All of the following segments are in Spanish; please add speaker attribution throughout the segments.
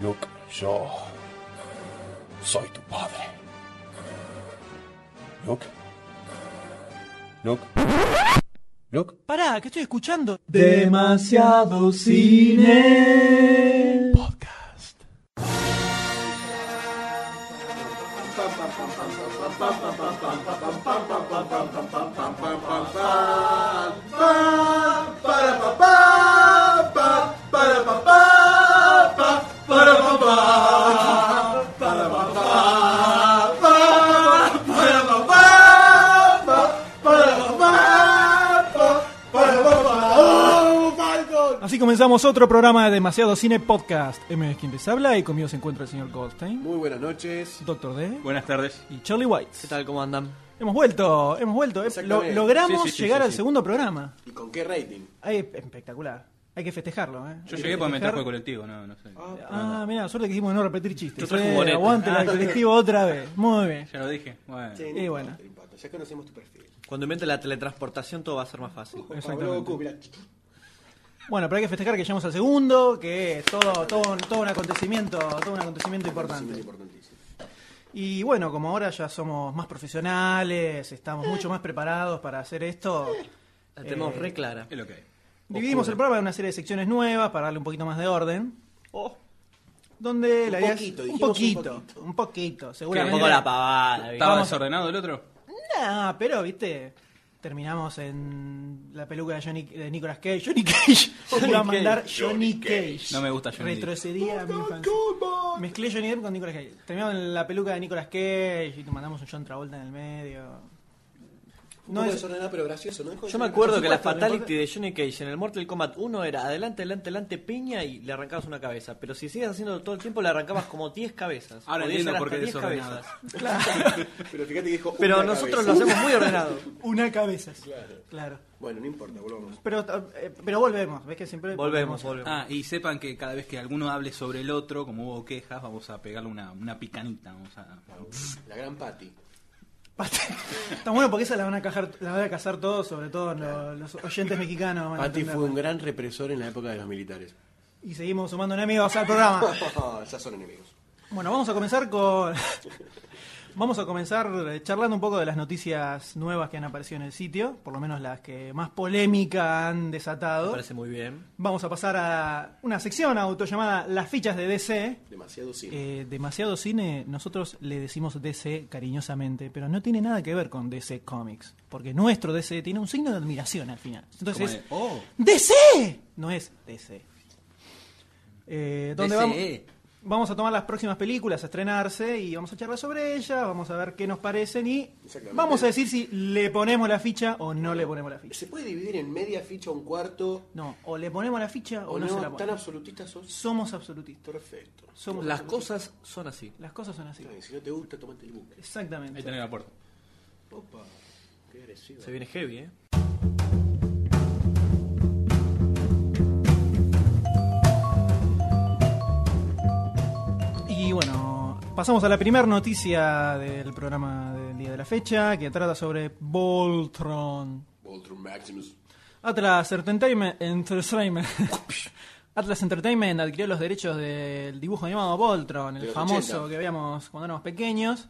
Speaker 1: Luke, yo soy tu padre. Luke. Luke. Luke.
Speaker 2: Pará, que estoy escuchando.
Speaker 3: Demasiado cine.
Speaker 2: Podcast. Así comenzamos otro programa de Demasiado Cine Podcast. M es quien les habla y conmigo se encuentra el señor Goldstein,
Speaker 4: Muy buenas noches.
Speaker 2: Doctor D
Speaker 5: Buenas tardes.
Speaker 2: y Charlie White.
Speaker 6: ¿Qué tal? ¿Cómo andan?
Speaker 2: Hemos vuelto, hemos vuelto. eh. Lo-
Speaker 4: Exactamente.
Speaker 2: logramos
Speaker 5: Sí, sí, sí,
Speaker 2: llegar
Speaker 5: sí,
Speaker 2: al
Speaker 5: sí.
Speaker 2: segundo programa.
Speaker 4: ¿Y con qué rating?
Speaker 2: Ay, es espectacular. Hay que festejarlo, ¿eh?
Speaker 5: Yo
Speaker 2: Hay que
Speaker 5: llegué porque me
Speaker 2: festejar.
Speaker 5: trajo el colectivo, no, no sé.
Speaker 2: Ah, mira, suerte que hicimos de no repetir chistes.
Speaker 5: Yo traje
Speaker 2: Eh,
Speaker 5: un bonete.
Speaker 2: aguante la del colectivo otra vez. Muy bien.
Speaker 5: Ya lo dije. Bueno.
Speaker 4: Sí,
Speaker 2: Y
Speaker 4: no
Speaker 2: bueno.
Speaker 4: importa, no importa, Ya conocemos tu perfil.
Speaker 6: Cuando invente la teletransportación todo va a ser más fácil.
Speaker 2: Exactamente.
Speaker 4: Pablo Goku, mirá.
Speaker 2: Bueno, pero hay que festejar que llegamos al segundo, que es todo, todo, un- todo un acontecimiento, todo un acontecimiento importante.
Speaker 4: Importantísimo.
Speaker 2: Y bueno, como ahora ya somos más profesionales, estamos mucho más preparados para hacer esto.
Speaker 6: La tenemos
Speaker 2: eh,
Speaker 6: re clara.
Speaker 5: Es lo que hay.
Speaker 2: Dividimos el programa en una serie de secciones nuevas para darle un poquito más de orden. Donde
Speaker 4: Un
Speaker 2: la idea es-
Speaker 4: poquito,
Speaker 2: Oh. un
Speaker 4: dijimos un
Speaker 2: poquito, un poquito,
Speaker 4: poquito.
Speaker 2: seguramente.
Speaker 6: Tampoco Ah, la pavada, ¿viste?
Speaker 5: ¿Estaba
Speaker 2: Vamos.
Speaker 5: desordenado el otro?
Speaker 2: Nah, pero viste, terminamos en la peluca de, Johnny, de Nicolas Cage. Johnny Cage. Yo iba a mandar Johnny Cage. Oh
Speaker 5: No me gusta Johnny Depp.
Speaker 2: Retrocedía a mi infancia. Mezclé Johnny Depp con Nicolas Cage. Terminamos en la peluca de Nicolas Cage y te mandamos un John Travolta en el medio.
Speaker 4: Un
Speaker 2: No
Speaker 4: poco
Speaker 2: es-
Speaker 4: desordenado, pero gracioso, ¿no?
Speaker 6: Yo me acuerdo que la
Speaker 2: supuesto,
Speaker 6: fatality de Johnny Cage en el Mortal Kombat 1 era adelante, adelante, adelante, piña y le arrancabas una cabeza. Pero si sigues haciendo todo el tiempo le arrancabas como 10 cabezas.
Speaker 5: Ahora
Speaker 6: Podías
Speaker 5: entiendo
Speaker 6: llegar
Speaker 5: por qué
Speaker 6: hasta 10
Speaker 5: desordenado.
Speaker 6: cabezas.
Speaker 4: Pero fíjate que dijo.
Speaker 6: Pero
Speaker 4: una
Speaker 6: nosotros
Speaker 4: cabeza.
Speaker 6: lo hacemos muy ordenado.
Speaker 2: Una cabeza. Claro.
Speaker 4: Bueno, no importa, volvamos.
Speaker 2: Pero, eh, pero volvemos, ves que siempre
Speaker 6: Volvemos, volvemos.
Speaker 5: Ah, y sepan que cada vez que alguno hable sobre el otro, como hubo quejas, vamos a pegarle una, una picanita. Vamos a...
Speaker 4: La gran Patty.
Speaker 2: Está bueno porque esa la van a cajar, la van a cazar todos, sobre todo lo- los, oyentes mexicanos. van a
Speaker 4: Patty
Speaker 2: entender.
Speaker 4: fue un gran represor en la época de los militares.
Speaker 2: Y seguimos sumando enemigos al programa.
Speaker 4: ya son enemigos.
Speaker 2: Bueno, vamos a comenzar con. vamos a comenzar eh, charlando un poco de las noticias nuevas que han aparecido en el sitio, por lo menos las que más polémica han
Speaker 6: Me
Speaker 2: desatado.
Speaker 6: parece muy bien.
Speaker 2: Vamos a pasar a una sección autollamada Las fichas de DC.
Speaker 4: Demasiado sí.
Speaker 2: Eh, demasiado cine, nosotros le decimos DC cariñosamente, pero no tiene nada que ver con DC Comics, porque nuestro DC tiene un signo de admiración al final. Entonces, es,
Speaker 5: Como de, oh,
Speaker 2: DC no es DC. Eh, ¿dónde
Speaker 5: DC?
Speaker 2: vamos? Vamos a tomar las próximas películas a estrenarse y vamos a charlar sobre ellas, vamos a ver qué nos parecen y
Speaker 4: Exactamente.
Speaker 2: vamos a decir si le ponemos la ficha o no le ponemos la ficha.
Speaker 4: ¿Se puede dividir en media ficha, un cuarto?
Speaker 2: No, o le ponemos la ficha o,
Speaker 4: ¿O
Speaker 2: no, se
Speaker 4: no?
Speaker 2: la
Speaker 4: ¿Tan
Speaker 2: ponemos.
Speaker 4: absolutistas sos?
Speaker 2: Somos absolutistas.
Speaker 4: Perfecto.
Speaker 2: Somos
Speaker 6: Las
Speaker 2: absolutistas.
Speaker 6: cosas son así.
Speaker 2: Las cosas son así.
Speaker 4: Está bien, Si no te gusta, tomate el buque.
Speaker 5: ahí
Speaker 2: Exactamente.
Speaker 5: tenés la puerta.
Speaker 4: Opa, qué agresivo.
Speaker 6: Se viene heavy, ¿eh?
Speaker 2: Y bueno, pasamos a la primera noticia del programa del día de la fecha, que trata sobre Voltron.
Speaker 4: Voltron Maximus.
Speaker 2: Atlas Entertainment, Entertainment- Atlas Entertainment adquirió los derechos del dibujo animado Voltron,
Speaker 4: De
Speaker 2: el
Speaker 4: los
Speaker 2: famoso
Speaker 4: 80.
Speaker 2: que veíamos cuando éramos pequeños.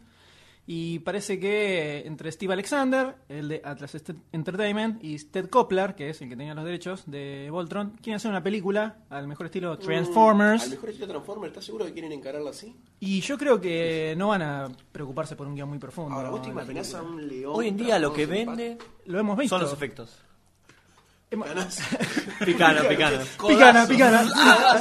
Speaker 2: Y parece que entre Steve Alexander, el de Atlas Est- Entertainment, y Ted Koplar, que es el que tenía los derechos de Voltron, quieren hacer una película al mejor estilo Transformers.
Speaker 4: Al mejor estilo Transformers, ¿estás seguro que quieren encararla así?
Speaker 2: Y yo creo que no van a preocuparse por un guión muy profundo.
Speaker 4: Ahora, vos te
Speaker 2: en la
Speaker 4: imaginás a
Speaker 2: película.
Speaker 4: un león.
Speaker 6: Hoy en día lo que
Speaker 4: transformado en
Speaker 6: vende
Speaker 2: Lo hemos visto.
Speaker 6: son los efectos.
Speaker 2: Hemos-
Speaker 6: Picano, picano.
Speaker 2: Picana, picana.
Speaker 6: Ah,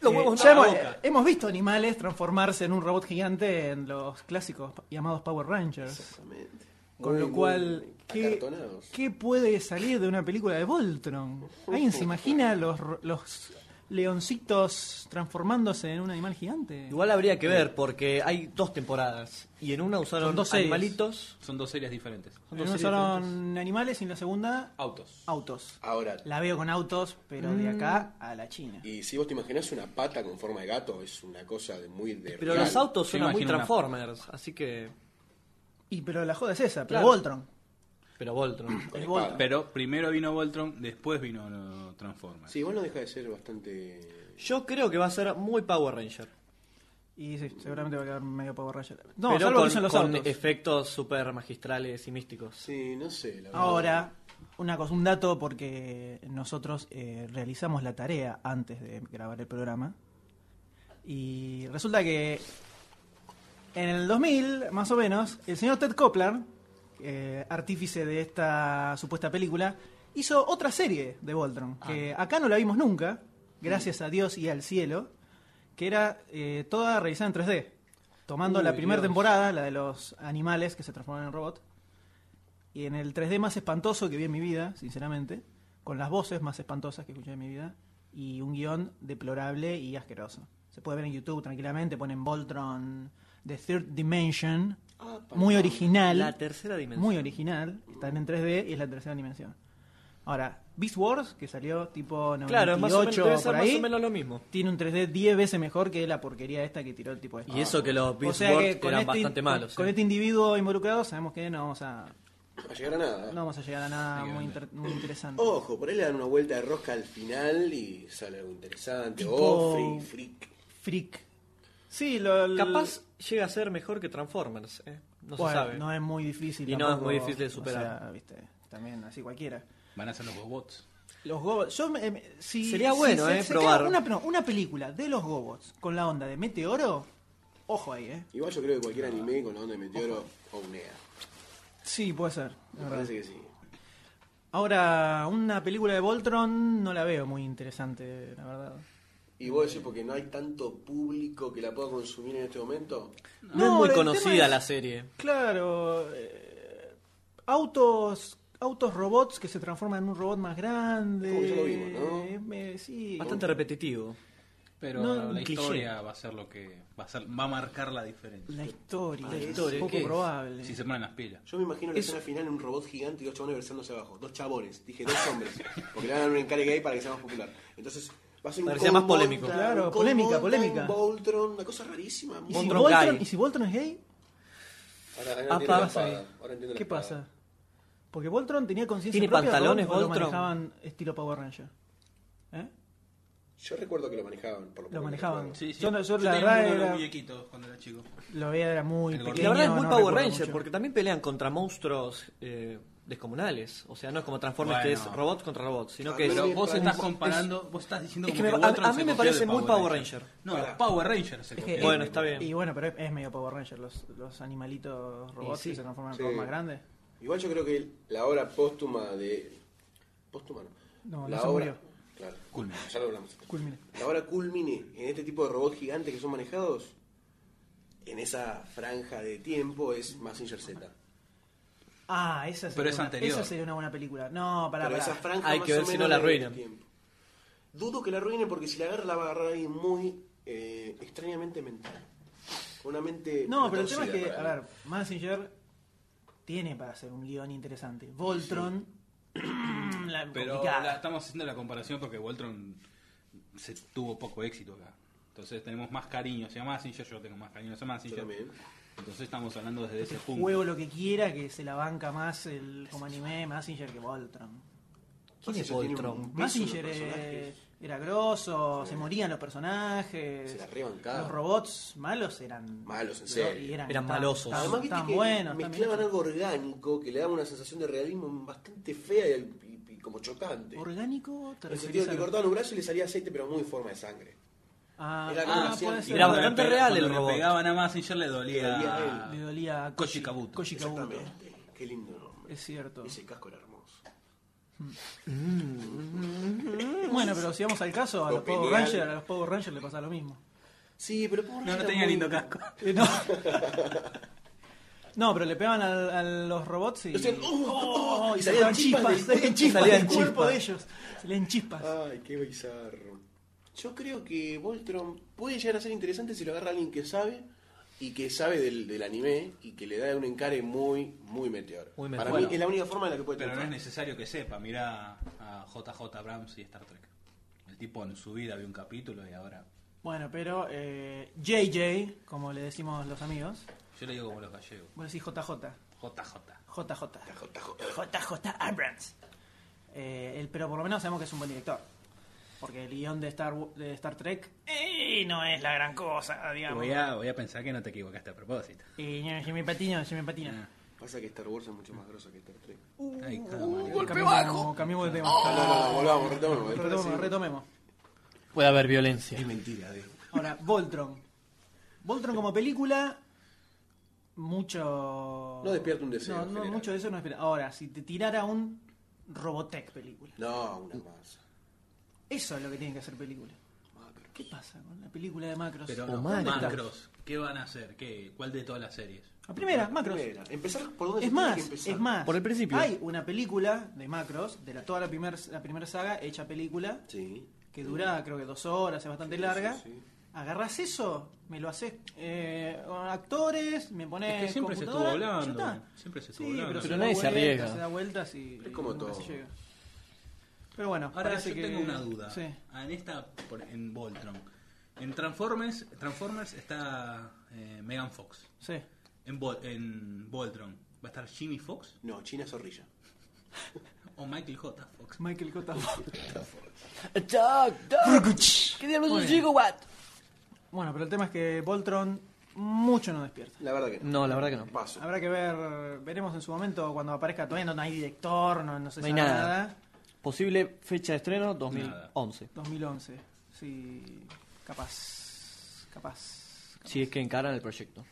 Speaker 6: Los
Speaker 2: Eh,
Speaker 6: huevos
Speaker 2: ya
Speaker 6: no,
Speaker 2: hemos,
Speaker 6: la boca.
Speaker 2: hemos visto animales transformarse en un robot gigante en los clásicos pa- llamados Power Rangers.
Speaker 4: Exactamente.
Speaker 2: Con
Speaker 4: Muy,
Speaker 2: lo
Speaker 4: muy
Speaker 2: cual, ¿qué,
Speaker 4: acartonados.
Speaker 2: qué puede salir de una película de Voltron? ¿Alguien se imagina los, ro- los leoncitos transformándose en un animal gigante?
Speaker 6: Igual habría que ver porque hay dos temporadas y en una
Speaker 2: Son
Speaker 6: usaron
Speaker 2: dos
Speaker 6: dos
Speaker 2: series.
Speaker 6: animalitos.
Speaker 5: Son dos series diferentes.
Speaker 6: son
Speaker 2: En
Speaker 6: dos
Speaker 2: una
Speaker 6: series diferentes.
Speaker 2: usaron animales y en la segunda
Speaker 5: Autos.
Speaker 2: autos.
Speaker 4: Ahora,
Speaker 2: La veo con autos, pero de acá a la China.
Speaker 4: y si vos te imaginás una pata con forma de gato, es una cosa de muy de.
Speaker 6: Pero
Speaker 4: real.
Speaker 6: los autos
Speaker 5: Yo
Speaker 6: suenan muy
Speaker 5: imagino una-
Speaker 6: Transformers, así que
Speaker 2: Y pero la joda es esa, pero
Speaker 6: Claro.
Speaker 2: Voltron.
Speaker 6: Pero Voltron.
Speaker 4: Con
Speaker 6: es
Speaker 4: espada.
Speaker 6: Voltron.
Speaker 5: Pero primero vino Voltron, después vino no, Transformers.
Speaker 4: Sí, igual no deja de ser bastante.
Speaker 6: Yo creo que va a ser muy Power Ranger.
Speaker 2: Y sí, seguramente va a quedar medio Power Ranger. No,
Speaker 6: pero
Speaker 2: salvo
Speaker 6: con,
Speaker 2: que usen los
Speaker 6: con
Speaker 2: autos.
Speaker 6: efectos super magistrales y místicos.
Speaker 4: Sí, no sé. La verdad.
Speaker 2: Ahora, una cosa, un dato, porque nosotros eh, realizamos la tarea antes de grabar el programa. Y resulta que en el 2000, más o menos, el señor Ted Koppler, eh, artífice de esta supuesta película, hizo otra serie de Voltron,
Speaker 4: Ah.
Speaker 2: que acá no la vimos nunca, gracias a Dios y al cielo, que era eh, toda realizada en 3D, tomando
Speaker 4: Uy,
Speaker 2: la primera
Speaker 4: Dios.
Speaker 2: temporada, la de los animales que se transforman en robot, y en el 3D más espantoso que vi en mi vida, sinceramente, con las voces más espantosas que escuché en mi vida, y un guión deplorable y asqueroso. Se puede ver en YouTube tranquilamente, ponen Voltron The Third Dimension,
Speaker 4: Ah, pa-
Speaker 2: muy original,
Speaker 6: La tercera dimensión.
Speaker 2: muy original, están en 3D y es la tercera dimensión. Ahora, Beast Wars, que salió tipo 98
Speaker 6: Claro, es más o menos, debe ser
Speaker 2: por
Speaker 6: más
Speaker 2: ahí,
Speaker 6: o menos lo mismo.
Speaker 2: tiene un 3D 10 veces mejor que la porquería esta que tiró el tipo este.
Speaker 6: Y eso que los
Speaker 2: O
Speaker 6: Beast
Speaker 2: sea
Speaker 6: Wars
Speaker 2: que con
Speaker 6: eran
Speaker 2: este,
Speaker 6: bastante malos.
Speaker 2: con
Speaker 6: eh.
Speaker 2: este individuo involucrado sabemos que no vamos a
Speaker 4: A llegar a nada.
Speaker 2: no vamos a llegar a nada muy, inter- muy interesante.
Speaker 4: Ojo, por ahí le dan una vuelta de rosca al final y sale algo interesante.
Speaker 2: Tipo-
Speaker 4: Oh, freak, freak.
Speaker 2: Freak. Sí, lo, lo-
Speaker 6: Capaz llega a ser mejor que Transformers. eh. No
Speaker 2: bueno,
Speaker 6: se sabe.
Speaker 2: No es muy difícil.
Speaker 6: Y no es
Speaker 2: tampoco,
Speaker 6: muy difícil de
Speaker 2: o
Speaker 6: superar.
Speaker 2: sea, viste, también así cualquiera.
Speaker 5: Van a ser los robots.
Speaker 2: Los Gobots. Yo, me- me- si,
Speaker 6: Sería
Speaker 2: si
Speaker 6: bueno, eh,
Speaker 2: queda
Speaker 6: probar.
Speaker 2: Una, no, una película de los Gobots con la onda de Meteoro. Ojo ahí, ¿eh?
Speaker 4: Igual yo creo que cualquier anime con la onda de meteoro ownea.
Speaker 2: Sí, puede ser. la
Speaker 4: Me
Speaker 2: verdad.
Speaker 4: parece que sí.
Speaker 2: Ahora, una película de Voltron no la veo muy interesante, la verdad.
Speaker 4: Y vos decís porque no hay tanto público que la pueda consumir en este momento.
Speaker 6: No, es muy
Speaker 2: el tema
Speaker 6: conocida
Speaker 2: es-
Speaker 6: la serie.
Speaker 2: Claro. eh, autos. Autos robots que se transforman en un robot más grande.
Speaker 4: Como que ya lo vimos, ¿no?
Speaker 2: Eh, sí.
Speaker 6: Bastante repetitivo.
Speaker 5: Pero
Speaker 2: No,
Speaker 5: la
Speaker 2: un cliché.
Speaker 5: historia va a ser lo que va a, ser, va a marcar la diferencia.
Speaker 2: La historia.
Speaker 6: La
Speaker 2: es
Speaker 6: historia,
Speaker 2: poco
Speaker 6: ¿qué es?
Speaker 2: probable.
Speaker 5: Si se ponen las pilas.
Speaker 4: Yo me imagino la escena final un robot gigante y dos chabones versándose abajo. Dos chabones, dije dos hombres. Porque le van a dar un encargue ahí para que sea más popular. Entonces va a ser un
Speaker 6: Para que sea más
Speaker 4: Cold
Speaker 6: polémico.
Speaker 4: Mountain,
Speaker 2: Claro,
Speaker 4: un Cold
Speaker 2: polémica,
Speaker 4: Mountain,
Speaker 2: polémica.
Speaker 4: Voltron, una cosa rarísima.
Speaker 2: ¿Y
Speaker 4: muy-
Speaker 2: si,
Speaker 6: Voltron
Speaker 2: Voltron,
Speaker 6: gay.
Speaker 2: ¿Y si Voltron es gay?
Speaker 4: Ahora, ahora
Speaker 6: Ah,
Speaker 4: entiendo la
Speaker 6: pasa
Speaker 4: espada,
Speaker 6: ahí.
Speaker 4: ahora entiendo la
Speaker 2: ¿Qué
Speaker 4: espada.
Speaker 2: pasa? Porque Voltron tenía conciencia
Speaker 6: ¿Tiene
Speaker 2: propia,
Speaker 6: pantalones,
Speaker 2: o lo- o
Speaker 6: Voltron?
Speaker 2: lo manejaban estilo Power Ranger. ¿Eh?
Speaker 4: Yo recuerdo que lo manejaban,
Speaker 2: Lo
Speaker 4: por lo poco que
Speaker 2: manejaban.
Speaker 4: recuerdo.
Speaker 2: Sí, sí. Yo no- yo la verdad
Speaker 5: uno de los
Speaker 2: era-
Speaker 5: muñequitos cuando era chico.
Speaker 2: Lo veía era muy
Speaker 5: El
Speaker 2: pequeño.
Speaker 5: gordito.
Speaker 6: Y la verdad es muy
Speaker 2: no
Speaker 6: Power
Speaker 2: recuerdo
Speaker 6: Ranger,
Speaker 2: mucho.
Speaker 6: porque también pelean contra monstruos eh, descomunales. O sea, no es como Transformers
Speaker 5: Bueno.
Speaker 6: que es robot contra robot, sino que
Speaker 4: A
Speaker 6: es...
Speaker 5: Pero
Speaker 4: mí me
Speaker 5: vos
Speaker 4: parece-
Speaker 5: estás comparando, vos estás diciendo
Speaker 6: es
Speaker 5: como
Speaker 6: que me- a-
Speaker 5: Voltron
Speaker 6: a
Speaker 5: se
Speaker 6: mí me
Speaker 5: copió de
Speaker 6: parece muy Power Ranger.
Speaker 5: No, los Power Rangers se
Speaker 2: Es
Speaker 5: copiaron
Speaker 2: que-
Speaker 5: de
Speaker 6: Bueno,
Speaker 5: Power
Speaker 6: está bien.
Speaker 2: Y bueno, pero es, es medio Power Ranger, los, los animalitos robots
Speaker 6: Y sí.
Speaker 2: que se transforman en
Speaker 4: Sí.
Speaker 2: robots más grandes.
Speaker 4: Igual yo creo que la obra póstuma de. ¿Póstuma no?
Speaker 2: No,
Speaker 4: la
Speaker 2: no se
Speaker 4: obra.
Speaker 2: murió.
Speaker 4: Claro.
Speaker 5: Culmine.
Speaker 4: Ya lo hablamos.
Speaker 2: Culmine.
Speaker 4: La obra culmine en este tipo de robots gigantes que son manejados. En esa franja de tiempo es Massinger Z.
Speaker 2: Ah, esa sería,
Speaker 5: Pero es
Speaker 2: una,
Speaker 5: anterior.
Speaker 2: esa sería una buena película. No, pará,
Speaker 4: Pero
Speaker 2: pará.
Speaker 4: esa franja
Speaker 6: Hay
Speaker 4: más
Speaker 6: que ver
Speaker 4: o
Speaker 6: si
Speaker 4: menos
Speaker 6: no la
Speaker 4: de
Speaker 6: arruinan.
Speaker 4: tiempo. Dudo que la arruinen porque si la agarra la va a agarrar alguien muy eh, extrañamente mental. Con Una mente.
Speaker 2: No, pero el tema
Speaker 4: retorcida
Speaker 2: es que,
Speaker 4: para
Speaker 2: a
Speaker 4: mí.
Speaker 2: ver, Massinger tiene para hacer un guión interesante. Voltron. la
Speaker 5: Pero
Speaker 2: complicada.
Speaker 5: la- estamos haciendo la comparación porque Voltron se tuvo poco éxito acá. Entonces tenemos más cariño hacia Massinger, yo tengo más cariño hacia
Speaker 4: Yo
Speaker 5: Massinger.
Speaker 4: también.
Speaker 5: Entonces estamos hablando desde ese punto.
Speaker 2: Este juego lo que quiera, que se la banca más el como anime Massinger que Voltron.
Speaker 6: ¿Quién es
Speaker 4: Mazinger tiene un
Speaker 6: Voltron?
Speaker 4: peso en los
Speaker 2: Massinger
Speaker 4: personajes.
Speaker 2: eh, era grosso, se morían los personajes.
Speaker 4: Se la rebancaba.
Speaker 2: Los robots malos eran.
Speaker 4: Malos, en serio.
Speaker 2: y eran,
Speaker 6: Eran
Speaker 2: tan-
Speaker 6: malosos.
Speaker 2: tan-
Speaker 4: Además, viste
Speaker 2: tan
Speaker 4: que
Speaker 2: buenos. tan
Speaker 4: mezclaban
Speaker 2: bien
Speaker 4: algo orgánico que le daba una sensación de realismo bastante fea y, al- y- y como chocante.
Speaker 2: hechos. ¿Orgánico? ¿Te
Speaker 4: En el sentido
Speaker 2: referís
Speaker 4: de
Speaker 2: a
Speaker 4: que
Speaker 2: lo-
Speaker 4: cortaban un brazo y le salía aceite, pero muy en forma de sangre.
Speaker 2: Ah,
Speaker 4: Era
Speaker 2: ah,
Speaker 4: como
Speaker 2: puede
Speaker 4: hacían-
Speaker 2: ser.
Speaker 6: Era
Speaker 5: Cuando le
Speaker 6: bastante
Speaker 5: pe-
Speaker 6: real
Speaker 5: cuando
Speaker 6: el
Speaker 5: le
Speaker 6: robot.
Speaker 5: pegaban a Massinger le dolía.
Speaker 4: Le dolía a
Speaker 2: Le dolía a
Speaker 5: Koji
Speaker 2: Koji-
Speaker 5: Kabuto.
Speaker 2: Koji Kabuto.
Speaker 4: Exactamente. Qué lindo nombre.
Speaker 2: Es cierto.
Speaker 4: Ese casco era hermoso.
Speaker 2: Bueno, pero si vamos al caso, a los
Speaker 4: Opinión.
Speaker 2: Power Rangers, a los Power Rangers le pasa lo mismo.
Speaker 4: Sí, pero Power
Speaker 5: No,
Speaker 4: Ranger
Speaker 5: no
Speaker 4: era
Speaker 5: tenía
Speaker 4: muy-
Speaker 5: lindo casco.
Speaker 2: Eh, No. No, pero le pegaban al- a, los robots y,
Speaker 4: Y hacían, "Uh,
Speaker 2: ¡Oh!
Speaker 4: uh",
Speaker 2: y
Speaker 4: y
Speaker 2: salían
Speaker 4: salían
Speaker 2: chispas,
Speaker 4: chispas de-
Speaker 2: salían chispas
Speaker 6: salían
Speaker 2: del cuerpo
Speaker 6: chispas.
Speaker 2: de ellos, salían chispas.
Speaker 4: Ay, qué bizarro. Yo creo que Voltron puede llegar a ser interesante si lo agarra alguien que sabe y que sabe del, del anime y que le da un encare muy, muy meteor.
Speaker 6: Muy
Speaker 4: Para
Speaker 6: meteoro.
Speaker 4: mí es la única forma en la que puede
Speaker 5: Pero no es
Speaker 4: triunfar.
Speaker 5: necesario que sepa. Mirá a JJ Abrams y Star Trek. El tipo en su vida vio un capítulo y ahora.
Speaker 2: Bueno, pero eh, JJ, como le decimos los amigos,
Speaker 5: Yo le digo como los gallegos.
Speaker 2: Vos decís JJ.
Speaker 5: JJ.
Speaker 2: JJ.
Speaker 4: Tajo, tajo.
Speaker 2: JJ Abrams. Eh, él- pero por lo menos sabemos que es un buen director. Porque el guión de Star, Wa- de Star Trek eh, no es la gran cosa, digamos.
Speaker 5: Voy a, voy a pensar que no te equivocaste a propósito.
Speaker 2: Y no, Jimmy Patiño, Jimmy Patiño.
Speaker 5: Ah,
Speaker 4: Pasa que Star Wars es mucho más grosso que Star Trek.
Speaker 5: ay, cada madre.
Speaker 2: golpe bajo. Oh. Cambiemos de tema.
Speaker 4: No, no, no, volvamos, retomemos.
Speaker 2: retomemos, retomemos.
Speaker 6: Puede haber violencia.
Speaker 4: Es mentira, Diego.
Speaker 2: Ahora, Voltron. Voltron como película, mucho...
Speaker 4: No despierta un deseo,
Speaker 2: No,
Speaker 4: en
Speaker 2: no,
Speaker 4: general.
Speaker 2: mucho de eso no despierta. Ahora, si te tirara un Robotech película.
Speaker 4: No, una más.
Speaker 2: Eso es lo que tienen que hacer película. ¿Qué pasa con la película de Macros?
Speaker 5: Pero
Speaker 2: la
Speaker 5: no,
Speaker 6: Omar.
Speaker 5: macros, ¿qué van a hacer? ¿Qué? ¿Cuál de todas las series?
Speaker 2: primera, Macros.
Speaker 4: Primera, empezar por donde
Speaker 2: Es
Speaker 4: se tiene
Speaker 2: más,
Speaker 4: que empezar.
Speaker 2: es más.
Speaker 6: Por el principio.
Speaker 2: Hay una película de Macros, de la, toda la primera la primer saga, hecha película,
Speaker 4: Sí.
Speaker 2: que dura creo que dos horas, es bastante
Speaker 4: Sí,
Speaker 2: larga.
Speaker 4: sí, sí.
Speaker 2: Agarrás eso, me lo haces eh, con actores, me pones.
Speaker 5: Es que siempre se
Speaker 2: Eh, computadora,
Speaker 5: estuvo hablando,
Speaker 2: ya está.
Speaker 5: siempre se
Speaker 2: Sí,
Speaker 5: estuvo hablando.
Speaker 2: Pero,
Speaker 6: Pero
Speaker 2: da
Speaker 6: nadie se
Speaker 2: vueltas,
Speaker 6: arriesga.
Speaker 2: Se da vueltas y.
Speaker 4: Es como
Speaker 2: y nunca
Speaker 4: todo.
Speaker 2: se llega. Pero bueno,
Speaker 5: Ahora
Speaker 2: parece
Speaker 5: yo
Speaker 2: que.
Speaker 5: tengo una duda.
Speaker 2: Sí.
Speaker 5: Ah, En esta, por- en Voltron. En Transformers, Transformers está eh, Megan Fox.
Speaker 2: sí.
Speaker 5: En, Vol- en Voltron va a estar Jimmy Fox
Speaker 4: No, China Zorrilla.
Speaker 5: o Michael J. Fox.
Speaker 2: Michael Cotton.
Speaker 6: ¿Qué diablos
Speaker 2: Muy bien.
Speaker 6: un gigawatt?
Speaker 2: bueno, pero el tema es que Voltron mucho no despierta.
Speaker 4: La verdad que no.
Speaker 6: No, la verdad que
Speaker 2: Mm.
Speaker 6: no.
Speaker 4: Paso.
Speaker 2: Habrá que ver, veremos en su momento cuando aparezca. Todavía no hay director, no, no se
Speaker 6: No hay
Speaker 2: sabe
Speaker 6: nada. Posible fecha de estreno 2011.
Speaker 2: 2011, sí, capaz, capaz.
Speaker 6: Si es que encaran el proyecto.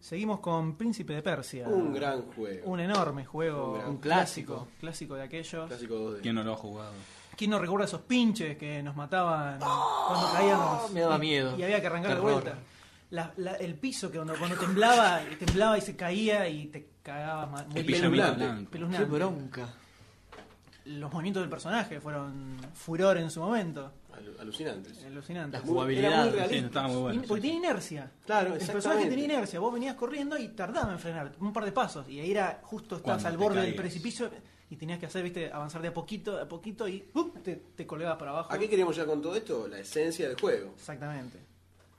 Speaker 2: Seguimos con Príncipe de Persia.
Speaker 4: Un gran juego.
Speaker 2: Un enorme juego.
Speaker 4: Un gran-
Speaker 6: un clásico.
Speaker 2: Clásico, clásico de aquellos.
Speaker 4: Clásico 2D.
Speaker 5: ¿Quién no lo ha jugado?
Speaker 2: ¿Quién no recuerda esos pinches que nos mataban
Speaker 4: ¡Oh!
Speaker 2: cuando caíamos?
Speaker 6: me daba
Speaker 2: Y-
Speaker 6: miedo.
Speaker 2: Y había que arrancar de
Speaker 6: Terror.
Speaker 2: vuelta. La- la- el piso que cuando, cuando temblaba, temblaba y se caía y te cagabas ma- muy bien.
Speaker 5: El pijamita
Speaker 4: pelulante.
Speaker 5: blanco.
Speaker 2: Espeluznante.
Speaker 6: bronca.
Speaker 2: Los movimientos del personaje fueron furor en su momento.
Speaker 4: Alu- Alucinante.
Speaker 2: Alucinante.
Speaker 6: Las
Speaker 4: Muy-
Speaker 6: jugabilidad.
Speaker 4: era muy
Speaker 5: Sí,
Speaker 4: realista.
Speaker 5: estaba muy bueno.
Speaker 2: Y- porque
Speaker 5: sí, sí.
Speaker 2: tiene inercia.
Speaker 4: Claro,
Speaker 2: El personaje
Speaker 4: exactamente.
Speaker 2: tenía inercia. Vos venías corriendo y tardaba en frenar un par de pasos. Y ahí era justo estabas
Speaker 5: Cuando
Speaker 2: al
Speaker 5: te
Speaker 2: borde del
Speaker 5: caías.
Speaker 2: precipicio y tenías que hacer, viste, avanzar de a poquito, a poquito y ¡up! te, te colgabas para abajo.
Speaker 4: ¿A qué queremos ya con todo esto? La esencia del juego.
Speaker 2: Exactamente.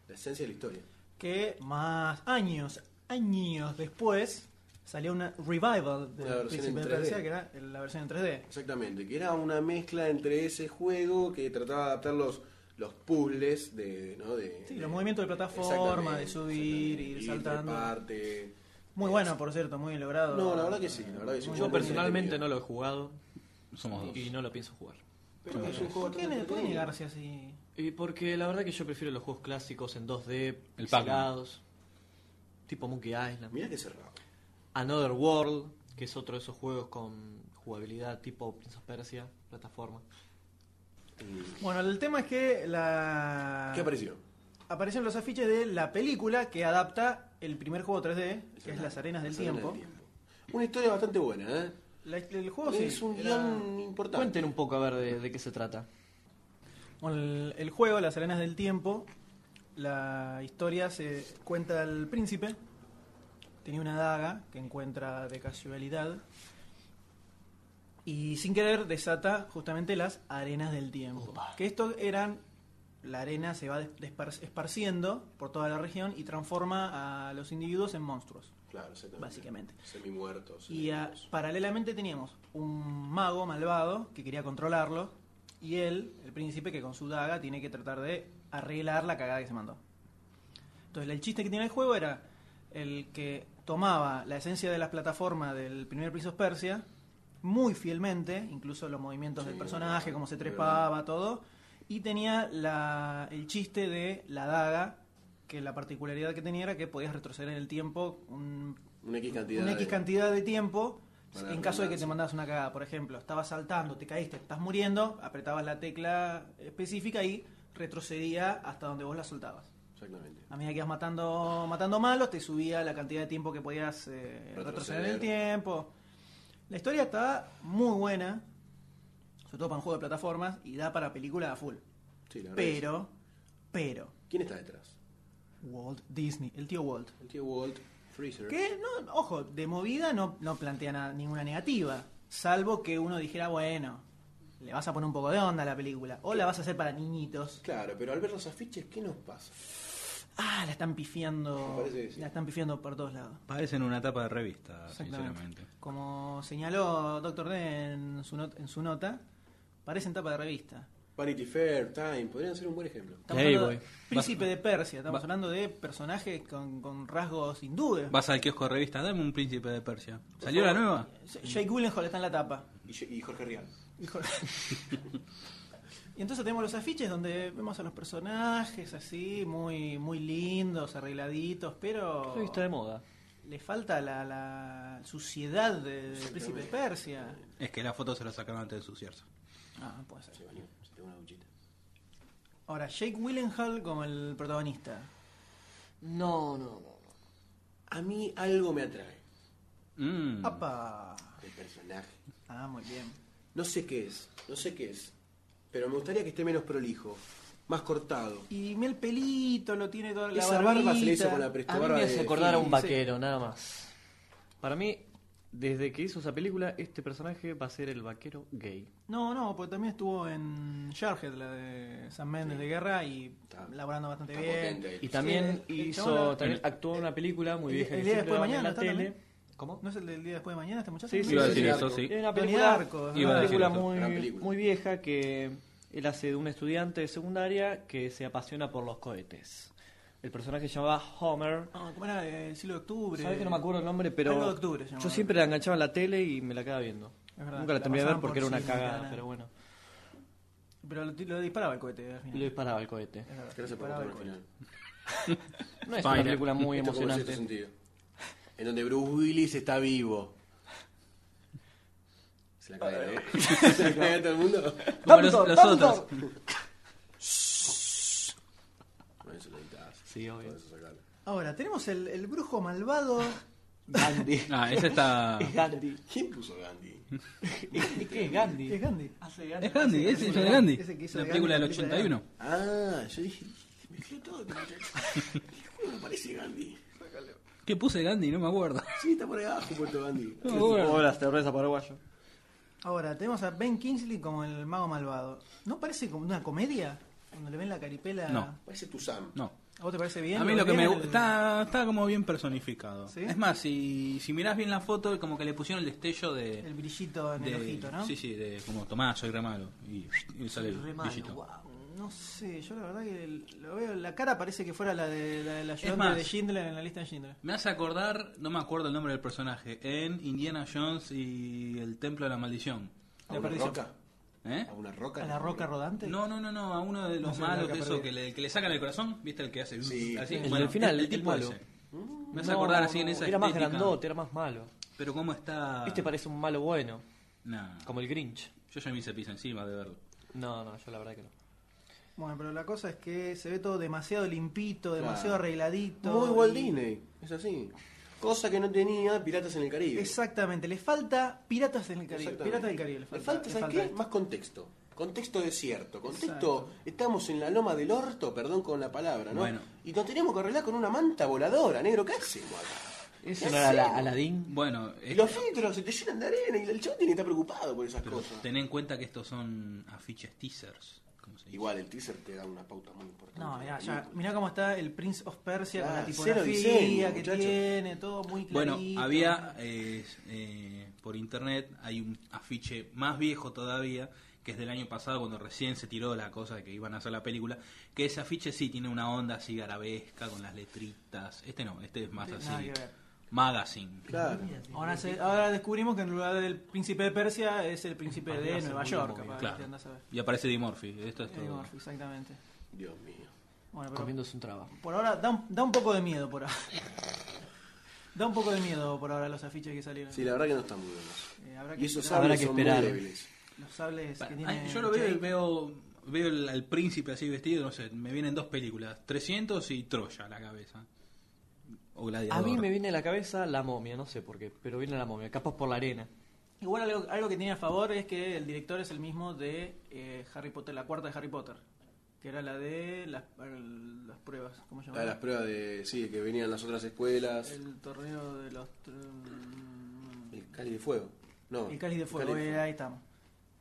Speaker 4: La esencia de la historia.
Speaker 2: Que más años, años después salió una revival
Speaker 4: Una
Speaker 2: de
Speaker 4: versión
Speaker 2: Príncipe
Speaker 4: en
Speaker 2: de
Speaker 4: 3D.
Speaker 2: Persia, que era la versión en 3D.
Speaker 4: Exactamente. Que era una mezcla entre ese juego que trataba de adaptar los, los puzzles de, ¿no? de.
Speaker 2: Sí,
Speaker 4: de-
Speaker 2: los movimientos de plataforma,
Speaker 4: Exactamente,
Speaker 2: de subir,
Speaker 4: exactamente.
Speaker 2: ir
Speaker 4: de
Speaker 2: saltando.
Speaker 4: treparte.
Speaker 2: Muy bueno, por cierto, muy logrado.
Speaker 4: Eh, No, la verdad que sí, la verdad que sí.
Speaker 2: Muy
Speaker 4: Yo
Speaker 6: Yo
Speaker 2: bien.
Speaker 6: personalmente no lo he jugado
Speaker 5: Somos dos.
Speaker 6: y no lo pienso jugar.
Speaker 4: Pero es un juego
Speaker 2: ¿Por qué ne-
Speaker 4: bastante
Speaker 2: por qué
Speaker 4: entretenido.
Speaker 2: negarse así?
Speaker 6: Y porque la verdad que yo prefiero los juegos clásicos en 2D,
Speaker 5: El Pac-Man.
Speaker 6: pixelados, tipo Monkey Island,
Speaker 4: Mirá que cerrado.
Speaker 6: Another World, que es otro de esos juegos con jugabilidad tipo Prince of Persia, plataforma.
Speaker 2: Bueno, el tema es que la...
Speaker 4: ¿Qué apareció?
Speaker 2: aparecen los afiches de la película que adapta el primer juego 3D, que es Las Arenas del
Speaker 4: Las Arenas
Speaker 2: Tiempo.
Speaker 4: Una historia bastante buena, ¿eh?
Speaker 2: La- el juego
Speaker 4: es
Speaker 2: sí,
Speaker 4: un
Speaker 2: era-
Speaker 4: guión importante.
Speaker 6: Cuenten un poco a ver de, de qué se trata.
Speaker 2: Bueno, el, el juego, Las Arenas del Tiempo, la historia se cuenta al príncipe. Tenía una daga que encuentra de casualidad. Y sin querer desata justamente las arenas del tiempo. Que esto eran. La arena se va des- despar- esparciendo por toda la región y transforma a los individuos en monstruos.
Speaker 4: Claro, exactamente.
Speaker 2: Básicamente.
Speaker 4: Semi-muertos.
Speaker 2: Y ah,
Speaker 4: semi-vivos.
Speaker 2: paralelamente teníamos un mago malvado que quería controlarlo y él, el príncipe, que con su daga tiene que tratar de arreglar la cagada que se mandó. Entonces el chiste que tiene el juego era el que tomaba la esencia de las plataformas del primer Prince of Persia muy fielmente, incluso los movimientos
Speaker 4: Sí,
Speaker 2: del personaje,
Speaker 4: es
Speaker 2: cómo se
Speaker 4: verdad.
Speaker 2: trepaba, todo, y tenía la- el chiste de la daga, que la particularidad que tenía era que podías retroceder en el tiempo un
Speaker 4: Una X cantidad.
Speaker 2: una
Speaker 4: de-
Speaker 2: X cantidad de tiempo
Speaker 4: Para
Speaker 2: en caso de que
Speaker 4: redundancia.
Speaker 2: te mandas una cagada. Por ejemplo, estabas saltando, te caíste, estás muriendo, apretabas la tecla específica y retrocedía hasta donde vos la soltabas.
Speaker 4: Exactamente.
Speaker 2: A medida que ibas matando, matando malos, te subía la cantidad de tiempo que podías eh, retroceder. en el tiempo. La historia está muy buena, sobre todo para un juego de plataformas, y da para película a full.
Speaker 4: Sí, la verdad que
Speaker 2: Pero, pero,
Speaker 4: sí. ¿Quién está detrás?
Speaker 2: Walt Disney, el tío Walt.
Speaker 4: El tío Walt Freezer.
Speaker 2: Que, no, ojo, de movida no, no plantea na- ninguna negativa. Salvo que uno dijera, bueno, le vas a poner un poco de onda a la película. O la vas a hacer para niñitos.
Speaker 4: Claro, pero al ver los afiches, ¿qué nos pasa?
Speaker 2: Ah, la están
Speaker 4: Me
Speaker 2: pifiando.
Speaker 4: parece que sí.
Speaker 2: La están pifiando por todos lados.
Speaker 5: Parecen una tapa de revista,
Speaker 2: Exactamente.
Speaker 5: Ah, sinceramente.
Speaker 2: Como señaló Doctor D en su, not- en su nota, parecen tapa de revista.
Speaker 4: Vanity Fair, Time, podrían ser un buen ejemplo.
Speaker 2: Estamos
Speaker 5: Hey,
Speaker 2: hablando de
Speaker 5: boy.
Speaker 2: Príncipe
Speaker 5: Vas-
Speaker 2: de Persia, estamos
Speaker 5: va-
Speaker 2: hablando de personajes con, con rasgos hindúes.
Speaker 5: Vas al kiosco de revista, dame un príncipe de Persia. ¿Salió la nueva?
Speaker 2: Jake Gyllenhaal está en la tapa.
Speaker 4: Y, yo- y Jorge Rial.
Speaker 2: Y Jorge- Y entonces tenemos los afiches donde vemos a los personajes así, muy muy lindos, arregladitos, pero
Speaker 6: Revista de moda.
Speaker 2: le falta la, la suciedad de- del príncipe de Persia.
Speaker 5: Es que la foto se la sacaron antes de ensuciarse.
Speaker 2: Ah, puede ser.
Speaker 4: Se bañó, se pegó una duchita.
Speaker 2: Ahora, Jake Willenhall como el protagonista.
Speaker 4: No, no, no. no. A mí algo me atrae
Speaker 5: Mm.
Speaker 2: Ah, ¡Apa!
Speaker 4: del personaje.
Speaker 2: Ah, muy bien.
Speaker 4: No sé qué es, no sé qué es. Pero me gustaría que esté menos prolijo, más cortado.
Speaker 2: Y mira el pelito, lo tiene toda la
Speaker 4: Esa barba se le
Speaker 2: barbita.
Speaker 4: hizo con la
Speaker 6: A mí
Speaker 4: prestobarba
Speaker 6: me
Speaker 4: de
Speaker 6: hace acordar a un
Speaker 2: sí.
Speaker 6: vaquero, nada más. Para mí, desde que hizo esa película, este personaje va a ser el vaquero gay.
Speaker 2: No, no, porque también estuvo en Jarhead, la de San Méndez de Guerra, y
Speaker 4: Está-
Speaker 2: laburando bastante
Speaker 4: Está
Speaker 2: bien.
Speaker 4: potente
Speaker 6: Y
Speaker 4: él.
Speaker 6: también
Speaker 2: el- el chabón
Speaker 6: hizo,
Speaker 2: la-
Speaker 6: también actuó en una película muy
Speaker 2: El-
Speaker 6: vieja
Speaker 2: el
Speaker 6: que
Speaker 2: día después de
Speaker 6: siempre daban en
Speaker 2: mañana
Speaker 6: la
Speaker 2: está
Speaker 6: tele. ¿Cómo?
Speaker 2: ¿No es el del día después de mañana este muchacho?
Speaker 6: Sí, sí,
Speaker 5: Iba a
Speaker 6: sí,
Speaker 5: decir
Speaker 6: sí.
Speaker 5: eso, sí.
Speaker 6: Es una
Speaker 2: Donnie
Speaker 6: película,
Speaker 2: Darko,
Speaker 5: Iba a
Speaker 6: una
Speaker 5: decir
Speaker 6: película
Speaker 5: eso.
Speaker 6: muy,
Speaker 4: Gran película.
Speaker 6: muy vieja que él hace de un estudiante de secundaria que se apasiona por los cohetes. El personaje se llamaba Homer.
Speaker 2: No, ¿cómo era? El siglo de octubre.
Speaker 6: Sabes que no me acuerdo el nombre, pero
Speaker 2: Algo de octubre se
Speaker 6: yo
Speaker 2: llamaba.
Speaker 6: siempre la enganchaba en la tele y me la quedaba viendo.
Speaker 2: Es verdad,
Speaker 6: Nunca la
Speaker 2: la
Speaker 6: terminé de ver
Speaker 2: pasaban
Speaker 6: porque era
Speaker 2: por
Speaker 6: una
Speaker 2: cine,
Speaker 6: cagada,
Speaker 2: cara.
Speaker 6: pero bueno.
Speaker 2: Pero lo, lo disparaba el cohete al
Speaker 6: Y
Speaker 2: final.
Speaker 6: lo disparaba el cohete.
Speaker 2: Es verdad,
Speaker 4: Gracias por
Speaker 2: disparaba
Speaker 4: contarme al
Speaker 2: el
Speaker 4: final.
Speaker 6: No es
Speaker 5: Fine.
Speaker 6: una película muy
Speaker 5: Este
Speaker 4: Esto como sexto
Speaker 6: emocionante.
Speaker 4: sentido. En donde Bruce Willis está vivo. Se la cagaron, ¿eh? Se la cagaron todo el mundo.
Speaker 5: Como los, los otros.
Speaker 4: Con eso lo editas.
Speaker 6: Sí, obvio.
Speaker 4: Con eso sacalo.
Speaker 2: cohete. Ahora, tenemos el, el brujo malvado.
Speaker 6: Gandhi.
Speaker 5: Ah, ese está.
Speaker 6: Es Gandhi.
Speaker 4: ¿Quién puso Gandhi?
Speaker 6: ¿Y qué es
Speaker 2: es
Speaker 6: Gandhi?
Speaker 2: Gandhi.
Speaker 6: Hace
Speaker 5: Es Gandhi, ese es el Gandhi.
Speaker 2: Ese que hizo
Speaker 5: La
Speaker 2: de
Speaker 5: película del
Speaker 2: Gandhi, la película de
Speaker 5: 81.
Speaker 4: Ah, yo dije, mezcló todo este muchacho. ¿Cómo me parece Gandhi?
Speaker 5: ¿Qué puse Gandhi? No me acuerdo.
Speaker 4: Sí, está por ahí abajo puesto Gandhi.
Speaker 5: No me acuerdo.
Speaker 6: Hola, cerveza paraguayo.
Speaker 2: Ahora, tenemos a Ben Kingsley como el mago malvado. ¿No parece como una comedia? Cuando le ven la caripela.
Speaker 5: No.
Speaker 4: Parece tu Sam.
Speaker 5: No.
Speaker 2: ¿A vos te parece bien?
Speaker 5: A mí lo que
Speaker 2: ves
Speaker 5: me
Speaker 2: en
Speaker 5: gusta
Speaker 2: el-
Speaker 5: está, está como bien personificado.
Speaker 2: ¿Sí?
Speaker 5: Es más, si, si mirás bien la foto, como que le pusieron el destello de.
Speaker 2: El brillito en
Speaker 5: de-
Speaker 2: el ojito, ¿no?
Speaker 5: Sí, sí, de como Tomás, soy re malo. Y, y sale el
Speaker 6: Re malo,
Speaker 5: brillito.
Speaker 6: guau.
Speaker 2: No sé, yo la verdad que el- lo veo, la cara parece que fuera la de la, del ayudante
Speaker 5: más-
Speaker 2: de Schindler en la lista de Schindler.
Speaker 5: Me hace acordar, no me acuerdo el nombre del personaje, en Indiana Jones y el Templo de la Maldición.
Speaker 4: ¿A
Speaker 2: La
Speaker 4: una
Speaker 2: perdición.
Speaker 4: roca?
Speaker 5: ¿Eh?
Speaker 4: ¿A una roca?
Speaker 2: ¿A la roca rodante?
Speaker 5: No, no, no, no, a uno de los
Speaker 2: sé,
Speaker 5: malos
Speaker 2: la
Speaker 5: de
Speaker 2: que
Speaker 5: eso,
Speaker 2: perdí.
Speaker 5: que le, que le sacan el corazón, ¿viste? El que hace.
Speaker 4: Sí.
Speaker 5: así.
Speaker 4: El
Speaker 6: del final, el malo.
Speaker 5: Me hace acordar así en esa
Speaker 6: Era más
Speaker 5: estética. Ah.
Speaker 6: grandote, era más malo.
Speaker 5: Pero cómo está.
Speaker 6: Este parece un malo bueno,
Speaker 5: Nah,
Speaker 6: como el Grinch.
Speaker 5: Yo ya me hice pis encima de verlo.
Speaker 6: No, no, yo la verdad que no.
Speaker 2: Bueno, pero la cosa es que se ve todo demasiado limpito,
Speaker 4: Claro.
Speaker 2: demasiado arregladito.
Speaker 4: Muy Walt
Speaker 2: y-
Speaker 4: Disney. Es así. Cosa que no tenía Piratas en el Caribe.
Speaker 2: Exactamente, le falta Piratas en el Caribe.
Speaker 4: Exactamente.
Speaker 2: Piratas del Caribe, le
Speaker 4: Le
Speaker 2: falta.
Speaker 4: falta,
Speaker 2: le
Speaker 4: ¿sabes
Speaker 2: falta
Speaker 4: qué?
Speaker 2: esto.
Speaker 4: Más contexto. Contexto desierto. Contexto.
Speaker 2: Exacto.
Speaker 4: Estamos en la loma del orto, perdón con la palabra, ¿no?
Speaker 5: Bueno.
Speaker 4: Y nos tenemos que arreglar con una manta voladora, negro. ¿Qué hacemos acá?
Speaker 6: Eso
Speaker 4: ¿Qué
Speaker 6: no era la-
Speaker 4: hacemos?
Speaker 6: Aladín.
Speaker 5: Bueno,
Speaker 4: Y
Speaker 5: es-
Speaker 4: los filtros se te llenan de arena y el chabón tiene que estar preocupado por esas
Speaker 5: pero
Speaker 4: cosas.
Speaker 5: ten en cuenta que estos son afiches teasers. como se dice.
Speaker 4: Igual el teaser te da una pauta muy importante.
Speaker 2: No,
Speaker 4: de la
Speaker 2: mirá, ya,
Speaker 4: película.
Speaker 2: mirá cómo está el Prince of Persia con la
Speaker 4: Claro,
Speaker 2: tipografía
Speaker 4: cero diseño,
Speaker 2: que
Speaker 4: muchacho.
Speaker 2: tiene, todo muy clarito.
Speaker 5: Bueno, había eh, eh, por internet, hay un afiche más viejo todavía, que es del año pasado, cuando recién se tiró la cosa de que iban a hacer la película, que ese afiche sí tiene una onda así garabesca, con las letritas. Este no, este es más
Speaker 2: Nada
Speaker 5: así.
Speaker 2: que ver.
Speaker 5: Magazine.
Speaker 4: Claro.
Speaker 2: Ahora, se- ahora descubrimos que en lugar del príncipe de Persia es el príncipe
Speaker 6: Para mí va
Speaker 2: de
Speaker 6: a ser
Speaker 2: Nueva
Speaker 6: muy
Speaker 2: York,
Speaker 6: móvil.
Speaker 2: capaz,
Speaker 5: Claro.
Speaker 2: que andás a ver.
Speaker 5: Y aparece Eddie Murphy. Esto es
Speaker 2: Eddie
Speaker 5: todo.
Speaker 2: Murphy, exactamente.
Speaker 4: Dios mío.
Speaker 2: Bueno, pero
Speaker 6: Comiéndose un trabajo.
Speaker 2: por ahora da un, da un poco de miedo por ahora. da un poco de miedo por ahora los afiches que salieron.
Speaker 4: Sí, la verdad que no están muy buenos.
Speaker 2: Eh, habrá que
Speaker 4: Y esos
Speaker 2: esperar.
Speaker 6: Habrá
Speaker 4: sables
Speaker 6: que
Speaker 4: son muy
Speaker 6: esperar.
Speaker 4: débiles.
Speaker 2: los sables que
Speaker 5: Ay,
Speaker 2: tiene.
Speaker 5: yo lo veo y
Speaker 2: Jake.
Speaker 5: veo, veo el- al príncipe así vestido, no sé, me vienen dos películas, 300 y Troya a la cabeza. O
Speaker 6: A
Speaker 5: Gladiador.
Speaker 6: mí me viene a la cabeza la momia, no sé por qué, pero viene la momia, capaz por la arena.
Speaker 2: Igual algo, algo que tiene a favor es que el director es el mismo de eh, Harry Potter, la cuarta de Harry Potter, que era la de las, el- las pruebas, ¿cómo se
Speaker 4: A las
Speaker 2: llama?
Speaker 4: pruebas de. Sí, que venían las otras escuelas. El,
Speaker 2: El torneo de los... tr-
Speaker 4: Cáliz de Fuego. No.
Speaker 2: El cáliz de fuego,
Speaker 4: Cáliz
Speaker 2: eh, ahí estamos.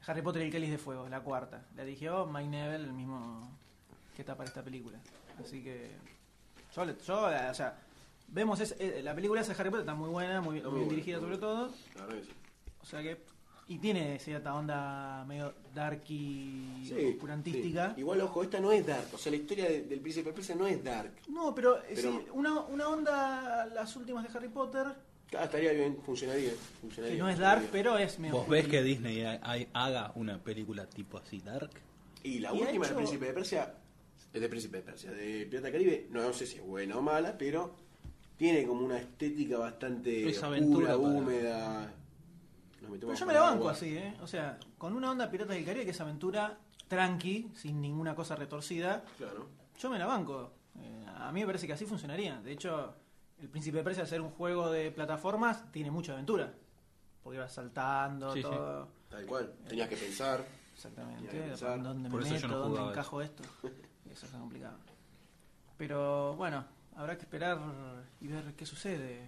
Speaker 2: Harry Potter y el cáliz de fuego, la cuarta. La dirigió Mike Neville, el mismo que está para esta película. Así que Yo, le- yo, eh, o sea, vemos es- eh, la película esa de Harry Potter, está muy buena, muy, bien-
Speaker 4: Muy
Speaker 2: bien
Speaker 4: buena,
Speaker 2: dirigida
Speaker 4: muy
Speaker 2: sobre todo.
Speaker 4: La verdad que sí.
Speaker 2: O sea que. Y tiene cierta onda medio darky,
Speaker 4: Sí,
Speaker 2: oscurantística.
Speaker 4: sí. Igual, ojo, esta no es dark. O sea, la historia de- del príncipe persa no es dark.
Speaker 2: No, pero, eh,
Speaker 4: Pero-
Speaker 2: sí, una, una onda, las últimas de Harry Potter,
Speaker 4: Ah, estaría bien, funcionaría.
Speaker 2: que
Speaker 4: funcionaría
Speaker 2: no es dark,
Speaker 4: funcionaría.
Speaker 2: pero es medio.
Speaker 5: ¿Vos ves que Disney ha- ha- haga una película tipo así dark?
Speaker 4: Y la
Speaker 2: y ha
Speaker 4: última del
Speaker 2: hecho-
Speaker 4: príncipe de Persia, es de príncipe de Persia, de Pirata del Caribe, no sé si es buena o mala, pero tiene como una estética bastante
Speaker 5: Es
Speaker 4: oscura,
Speaker 5: aventura para-
Speaker 4: húmeda. Nos
Speaker 2: Pero
Speaker 4: metemos
Speaker 2: yo
Speaker 4: con
Speaker 2: me la banco
Speaker 4: agua.
Speaker 2: así, ¿eh? O sea, con una onda Piratas del Caribe que es aventura tranqui, sin ninguna cosa retorcida,
Speaker 4: Claro.
Speaker 2: yo me la banco. Eh, a mí me parece que así funcionaría. De hecho, el Príncipe de Persia, al ser un juego de plataformas, tiene mucha aventura. Porque vas saltando,
Speaker 5: Sí, sí.
Speaker 2: todo.
Speaker 4: Tal cual. Tenías que pensar. Hay que
Speaker 2: Exactamente.
Speaker 4: pensar.
Speaker 2: ¿Dónde
Speaker 5: Por
Speaker 2: me
Speaker 5: eso yo
Speaker 2: meto?
Speaker 5: no
Speaker 2: ¿Dónde
Speaker 5: jugaba
Speaker 2: encajo esto? Eso está complicado. Pero bueno, habrá que esperar y ver qué sucede.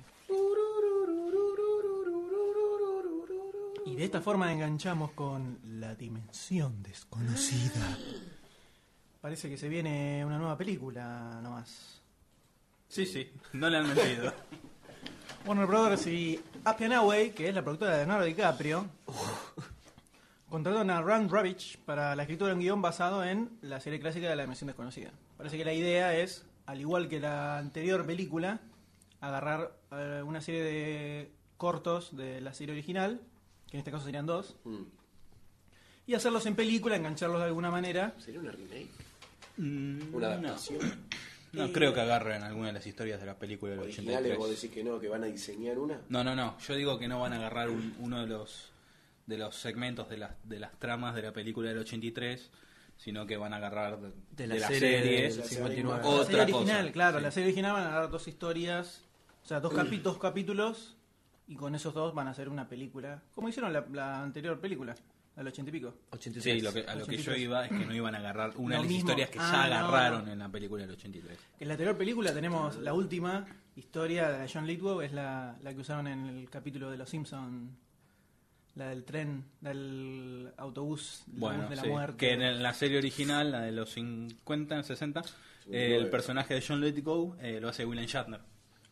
Speaker 2: Y de esta forma enganchamos con la dimensión desconocida. Parece que se viene una nueva película nomás.
Speaker 5: Sí, sí, no le han mentido.
Speaker 2: Warner Brothers y Appian Away, que es la productora de Leonardo DiCaprio, contrataron a Rand Ravitch para la escritura de un guión basado en la serie clásica de La Dimensión Desconocida. Parece que la idea es, al igual que la anterior película, agarrar eh, una serie de cortos de la serie original, que en este caso serían dos,
Speaker 4: Mm.
Speaker 2: y hacerlos en película, engancharlos de alguna manera.
Speaker 4: ¿Sería una remake? Una
Speaker 5: Una no,
Speaker 4: adaptación.
Speaker 5: no creo que agarren alguna de las historias de la película del
Speaker 4: Originales, vos
Speaker 5: 83.
Speaker 4: decís que no, que van a diseñar una.
Speaker 5: No, no, no. Yo digo que no van a agarrar un- uno de los de los segmentos de las de las tramas de la película del 83, sino que van a agarrar de,
Speaker 7: De la
Speaker 5: de las
Speaker 7: serie
Speaker 5: series
Speaker 7: del
Speaker 4: serie
Speaker 7: 59.
Speaker 5: animada.
Speaker 2: la serie
Speaker 5: Otra cosa,
Speaker 2: original, claro,
Speaker 5: sí.
Speaker 2: la serie original van a dar dos historias, o sea, dos, capi- dos capítulos, y con esos dos van a hacer una película, como hicieron la, la anterior película, al ochenta y pico.
Speaker 7: 83.
Speaker 5: Sí, lo que- a lo que yo
Speaker 2: 83.
Speaker 5: iba es que no iban a agarrar una
Speaker 2: Lo
Speaker 5: de las
Speaker 2: mismo.
Speaker 5: historias que ya
Speaker 2: Ah, no,
Speaker 5: agarraron
Speaker 2: no.
Speaker 5: en la película del 83.
Speaker 2: En la anterior película tenemos la última historia de la John Lithgow, es la, la que usaron en el capítulo de Los Simpson, la del tren, del autobús, el
Speaker 5: Bueno,
Speaker 2: autobús de la
Speaker 5: sí,
Speaker 2: muerte.
Speaker 5: que en el- la serie original, la de los 50, 60, eh, el personaje de John Lithgow eh, lo hace William Shatner.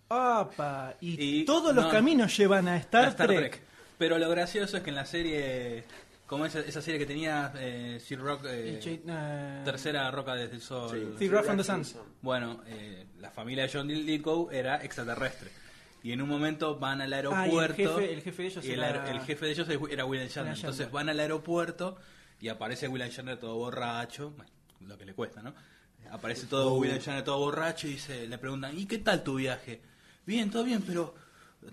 Speaker 2: ¡Apa! Y,
Speaker 5: Y-
Speaker 2: todos los
Speaker 5: no,
Speaker 2: caminos llevan a Star,
Speaker 5: La
Speaker 2: Trek.
Speaker 5: Pero lo gracioso es que en la serie, como esa, esa serie que tenía eh, Sir Rock, eh,
Speaker 2: Y Ch- eh,
Speaker 5: tercera roca desde el sol.
Speaker 2: Sí, Rock from the Sun.
Speaker 5: Bueno, eh, la familia de John Lithgow era extraterrestre. Y en un momento van al aeropuerto.
Speaker 2: Ah, jefe- el jefe de ellos
Speaker 5: y el
Speaker 2: era-
Speaker 5: aer- el jefe de ellos es- era William Shatner.
Speaker 2: Shatner.
Speaker 5: Entonces van al aeropuerto y aparece William Shatner todo borracho. bueno, Lo que le cuesta, ¿no? Aparece todo William Shatner todo borracho y dice, le preguntan, ¿y qué tal tu viaje? Bien, todo bien, pero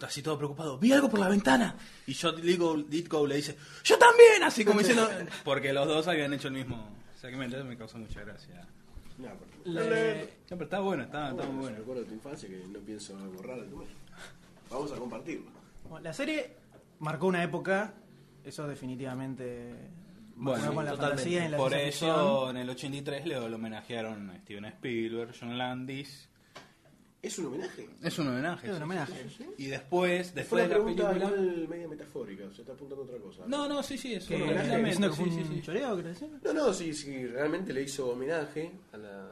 Speaker 5: así todo preocupado. Vi algo por la ventana. Y John Lithgow, Lithgow le dice, ¡Yo también! Así como diciendo. Porque los dos habían hecho el mismo segmento. Eso me causó mucha gracia.
Speaker 4: No, porque-
Speaker 2: eh, le-
Speaker 5: No, pero está bueno, está, está
Speaker 4: Bueno, es
Speaker 5: muy
Speaker 4: un
Speaker 5: bueno.
Speaker 4: recuerdo de tu infancia que no pienso borrar de tu mente. Vamos a compartirlo.
Speaker 2: Bueno, La serie marcó una época, eso definitivamente.
Speaker 5: Bueno,
Speaker 2: marcó con la
Speaker 5: totalmente.
Speaker 2: fantasía y la
Speaker 5: por
Speaker 2: ciencia
Speaker 5: eso en el 83 le lo homenajearon a Steven Spielberg, John Landis.
Speaker 4: ¿Es un homenaje?
Speaker 5: Es un homenaje.
Speaker 2: ficción. Es un
Speaker 5: sí.
Speaker 2: homenaje.
Speaker 5: Y después,
Speaker 4: Fue
Speaker 5: después
Speaker 4: una
Speaker 5: de la
Speaker 4: pregunta
Speaker 5: película.
Speaker 4: igual media metafórica, se está apuntando a otra cosa.
Speaker 5: No, no, sí, sí, es
Speaker 2: Que
Speaker 5: un
Speaker 2: ¿estás
Speaker 5: homenaje.
Speaker 2: diciendo que fue
Speaker 5: sí, sí,
Speaker 2: un
Speaker 5: sí.
Speaker 2: choreo, que le decían?
Speaker 4: No, no, sí, sí, realmente le hizo homenaje a la...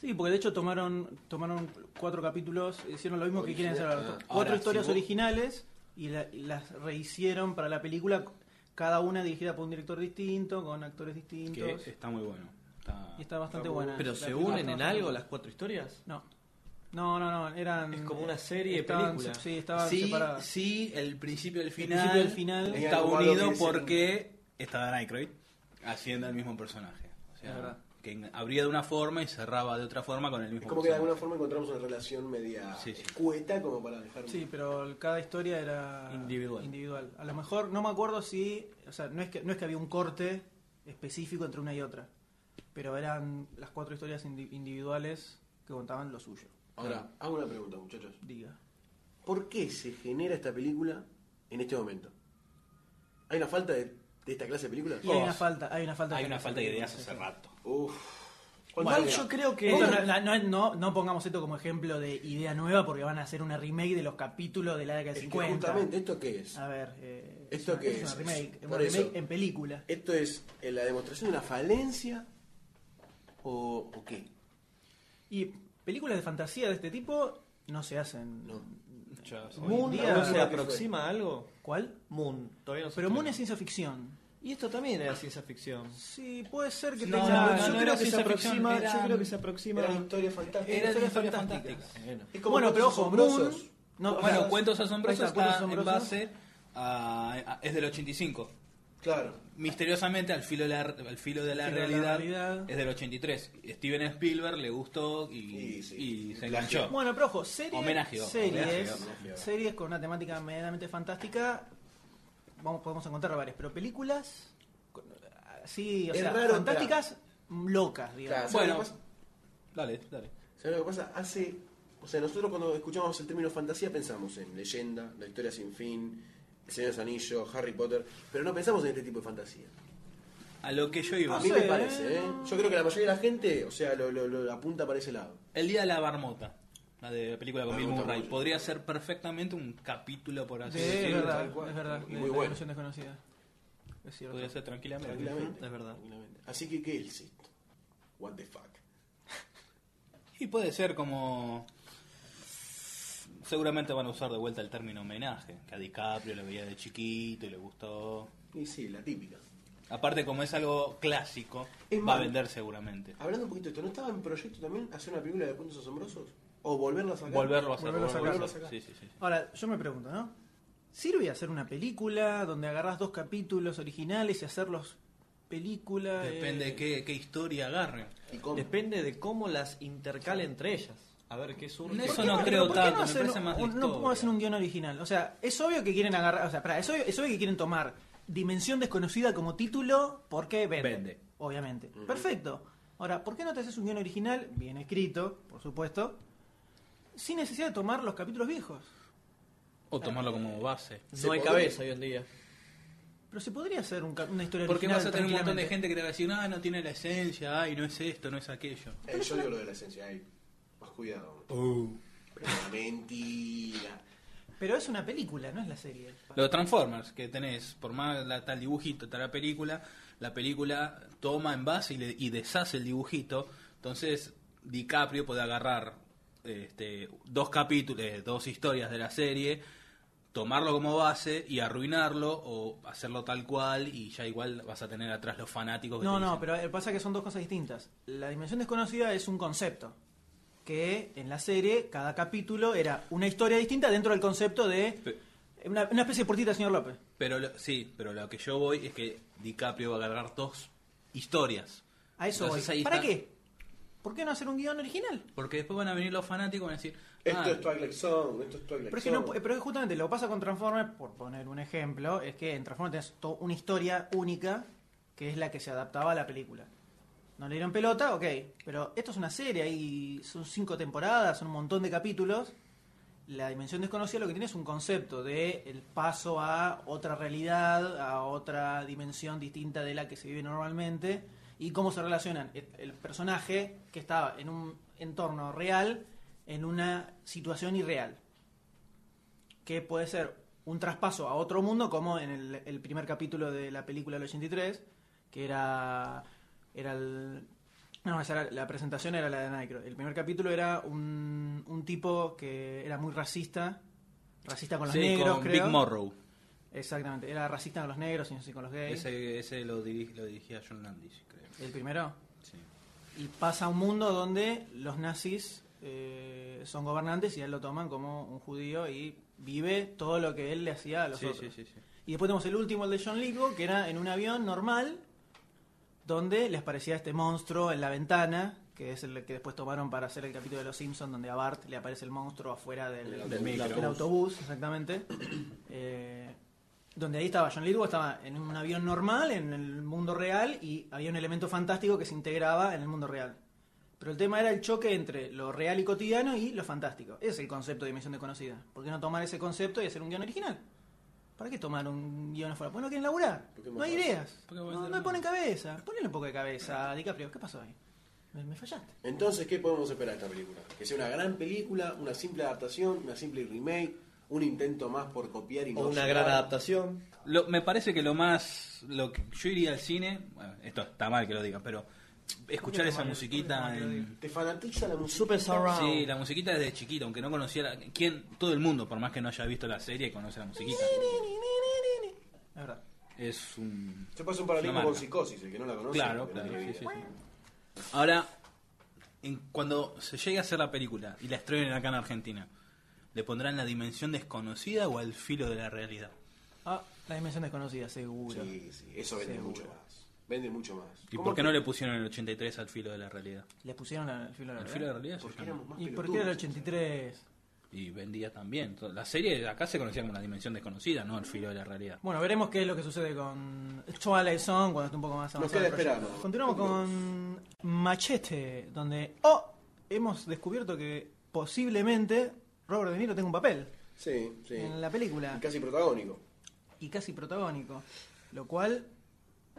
Speaker 2: Sí, porque de hecho tomaron tomaron cuatro capítulos, hicieron lo mismo que quieren hacer ahora.
Speaker 4: Original.
Speaker 2: Cuatro
Speaker 5: Ahora,
Speaker 2: historias
Speaker 5: si vos-
Speaker 2: originales y, la- y las rehicieron para la película, cada una dirigida por un director distinto, con actores
Speaker 5: Que
Speaker 2: distintos.
Speaker 5: está muy bueno. Está-
Speaker 2: Y está bastante buena.
Speaker 7: ¿Pero
Speaker 2: La
Speaker 7: se
Speaker 2: película
Speaker 7: unen
Speaker 2: está
Speaker 7: en
Speaker 2: bastante
Speaker 7: algo
Speaker 2: buena.
Speaker 7: las cuatro historias?
Speaker 2: No. No, no, no, eran...
Speaker 7: Es como una serie,
Speaker 2: estaban-
Speaker 7: película.
Speaker 2: Sí, estaban
Speaker 5: sí,
Speaker 2: separadas.
Speaker 5: sí, el principio y el final,
Speaker 2: principio y el final.
Speaker 4: Tenía
Speaker 5: está
Speaker 4: como algo
Speaker 5: unido
Speaker 4: que decir.
Speaker 5: porque está Dan Aykroyd haciendo el mismo personaje. O sea,
Speaker 2: Es verdad.
Speaker 5: que en- abría de una forma y cerraba de otra forma con el mismo
Speaker 4: Es como que de alguna
Speaker 5: personaje.
Speaker 4: forma encontramos una relación media
Speaker 5: Sí, sí.
Speaker 4: escueta como para dejar...
Speaker 2: Sí, pero el- cada historia era
Speaker 7: Individual.
Speaker 2: individual. A lo mejor no me acuerdo si, o sea, no es que no es que había un corte específico entre una y otra, pero eran las cuatro historias indi- individuales que contaban lo suyo.
Speaker 4: Ahora, hago una pregunta, muchachos.
Speaker 2: Diga.
Speaker 4: ¿Por qué se genera esta película en este momento? ¿Hay una falta de, de esta clase de películas?
Speaker 2: Y hay una falta, hay una falta.
Speaker 5: Oh. Hay una falta de ideas
Speaker 2: Sí,
Speaker 5: hace
Speaker 2: sí.
Speaker 5: rato.
Speaker 4: Uf.
Speaker 7: Igual yo creo que.
Speaker 2: Esto no, no- no- no pongamos esto como ejemplo de idea nueva porque van a hacer una remake de los capítulos de la década
Speaker 4: Es
Speaker 2: de
Speaker 4: que
Speaker 2: 50.
Speaker 4: justamente, ¿esto qué es?
Speaker 2: A ver, eh,
Speaker 4: ¿Esto
Speaker 2: es una-
Speaker 4: qué
Speaker 2: es una
Speaker 4: es?
Speaker 2: remake, una
Speaker 4: Por eso.
Speaker 2: remake en película.
Speaker 4: ¿Esto es eh, la demostración de una falencia o, o qué?
Speaker 2: Y películas de fantasía de este tipo no se hacen.
Speaker 4: No.
Speaker 5: Ya, sí.
Speaker 2: Muy-
Speaker 6: ¿Moon
Speaker 2: día
Speaker 6: aún
Speaker 2: no
Speaker 6: se
Speaker 2: creo
Speaker 4: que
Speaker 6: aproxima a algo?
Speaker 2: ¿Cuál?
Speaker 6: Moon, todavía no se
Speaker 2: Pero Moon es
Speaker 6: estrena.
Speaker 2: ciencia ficción.
Speaker 6: Y esto también era ciencia ficción.
Speaker 2: Sí, puede ser que
Speaker 7: No,
Speaker 2: tenga.
Speaker 7: no, no, no
Speaker 6: yo, creo
Speaker 7: era
Speaker 6: que se
Speaker 7: ciencia ficción,
Speaker 6: aproxima, Ah, yo
Speaker 7: eran-
Speaker 6: creo que se aproxima.
Speaker 4: Era historia fantástica.
Speaker 2: Era
Speaker 4: Era
Speaker 2: historias
Speaker 4: historia
Speaker 2: fantásticas.
Speaker 6: Bueno.
Speaker 4: Es como
Speaker 2: Bueno, pero
Speaker 4: cuentos
Speaker 2: ojo, Moon.
Speaker 4: asombrosos.
Speaker 2: No,
Speaker 4: Bueno,
Speaker 2: o
Speaker 5: Bueno,
Speaker 2: sea,
Speaker 5: Cuentos
Speaker 2: ahí
Speaker 5: Asombrosos
Speaker 2: está,
Speaker 5: está,
Speaker 2: Cuentos
Speaker 5: en
Speaker 2: Asombrosos.
Speaker 5: base a, a- Es del 85.
Speaker 4: Claro.
Speaker 5: Misteriosamente, al filo de la, al filo de la,
Speaker 2: Filo de la
Speaker 5: realidad,
Speaker 2: realidad.
Speaker 5: es del 83. Steven Spielberg le gustó y,
Speaker 4: Y sí.
Speaker 5: y se enganchó.
Speaker 2: Bueno, pero ojo, series,
Speaker 5: Homenaje, ojo,
Speaker 2: series,
Speaker 4: homenaje, homenaje.
Speaker 2: series con una temática medianamente fantástica, vamos, podemos encontrar varias, pero películas con- así, o
Speaker 4: Es
Speaker 2: sea,
Speaker 4: raro,
Speaker 2: fantásticas locas,
Speaker 4: Claro,
Speaker 2: digamos.
Speaker 4: ¿sabes
Speaker 5: Bueno.
Speaker 4: lo que pasa?
Speaker 5: Dale, dale.
Speaker 4: ¿Sabes lo que pasa? Hace. O sea, nosotros cuando escuchamos el término fantasía pensamos en leyenda, la historia sin fin, el Señor de los Anillos, Harry Potter, pero no pensamos en este tipo de fantasía.
Speaker 5: A lo que yo
Speaker 4: A
Speaker 5: iba.
Speaker 4: mí
Speaker 2: sé,
Speaker 4: me parece,
Speaker 2: eh.
Speaker 4: ¿eh? Yo creo que la mayoría de la gente, o sea, lo, lo- lo apunta para ese lado.
Speaker 5: El día de la marmota, la de la película con
Speaker 4: Me
Speaker 5: Bill
Speaker 4: gusta
Speaker 5: Murray,
Speaker 4: mucho.
Speaker 5: podría ser perfectamente un capítulo por así
Speaker 2: Sí, es
Speaker 5: decirlo.
Speaker 2: verdad,
Speaker 4: tal cual.
Speaker 2: es verdad,
Speaker 4: Y
Speaker 2: de
Speaker 4: muy
Speaker 2: la
Speaker 4: bueno.
Speaker 2: Dimensión desconocida. Es cierto.
Speaker 5: Podría ser tranquilamente.
Speaker 4: Tranquilamente.
Speaker 6: Es verdad.
Speaker 4: Tranquilamente. Así que, ¿qué es esto? What the fuck.
Speaker 5: Y puede ser como. Seguramente van a usar de vuelta el término homenaje, que a DiCaprio lo veía de chiquito y le gustó.
Speaker 4: Y sí, la típica.
Speaker 5: Aparte, como es algo clásico,
Speaker 4: Es
Speaker 5: va
Speaker 4: más-
Speaker 5: a vender seguramente.
Speaker 4: Hablando un poquito de esto, ¿no estaba en proyecto también hacer una película de cuentos asombrosos? ¿O volverla a sacar?
Speaker 5: Volverlo a hacer.
Speaker 2: Volverlo a sacar.
Speaker 5: volverlo a hacer. Sí, sí, sí.
Speaker 2: Ahora, yo me pregunto, ¿no? ¿Sirve hacer una película donde agarras dos capítulos originales y hacerlos película? eh?
Speaker 5: Depende de qué, qué historia agarre.
Speaker 4: ¿Y cómo?
Speaker 6: Depende de cómo las intercale entre ellas. A ver qué surge.
Speaker 5: Eso
Speaker 2: ¿Por qué
Speaker 5: no creo
Speaker 2: pero ¿por qué
Speaker 5: tanto, me
Speaker 2: hacen
Speaker 5: parece más la
Speaker 2: un- No
Speaker 5: historia.
Speaker 2: podemos hacer un guión original. O sea, es obvio que quieren agarrar. O sea, pará, es, obvio, es obvio que quieren tomar Dimensión Desconocida como título porque vende.
Speaker 5: Vende.
Speaker 2: Obviamente. Perfecto. Ahora, ¿por qué no te haces un guión original, bien escrito, por supuesto, sin necesidad de tomar los capítulos viejos?
Speaker 5: O tomarlo como base.
Speaker 4: Se
Speaker 6: No hay
Speaker 4: podría-
Speaker 6: cabeza hoy en día.
Speaker 2: Pero se podría hacer un ca- una historia
Speaker 5: Porque
Speaker 2: original.
Speaker 5: vas a tener un montón de
Speaker 2: tranquilamente.
Speaker 5: gente que te va a decir, ah, no tiene la esencia, ay, no es esto, no es aquello.
Speaker 4: Eh, yo digo lo de la esencia, ahí. Más cuidado. Pero mentira.
Speaker 2: Pero es una película, no es la serie.
Speaker 5: Los Transformers, que tenés, por más la, tal dibujito, tal la película, la película toma en base y, le- y deshace el dibujito. Entonces, DiCaprio puede agarrar este, dos capítulos, eh, dos historias de la serie, tomarlo como base y arruinarlo o hacerlo tal cual y ya igual vas a tener atrás los fanáticos. que
Speaker 2: No,
Speaker 5: te
Speaker 2: no,
Speaker 5: dicen,
Speaker 2: pero eh, pasa que son dos cosas distintas. La dimensión desconocida es un concepto. Que en la serie, cada capítulo era una historia distinta dentro del concepto de. Una, una especie de portita, señor López.
Speaker 5: Pero lo- sí, pero lo que yo voy es que DiCaprio va a agarrar dos historias.
Speaker 2: A eso
Speaker 5: Entonces,
Speaker 2: voy.
Speaker 5: ahí
Speaker 2: ¿Para
Speaker 5: está.
Speaker 2: qué? ¿Por qué no hacer un guión original?
Speaker 5: Porque después van a venir los fanáticos y van a decir,
Speaker 4: Esto
Speaker 5: "Ah,
Speaker 4: es Twilight Zone, esto es Twilight
Speaker 2: Pero, es que
Speaker 4: Zone.
Speaker 2: no pu- pero es justamente lo que pasa con Transformers, por poner un ejemplo, es que en Transformers tenés to- una historia única que es la que se adaptaba a la película. No le dieron pelota, ok, pero esto es una serie, hay, son cinco temporadas, son un montón de capítulos. La dimensión desconocida lo que tiene es un concepto de el paso a otra realidad, a otra dimensión distinta de la que se vive normalmente y cómo se relacionan e- el personaje que estaba en un entorno real en una situación irreal que puede ser un traspaso a otro mundo, como en el, el primer capítulo de la película del 83, que era. era el. No, esa era- la presentación era la de Nightcrawler. El primer capítulo era un, un tipo que era muy racista, racista con los
Speaker 5: sí,
Speaker 2: negros,
Speaker 5: con
Speaker 2: creo.
Speaker 5: Big Morrow.
Speaker 2: Exactamente, era racista con los negros y no sé, con los gays.
Speaker 5: Ese, ese lo, diri- lo dirigía John Landis, creo.
Speaker 2: El primero.
Speaker 5: Sí.
Speaker 2: Y pasa a un mundo donde los nazis eh, son gobernantes y a él lo toman como un judío y vive todo lo que él le hacía a los
Speaker 5: Sí,
Speaker 2: otros.
Speaker 5: sí, sí, sí.
Speaker 2: Y después tenemos el último, el de John Lithgow, que era en un avión normal, donde les parecía este monstruo en la ventana, que es el que después tomaron para hacer el capítulo de Los Simpsons, donde a Bart le aparece el monstruo afuera del,
Speaker 4: Del
Speaker 2: del
Speaker 5: micro.
Speaker 2: del autobús, exactamente. Eh, donde ahí estaba John Lithgow, estaba en un avión normal, en el mundo real, y había un elemento fantástico que se integraba en el mundo real. Pero el tema era el choque entre lo real y cotidiano y lo fantástico. Ese es el concepto de dimensión desconocida. ¿Por qué no tomar ese concepto y hacer un guión original? ¿Para qué tomar un guión afuera? Porque no quieren laburar.
Speaker 4: Porque
Speaker 2: No hay
Speaker 4: matas.
Speaker 2: ideas.
Speaker 5: Porque vas a
Speaker 2: No,
Speaker 5: hacer
Speaker 2: no le
Speaker 5: más.
Speaker 2: ponen cabeza. Ponle un poco de cabeza, DiCaprio. ¿Qué pasó ahí? Me, me fallaste.
Speaker 4: Entonces, ¿qué podemos esperar de esta película? Que sea una gran película, una simple adaptación, una simple remake, un intento más por copiar y no
Speaker 6: O una
Speaker 4: llegar.
Speaker 6: gran adaptación.
Speaker 5: Lo- me parece que lo más. Lo que yo iría al cine. bueno, esto está mal que lo diga, pero escuchar esa musiquita en,
Speaker 4: Te fanatiza la música.
Speaker 6: Super Surround.
Speaker 5: Sí, la musiquita desde chiquito, aunque no conociera. ¿Quién? Todo el mundo, por más que no haya visto la serie, conoce la musiquita.
Speaker 2: La verdad.
Speaker 5: Es un.
Speaker 4: Se pasa un paralelismo
Speaker 5: Una marca.
Speaker 4: con psicosis, el que no la conoce.
Speaker 5: Claro,
Speaker 4: pero
Speaker 5: claro.
Speaker 4: tiene
Speaker 5: sí,
Speaker 4: vida.
Speaker 5: sí, sí. Ahora, en- cuando se llegue a hacer la película y la estrenen acá en Argentina, ¿le pondrán la dimensión desconocida o al filo de la realidad?
Speaker 2: Ah, la dimensión desconocida, seguro.
Speaker 4: Sí, sí, eso vende
Speaker 2: Seguro.
Speaker 4: mucho más. Vende mucho más.
Speaker 5: ¿Y
Speaker 4: ¿Cómo
Speaker 5: por qué
Speaker 4: que-
Speaker 5: no le pusieron el 83 al filo de la realidad?
Speaker 2: Le pusieron la- el filo a la
Speaker 5: ¿Al
Speaker 2: verdad.
Speaker 5: filo de la realidad? se
Speaker 4: eh, Porque
Speaker 5: llama.
Speaker 4: éramos más
Speaker 2: ¿Y por qué
Speaker 4: pelotudos.
Speaker 2: era el 83?
Speaker 5: Y vendía también. To- La serie acá se conocía como la dimensión desconocida, no al filo de la realidad.
Speaker 2: Bueno, veremos qué es lo que sucede con Twilight Zone cuando esté un poco más avanzado.
Speaker 4: queda
Speaker 2: el proyecto.
Speaker 4: esperarlo.
Speaker 2: Continuamos con Machete, donde. ¡Oh! Hemos descubierto que posiblemente Robert De Niro tenga un papel
Speaker 4: Sí, sí.
Speaker 2: en la película
Speaker 4: Y Casi protagónico.
Speaker 2: y casi protagónico, lo cual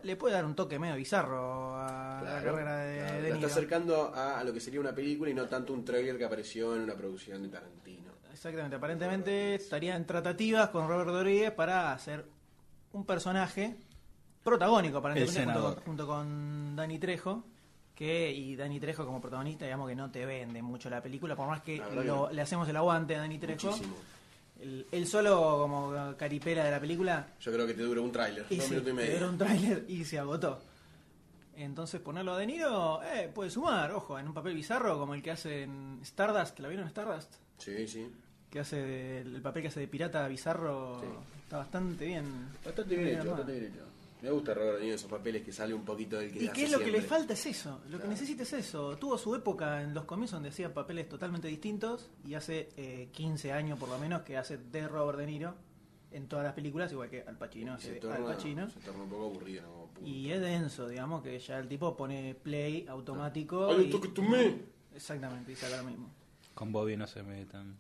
Speaker 2: le puede dar un toque medio bizarro a la carrera de,
Speaker 4: claro.
Speaker 2: De Niro.
Speaker 4: La está acercando a, a lo que sería una película y no tanto un trailer que apareció en una producción de Tarantino.
Speaker 2: Exactamente, aparentemente estaría en tratativas con Robert Rodríguez para hacer un personaje protagónico, aparentemente,
Speaker 5: El
Speaker 2: junto
Speaker 5: senador.
Speaker 2: con, junto con Dani Trejo. Que, y Dani Trejo como protagonista, digamos que no te vende mucho la película, por más que,
Speaker 4: La verdad que
Speaker 2: lo-
Speaker 4: no.
Speaker 2: le hacemos el aguante a Dani Trejo.
Speaker 4: Muchísimo.
Speaker 2: El, el solo como caripela de la película
Speaker 4: Yo creo que te duró un tráiler,
Speaker 2: y
Speaker 4: dos
Speaker 2: sí,
Speaker 4: minutos y medio.
Speaker 2: era un tráiler y se agotó. Entonces ponerlo a De Niro eh, puede sumar, ojo, en un papel bizarro como el que hace en Stardust, ¿la vieron en Stardust?
Speaker 4: Sí, sí.
Speaker 2: Que hace de- el papel que hace de pirata bizarro está bastante bien.
Speaker 4: Bastante bien hecho,
Speaker 2: armado.
Speaker 4: bastante bien hecho. Me gusta Robert De Niro en esos papeles que sale un poquito del que
Speaker 2: ¿Y
Speaker 4: hace
Speaker 2: qué es lo que
Speaker 4: siempre.
Speaker 2: le falta? Es eso. Lo que necesita es eso. Tuvo su época en los comienzos donde hacía papeles totalmente distintos y hace eh, 15 años por lo menos que hace de Robert De Niro en todas las películas, igual que Al Pacino. hace
Speaker 4: Se
Speaker 2: de
Speaker 4: torna,
Speaker 2: Al Pacino.
Speaker 4: se torna un poco aburrido. ¿no? Punto.
Speaker 2: Y es denso, digamos, que ya el tipo pone play automático.
Speaker 4: Ay,
Speaker 2: y-
Speaker 4: toque tu me.
Speaker 2: Exactamente, y saca lo mismo.
Speaker 5: Con Bobby no se metan.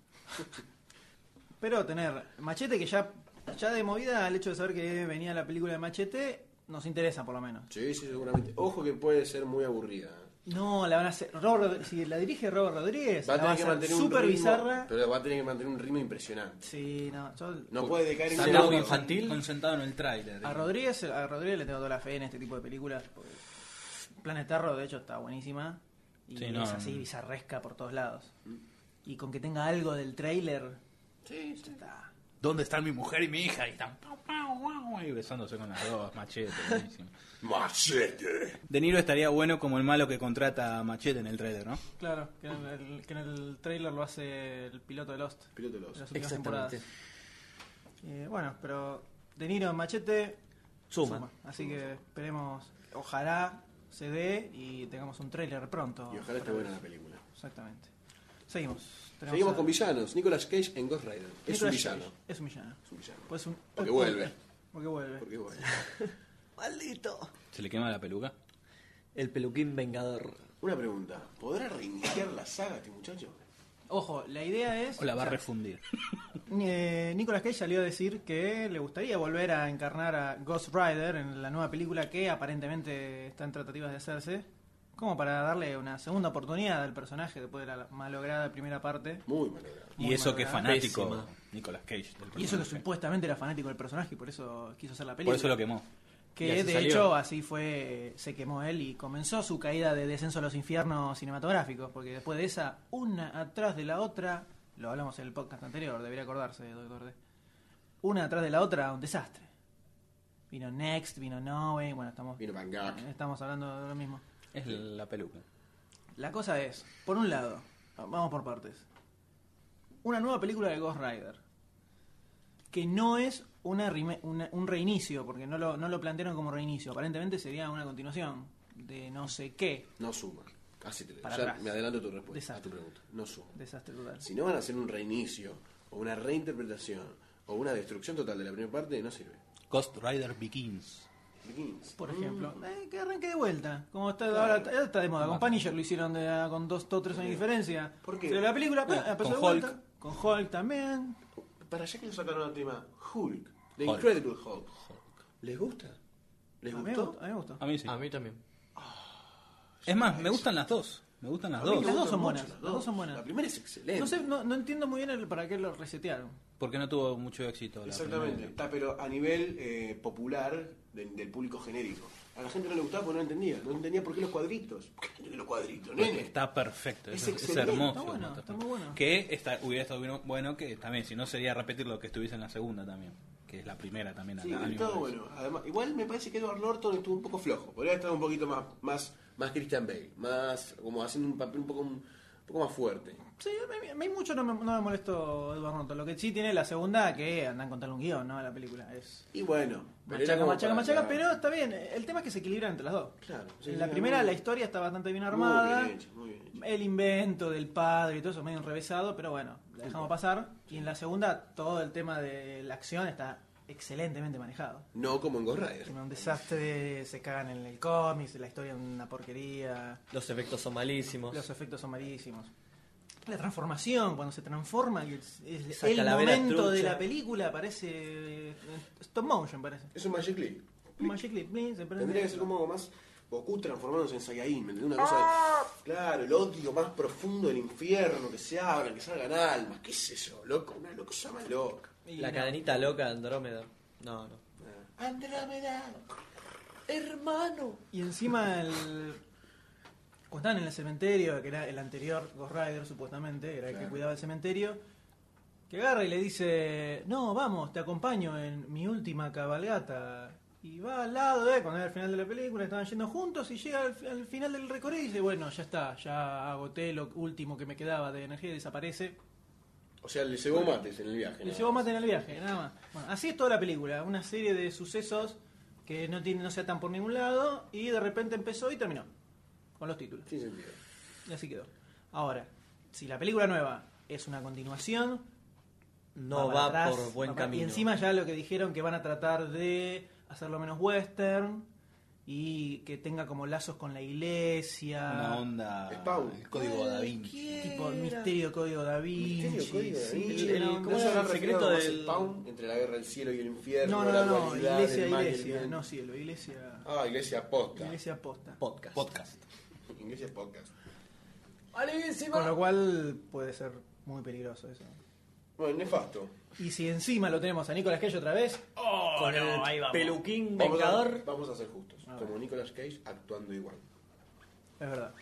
Speaker 2: Pero tener Machete, que ya, ya de movida, el hecho de saber que venía la película de Machete, nos interesa por lo menos.
Speaker 4: Sí, sí, seguramente. Ojo que puede ser muy aburrida. ¿eh?
Speaker 2: No, la van a hacer. Robert- si la dirige Robert Rodríguez,
Speaker 4: Va a
Speaker 2: la va a
Speaker 4: tener que
Speaker 2: hacer
Speaker 4: mantener un
Speaker 2: súper
Speaker 4: ritmo,
Speaker 2: bizarra.
Speaker 4: pero va a tener que mantener un ritmo impresionante.
Speaker 2: Sí, no, yo-
Speaker 4: No puede decaer en
Speaker 5: Está
Speaker 4: un
Speaker 5: muy
Speaker 4: auto.
Speaker 5: infan- concentrado en el tráiler.
Speaker 2: a Rodríguez, a Rodríguez le tengo toda la fe en este tipo de películas. porque Planet Terror, de hecho, está buenísima. Y
Speaker 5: Sí, no,
Speaker 2: es así,
Speaker 5: no.
Speaker 2: bizarresca por todos lados. Y con que tenga algo del tráiler, ya está.
Speaker 5: ¿Dónde están mi mujer y mi hija? Y están pau, pau, guau, y besándose con las dos, machete. buenísimo.
Speaker 4: Machete.
Speaker 5: De Niro estaría bueno como el malo que contrata a Machete en el trailer, ¿no?
Speaker 2: Claro, que en el, que en el trailer lo hace el piloto de Lost.
Speaker 4: Piloto
Speaker 2: de
Speaker 4: los.
Speaker 2: las últimas temporadas. Eh, bueno, pero De Niro Machete
Speaker 6: Suma.
Speaker 2: Así que esperemos, ojalá se dé y tengamos un trailer pronto.
Speaker 4: Y ojalá esté buena la película.
Speaker 2: Exactamente. Seguimos. Tenemos
Speaker 4: Seguimos
Speaker 2: a-
Speaker 4: con villanos. Nicolas Cage en Ghost Rider. Es un
Speaker 2: Nicolas
Speaker 4: villano.
Speaker 2: Cage. Es un villano.
Speaker 4: Es un villano.
Speaker 2: Pues es un-
Speaker 4: Porque vuelve.
Speaker 2: Porque vuelve.
Speaker 4: Porque bueno.
Speaker 6: Maldito.
Speaker 5: ¿Se le quema la peluca?
Speaker 6: El peluquín vengador.
Speaker 4: Una pregunta. ¿Podrá reiniciar la saga este muchacho?
Speaker 2: Ojo, la idea es.
Speaker 5: ¿O la va a
Speaker 2: o sea,
Speaker 5: refundir?
Speaker 2: eh, Nicolas Cage salió a decir que le gustaría volver a encarnar a Ghost Rider en la nueva película que aparentemente está en tratativas de hacerse. Como para darle una segunda oportunidad al personaje después de la malograda primera parte.
Speaker 4: Muy malogrado.
Speaker 5: Y eso que es
Speaker 2: malograda.
Speaker 5: fanático
Speaker 6: Pésima.
Speaker 5: Nicolas Cage. del
Speaker 2: Y eso que
Speaker 5: personaje.
Speaker 2: supuestamente era fanático del personaje y por eso quiso hacer la película.
Speaker 5: Por eso lo quemó. Y
Speaker 2: Que
Speaker 5: así
Speaker 2: de
Speaker 5: salió.
Speaker 2: hecho así fue, se quemó él y comenzó su caída de descenso a los infiernos cinematográficos, porque después de esa, una atrás de la otra, lo hablamos en el podcast anterior, debería acordarse, doctor D. Una atrás de la otra, un desastre. Vino Next, vino No Way, bueno, estamos,
Speaker 4: Vino Van Gogh.
Speaker 2: estamos hablando de lo mismo.
Speaker 5: Es la peluca.
Speaker 2: La cosa es, por un lado, vamos por partes. Una nueva película de Ghost Rider. Que no es una rime- una- un reinicio, porque no lo, no lo plantearon como reinicio. Aparentemente sería una continuación de no sé qué.
Speaker 4: No suma. Así te lo digo.
Speaker 2: Para
Speaker 4: Ya
Speaker 2: atrás.
Speaker 4: me adelanto tu respuesta.
Speaker 2: Desastre.
Speaker 4: A tu pregunta. No suma.
Speaker 2: Desastre total.
Speaker 4: Si no van a hacer un reinicio, o una reinterpretación, o una destrucción total de la primera parte, no sirve.
Speaker 5: Ghost Rider Begins.
Speaker 4: Begins.
Speaker 2: Por ejemplo, eh, que arranque de vuelta. Como está ahora, ahora está de moda. Con Punisher lo hicieron de- ah, con dos o tres años de diferencia.
Speaker 4: ¿Por qué?
Speaker 2: Pero la película pa,
Speaker 5: Bueno,
Speaker 2: empezó
Speaker 5: con
Speaker 2: de vuelta.
Speaker 5: Hulk.
Speaker 2: Con Hulk también.
Speaker 4: Para allá que le sacaron el tema Hulk. The
Speaker 5: Hulk.
Speaker 4: Incredible Hulk. ¿Les gusta? ¿Les
Speaker 2: A mí, me
Speaker 4: gustó?
Speaker 2: gustó, a mí me gustó.
Speaker 5: A mí sí.
Speaker 7: A mí también.
Speaker 5: Es más, me gustan las dos. Me gustan las
Speaker 4: A mí
Speaker 5: dos.
Speaker 4: me
Speaker 2: Las dos
Speaker 4: gustan
Speaker 2: son
Speaker 4: mucho,
Speaker 2: buenas, las dos son buenas.
Speaker 4: La primera es excelente.
Speaker 2: No, sé, no, no entiendo muy bien el para qué lo resetearon.
Speaker 5: Porque no tuvo mucho éxito. la
Speaker 4: Exactamente.
Speaker 5: primera.
Speaker 4: Está, pero a nivel eh, popular del, del público genérico. A la gente no le gustaba porque no entendía. No entendía por qué los cuadritos. ¿Por qué los cuadritos, nene?
Speaker 5: Está perfecto,
Speaker 4: Es
Speaker 5: es, es
Speaker 4: excelente,
Speaker 5: hermoso.
Speaker 2: está bueno,
Speaker 5: Master
Speaker 2: está
Speaker 5: Plan.
Speaker 2: muy bueno.
Speaker 5: Que está- hubiera estado bueno- bueno que también, si no sería repetir lo que estuviese en la segunda también, que es la primera también.
Speaker 4: Sí,
Speaker 5: la- la misma
Speaker 4: todo
Speaker 5: vez.
Speaker 4: bueno. Además, igual me parece que Edward Norton estuvo un poco flojo. Podría estar un poquito más, más, más Christian Bale. Más, como haciendo un papel un poco, un poco más fuerte.
Speaker 2: Sí, a mí, a mí mucho no me, no me molestó Edward Norton. Lo que sí tiene la segunda, que andan con un guión, ¿no? La película es
Speaker 4: Y bueno. pero era
Speaker 2: machaca,
Speaker 4: como
Speaker 2: machaca,
Speaker 4: para-
Speaker 2: machaca, pero está bien. El tema es que se equilibran entre las dos.
Speaker 4: Claro, sí,
Speaker 2: en la
Speaker 4: sí,
Speaker 2: primera
Speaker 4: muy-
Speaker 2: la historia está bastante bien armada.
Speaker 4: Muy bien hecho, muy bien hecho.
Speaker 2: El invento del padre y todo eso es medio enrevesado, pero bueno, la dejamos
Speaker 4: pues.
Speaker 2: pasar. Y en la segunda, todo el tema de la acción está excelentemente manejado.
Speaker 4: No como en Ghost Rider.
Speaker 2: Un desastre, se cagan en el cómic, la historia es una porquería,
Speaker 6: Los efectos son malísimos.
Speaker 2: los efectos son malísimos. La transformación, cuando se transforma, que es, es
Speaker 6: Esa
Speaker 2: el
Speaker 6: calavera
Speaker 2: momento de
Speaker 6: trucha.
Speaker 2: la película, parece eh, stop motion, parece.
Speaker 4: Es un Magic League.
Speaker 2: Magic Leap, blin, se prende.
Speaker 4: Tendría que ser como algo más Goku transformándose en Saiyajin, ¿me entendés? Una cosa de, Claro, el odio más profundo del infierno, que se abran, que salgan almas, qué es eso, loco, una cosa más loca.
Speaker 2: Y
Speaker 6: La
Speaker 2: no.
Speaker 6: cadenita loca de Andrómeda. No, no.
Speaker 4: Ah. Andrómeda, hermano.
Speaker 2: Y encima el... Cuando estaban en el cementerio, que era el anterior Ghost Rider supuestamente, era el que
Speaker 4: Claro.
Speaker 2: cuidaba el cementerio, que agarra y le dice, no, vamos, te acompaño en mi última cabalgata. Y va al lado de, cuando era el final de la película, estaban yendo juntos y llega al, fi- al final del recorrido y dice, bueno, ya está, ya agoté lo último que me quedaba de energía y desaparece.
Speaker 4: O sea, le cebó mates en el viaje.
Speaker 2: Le
Speaker 4: nada
Speaker 2: llevó
Speaker 4: más.
Speaker 2: mate en el viaje, nada más. Bueno, así es toda la película, una serie de sucesos que no, tienen, no se atan por ningún lado y de repente empezó y terminó con los títulos.
Speaker 4: Sin sentido.
Speaker 2: Y así quedó. Ahora, si la película nueva es una continuación,
Speaker 6: No
Speaker 2: para
Speaker 6: va
Speaker 2: atrás,
Speaker 6: por
Speaker 2: va
Speaker 6: buen
Speaker 2: para- Y
Speaker 6: camino.
Speaker 2: encima ya lo que dijeron que van a tratar de hacerlo menos western y que tenga como lazos con la iglesia.
Speaker 5: Una onda.
Speaker 4: Spawn.
Speaker 5: Ah, El código da Vinci.
Speaker 2: Tipo el misterio código da Vinci.
Speaker 4: Misterio, código,
Speaker 2: sí,
Speaker 4: ¿eh?
Speaker 6: el- el-
Speaker 2: una
Speaker 6: ¿cómo
Speaker 2: onda
Speaker 4: ¿No
Speaker 6: era
Speaker 4: se habrá
Speaker 6: el
Speaker 4: referido
Speaker 6: secreto
Speaker 4: como
Speaker 6: del-
Speaker 4: Spawn entre la guerra del cielo y el infierno?
Speaker 2: No, no,
Speaker 4: la
Speaker 2: no, no,
Speaker 4: dualidad,
Speaker 2: iglesia,
Speaker 4: el mal y el
Speaker 2: iglesia,
Speaker 4: bien?
Speaker 2: no cielo, iglesia,
Speaker 4: Ah, iglesia posta.
Speaker 2: iglesia posta.
Speaker 6: Podcast.
Speaker 5: Podcast.
Speaker 4: Iglesia podcast.
Speaker 2: Con lo cual puede ser muy peligroso eso.
Speaker 4: Bueno, nefasto.
Speaker 2: Y si encima lo tenemos a Nicolas Cage otra vez,
Speaker 6: Con el
Speaker 2: Oh, ahí vamos.
Speaker 6: peluquín
Speaker 4: Vamos a,
Speaker 6: vengador.
Speaker 4: vamos a ser justos.
Speaker 2: A ver.
Speaker 4: Como Nicolas Cage actuando igual.
Speaker 2: es verdad.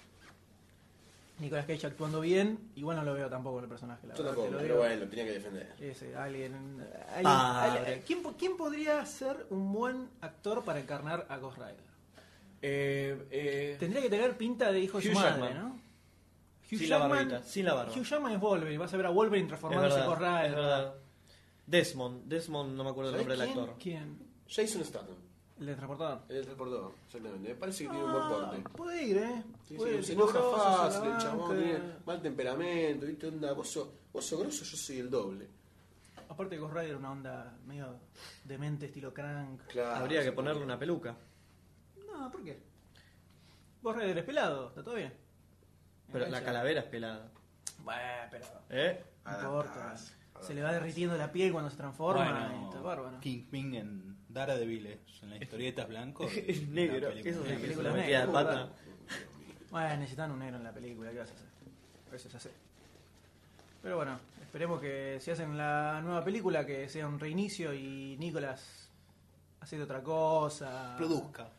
Speaker 2: Nicolas Cage actuando bien, igual no lo veo tampoco el personaje, la
Speaker 4: Yo
Speaker 2: verdad,
Speaker 4: tampoco,
Speaker 2: te lo
Speaker 4: pero
Speaker 2: digo.
Speaker 4: bueno, tenía que defender.
Speaker 2: Ese, alguien, alguien-
Speaker 6: Padre.
Speaker 2: alguien- ¿quién, po- quién podría ser un buen actor para encarnar a Ghost Rider?
Speaker 7: Eh, eh,
Speaker 2: Tendría que tener pinta de hijo de su
Speaker 6: Hugh
Speaker 2: madre,
Speaker 6: Jackman.
Speaker 2: ¿no? Hugh
Speaker 6: Sin la
Speaker 2: Jackman-
Speaker 6: barbita, sin la barba.
Speaker 2: Hugh Jackman es Wolverine, vas a ver a Wolverine transformándose en
Speaker 6: es
Speaker 2: Ghost
Speaker 6: verdad,
Speaker 2: Rider.
Speaker 6: es verdad. Desmond, Desmond, no me acuerdo el
Speaker 4: ¿Sabés
Speaker 6: nombre del
Speaker 4: quién?
Speaker 6: actor.
Speaker 2: ¿Quién?
Speaker 4: Jason Statham,
Speaker 2: El de transportador.
Speaker 4: el del transportador, exactamente. Me parece que tiene un buen
Speaker 2: Ah,
Speaker 4: porte.
Speaker 2: puede ir, ¿eh?
Speaker 4: Sí,
Speaker 2: puede
Speaker 4: sí,
Speaker 2: ir,
Speaker 4: se enoja
Speaker 2: grosso,
Speaker 4: fácil,
Speaker 2: se la
Speaker 4: el chabón,
Speaker 2: banca.
Speaker 4: tiene mal temperamento, ¿viste? Onda, vos sos, vos sos grosso, yo soy el doble.
Speaker 2: Aparte, Ghost Rider era una onda medio demente, estilo crank.
Speaker 4: Claro.
Speaker 6: Habría que ponerle una peluca.
Speaker 2: No, ¿por qué? Ghost Rider es pelado, está todo bien.
Speaker 6: Pero
Speaker 2: Engancha.
Speaker 6: la calavera es pelada.
Speaker 2: Bueno, pero.
Speaker 6: ¿Eh?
Speaker 2: No importa. Se le va derritiendo la piel cuando se transforma. y está bárbaro.
Speaker 5: Kingpin en Daredevil, eh, en las historietas blanco.
Speaker 6: Es negro, eso sí que es
Speaker 2: película
Speaker 6: una
Speaker 2: negra,
Speaker 6: metida de
Speaker 2: ¿verdad?
Speaker 6: pata.
Speaker 2: Bueno, necesitan un negro en la película, ¿qué vas a hacer? Eso ya sé. Pero bueno, esperemos que si hacen la nueva película, que sea un reinicio y Nicolás haciendo otra cosa.
Speaker 5: Produzca.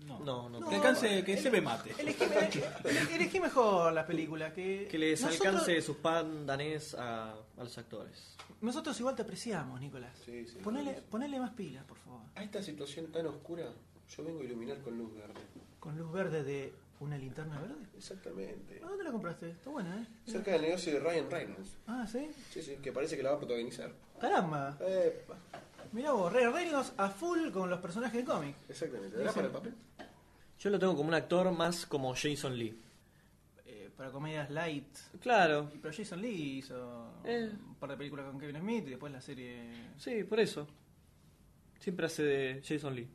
Speaker 5: No.
Speaker 6: No, no.
Speaker 2: No.
Speaker 5: Que alcance, que se me mate.
Speaker 2: Elegí, ele- elegí mejor las películas. Que,
Speaker 6: Que les
Speaker 2: nosotros-
Speaker 6: alcance su pan danés a, a los actores.
Speaker 2: Nosotros igual te apreciamos, Nicolás.
Speaker 4: Sí, sí,
Speaker 2: ponele,
Speaker 4: claro.
Speaker 2: ponele más pilas, por favor.
Speaker 4: A esta situación tan oscura, yo vengo a iluminar con luz verde.
Speaker 2: Con luz verde de una linterna verde.
Speaker 4: Exactamente.
Speaker 2: ¿A dónde la compraste? Está buena, ¿eh?
Speaker 4: Cerca del negocio de Ryan Reynolds.
Speaker 2: Ah, ¿sí?
Speaker 4: Sí, sí, que parece que la va a protagonizar.
Speaker 2: Caramba.
Speaker 4: Epa,
Speaker 2: Mirá vos, Rey Reynolds a full con los personajes de cómic.
Speaker 4: exactamente. ¿Dará para el papel?
Speaker 6: Yo lo tengo como un actor más como Jason Lee.
Speaker 2: Eh, para comedias light.
Speaker 6: Claro,
Speaker 2: Pero Jason Lee hizo
Speaker 6: Eh.
Speaker 2: un par de películas con Kevin Smith y después la serie...
Speaker 6: sí, por eso. Siempre hace de Jason Lee.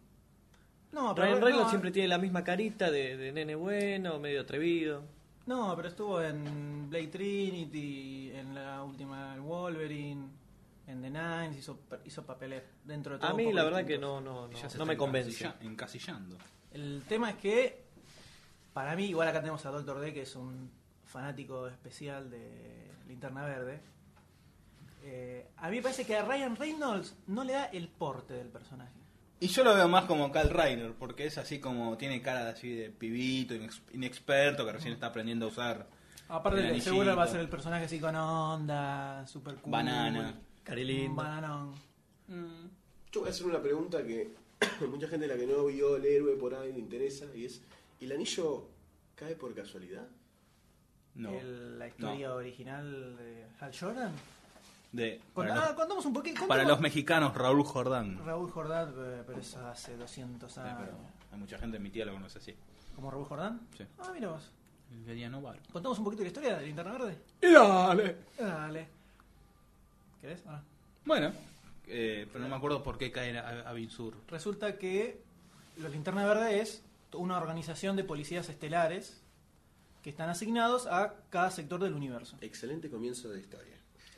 Speaker 2: No,
Speaker 6: Ryan
Speaker 2: no, ah.
Speaker 6: Reynolds siempre tiene la misma carita de, de nene bueno, medio atrevido.
Speaker 2: No, pero estuvo en Blade Trinity, en la última Wolverine, en The Nines, hizo, hizo papeles dentro de todo.
Speaker 6: A
Speaker 2: un
Speaker 6: mí
Speaker 2: poco
Speaker 6: la verdad que
Speaker 2: distintos.
Speaker 6: no, no, no,
Speaker 5: Ya se
Speaker 6: no
Speaker 5: está
Speaker 6: me convence.
Speaker 5: encasilla- Encasillando.
Speaker 2: El tema es que Para mí, igual acá tenemos a Doctor D, que es un fanático especial de Linterna Verde. Eh, a mí me parece que a Ryan Reynolds no le da el porte del personaje.
Speaker 5: Y yo lo veo más como Kyle Reiner, porque es así como tiene cara de así de pibito, inex- inexperto, que
Speaker 6: Mm.
Speaker 5: recién está aprendiendo a usar
Speaker 2: Aparte,
Speaker 5: El
Speaker 2: de- seguro va a
Speaker 5: anillito.
Speaker 2: ser el personaje así con onda, super cool.
Speaker 5: banana.
Speaker 6: Cari
Speaker 2: Un
Speaker 6: lindo.
Speaker 2: bananón.
Speaker 4: Yo voy a hacer una pregunta que mucha gente la que no vio el héroe por ahí le interesa y es, ¿el anillo cae por casualidad?
Speaker 5: No.
Speaker 2: El- la historia original de Hal Jordan.
Speaker 5: De,
Speaker 2: Con-
Speaker 5: para,
Speaker 2: ah,
Speaker 5: los,
Speaker 2: contamos un poquito.
Speaker 5: para los
Speaker 2: contemos-
Speaker 5: mexicanos, Raúl Jordán.
Speaker 2: Raúl Jordán, eh, pero eso hace 200
Speaker 5: Eh,
Speaker 2: años.
Speaker 5: pero hay mucha gente, mi tía lo conoce así.
Speaker 2: ¿Como Raúl Jordán?
Speaker 5: Sí.
Speaker 2: Ah, mira vos.
Speaker 5: no vale.
Speaker 2: ¿Contamos un poquito de la historia del Linterna Verde?
Speaker 5: dale!
Speaker 2: Dale. ¿Querés? Ah.
Speaker 5: Bueno, eh, pero no me acuerdo por qué cae a, a Binsur.
Speaker 2: Resulta que los Linterna Verde es una organización de policías estelares que están asignados a cada sector del universo.
Speaker 4: Excelente comienzo de historia.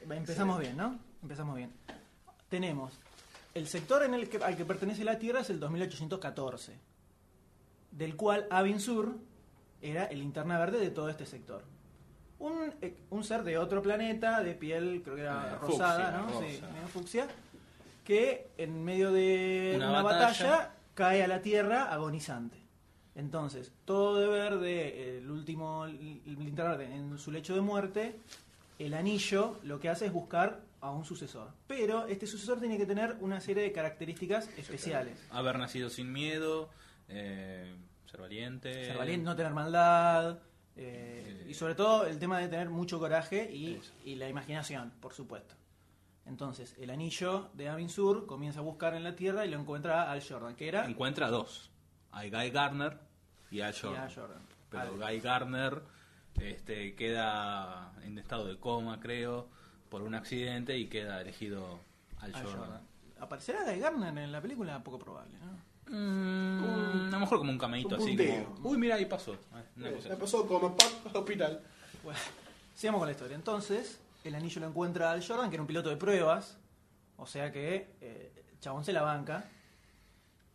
Speaker 2: Empezamos bien, ¿no? Empezamos bien. Tenemos el sector en el que, al que pertenece la Tierra es el 2814, del cual Avin Sur era el linterna verde de todo este sector. Un, eh, un ser de otro planeta, de piel, creo que era
Speaker 5: Eh,
Speaker 2: rosada,
Speaker 5: fucsia,
Speaker 2: ¿no? Sí,
Speaker 5: rosa.
Speaker 2: medio fucsia, que en medio de una,
Speaker 5: Una
Speaker 2: batalla,
Speaker 5: batalla.
Speaker 2: cae a la Tierra agonizante. Entonces, todo deber de eh, el último li- linterna verde en su lecho de muerte el anillo lo que hace es buscar a un sucesor. Pero este sucesor tiene que tener una serie de características especiales.
Speaker 5: Haber nacido sin miedo, eh, ser valiente.
Speaker 2: Ser valiente, no tener maldad. eh,
Speaker 5: Eh.
Speaker 2: y sobre todo el tema de tener mucho coraje y,
Speaker 5: Eso.
Speaker 2: y la imaginación, por supuesto. Entonces, el anillo de Avin Sur comienza a buscar en la Tierra y lo encuentra al Jordan, que era
Speaker 5: Encuentra dos: a Guy Garner y a
Speaker 2: y
Speaker 5: Jordan.
Speaker 2: a Jordan.
Speaker 5: Pero
Speaker 2: Al-
Speaker 5: Guy Garner este, queda en estado de coma, creo, por un accidente y queda elegido al
Speaker 2: al
Speaker 5: Jordan.
Speaker 2: Jordan. ¿Aparecerá Guy Garner en la película? Poco probable, ¿no?
Speaker 5: Mm, a lo mejor como un cameíto
Speaker 4: un
Speaker 5: así.
Speaker 4: punteo.
Speaker 5: Como, Uy, mira, ahí pasó. Una
Speaker 4: Eh,
Speaker 5: cosa
Speaker 4: la
Speaker 5: así.
Speaker 4: pasó como pap hospital.
Speaker 2: Bueno, sigamos con la historia. Entonces, el anillo lo encuentra al Jordan, que era un piloto de pruebas. O sea que eh, el Chabón se la banca.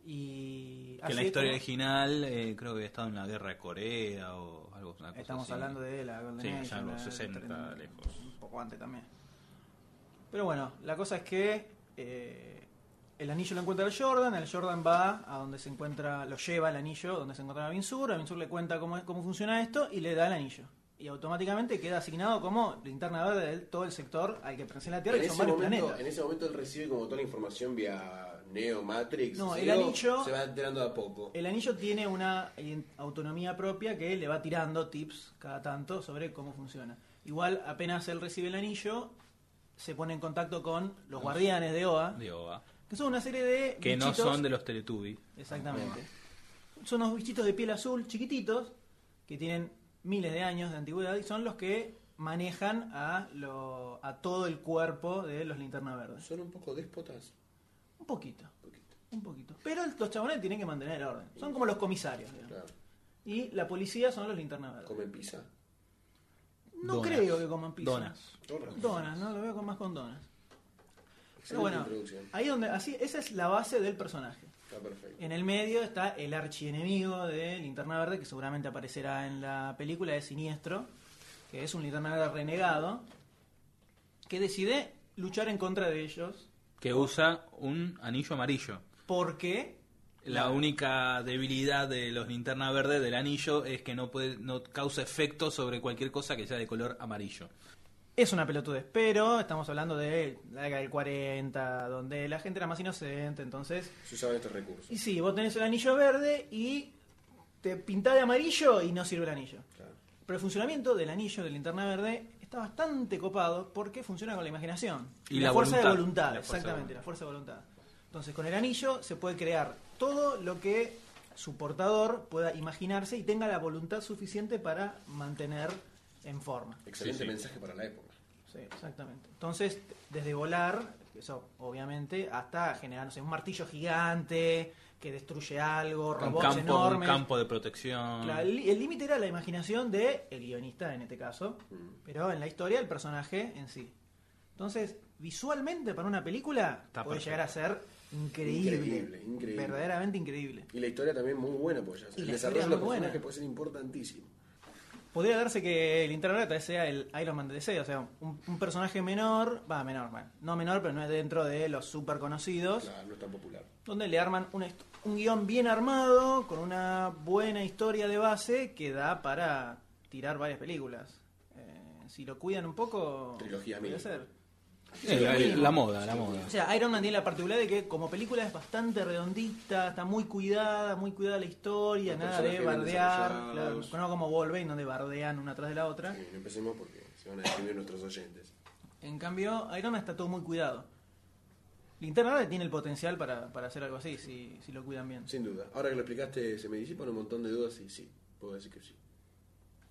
Speaker 2: Y.
Speaker 5: Que
Speaker 2: así
Speaker 5: la
Speaker 2: es
Speaker 5: historia
Speaker 2: como-
Speaker 5: original eh, creo que había estado en la guerra de Corea o algo. una cosa
Speaker 2: Estamos
Speaker 5: así.
Speaker 2: hablando de la Golden
Speaker 5: Sí,
Speaker 2: Age,
Speaker 5: allá en los
Speaker 2: la-
Speaker 5: 60 lejos.
Speaker 2: Un poco antes también. Pero bueno, la cosa es que eh, el anillo lo encuentra el Jordan, el Jordan va a donde se encuentra, lo lleva el anillo, donde se encuentra Avinsur, Avinsur le cuenta cómo, es- cómo funciona esto y le da el anillo. Y automáticamente queda asignado como linterna verde de todo el sector al que pertenece la Tierra,
Speaker 4: En
Speaker 2: que son
Speaker 4: ese,
Speaker 2: varios
Speaker 4: momento,
Speaker 2: planetas.
Speaker 4: en ese momento él recibe como toda la información vía Neo Matrix.
Speaker 2: No,
Speaker 4: se
Speaker 2: el
Speaker 4: lo-
Speaker 2: anillo- Eh,
Speaker 4: Se va enterando de a poco.
Speaker 2: El anillo tiene una ident- autonomía propia que le va tirando tips cada tanto sobre cómo funciona. Igual, apenas él recibe el anillo, se pone en contacto con los guardianes de OA,
Speaker 5: De OVA.
Speaker 2: que son una serie de.
Speaker 5: Que no
Speaker 2: Eh, bichitos-
Speaker 5: son de los Teletubbies.
Speaker 2: Exactamente. Son unos bichitos de piel azul chiquititos que tienen miles de años de antigüedad y son los que manejan a, lo, a todo el cuerpo de los linternas verdes.
Speaker 4: Son un poco déspotas.
Speaker 2: Un poquito,
Speaker 4: un poquito,
Speaker 2: un poquito. Pero los chabones tienen que mantener el orden. Son como los comisarios. digamos.
Speaker 4: claro.
Speaker 2: Y la policía son los linternas verdes.
Speaker 4: ¿Comen pizza?
Speaker 2: No
Speaker 5: Donas.
Speaker 2: creo que coman pizza.
Speaker 5: Donas.
Speaker 2: Donas, no, lo veo con más con donas. Pero
Speaker 4: Excelente
Speaker 2: bueno,
Speaker 4: introducción.
Speaker 2: ahí donde, así, esa es la base del personaje.
Speaker 4: Está perfecto.
Speaker 2: En el medio está el archienemigo de Linterna Verde, que seguramente aparecerá en la película de Siniestro, que es un Linterna Verde renegado, que decide luchar en contra de ellos
Speaker 5: Que usa un anillo amarillo.
Speaker 2: porque
Speaker 5: La única debilidad de los linterna verde del anillo es que no puede, no causa efecto sobre cualquier cosa que sea de color amarillo.
Speaker 2: Es una pelotudez, pero estamos hablando de la década del 40, donde la gente era más inocente, entonces...
Speaker 4: Se usaban estos recursos.
Speaker 2: Y sí, vos tenés el anillo verde y te pintás de amarillo y no sirve el anillo.
Speaker 4: Claro.
Speaker 2: Pero el funcionamiento del anillo de linterna verde está bastante copado porque funciona con la imaginación.
Speaker 5: Y la
Speaker 2: fuerza de
Speaker 5: voluntad.
Speaker 2: voluntad,
Speaker 5: La fuerza de
Speaker 2: exactamente,
Speaker 5: voluntad.
Speaker 2: la fuerza de voluntad. Entonces, con el anillo se puede crear todo lo que su portador pueda imaginarse y tenga la voluntad suficiente para mantener en forma.
Speaker 4: Excelente
Speaker 5: Sí, sí.
Speaker 4: mensaje para la época.
Speaker 2: Sí, exactamente. Entonces, desde volar, eso obviamente, hasta generar, no sé, un martillo gigante que destruye algo,
Speaker 5: Un
Speaker 2: robots
Speaker 5: campo, un
Speaker 2: enormes.
Speaker 5: campo de protección.
Speaker 2: Claro, el el límite era la imaginación de el guionista en este caso,
Speaker 4: Mm.
Speaker 2: pero en la historia el personaje en sí. Entonces, visualmente para una película
Speaker 5: Está
Speaker 2: puede
Speaker 5: perfecto.
Speaker 2: llegar a ser increíble,
Speaker 4: Increíble, increíble.
Speaker 2: verdaderamente increíble.
Speaker 4: Y la historia también muy buena, pues ya
Speaker 2: Y
Speaker 4: El
Speaker 2: la
Speaker 4: desarrollo de
Speaker 2: historia
Speaker 4: los
Speaker 2: muy buena.
Speaker 4: personajes puede ser importantísimo.
Speaker 2: Podría darse que el Linterna Verde sea el Iron Man de DC, o sea, un, un personaje menor, va, menor, bueno, no menor, pero no es dentro de los super conocidos,
Speaker 4: Claro, no es tan popular.
Speaker 2: donde le arman un, est- un guión bien armado, con una buena historia de base que da para tirar varias películas. Eh, si lo cuidan un poco,
Speaker 4: Trilogía
Speaker 2: puede
Speaker 4: mínimo.
Speaker 2: ser.
Speaker 5: Eh, la, la moda, la moda.
Speaker 2: O sea, Iron Man tiene la particularidad de que como película es bastante redondita, está muy cuidada, muy cuidada la historia,
Speaker 4: Los
Speaker 2: nada de
Speaker 4: personajes bien
Speaker 2: bardear, claro,
Speaker 4: desarrollados.
Speaker 2: no como Wolverine donde bardean una tras de la otra.
Speaker 4: Sí, no empecemos porque se van a destruir nuestros oyentes.
Speaker 2: En cambio, Iron Man está todo muy cuidado. Linterna Verde tiene el potencial para, para hacer algo así, si, si lo cuidan bien.
Speaker 4: Sin duda. Ahora que lo explicaste, se me disipan un montón de dudas y sí, puedo decir que sí.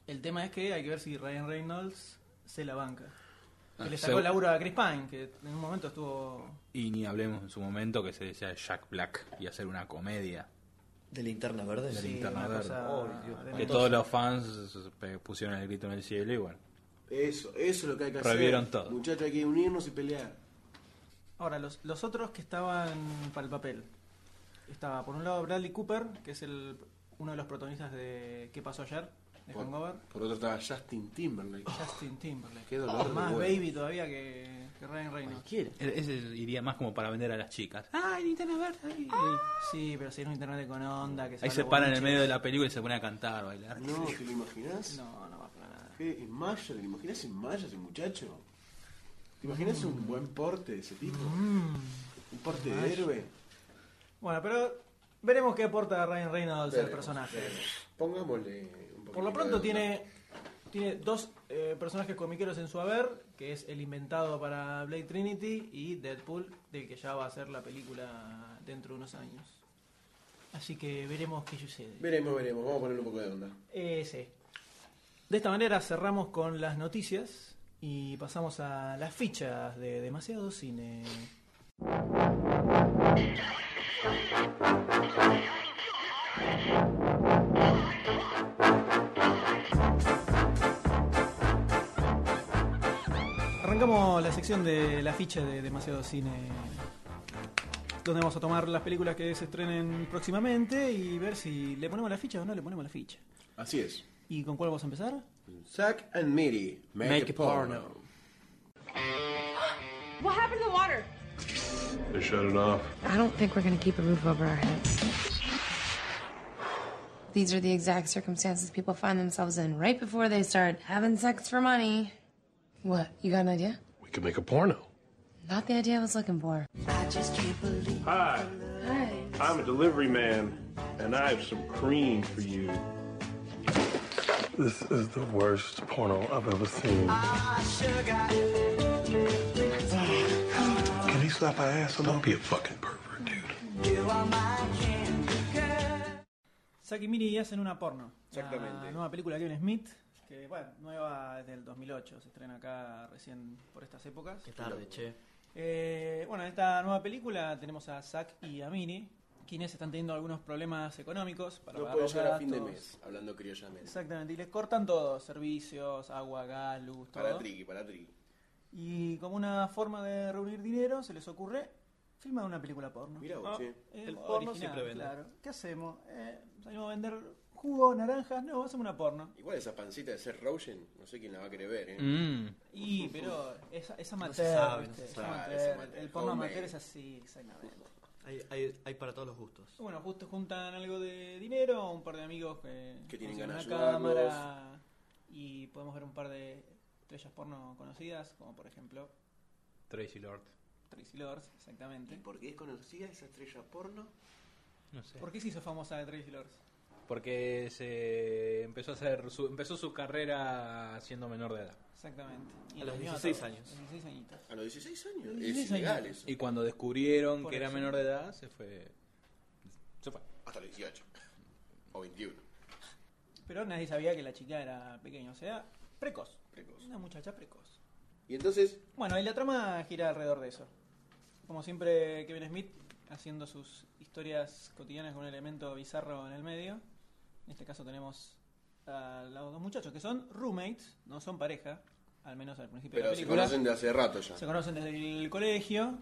Speaker 2: El tema es que hay que ver si Ryan Reynolds se la banca. Que
Speaker 5: Ah,
Speaker 2: le sacó
Speaker 5: segu-
Speaker 2: el laburo a Chris Pine, que en un momento estuvo...
Speaker 5: Y ni hablemos en su momento que se decía Jack Black y hacer una comedia.
Speaker 6: De linterna verde.
Speaker 2: sí,
Speaker 5: Linterna
Speaker 2: una
Speaker 5: Verde.
Speaker 2: cosa
Speaker 6: Oh, Dios.
Speaker 2: de
Speaker 5: Que
Speaker 2: Mendoza.
Speaker 5: todos los fans eh, pusieron el grito en el cielo y bueno.
Speaker 4: Eso, eso es lo que hay que
Speaker 5: Prohibieron
Speaker 4: hacer.
Speaker 5: todo.
Speaker 4: Muchachos, hay que unirnos y pelear.
Speaker 2: Ahora, los, los otros que estaban para el papel. Estaba por un lado Bradley Cooper, que es el, uno de los protagonistas de ¿Qué pasó ayer? de
Speaker 4: Por-
Speaker 2: Hangover.
Speaker 4: Por otro estaba Justin Timberlake.
Speaker 2: Justin Timberlake.
Speaker 4: Qué dolor de
Speaker 2: Más
Speaker 4: huevo.
Speaker 2: baby todavía que, que Ryan Reynolds.
Speaker 5: E,
Speaker 2: Ah,
Speaker 5: Ese iría más como para vender a las chicas. ¡Ay, Nintendo Verde! ay".
Speaker 2: Sí, pero si era un internet con onda. Que
Speaker 5: Ahí
Speaker 2: va a
Speaker 5: se
Speaker 2: los
Speaker 5: paran en el
Speaker 2: boliches.
Speaker 5: medio de la película y se pone a cantar, a bailar.
Speaker 4: No, ¿te lo imaginas?
Speaker 2: No, no va para nada.
Speaker 4: ¿Qué? ¿En Maya? ¿Te imaginas en Maya ese muchacho? ¿Te imaginas un
Speaker 2: Mm.
Speaker 4: buen porte de ese tipo? ¿Un porte de héroe?
Speaker 2: Bueno, pero veremos qué aporta Ryan Reynolds al
Speaker 4: Veremos,
Speaker 2: personaje.
Speaker 4: veremos. Pongámosle un poquito
Speaker 2: Por lo
Speaker 4: de-
Speaker 2: pronto tiene, tiene dos eh, personajes comiqueros en su haber, que es el inventado para Blade Trinity y Deadpool, del que ya va a ser la película dentro de unos años. Así que veremos qué sucede.
Speaker 4: Veremos, veremos. Vamos a ponerle un poco de onda.
Speaker 2: Eh, sí. De esta manera cerramos con las noticias y pasamos a las fichas de demasiado cine. Arrancamos la sección de la ficha de Demasiado Cine, donde vamos a tomar las películas que se estrenen próximamente y ver si le ponemos la ficha o no le ponemos la ficha.
Speaker 4: Así es.
Speaker 2: ¿Y con cuál vamos a empezar?
Speaker 4: Zack and Miri. Make, a
Speaker 5: Make a porno.
Speaker 4: porno.
Speaker 8: What happened to the water?
Speaker 9: They shut it off.
Speaker 10: I don't think we're going to keep a roof over our heads. These are the exact circumstances people find themselves in right before they start having sex for money. What? You got an idea?
Speaker 9: We could make a porno.
Speaker 10: Not the idea I was looking for.
Speaker 9: Hi,
Speaker 10: Hi.
Speaker 9: I'm a delivery man, and I have some cream for you. This is the worst porno I've ever seen. Can he slap our ass or Don't be a fucking pervert, dude.
Speaker 2: Zack y Miri hacen una porno.
Speaker 4: Exactamente.
Speaker 2: La nueva película de Kevin Smith, que bueno, nueva desde el 2008, se estrena acá recién por estas épocas.
Speaker 6: Qué tarde, che.
Speaker 2: Eh, bueno, en esta nueva película tenemos a Zack y a Miri, quienes están teniendo algunos problemas económicos para
Speaker 4: No
Speaker 2: pagar
Speaker 4: puede
Speaker 2: los
Speaker 4: llegar a fin de
Speaker 2: gastos.
Speaker 4: mes, hablando criollamente.
Speaker 2: Exactamente, y les cortan todo, servicios, agua, gas, luz, todo.
Speaker 4: Para Trigui, para Trigui.
Speaker 2: Y como una forma de reunir dinero, se les ocurre filmar una película porno.
Speaker 4: Mirá vos,
Speaker 2: Ah,
Speaker 4: sí.
Speaker 2: eh,
Speaker 6: El porno
Speaker 2: original,
Speaker 6: siempre vende.
Speaker 2: Claro. ¿Qué hacemos? Eh, ¿Salimos a vender jugos, naranjas? No, hacemos una porno.
Speaker 4: Igual esa pancita de ser Rogen, no sé quién la va a querer ver, ¿eh?
Speaker 5: Mm.
Speaker 2: Y, pero esa es amateur,
Speaker 6: se sabe,
Speaker 2: ¿viste?
Speaker 6: no se
Speaker 2: Es
Speaker 4: sabe,
Speaker 2: amateur.
Speaker 4: es amateur,
Speaker 2: El porno
Speaker 4: homemade.
Speaker 2: amateur es así, exactamente.
Speaker 6: Hay, hay, hay para todos los gustos.
Speaker 2: Bueno, justo juntan algo de dinero, un par de amigos que,
Speaker 4: Que tienen
Speaker 2: consiguen
Speaker 4: ganas de
Speaker 2: una
Speaker 4: ayudarlos.
Speaker 2: cámara y podemos ver un par de estrellas porno conocidas, como por ejemplo
Speaker 5: Tracy Lord.
Speaker 2: Tracy Lords, exactamente.
Speaker 4: por qué es conocida esa estrella porno?
Speaker 5: No sé.
Speaker 2: ¿Por qué se hizo famosa Tracy Lords?
Speaker 5: Porque se empezó a hacer su, empezó su carrera siendo menor de edad.
Speaker 2: Exactamente.
Speaker 6: A los
Speaker 2: unió
Speaker 6: 16
Speaker 2: todos,
Speaker 6: años.
Speaker 2: a los 16 añitos.
Speaker 4: A los 16 años.
Speaker 2: 16
Speaker 4: es ilegal
Speaker 2: años.
Speaker 4: eso.
Speaker 5: Y cuando descubrieron
Speaker 2: Por
Speaker 5: que era
Speaker 2: eso.
Speaker 5: menor de edad, se fue. Se fue.
Speaker 4: Hasta los 18. O 21.
Speaker 2: Pero nadie sabía que la chica era pequeña, o sea, precoz.
Speaker 4: Precoz.
Speaker 2: Una muchacha precoz.
Speaker 4: Y entonces,
Speaker 2: Bueno, y la trama gira alrededor de eso. Como siempre, Kevin Smith haciendo sus historias cotidianas con un elemento bizarro en el medio. En este caso tenemos a los dos muchachos que son roommates, no son pareja. al menos al principio de
Speaker 4: Pero
Speaker 2: la
Speaker 4: se
Speaker 2: película.
Speaker 4: conocen de hace rato ya.
Speaker 2: Se conocen desde el colegio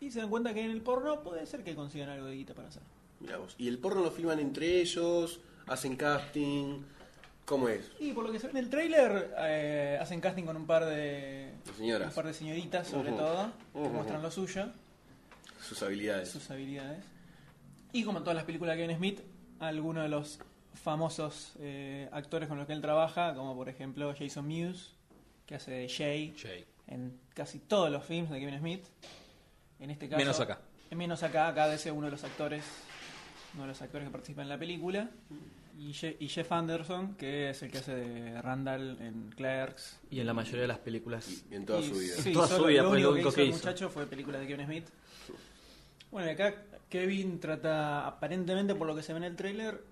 Speaker 2: y se dan cuenta que en el porno puede ser que consigan algo de guita para hacer.
Speaker 4: Mirá vos. Y el porno lo filman entre ellos, hacen casting. ¿Cómo es?
Speaker 2: Y por lo que se ve en el tráiler, eh, hacen casting con un par de
Speaker 4: Señoras.
Speaker 2: un par de señoritas sobre
Speaker 4: Ujú.
Speaker 2: todo,
Speaker 4: Ujú.
Speaker 2: que muestran lo suyo,
Speaker 4: Sus habilidades.
Speaker 2: sus habilidades. Y como en todas las películas de Kevin Smith, algunos de los famosos eh, actores con los que él trabaja, como por ejemplo Jason Mewes, que hace de Jay
Speaker 5: Che.
Speaker 2: en casi todos los films de Kevin Smith. En este caso,
Speaker 5: Menos acá.
Speaker 2: eh, Menos acá, acá debe ser uno de los actores, uno de los actores que participa en la película. Y, Je- y Jeff Anderson, que es el que hace de Randall en Clerks.
Speaker 6: Y en la mayoría de las películas.
Speaker 4: Y en toda
Speaker 2: Y
Speaker 4: su vida.
Speaker 2: sí,
Speaker 6: Toda
Speaker 2: solo
Speaker 6: su vida
Speaker 2: lo
Speaker 6: fue
Speaker 2: único
Speaker 6: lo
Speaker 2: que
Speaker 6: único
Speaker 2: hizo
Speaker 6: que
Speaker 2: el
Speaker 6: hizo.
Speaker 2: muchacho fue películas de Kevin Smith. Bueno, y acá Kevin trata, aparentemente por lo que se ve en el tráiler,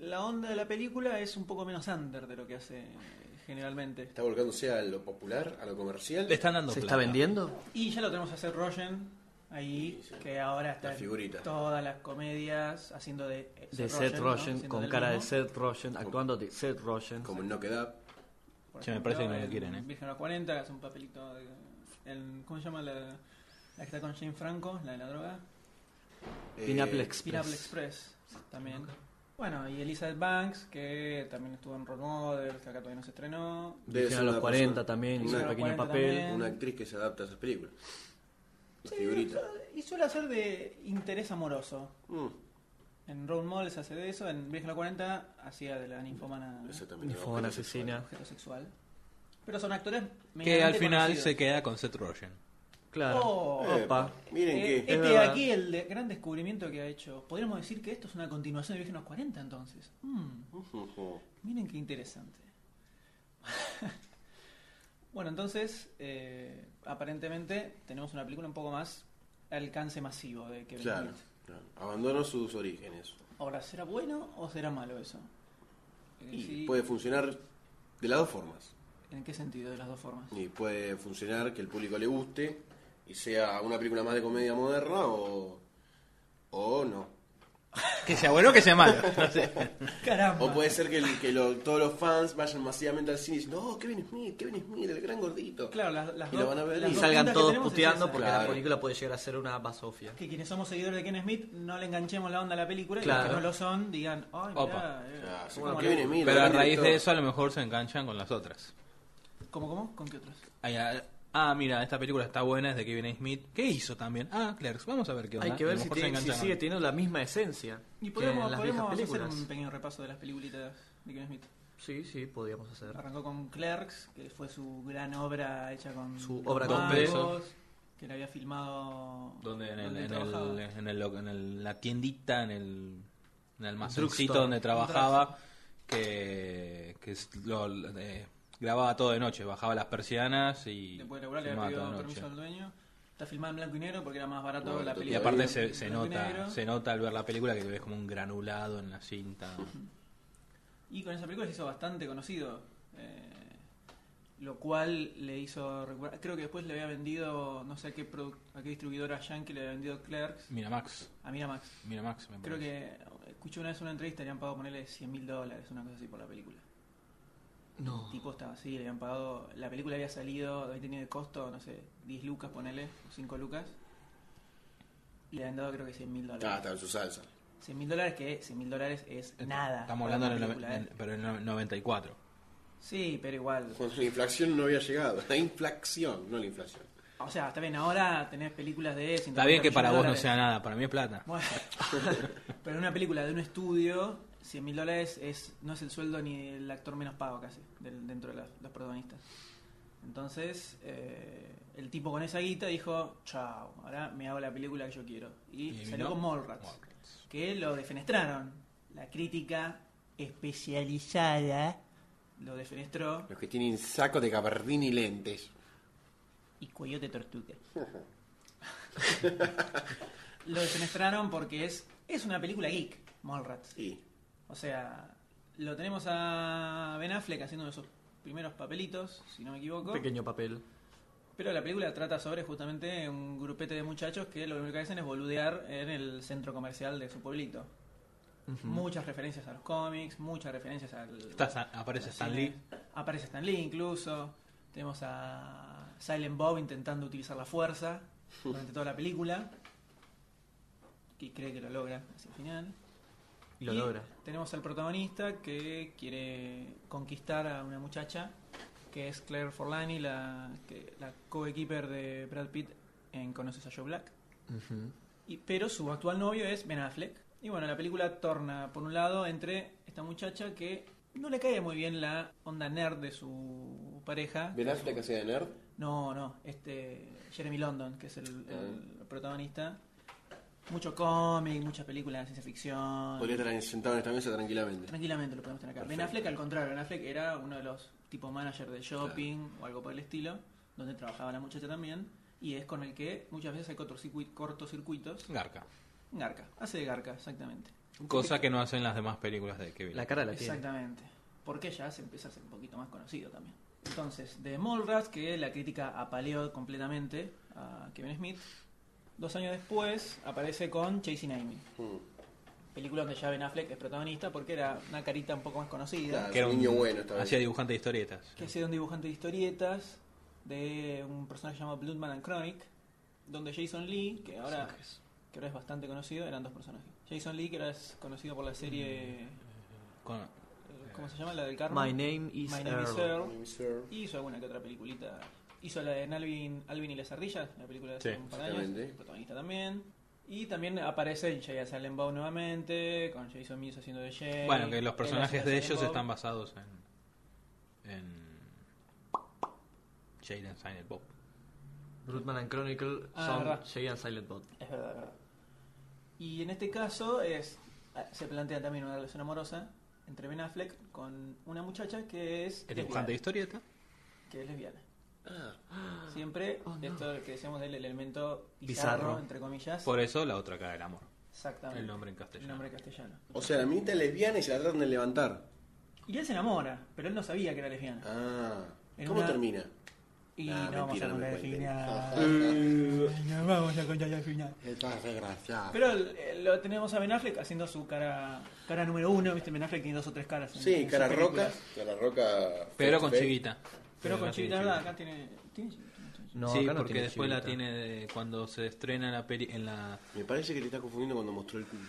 Speaker 2: la onda de la película es un poco menos under de lo que hace eh, generalmente.
Speaker 4: Está volcándose a lo popular, a lo comercial.
Speaker 5: Le están dando
Speaker 6: ¿Se está
Speaker 5: plata.
Speaker 6: vendiendo?
Speaker 2: Y ya lo tenemos a hacer Rogen ahí, que ahora está
Speaker 4: La figurita.
Speaker 2: en todas las comedias haciendo de,
Speaker 6: De
Speaker 2: ¿no?
Speaker 6: Seth Rogen,
Speaker 2: Haciendo
Speaker 6: con
Speaker 2: del
Speaker 6: cara de
Speaker 2: mismo. Eh,
Speaker 6: Seth Rogen, actuando de Seth Rogen.
Speaker 4: Como en No Queda.
Speaker 2: Por
Speaker 5: Che, me parece que no lo
Speaker 2: en
Speaker 5: quieren, eh.
Speaker 2: Virgen a los 40, que hace un papelito. de- en- ¿Cómo se llama la, la que está con Jane Franco, la de la droga?
Speaker 4: eh,
Speaker 6: Pineapple Express.
Speaker 2: Pineapple Express también. Bueno, y Elizabeth Banks, que también estuvo en Road Models, que acá todavía no se estrenó.
Speaker 4: debe
Speaker 6: Virgen
Speaker 4: ser
Speaker 6: a los
Speaker 4: una
Speaker 6: 40
Speaker 4: persona-
Speaker 6: también, hizo
Speaker 4: Virgen
Speaker 6: un
Speaker 4: a los
Speaker 6: pequeño
Speaker 2: 40
Speaker 6: papel.
Speaker 2: también.
Speaker 4: Una actriz que se adapta a esas películas. La
Speaker 2: Sí,
Speaker 4: figurita.
Speaker 2: y suele hacer de interés amoroso.
Speaker 4: Mm,
Speaker 2: En Road Models hace de eso, en Virgen a los 40 hacía de la ninfómana
Speaker 4: exactamente.
Speaker 6: Y fue una asesina.
Speaker 2: objeto sexual. Pero son actores
Speaker 5: Que al
Speaker 2: medianamente
Speaker 5: final
Speaker 2: conocidos.
Speaker 5: se queda con Seth Rogen.
Speaker 6: Claro.
Speaker 2: Oh.
Speaker 6: Opa.
Speaker 4: Miren
Speaker 2: Eh,
Speaker 4: que.
Speaker 2: este
Speaker 6: es
Speaker 2: de
Speaker 6: verdad.
Speaker 2: aquí el de- gran descubrimiento que ha hecho. Podríamos decir que esto es una continuación de Virgen a los 40 entonces. Mm,
Speaker 4: Ujú.
Speaker 2: miren qué interesante. bueno, entonces, eh, aparentemente tenemos una película un poco más alcance masivo de Kevin
Speaker 4: Claro.
Speaker 2: Smith.
Speaker 4: claro. Abandonó sus orígenes.
Speaker 2: Ahora, ¿será bueno o será malo eso? Eh,
Speaker 4: Y
Speaker 2: sí,
Speaker 4: puede funcionar de las dos formas.
Speaker 2: ¿En qué sentido? De las dos formas.
Speaker 4: Y puede funcionar que el público le guste y sea una película más de comedia moderna o. o no.
Speaker 5: Que sea bueno o que sea malo. No sé.
Speaker 2: Caramba.
Speaker 4: O puede ser que, el- que lo- todos los fans vayan masivamente al cine y dicen, no, Kevin Smith, Kevin Smith, el gran gordito.
Speaker 2: Claro, las, las
Speaker 4: Y
Speaker 2: dos-
Speaker 4: lo van a ver
Speaker 2: las
Speaker 4: y
Speaker 6: Y
Speaker 2: dos
Speaker 6: salgan
Speaker 2: puntas que
Speaker 6: todos
Speaker 2: tenemos es
Speaker 6: puteando
Speaker 2: esa.
Speaker 6: porque la
Speaker 4: Claro.
Speaker 6: película puede llegar a ser una basofia.
Speaker 2: Que quienes somos seguidores de Ken Smith no le enganchemos la onda a la película y los
Speaker 6: Claro.
Speaker 2: que no lo son digan, ay,
Speaker 5: Opa.
Speaker 2: mirá, eh,
Speaker 4: Ah, sí,
Speaker 2: ¿cómo
Speaker 4: con
Speaker 2: la-
Speaker 4: Kevin Smith, el
Speaker 5: Pero a
Speaker 4: gran
Speaker 5: raíz de
Speaker 4: director.
Speaker 5: eso a lo mejor se enganchan con las otras.
Speaker 2: ¿Cómo, cómo? ¿Con qué otros?
Speaker 5: Ay, ah, Ah, mira, esta película está buena, es de Kevin Smith. ¿Qué hizo también? Ah, Clerks, vamos a ver qué onda.
Speaker 6: Hay que ver
Speaker 5: A lo
Speaker 6: si,
Speaker 5: mejor se
Speaker 6: tiene- si
Speaker 5: enganchan
Speaker 6: sigue
Speaker 5: con-
Speaker 6: teniendo la misma esencia.
Speaker 2: Y
Speaker 6: que
Speaker 2: podemos,
Speaker 6: en las viejas
Speaker 2: podemos hacer
Speaker 6: películas.
Speaker 2: un pequeño repaso de las peliculitas de Kevin Smith.
Speaker 6: Sí, sí, podríamos hacer.
Speaker 2: Arrancó con Clerks, que fue su gran obra hecha con
Speaker 6: Su
Speaker 2: los
Speaker 6: obra
Speaker 2: magos,
Speaker 5: completa.
Speaker 2: que la había filmado
Speaker 5: Donde en, el,
Speaker 2: donde
Speaker 5: en,
Speaker 2: trabajaba.
Speaker 5: el, en, el lo- en el- la tiendita, en el, en el almacencito
Speaker 6: Drugstore.
Speaker 5: donde trabajaba, que, que es- lo, eh, grababa todo de noche, bajaba las persianas y
Speaker 2: Después de laburar le había
Speaker 5: filmaba todo
Speaker 2: pedido
Speaker 5: de
Speaker 2: permiso al
Speaker 5: noche.
Speaker 2: dueño. Está filmada en blanco y negro porque era más barato
Speaker 4: Bueno,
Speaker 2: la
Speaker 4: tú-
Speaker 5: Y
Speaker 2: película.
Speaker 5: aparte
Speaker 4: Todavía
Speaker 5: se, se
Speaker 2: en blanco y negro.
Speaker 5: nota, se nota al ver la película que ves como un granulado en la cinta.
Speaker 2: Y con esa película se hizo bastante conocido. eh, lo cual le hizo recuperar. Creo que después le había vendido, no sé a qué, produ- a qué distribuidora Yankee le había vendido Clerks
Speaker 5: Mira Max,
Speaker 2: a Miramax.
Speaker 5: mira Max, me
Speaker 2: Creo
Speaker 5: parece.
Speaker 2: que eh, escuché una vez una entrevista y le han pagado ponerle 100 mil dólares, una cosa así por la película.
Speaker 6: No.
Speaker 2: El tipo estaba así, le habían pagado. La película había salido, había tenido de costo, no sé, 10 lucas, ponele, o 5 lucas. Y le habían dado creo que 100 mil
Speaker 4: Ah,
Speaker 2: dólares.
Speaker 4: está en su salsa.
Speaker 2: 100 mil dólares, que 100 mil dólares es nada.
Speaker 5: Estamos
Speaker 2: para
Speaker 5: hablando
Speaker 2: una
Speaker 5: del no-
Speaker 2: película,
Speaker 5: en-
Speaker 2: ¿eh?
Speaker 5: pero en el 94.
Speaker 2: Sí, pero igual.
Speaker 4: Cuando la inflación no había llegado. La inflación, no la inflación.
Speaker 2: O sea, está bien, ahora tenés películas de...
Speaker 5: Está bien que para vos no sea
Speaker 2: sean
Speaker 5: nada, para mí es plata.
Speaker 2: pero una película de un estudio, 100 mil dólares es, no es el sueldo ni el actor menos pago casi, del- dentro de los, los protagonistas. Entonces, eh, el tipo con esa guita dijo, chao, ahora me hago la película que yo quiero. Y,
Speaker 5: Y
Speaker 2: salió
Speaker 5: vino
Speaker 2: con Mallrats,
Speaker 5: Mallrats.
Speaker 2: que lo defenestraron. La crítica especializada lo defenestró
Speaker 4: Los que tienen saco de gabardín y lentes.
Speaker 2: y Coyote Tortuga. lo defenestraron porque es, es una película geek, Mallrats.
Speaker 4: Sí.
Speaker 2: O sea, lo tenemos a Ben Affleck haciendo uno de sus primeros papelitos, si no me equivoco.
Speaker 6: Pequeño papel.
Speaker 2: Pero la película trata sobre justamente un grupete de muchachos que lo único que hacen es boludear en el centro comercial de su pueblito. Muchas referencias a los cómics, muchas referencias al...
Speaker 5: Está Stan- aparece
Speaker 2: al
Speaker 5: Stan
Speaker 2: cine.
Speaker 5: Lee.
Speaker 2: Aparece Stan Lee incluso. Tenemos a Silent Bob intentando utilizar la fuerza durante toda la película. Que cree que lo logra hacia el final.
Speaker 6: Y lo logra.
Speaker 2: Tenemos al protagonista que quiere conquistar a una muchacha que es Claire Forlani, la, que- la co-equiper de Brad Pitt en Conoces a Joe Black. Y- pero su actual novio es Ben Affleck. Y bueno, la película torna, por un lado, entre esta muchacha que no le cae muy bien la onda nerd de su pareja.
Speaker 4: Ben Affleck hacía de nerd.
Speaker 2: No, no, este Jeremy London, que es el, el
Speaker 6: Ah.
Speaker 2: protagonista. Mucho cómic, muchas películas de ciencia ficción.
Speaker 4: Podría estar sentado en esta mesa tranquilamente.
Speaker 2: Tranquilamente lo podemos tener acá. Ben
Speaker 4: Perfecto.
Speaker 2: Affleck, al contrario, Ben Affleck era uno de los tipo manager de shopping o algo por el estilo, donde trabajaba la muchacha también, y es con el que muchas veces hay cortocircuit- cortocircuitos.
Speaker 5: Garca.
Speaker 2: Garca, hace de Garca, exactamente.
Speaker 5: Cosa que no hacen las demás películas de Kevin.
Speaker 6: La cara la tiene.
Speaker 2: Exactamente. Porque ya se empieza a ser un poquito más conocido también. Entonces, de Mallrats, que la crítica apaleó completamente a Kevin Smith, dos años después aparece con Chasing Amy.
Speaker 4: Mm.
Speaker 2: Película donde ya Ben Affleck es protagonista porque era una carita un poco más conocida.
Speaker 4: Claro. niño bueno esta vez.
Speaker 5: Hacía dibujante de historietas.
Speaker 2: que ha sido un dibujante de historietas de un personaje llamado Bloodman and Chronic, donde Jason Lee, que ahora, que ahora es bastante conocido, eran dos personajes. Jason Lee, que ahora es conocido por la serie,
Speaker 5: Con-
Speaker 2: ¿cómo se llama? La del Carmen.
Speaker 6: My name is
Speaker 2: My Name
Speaker 6: Earl.
Speaker 2: Earl. Y hizo alguna que otra peliculita. Hizo la de Alvin, Alvin y las ardillas, la película de hace
Speaker 5: Sí,
Speaker 2: un par de años,
Speaker 4: exactamente.
Speaker 2: protagonista también. Y también aparece Jay Silent Bob nuevamente, con Jason Mewes haciendo de Jay.
Speaker 5: Bueno, que
Speaker 2: él
Speaker 5: los personajes
Speaker 2: haciendo
Speaker 5: de
Speaker 2: Silent
Speaker 5: ellos
Speaker 2: Bob.
Speaker 5: están basados en. en. Jaden Silent Bob.
Speaker 6: Brutman and Chronicle
Speaker 2: Ah,
Speaker 6: son
Speaker 2: verdad.
Speaker 6: Jay and Silent Bob.
Speaker 2: Es verdad, es verdad. Y en este caso es ah, se plantea también una relación amorosa entre Ben Affleck con una muchacha que es
Speaker 5: El dibujante de
Speaker 2: lesbiana,
Speaker 5: historieta.
Speaker 2: que es lesbiana.
Speaker 4: Ah,
Speaker 2: Siempre esto que decíamos del elemento bizarro,
Speaker 6: Bizarro.
Speaker 2: entre comillas.
Speaker 5: Por eso la otra cara del amor.
Speaker 2: Exactamente.
Speaker 5: El nombre en castellano.
Speaker 2: El nombre en castellano.
Speaker 4: O sea, la minita es lesbiana y se la tratan de levantar.
Speaker 2: Y él se enamora, pero él no sabía que era lesbiana.
Speaker 4: Ah.
Speaker 2: En
Speaker 4: ¿Cómo
Speaker 2: una-
Speaker 4: termina?
Speaker 2: y
Speaker 4: Ah,
Speaker 2: no vamos
Speaker 4: mentira,
Speaker 2: a
Speaker 4: no me
Speaker 2: contar el
Speaker 4: cuenten.
Speaker 2: final. No vamos a contar el final.
Speaker 4: Estás desgraciado.
Speaker 2: Pero eh, lo tenemos a Ben Affleck haciendo su cara cara número uno, viste, Ben Affleck tiene dos o tres caras. en-
Speaker 4: Sí,
Speaker 2: en sus
Speaker 4: cara
Speaker 2: películas.
Speaker 4: roca. Cara roca.
Speaker 5: Pero con
Speaker 4: fe- fe-
Speaker 5: Chivita.
Speaker 2: Pero
Speaker 5: Acá
Speaker 2: con
Speaker 5: tiene
Speaker 2: Chivita, ¿verdad? Acá tiene. ¿Tiene Chivita?
Speaker 6: No,
Speaker 5: sí,
Speaker 6: acá no
Speaker 5: porque
Speaker 6: tiene
Speaker 5: después la
Speaker 6: Chivita.
Speaker 5: tiene de- cuando se estrena la peli en la.
Speaker 4: Me parece que te estás confundiendo cuando mostró el culo.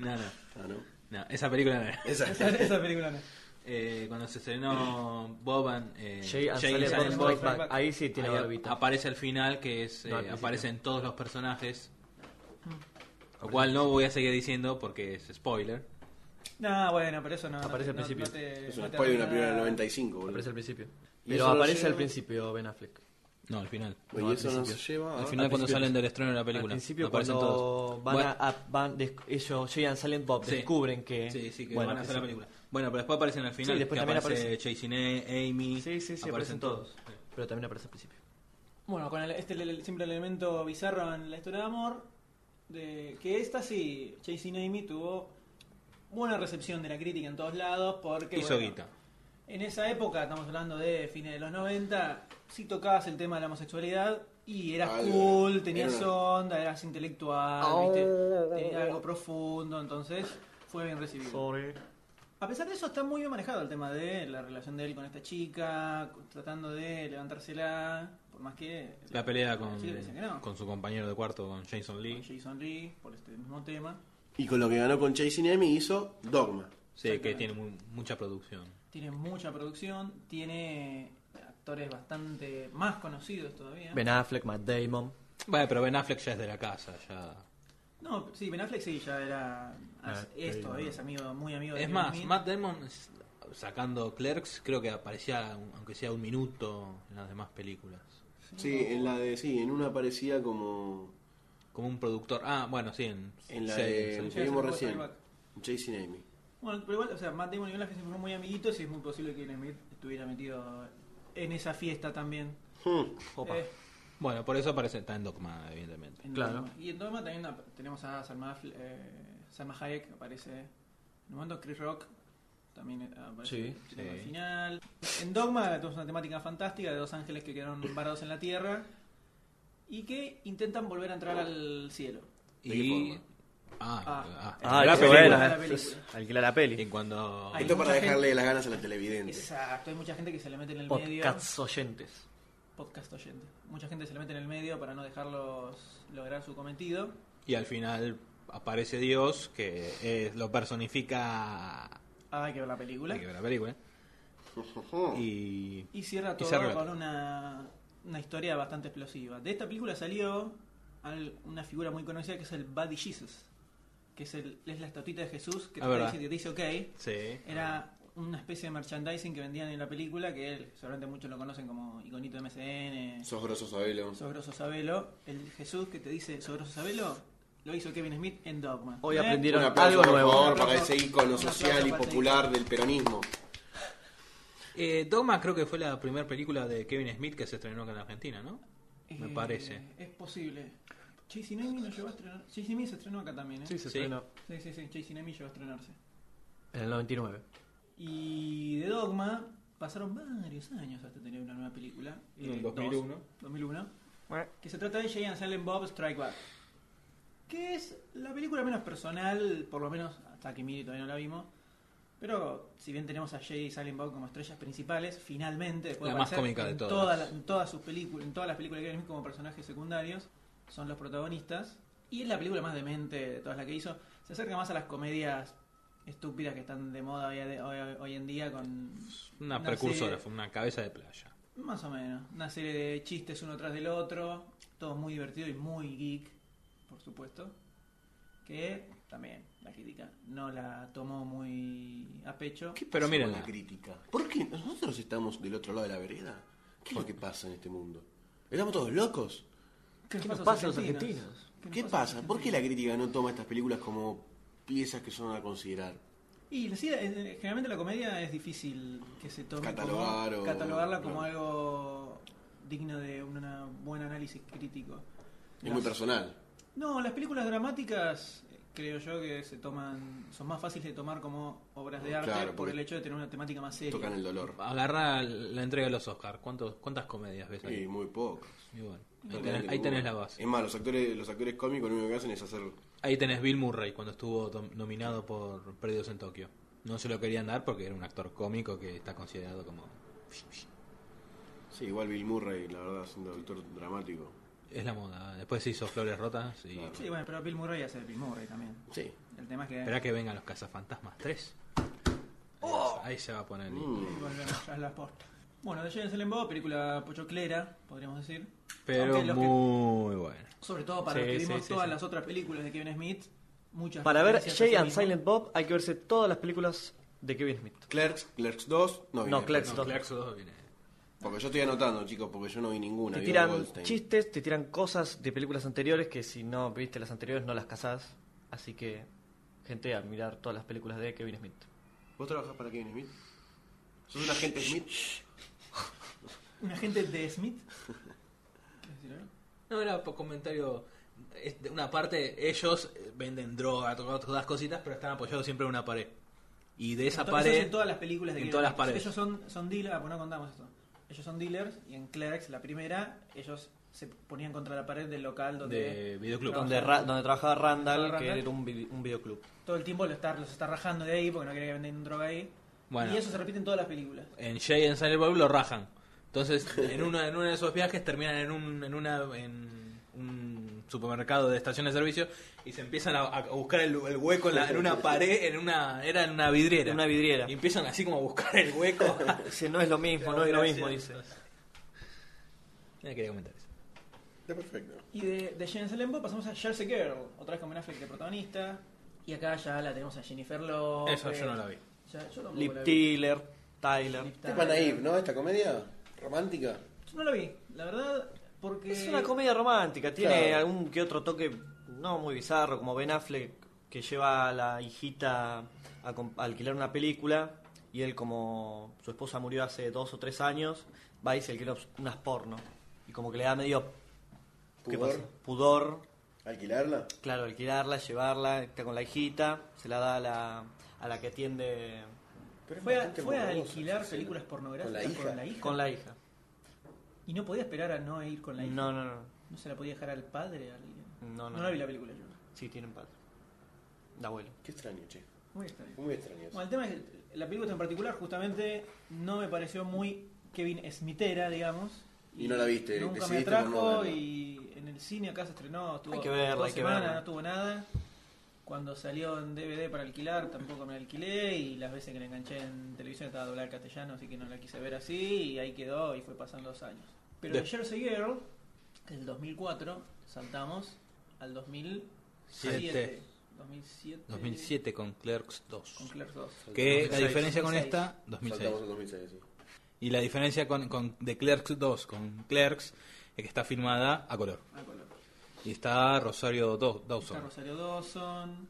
Speaker 5: No, no,
Speaker 4: Ah, ¿no?
Speaker 5: no, esa película no era.
Speaker 2: Esa, esa película no.
Speaker 5: Eh, cuando se estrenó Boban eh,
Speaker 6: Jay and
Speaker 5: Jay
Speaker 6: Silent,
Speaker 5: Silent
Speaker 2: Bob
Speaker 6: Bob.
Speaker 5: Bob,
Speaker 2: Strike Back.
Speaker 6: Ahí sí tiene
Speaker 5: ahí
Speaker 6: barbita.
Speaker 5: aparece al final que es eh,
Speaker 6: No, al principio.
Speaker 5: aparecen todos los personajes lo cual no voy a seguir diciendo porque es spoiler
Speaker 2: No, bueno, pero eso no.
Speaker 6: Aparece al
Speaker 2: no,
Speaker 6: principio.
Speaker 2: No te,
Speaker 4: Es un
Speaker 2: no te
Speaker 4: spoiler de una
Speaker 2: arruina
Speaker 4: película del
Speaker 2: nada.
Speaker 4: 95, boludo.
Speaker 6: Aparece al principio.
Speaker 4: Y
Speaker 6: Pero
Speaker 4: eso lo
Speaker 6: aparece al
Speaker 4: lleva-
Speaker 6: principio Ben Affleck.
Speaker 5: no al final
Speaker 4: Y
Speaker 6: No, al
Speaker 4: eso nos
Speaker 6: principio.
Speaker 4: lleva a...
Speaker 5: al final
Speaker 6: al
Speaker 5: cuando
Speaker 6: principio.
Speaker 5: salen del estreno de la película
Speaker 6: Al principio
Speaker 5: aparecen
Speaker 6: cuando
Speaker 5: todos
Speaker 6: van
Speaker 5: Bueno,
Speaker 6: a, a- van des- ellos Jay and Silent Bob
Speaker 5: Sí.
Speaker 6: descubren que
Speaker 5: sí, sí, que
Speaker 6: bueno,
Speaker 5: van a
Speaker 6: que
Speaker 5: hacer la
Speaker 6: sí.
Speaker 5: película bueno pero después aparecen al final
Speaker 6: Sí, después
Speaker 5: que
Speaker 6: también
Speaker 5: aparece Chasing Amy
Speaker 6: Sí, sí, sí, aparecen todos.
Speaker 5: Sí.
Speaker 6: Pero también aparece al principio.
Speaker 2: Bueno, con el- este el- siempre el elemento bizarro en la historia de amor. De, que esta sí, Chasing Amy tuvo buena recepción de la crítica en todos lados. Porque.
Speaker 5: hizo
Speaker 2: bueno,
Speaker 5: guita
Speaker 2: En esa época, estamos hablando de fines de los 90, si tocabas el tema de la homosexualidad y eras
Speaker 4: Algo.
Speaker 2: cool, tenías
Speaker 4: Era una- Oh.
Speaker 2: onda, eras intelectual, ¿viste? tenías algo profundo, entonces fue bien recibido. A pesar de eso, está muy bien manejado el tema de la relación de él con esta chica, tratando de levantársela, por más que...
Speaker 5: la pelea
Speaker 2: la
Speaker 5: con,
Speaker 2: chica le decía que no.
Speaker 5: con su compañero de cuarto con Jason
Speaker 2: Con
Speaker 5: Lee
Speaker 2: Jason Lee, por este mismo tema.
Speaker 4: Y con lo que ganó con Chasing Amy hizo Dogma.
Speaker 5: sí que
Speaker 2: Exactamente.
Speaker 5: tiene mu- mucha producción
Speaker 2: Tiene mucha producción, tiene actores bastante más conocidos todavía.
Speaker 6: Ben Affleck, Matt Damon.
Speaker 5: bueno pero Ben Affleck ya es de la casa ya
Speaker 2: No, sí, Ben Affleck sí, ya era.
Speaker 6: Ah,
Speaker 2: es
Speaker 6: sí,
Speaker 2: todavía, es amigo, muy amigo de
Speaker 5: Es
Speaker 2: Kevin
Speaker 5: más,
Speaker 2: Smith.
Speaker 5: Matt Damon s- sacando Clerks creo que aparecía un- aunque sea un minuto en las demás películas.
Speaker 4: Sí, en la de... Sí, en una parecía como...
Speaker 5: Como un productor. Ah, bueno, sí, en,
Speaker 4: En la
Speaker 5: Shane,
Speaker 4: de...
Speaker 5: sí.
Speaker 4: que
Speaker 2: sí,
Speaker 4: vimos
Speaker 2: sí,
Speaker 4: recién.
Speaker 2: Strike
Speaker 4: Chasing Amy.
Speaker 2: Bueno, pero igual, o sea, Matt Damon y Ben Affleck siempre fueron muy amiguitos y es muy posible que Kevin Smith estuviera metido en esa fiesta también.
Speaker 4: Hmm.
Speaker 6: Opa.
Speaker 2: Eh,
Speaker 5: Bueno, por eso aparece está en Dogma, evidentemente.
Speaker 2: en
Speaker 6: Claro.
Speaker 2: Dogma. Y en Dogma también ap- tenemos a Salma, Affle- eh, Salma Hayek, que aparece en un momento, Chris Rock también eh, aparece
Speaker 6: Sí,
Speaker 2: en el
Speaker 5: sí.
Speaker 2: final. En Dogma tenemos una temática fantástica de dos ángeles que quedaron varados en la tierra y que intentan volver a entrar al cielo.
Speaker 4: ¿De qué
Speaker 5: Y
Speaker 4: forma?
Speaker 5: Ah, ah.
Speaker 6: Ah,
Speaker 2: la
Speaker 6: qué
Speaker 2: película.
Speaker 6: buena.
Speaker 2: La película.
Speaker 6: Alquila la peli.
Speaker 5: En cuando.
Speaker 2: Ay.
Speaker 4: Esto para
Speaker 2: mucha
Speaker 4: dejarle las ganas a la televidente.
Speaker 2: Exacto, hay mucha gente que se le mete en el medio.
Speaker 6: Podcasts oyentes.
Speaker 2: Podcast oyente. Mucha gente se le mete en el medio para no dejarlos lograr su cometido.
Speaker 5: Y al final aparece Dios, que es- lo personifica.
Speaker 2: Ah, hay que ver la película.
Speaker 5: Hay que ver la película. Y.
Speaker 2: Y cierra
Speaker 5: Y
Speaker 2: todo
Speaker 5: cierra.
Speaker 2: con una, una historia bastante explosiva. De esta película salió al- una figura muy conocida que es el Buddy Jesus, que es, el, es la estatuita de Jesús que
Speaker 5: Ah,
Speaker 2: te,
Speaker 5: verdad.
Speaker 2: dice, que te dice ok.
Speaker 5: Sí.
Speaker 2: Era una especie de merchandising que vendían en la película, que él, seguramente muchos lo conocen como iconito de MCN,
Speaker 4: Sos grosso, Sabelo.
Speaker 2: Sogroso Sabelo. El Jesús que te dice Sogroso Sabelo lo hizo Kevin Smith en Dogma.
Speaker 6: Hoy
Speaker 2: ¿Eh?
Speaker 6: aprendieron
Speaker 4: Un
Speaker 6: algo
Speaker 4: aplauso, por
Speaker 6: nuevo.
Speaker 4: favor, para
Speaker 2: aplauso.
Speaker 4: ese ícono
Speaker 2: Un aplauso
Speaker 4: social y
Speaker 2: para ese
Speaker 4: popular del peronismo.
Speaker 5: Eh, Dogma creo que fue la primera película de Kevin Smith que se estrenó acá en Argentina, ¿no? Me
Speaker 2: Eh,
Speaker 5: parece.
Speaker 2: Es posible. Chasey Nemi no llegó a estrenar. Chasey Nemi se estrenó acá también, ¿eh?
Speaker 6: Sí, se
Speaker 5: Sí.
Speaker 6: estrenó
Speaker 2: Sí, sí, sí, Chasing Amy llegó a estrenarse.
Speaker 6: en el 99.
Speaker 2: Y de Dogma pasaron varios años hasta tener una nueva película.
Speaker 5: En el
Speaker 2: eh,
Speaker 5: 2001.
Speaker 2: dos, 2001. Que se trata de Jay and Silent Bob Strike Back. Que es la película menos personal, por lo menos hasta que Miri todavía no la vimos. Pero si bien tenemos a Jay y Silent Bob como estrellas principales, finalmente, después
Speaker 5: La
Speaker 2: de
Speaker 5: más
Speaker 2: aparecer
Speaker 5: cómica de
Speaker 2: en
Speaker 5: todas.
Speaker 2: toda la- en todas sus películas, en todas las películas que hay como personajes secundarios, son los protagonistas. Y es la película más demente de todas las que hizo. Se acerca más a las comedias estúpidas que están de moda hoy, hoy- hoy en día con...
Speaker 5: Una
Speaker 2: No,
Speaker 5: precursora,
Speaker 2: sí.
Speaker 5: fue una cabeza de playa.
Speaker 2: Más o menos. Una serie de chistes uno tras del otro. Todo muy divertido y muy geek, por supuesto. Que también la crítica no la tomó muy a pecho.
Speaker 5: Pero
Speaker 4: Hacemos
Speaker 5: miren
Speaker 4: la crítica. ¿Por qué nosotros estamos del otro lado de la vereda? ¿Qué es lo que pasa en este mundo? ¿Estamos todos locos?
Speaker 2: ¿Qué,
Speaker 6: nos
Speaker 2: nos
Speaker 6: pasa a los argentinos?
Speaker 2: nos
Speaker 4: ¿Qué
Speaker 2: a los
Speaker 4: pasa? ¿Por qué la
Speaker 2: argentinos?
Speaker 4: crítica no toma estas películas como piezas que son a considerar?
Speaker 2: Y la- sí, eh, generalmente la comedia es difícil que se tome
Speaker 4: Catalogar
Speaker 2: como,
Speaker 4: o-
Speaker 2: catalogarla como
Speaker 4: claro.
Speaker 2: algo digno de una- un buen análisis crítico.
Speaker 4: Es muy
Speaker 2: Las-
Speaker 4: personal.
Speaker 2: No, las películas dramáticas eh, creo yo que se toman son más fáciles de tomar como obras de arte
Speaker 4: Claro,
Speaker 2: por
Speaker 4: porque
Speaker 2: el hecho de tener una temática más seria.
Speaker 4: Tocan el dolor.
Speaker 5: Agarra la entrega de los Oscars. ¿Cuántos, ¿Cuántas comedias ves ahí?
Speaker 4: Y muy poco.
Speaker 5: Y bueno, ahí, tenés, ahí tenés la base.
Speaker 4: Es más, los actores, los actores cómicos lo único que hacen es hacer.
Speaker 5: Ahí tenés Bill Murray cuando estuvo dom- nominado por Perdidos en Tokio. No se lo querían dar porque era un actor cómico que está considerado como...
Speaker 4: Sí, igual Bill Murray, la verdad, es un actor dramático.
Speaker 5: Es la moda. Después se hizo Flores Rotas y...
Speaker 4: Claro.
Speaker 2: Sí, bueno, pero Bill Murray hace de Bill Murray también.
Speaker 4: Sí.
Speaker 2: El tema es que
Speaker 5: Espera que vengan los Cazafantasmas 3. Ahí se va a poner...
Speaker 4: Mm.
Speaker 2: Y volvemos a la posta. Bueno, de James Silent Bob, película pochoclera, podríamos decir.
Speaker 5: Pero
Speaker 2: Aunque los que-
Speaker 5: muy bueno.
Speaker 2: sobre todo para los
Speaker 5: Sí,
Speaker 2: que
Speaker 5: sí,
Speaker 2: vimos
Speaker 5: sí,
Speaker 2: todas
Speaker 5: sí.
Speaker 2: las otras películas de Kevin Smith, muchas
Speaker 6: Para ver
Speaker 2: referencias a
Speaker 6: Jay
Speaker 2: sí
Speaker 6: and
Speaker 2: mismo.
Speaker 6: Silent Bob hay que verse todas las películas de Kevin Smith.
Speaker 4: Clerks, Clerks 2, no vi.
Speaker 6: No,
Speaker 4: nada.
Speaker 6: Clerks.
Speaker 5: No, Clerks 2 viene...
Speaker 4: Porque yo estoy anotando, chicos, porque yo no vi ninguna.
Speaker 6: Te
Speaker 4: vi una de
Speaker 6: tiran
Speaker 4: Goldstein.
Speaker 6: chistes, te tiran cosas de películas anteriores que si no viste las anteriores no las cazás. Así que, gente, a mirar todas las películas de Kevin Smith.
Speaker 4: ¿Vos trabajás para Kevin Smith? ¿Sos un agente Smith?
Speaker 2: Un agente de Smith. ¿Quieres decir algo?
Speaker 5: No, era por comentario. es de Una parte, ellos eh, venden droga, to- todas cositas, pero están apoyados siempre en una pared. Y de esa
Speaker 2: Entonces,
Speaker 5: pared.
Speaker 2: en todas las películas de
Speaker 5: en
Speaker 2: Kevin
Speaker 5: todas las
Speaker 2: Smith.
Speaker 5: paredes.
Speaker 2: Ellos son, son dealers, ah, pues no contamos esto. Ellos son dealers y en Clerks, la primera, ellos se ponían contra la pared del local donde
Speaker 5: De videoclub.
Speaker 6: Donde,
Speaker 2: trabajaban.
Speaker 6: ra- donde trabajaba Randall,
Speaker 2: Randall.
Speaker 6: que era un, vi- un videoclub.
Speaker 2: todo el tiempo lo está, los está rajando de ahí porque no quiere que venden droga ahí.
Speaker 5: Bueno.
Speaker 2: Y eso se repite en todas las películas.
Speaker 5: En Jay en Silent Bob lo rajan. Entonces, en uno, en uno de esos viajes terminan en un, en una, en un supermercado de estación de servicio y se empiezan a, a buscar el, el hueco en, la- en una pared, en una, era en una vidriera.
Speaker 6: En una vidriera.
Speaker 5: Y empiezan así como a buscar el hueco.
Speaker 2: Ah,
Speaker 6: Dice, no es lo mismo, no es lo mismo, dice.
Speaker 5: No Eh, quería comentar eso.
Speaker 4: Está perfecto.
Speaker 2: Y de, de Jane Silent Bob pasamos a Jersey Girl, otra vez con Ben Affleck de protagonista. Y acá ya la tenemos a Jennifer López.
Speaker 5: Eso yo no la vi.
Speaker 2: Ya, yo tampoco la
Speaker 6: Lip
Speaker 2: vi.
Speaker 6: Tiller, Tyler.
Speaker 2: Lip
Speaker 4: Esteban Naive, ¿no? Esta comedia romántica.
Speaker 2: Yo no la vi, la verdad, porque...
Speaker 6: Es una comedia romántica, tiene
Speaker 4: Claro.
Speaker 6: algún que otro toque no muy bizarro, como Ben Affleck que lleva a la hijita a, com- a alquilar una película y él como su esposa murió hace dos o tres años, va y se alquila ups- unas porno. Y como que le da medio ¿qué
Speaker 4: Pudor.
Speaker 6: pasa? pudor,
Speaker 4: ¿Alquilarla?
Speaker 6: claro, alquilarla, llevarla, está con la hijita, se la da a la, a la que atiende
Speaker 4: Pero es
Speaker 2: Fue a,
Speaker 4: bastante
Speaker 2: fue a
Speaker 4: morbosa
Speaker 2: alquilar
Speaker 4: esa
Speaker 2: películas
Speaker 4: escena.
Speaker 2: pornográficas
Speaker 4: Con la hija.
Speaker 6: con la hija.
Speaker 2: Y no podía esperar a no ir con la hija.
Speaker 6: No, no, no,
Speaker 2: No se la podía dejar al padre. Al...
Speaker 6: no, no.
Speaker 2: No la vi la película yo.
Speaker 6: Sí, tienen padre. de abuelo.
Speaker 4: Qué extraño, che.
Speaker 2: Muy extraño.
Speaker 4: Muy extraño. eso.
Speaker 2: Bueno, el tema es que la película en particular justamente no me pareció muy Kevin Smithera, digamos.
Speaker 4: Y no la viste,
Speaker 2: Nunca me
Speaker 4: decidiste por no
Speaker 2: atrajo
Speaker 4: verla.
Speaker 2: y en el cine acá se estrenó, estuvo
Speaker 6: Hay que verla,
Speaker 2: dos
Speaker 6: hay que
Speaker 2: semanas,
Speaker 6: verla.
Speaker 2: no tuvo nada. Cuando salió en DVD para alquilar tampoco me la alquilé y las veces que la enganché en televisión estaba doblada al castellano, así que no la quise ver así y ahí quedó y fue pasando los años. Pero
Speaker 5: De-
Speaker 2: de Jersey Girl, del 2004, saltamos al 2007.
Speaker 5: Siete.
Speaker 2: 2007.
Speaker 5: 2007 con Clerks 2.
Speaker 2: Con Clerks 2.
Speaker 5: que
Speaker 6: 2006,
Speaker 5: la diferencia con
Speaker 2: 2006.
Speaker 5: esta, 2006.
Speaker 4: Saltamos al 2006, sí.
Speaker 5: Y la diferencia con, con de Clerks 2, con Clerks, es que está filmada a color.
Speaker 2: Ah, color.
Speaker 5: Y está Rosario Daw-
Speaker 2: Está
Speaker 5: Dawson.
Speaker 2: Rosario Dawson.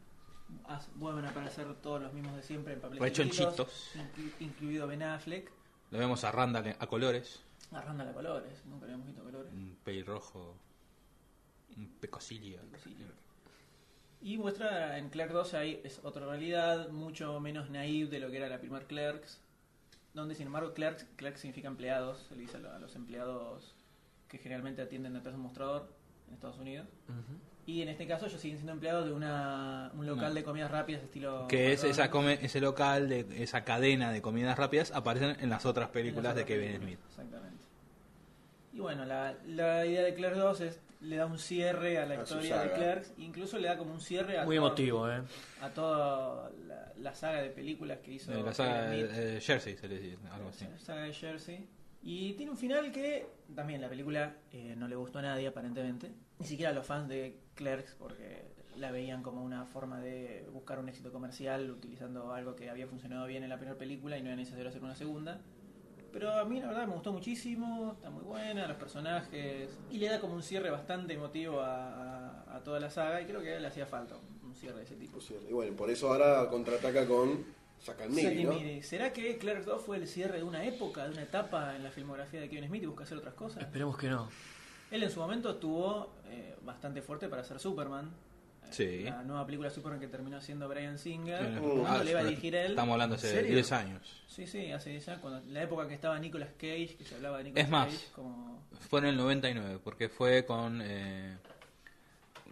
Speaker 2: as- Vuelven a aparecer todos los mismos de siempre en papeles
Speaker 5: Rechonchitos.
Speaker 2: chiquitos, inclu- incluido Ben Affleck.
Speaker 5: Lo vemos a Randall a colores.
Speaker 2: Arrando los colores. Nunca habíamos visto colores.
Speaker 5: Un pelirrojo. Un pecosillo.
Speaker 2: Pecosillo. Y muestra en Clerk 2 ahí es otra realidad, mucho menos naive de lo que era la primer Clerks. Donde, sin embargo, Clerks, Clerks significa empleados. Se le dice a lo- a los empleados que generalmente atienden atrás de un mostrador en Estados Unidos. Y en este caso, ellos siguen siendo empleados de una, un local
Speaker 5: No.
Speaker 2: de comidas rápidas estilo.
Speaker 5: Que es
Speaker 2: McDonald's.
Speaker 5: esa come- ese local, de esa cadena de comidas rápidas, aparecen en las otras películas
Speaker 2: En
Speaker 5: de
Speaker 2: las otras
Speaker 5: Kevin Smith.
Speaker 2: películas, Exactamente. Y bueno, la, la idea de Clerks 2 es, le da un cierre a la
Speaker 4: A su
Speaker 2: historia de
Speaker 4: saga.
Speaker 2: Clerks, incluso le da como un cierre a
Speaker 6: Muy
Speaker 2: todo-
Speaker 6: emotivo, ¿eh?
Speaker 2: a toda la, la saga de películas que hizo
Speaker 5: Eh, la saga
Speaker 2: Oh, Kevin Smith,
Speaker 5: eh, Jersey, se le dice, algo así.
Speaker 2: la saga de Jersey. Y tiene un final que también la película eh, no le gustó a nadie aparentemente, ni siquiera a los fans de Clerks porque la veían como una forma de buscar un éxito comercial utilizando algo que había funcionado bien en la primera película y no era necesario hacer una segunda. Pero a mí la verdad me gustó muchísimo, está muy buena, los personajes. Y le da como un cierre bastante emotivo a, a- a toda la saga y creo que le hacía falta un cierre de ese tipo.
Speaker 4: Pues sí, Y bueno, por eso ahora contraataca con Sacalmiri,
Speaker 2: Zack
Speaker 4: ¿no?
Speaker 2: Miri, ¿Será que Clerks 2 fue el cierre de una época, de una etapa en la filmografía de Kevin Smith y busca hacer otras cosas?
Speaker 6: Esperemos que no.
Speaker 2: Él en su momento estuvo eh, bastante fuerte para hacer Superman. Eh,
Speaker 5: Sí.
Speaker 2: La nueva película Superman que terminó siendo Brian Singer.
Speaker 5: Tiene-
Speaker 4: Uh,
Speaker 5: ah,
Speaker 2: cuando le iba a
Speaker 5: pero
Speaker 2: dirigir él.
Speaker 5: Estamos hablando hace
Speaker 7: ¿Serio?
Speaker 5: 10 años.
Speaker 2: Sí, sí, hace ya, cuando, la época que estaba Nicolas Cage, que se hablaba de Nicolas
Speaker 5: Es más.
Speaker 2: Cage como...
Speaker 5: Fue en el 99, porque fue con eh,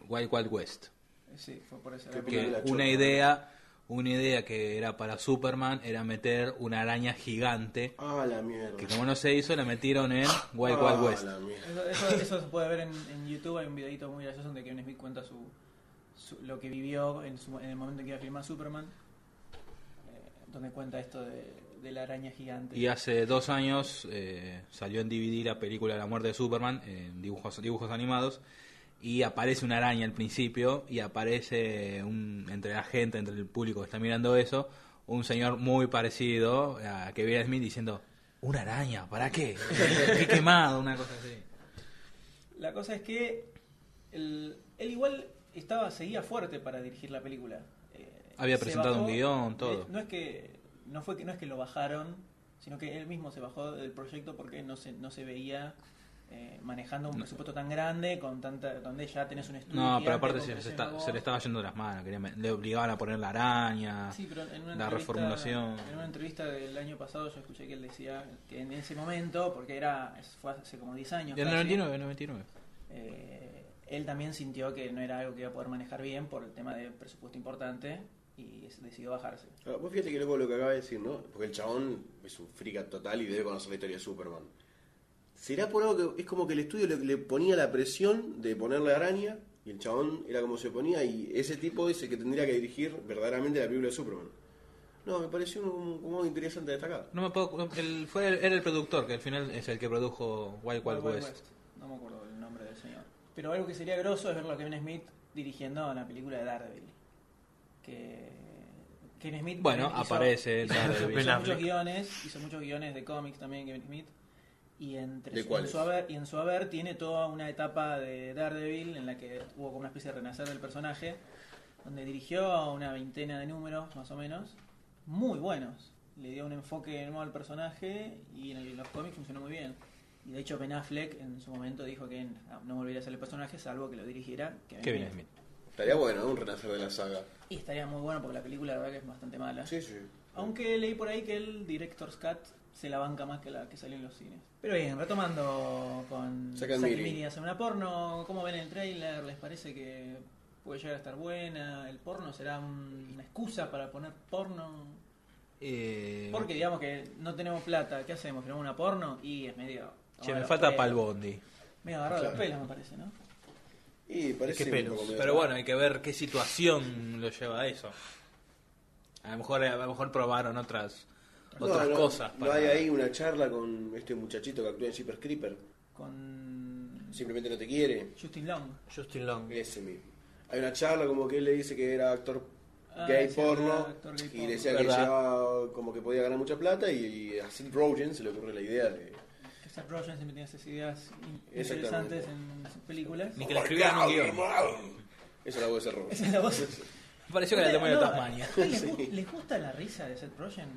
Speaker 5: Wild Wild West.
Speaker 2: eh, Sí, fue por esa
Speaker 4: Qué
Speaker 2: época.
Speaker 5: Que
Speaker 4: Película
Speaker 5: una
Speaker 4: chota.
Speaker 5: idea, una idea que era para Superman era meter una araña gigante,
Speaker 4: Ah, la mierda.
Speaker 5: que como no se hizo, la metieron en Wild
Speaker 4: Ah,
Speaker 5: Wild West.
Speaker 4: la
Speaker 2: Eso,
Speaker 4: mierda.
Speaker 2: eso- eso se puede ver en, en YouTube, hay un videito muy gracioso donde Kevin Smith cuenta su, su- lo que vivió en, su- en el momento en que iba a filmar Superman, eh, donde cuenta esto de, de la araña gigante.
Speaker 5: Y hace dos años eh, salió en DVD la película La muerte de Superman, en dibujos, dibujos animados, y aparece una araña al principio, y aparece un, entre la gente, entre el público que está mirando eso, un señor muy parecido a Kevin Smith diciendo, ¿una araña? ¿Para qué? ¡Qué quemado! Una cosa así.
Speaker 2: La cosa es que el- él igual estaba seguía fuerte para dirigir la película. Eh,
Speaker 5: Había
Speaker 2: se
Speaker 5: presentado un guión, todo.
Speaker 2: eh, No es que no fue que no es que lo bajaron, sino que él mismo se bajó del proyecto porque no se no se veía eh, manejando un presupuesto tan grande con tanta donde ya tenés un estudio.
Speaker 5: No, pero
Speaker 2: gigante
Speaker 5: aparte
Speaker 2: con
Speaker 5: se, se
Speaker 2: presión
Speaker 5: está-
Speaker 2: a vos.
Speaker 5: se le estaba yendo de las manos, quería me- le obligaban a poner la araña.
Speaker 2: Sí, pero en una
Speaker 5: la
Speaker 2: entrevista-
Speaker 5: reformulación.
Speaker 2: En una entrevista del año pasado yo escuché que él decía que en ese momento, porque era fue hace como 10 años.
Speaker 5: Del
Speaker 2: casi,
Speaker 5: 99, 99.
Speaker 2: eh, él también sintió que no era algo que iba a poder manejar bien por el tema de presupuesto importante y es- decidió bajarse.
Speaker 4: Ah, Vos fíjate que loco lo que acaba de decir, ¿no? Porque el chabón es un frica total y debe conocer la historia de Superman. ¿Será por algo que es como que el estudio le, le ponía la presión de ponerle araña y el chabón era como se ponía y ese tipo es el que tendría que dirigir verdaderamente la película de Superman? No, me pareció como, como algo interesante destacar.
Speaker 5: No me puedo. el- fue el- era el productor, que al final es el que produjo Wild Wild,
Speaker 2: Wild Wild
Speaker 5: West.
Speaker 2: West. No me acuerdo el nombre del señor. Pero algo que sería grosso es verlo a Kevin Smith dirigiendo la película de Daredevil. Que Kevin Smith
Speaker 5: Bueno,
Speaker 2: también hizo-
Speaker 5: aparece
Speaker 2: hizo,
Speaker 5: Daredevil.
Speaker 2: hizo
Speaker 6: Ben
Speaker 2: muchos
Speaker 6: Affleck.
Speaker 2: guiones, hizo muchos guiones de cómics también Kevin Smith. Y, entre
Speaker 4: ¿De
Speaker 2: su, en
Speaker 4: cuáles?
Speaker 2: su haber, y en su haber tiene toda una etapa de Daredevil en la que hubo como una especie de renacer del personaje, donde dirigió una veintena de números, más o menos, muy buenos. Le dio un enfoque nuevo al personaje y en, el- en los cómics funcionó muy bien. Y de hecho Ben Affleck en su momento dijo que n- no volvería a ser el personaje salvo que lo dirigiera Kevin,
Speaker 5: Kevin
Speaker 2: Smith.
Speaker 5: Smith.
Speaker 4: Estaría bueno, ¿no? un renacer de la saga.
Speaker 2: Y estaría muy bueno porque la película la verdad que es bastante mala.
Speaker 4: Sí, sí.
Speaker 2: Aunque leí por ahí que el Director's Cut se la banca más que la que salió en los cines. Pero bien, retomando con
Speaker 4: Zack and
Speaker 2: Zack y
Speaker 4: Miri.
Speaker 2: Miri hace una porno, ¿cómo ven el trailer? ¿Les parece que puede llegar a estar buena. ¿El porno será un- una excusa para poner porno?
Speaker 5: Eh,
Speaker 2: Porque digamos que no tenemos plata, ¿qué hacemos? ¿Filmamos una porno? Y es medio.
Speaker 5: che, me
Speaker 2: agarrado
Speaker 5: falta
Speaker 2: los
Speaker 5: pal
Speaker 2: pelos.
Speaker 5: bondi.
Speaker 2: Medio agarrado los
Speaker 4: Claro.
Speaker 2: pelos, me parece, ¿no?
Speaker 4: Y parece un
Speaker 6: Qué pelos.
Speaker 4: poco medio-
Speaker 5: Pero bueno, hay que ver qué situación lo lleva a eso. A lo mejor, a lo mejor probaron otras,
Speaker 4: No,
Speaker 5: otras
Speaker 4: no,
Speaker 5: cosas.
Speaker 4: No
Speaker 5: para-
Speaker 4: hay ahí una charla con este muchachito que actúa en Jeepers Creeper.
Speaker 2: Con
Speaker 4: Simplemente no te quiere.
Speaker 2: Justin Long.
Speaker 6: Justin Long.
Speaker 4: Ese mismo. Hay una charla como que él le dice que era actor
Speaker 2: Ah,
Speaker 4: gay
Speaker 2: sí,
Speaker 4: porno
Speaker 2: era actor gay
Speaker 4: y
Speaker 2: porno.
Speaker 4: decía que
Speaker 5: ¿Verdad?
Speaker 4: llevaba como que podía ganar mucha plata y, a Seth Rogen se le ocurre la idea de
Speaker 2: Que Seth Rogen siempre tenía esas ideas in-
Speaker 4: Exactamente.
Speaker 2: interesantes en sus películas.
Speaker 5: Ni que le escribieran un guión.
Speaker 4: esa es la voz de Seth Rogen.
Speaker 2: Esa es la voz.
Speaker 5: Me Pareció que era el demonio de
Speaker 2: No,
Speaker 5: Tasmania.
Speaker 2: ¿a ustedes ¿Les, gu- les gusta la risa de Seth Rogen?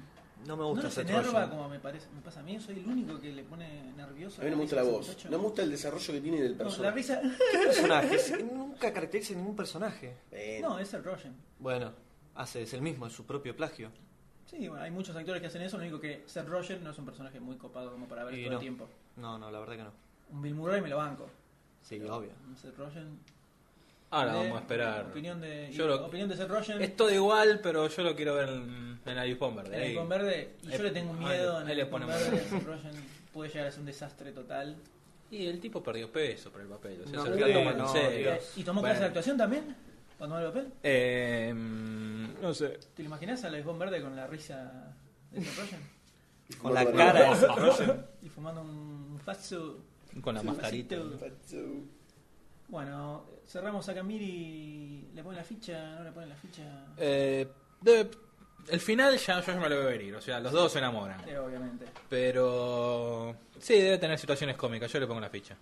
Speaker 6: No me
Speaker 2: ¿No
Speaker 6: gusta
Speaker 2: les
Speaker 6: ese
Speaker 2: enerva como me, parece, me pasa a mí? Soy el único que le pone nervioso.
Speaker 4: A mí no me gusta la
Speaker 2: risa de
Speaker 4: voz,
Speaker 2: ese muchacho.
Speaker 4: no me gusta el desarrollo que tiene del
Speaker 2: No,
Speaker 4: personaje.
Speaker 2: la risa.
Speaker 6: personaje. es- Nunca caracteriza a ningún personaje.
Speaker 4: Eh,
Speaker 2: No, es Seth Rogen.
Speaker 6: Bueno, hace es el mismo, es su propio plagio.
Speaker 2: Sí, bueno, hay muchos actores que hacen eso. Lo único que Seth Rogen no es un personaje muy copado como para ver
Speaker 6: Y
Speaker 2: todo
Speaker 6: no.
Speaker 2: el tiempo.
Speaker 6: No, no, la verdad que no.
Speaker 2: Un Bill Murray me lo banco.
Speaker 6: Sí, obvio.
Speaker 2: Seth Rogen.
Speaker 5: Ahora
Speaker 2: de-
Speaker 5: vamos a esperar.
Speaker 2: Opinión de,
Speaker 5: Yo lo-
Speaker 2: opinión de Seth Rogen.
Speaker 5: Es todo igual, pero yo lo quiero ver en, en Arizona Verde.
Speaker 2: En el
Speaker 5: ahí.
Speaker 2: con verde, y yo
Speaker 5: Ahí-
Speaker 2: le tengo un
Speaker 5: ahí
Speaker 2: miedo
Speaker 5: le-
Speaker 2: en
Speaker 5: ahí
Speaker 2: el
Speaker 5: le
Speaker 2: con
Speaker 5: ponemos.
Speaker 2: verde, Seth Rogen puede llegar a ser un desastre total.
Speaker 5: Y el tipo perdió peso por el papel. O sea,
Speaker 6: No,
Speaker 5: se lo quería
Speaker 6: no,
Speaker 5: tomar en
Speaker 6: no,
Speaker 5: serio.
Speaker 6: Dios.
Speaker 2: Eh, ¿Y tomó
Speaker 5: Bueno.
Speaker 2: clase de actuación también? ¿Cuando tomó el papel?
Speaker 5: Eh, mm, no sé.
Speaker 2: ¿Te lo imaginas a la con verde con la risa de Seth Rogen?
Speaker 6: Con la
Speaker 4: Bárbaro.
Speaker 6: cara de
Speaker 2: Y fumando un faso.
Speaker 5: Con la
Speaker 2: un
Speaker 5: mascarita.
Speaker 2: vasito. Bueno, cerramos acá Miri. ¿Le ponen la ficha? ¿No le ponen la ficha?
Speaker 5: Eh, de- el final ya yo ya me lo veo venir. O sea, los dos se enamoran.
Speaker 2: Sí, obviamente.
Speaker 5: Pero. Sí, debe tener situaciones cómicas. Yo le pongo una ficha.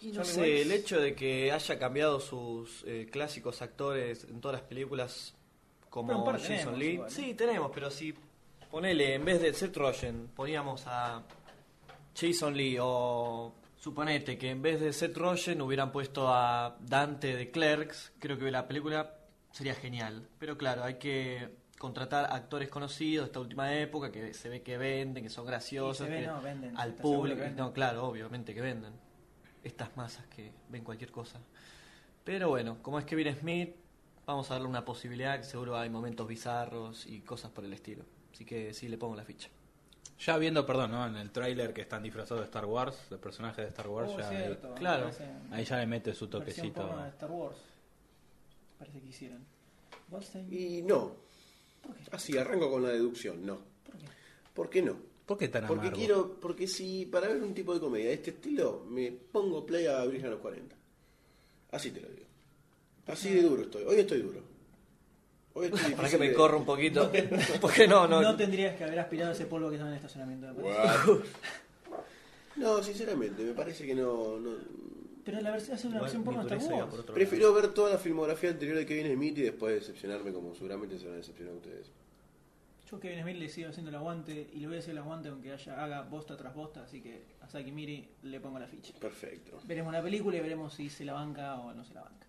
Speaker 6: Y no
Speaker 2: Charlie
Speaker 6: sé,
Speaker 2: Weiss.
Speaker 6: el hecho de que haya cambiado sus eh, clásicos actores en todas las películas
Speaker 2: Pero
Speaker 6: como
Speaker 2: un par
Speaker 6: Jason
Speaker 2: tenemos
Speaker 6: Lee.
Speaker 2: igual, ¿eh?
Speaker 6: Sí, tenemos, pero si ponele, en vez de Seth Rogen, poníamos a Jason Lee o suponete que en vez de Seth Rogen hubieran puesto a Dante de Clerks, creo que la película sería genial. Pero claro, hay que contratar actores conocidos de esta última época que se ve que venden, que son graciosos,
Speaker 2: ve,
Speaker 6: que
Speaker 2: no, venden,
Speaker 6: al
Speaker 2: está seguro que
Speaker 6: público,
Speaker 2: venden.
Speaker 6: no, claro, obviamente que venden. Estas masas que ven cualquier cosa. Pero bueno, como es Kevin Smith, vamos a darle una posibilidad, que seguro hay momentos bizarros y cosas por el estilo. Así que sí, le pongo la ficha.
Speaker 5: Ya viendo, perdón, ¿no? En el tráiler que están disfrazados de Star Wars, los personajes de Star Wars,
Speaker 2: Oh,
Speaker 5: ya
Speaker 2: cierto,
Speaker 5: ahí,
Speaker 6: claro.
Speaker 2: parece
Speaker 5: ahí ya le mete su
Speaker 2: Versión
Speaker 5: toquecito.
Speaker 2: porno de Star Wars. Parece que hicieron. Goldstein.
Speaker 4: Y no. Así arranco con la deducción, no. ¿Por qué no?
Speaker 5: ¿Por qué tan
Speaker 4: Porque
Speaker 5: amargo?
Speaker 4: quiero, porque si para ver un tipo de comedia de este estilo, me pongo play a Virgen a los 40. Así te lo digo. Así de duro estoy. Hoy estoy duro. Hoy estoy
Speaker 6: Para
Speaker 4: difícil
Speaker 6: que me
Speaker 4: de-
Speaker 6: corra un poquito. Porque no, no.
Speaker 2: No tendrías que haber aspirado ese polvo que estaba en el estacionamiento. me parece.
Speaker 4: No, sinceramente, me parece que no. no.
Speaker 2: Pero la versión, hace una
Speaker 6: Igual
Speaker 2: versión porno de
Speaker 6: Nicolás
Speaker 2: Star
Speaker 6: iba
Speaker 2: Wars.
Speaker 6: por otro lado.
Speaker 4: Prefiero ver toda la filmografía anterior de Kevin Smith y después decepcionarme como seguramente se van a decepcionar ustedes.
Speaker 2: Yo que Kevin Smith le sigo haciendo el aguante y le voy a hacer el aguante aunque haya haga bosta tras bosta, así que a Saki Miri le pongo la ficha.
Speaker 4: Perfecto.
Speaker 2: Veremos la película y veremos si se la banca o no se la banca.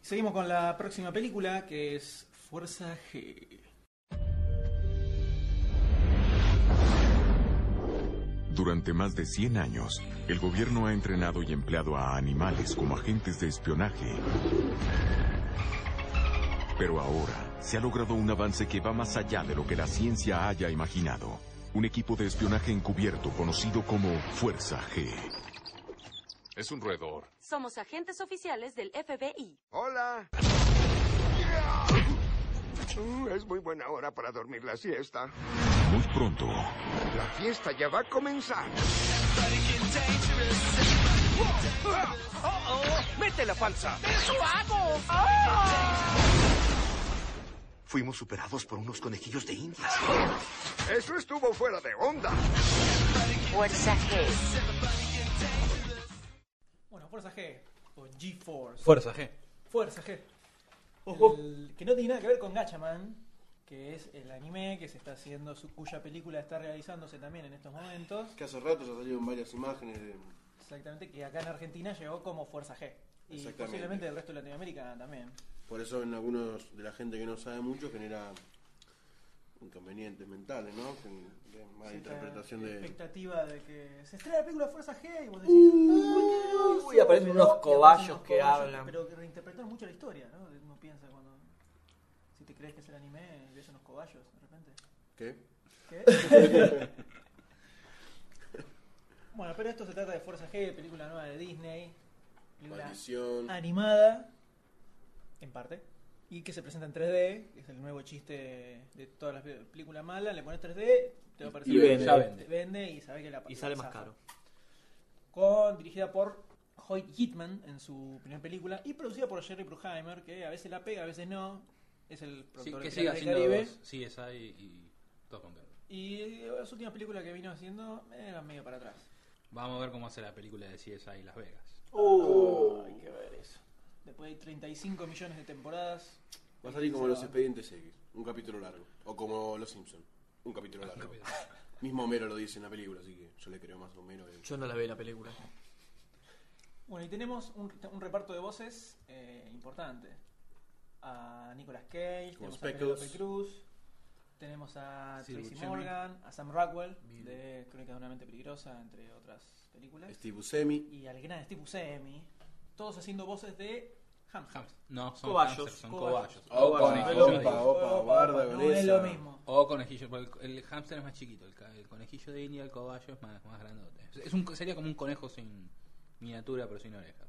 Speaker 2: Seguimos con la próxima película que es Fuerza G.
Speaker 8: Durante más de 100 años, el gobierno ha entrenado y empleado a animales como agentes de espionaje. Pero ahora se ha logrado un avance que va más allá de lo que la ciencia haya imaginado. Un equipo de espionaje encubierto conocido como Fuerza G. Es un roedor.
Speaker 11: Somos agentes oficiales del FBI.
Speaker 12: Hola. Uh, Es muy buena hora para dormir la siesta.
Speaker 8: Muy pronto,
Speaker 12: La fiesta ya va a comenzar. ¡Mete la falsa!
Speaker 1: Fuimos superados por unos conejillos de indias.
Speaker 12: Eso estuvo fuera de onda.
Speaker 11: Fuerza G.
Speaker 2: Bueno, Fuerza G o G-Force.
Speaker 5: Fuerza G.
Speaker 2: Fuerza G. El- que no tiene nada que ver con Gachaman, que es el anime que se está haciendo, su- cuya película está realizándose también en estos momentos.
Speaker 4: Que hace rato ya salieron varias imágenes de.
Speaker 2: Exactamente, que acá en Argentina llegó como Fuerza G. Y
Speaker 4: Exactamente.
Speaker 2: posiblemente el resto de Latinoamérica también.
Speaker 4: Por eso en algunos de la gente que no sabe mucho genera inconvenientes mentales, ¿no? Con- de mala interpretación
Speaker 2: Esta
Speaker 4: de.
Speaker 2: expectativa de que se estrena la película Fuerza G y vos decís, "Ah, ¿por qué no?
Speaker 13: es unos cobayos que hablan.
Speaker 2: Pero que reinterpretaron mucho la historia, ¿no? Uno piensa cuando. Si te crees que es el anime, ves unos cobayos de repente.
Speaker 4: ¿Qué?
Speaker 2: ¿Qué? bueno, pero esto se trata de Fuerza G, película nueva de Disney. película
Speaker 4: Maldición.
Speaker 2: Animada, en parte. Y que se presenta en 3D, que es el nuevo chiste de todas las pe- películas malas. Le pones 3D, te va a aparecer.
Speaker 13: Y vende, ya vende.
Speaker 2: Te vende y sabes que la
Speaker 6: Y
Speaker 2: la
Speaker 6: sale más
Speaker 2: zafa.
Speaker 6: caro.
Speaker 2: Con, dirigida por Hoyt Hitman en su primera película y producida por Jerry Bruckheimer, que a veces la pega, a veces no. Es el
Speaker 5: Sí,
Speaker 2: productor
Speaker 5: que
Speaker 2: de
Speaker 5: siga
Speaker 2: Piratas del
Speaker 5: haciendo
Speaker 2: Caribe.
Speaker 5: dos. Sí, esa y, y todo contento.
Speaker 2: Y eh, las últimas películas que vino haciendo eh, eran medio para atrás.
Speaker 5: Vamos a ver cómo hace la película de CSI Las Vegas.
Speaker 2: Hay que ver eso. Después de 35 millones de temporadas.
Speaker 4: Va a salir como los expedientes X, un capítulo largo. O como los Simpsons, un capítulo largo. Mismo Homero lo dice en la película, así que yo le creo más a Homero. que-
Speaker 13: Yo no la vi la película.
Speaker 2: Bueno, y tenemos un, un reparto de voces eh, importante. A Nicolas Cage,
Speaker 4: Como
Speaker 2: tenemos a
Speaker 4: Speckles.
Speaker 2: Penelope Cruz, tenemos a
Speaker 5: Sí,
Speaker 2: Tracy
Speaker 5: Buscemi.
Speaker 2: Morgan, a Sam Rockwell de Crónica de una mente peligrosa, entre otras películas.
Speaker 4: Steve Buscemi.
Speaker 2: Y al gran Steve Buscemi, todos haciendo voces de hamster.
Speaker 5: No, son
Speaker 2: Cobayos.
Speaker 5: hamsters, son
Speaker 2: Cobayos.
Speaker 5: cobayos.
Speaker 4: Opa,
Speaker 5: Ah,
Speaker 4: opa, opa, guarda
Speaker 2: no
Speaker 4: con
Speaker 2: es
Speaker 4: esa.
Speaker 2: lo mismo.
Speaker 5: O conejillo, porque el, el hámster es más chiquito, el, ca- el conejillo de India, el cobayo es más, más grandote. Es un, sería como un conejo sin miniatura pero sin orejas.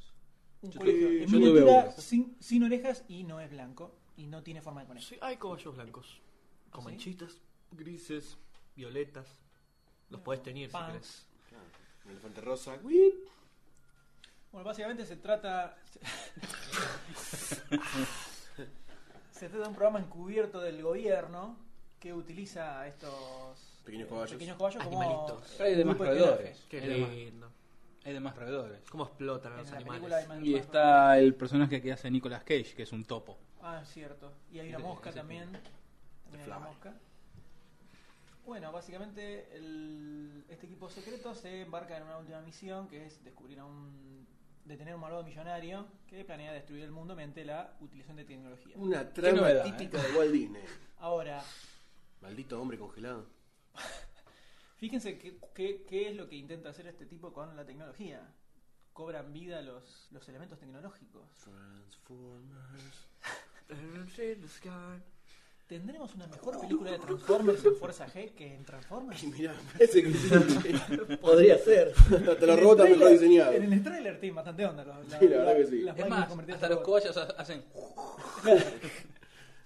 Speaker 2: Un
Speaker 13: Yo
Speaker 2: colegio
Speaker 13: tuve-
Speaker 2: en
Speaker 13: yo tuve
Speaker 2: miniatura,
Speaker 13: uno.
Speaker 2: sin, sin orejas y no es blanco. Y no tiene forma de conejo.
Speaker 13: Sí, hay cobayos blancos. Con
Speaker 2: ¿Sí?
Speaker 13: manchitas, grises, violetas. Los
Speaker 2: Mira,
Speaker 13: podés tener si
Speaker 2: pan.
Speaker 13: querés.
Speaker 4: Un elefante rosa.
Speaker 2: Bueno, básicamente se trata. se trata de un programa encubierto del gobierno que utiliza a estos
Speaker 4: Pequeños
Speaker 2: eh,
Speaker 4: caballos.
Speaker 2: pequeños caballos
Speaker 13: Animalitos.
Speaker 2: como
Speaker 5: Pero hay de más
Speaker 2: grupo espionaje.
Speaker 5: roedores.
Speaker 13: Qué
Speaker 5: Era más-
Speaker 13: lindo.
Speaker 5: Hay demás roedores.
Speaker 13: Cómo explotan a
Speaker 2: En
Speaker 13: los
Speaker 2: la película hay
Speaker 13: animales.
Speaker 2: más-
Speaker 5: Y
Speaker 2: más-
Speaker 5: está el personaje que hace Nicolas Cage, que es un topo.
Speaker 2: Ah, cierto. Y hay una
Speaker 5: Ese-
Speaker 2: mosca
Speaker 5: ese
Speaker 2: también. También hay una
Speaker 4: Fly.
Speaker 2: mosca. Bueno, básicamente el- este equipo secreto se embarca en una última misión que es descubrir a un. detener a un malvado millonario que planea destruir el mundo mediante la utilización de tecnología.
Speaker 4: Una trama
Speaker 5: novedad,
Speaker 4: típica de Walt Disney.
Speaker 2: Ahora,
Speaker 4: Maldito hombre congelado.
Speaker 2: Fíjense qué, qué- qué es lo que intenta hacer este tipo con la tecnología. Cobran vida los, los elementos tecnológicos.
Speaker 4: Transformers.
Speaker 13: Birds in the sky.
Speaker 2: ¿Tendremos una mejor película de Transformers en Fuerza G que en Transformers?
Speaker 4: Y mirá, me parece que sí.
Speaker 13: Ese- Podría ser.
Speaker 4: Te
Speaker 2: En
Speaker 4: lo
Speaker 2: el
Speaker 4: robo tan
Speaker 2: tráiler-
Speaker 4: mejor diseñado.
Speaker 2: En el trailer tiene bastante onda. la-
Speaker 4: Sí, la verdad que sí.
Speaker 2: las
Speaker 5: Es
Speaker 2: máquinas
Speaker 5: más,
Speaker 2: convertidas
Speaker 5: hasta
Speaker 2: en
Speaker 5: los
Speaker 2: robots.
Speaker 5: cobayos ha- hacen...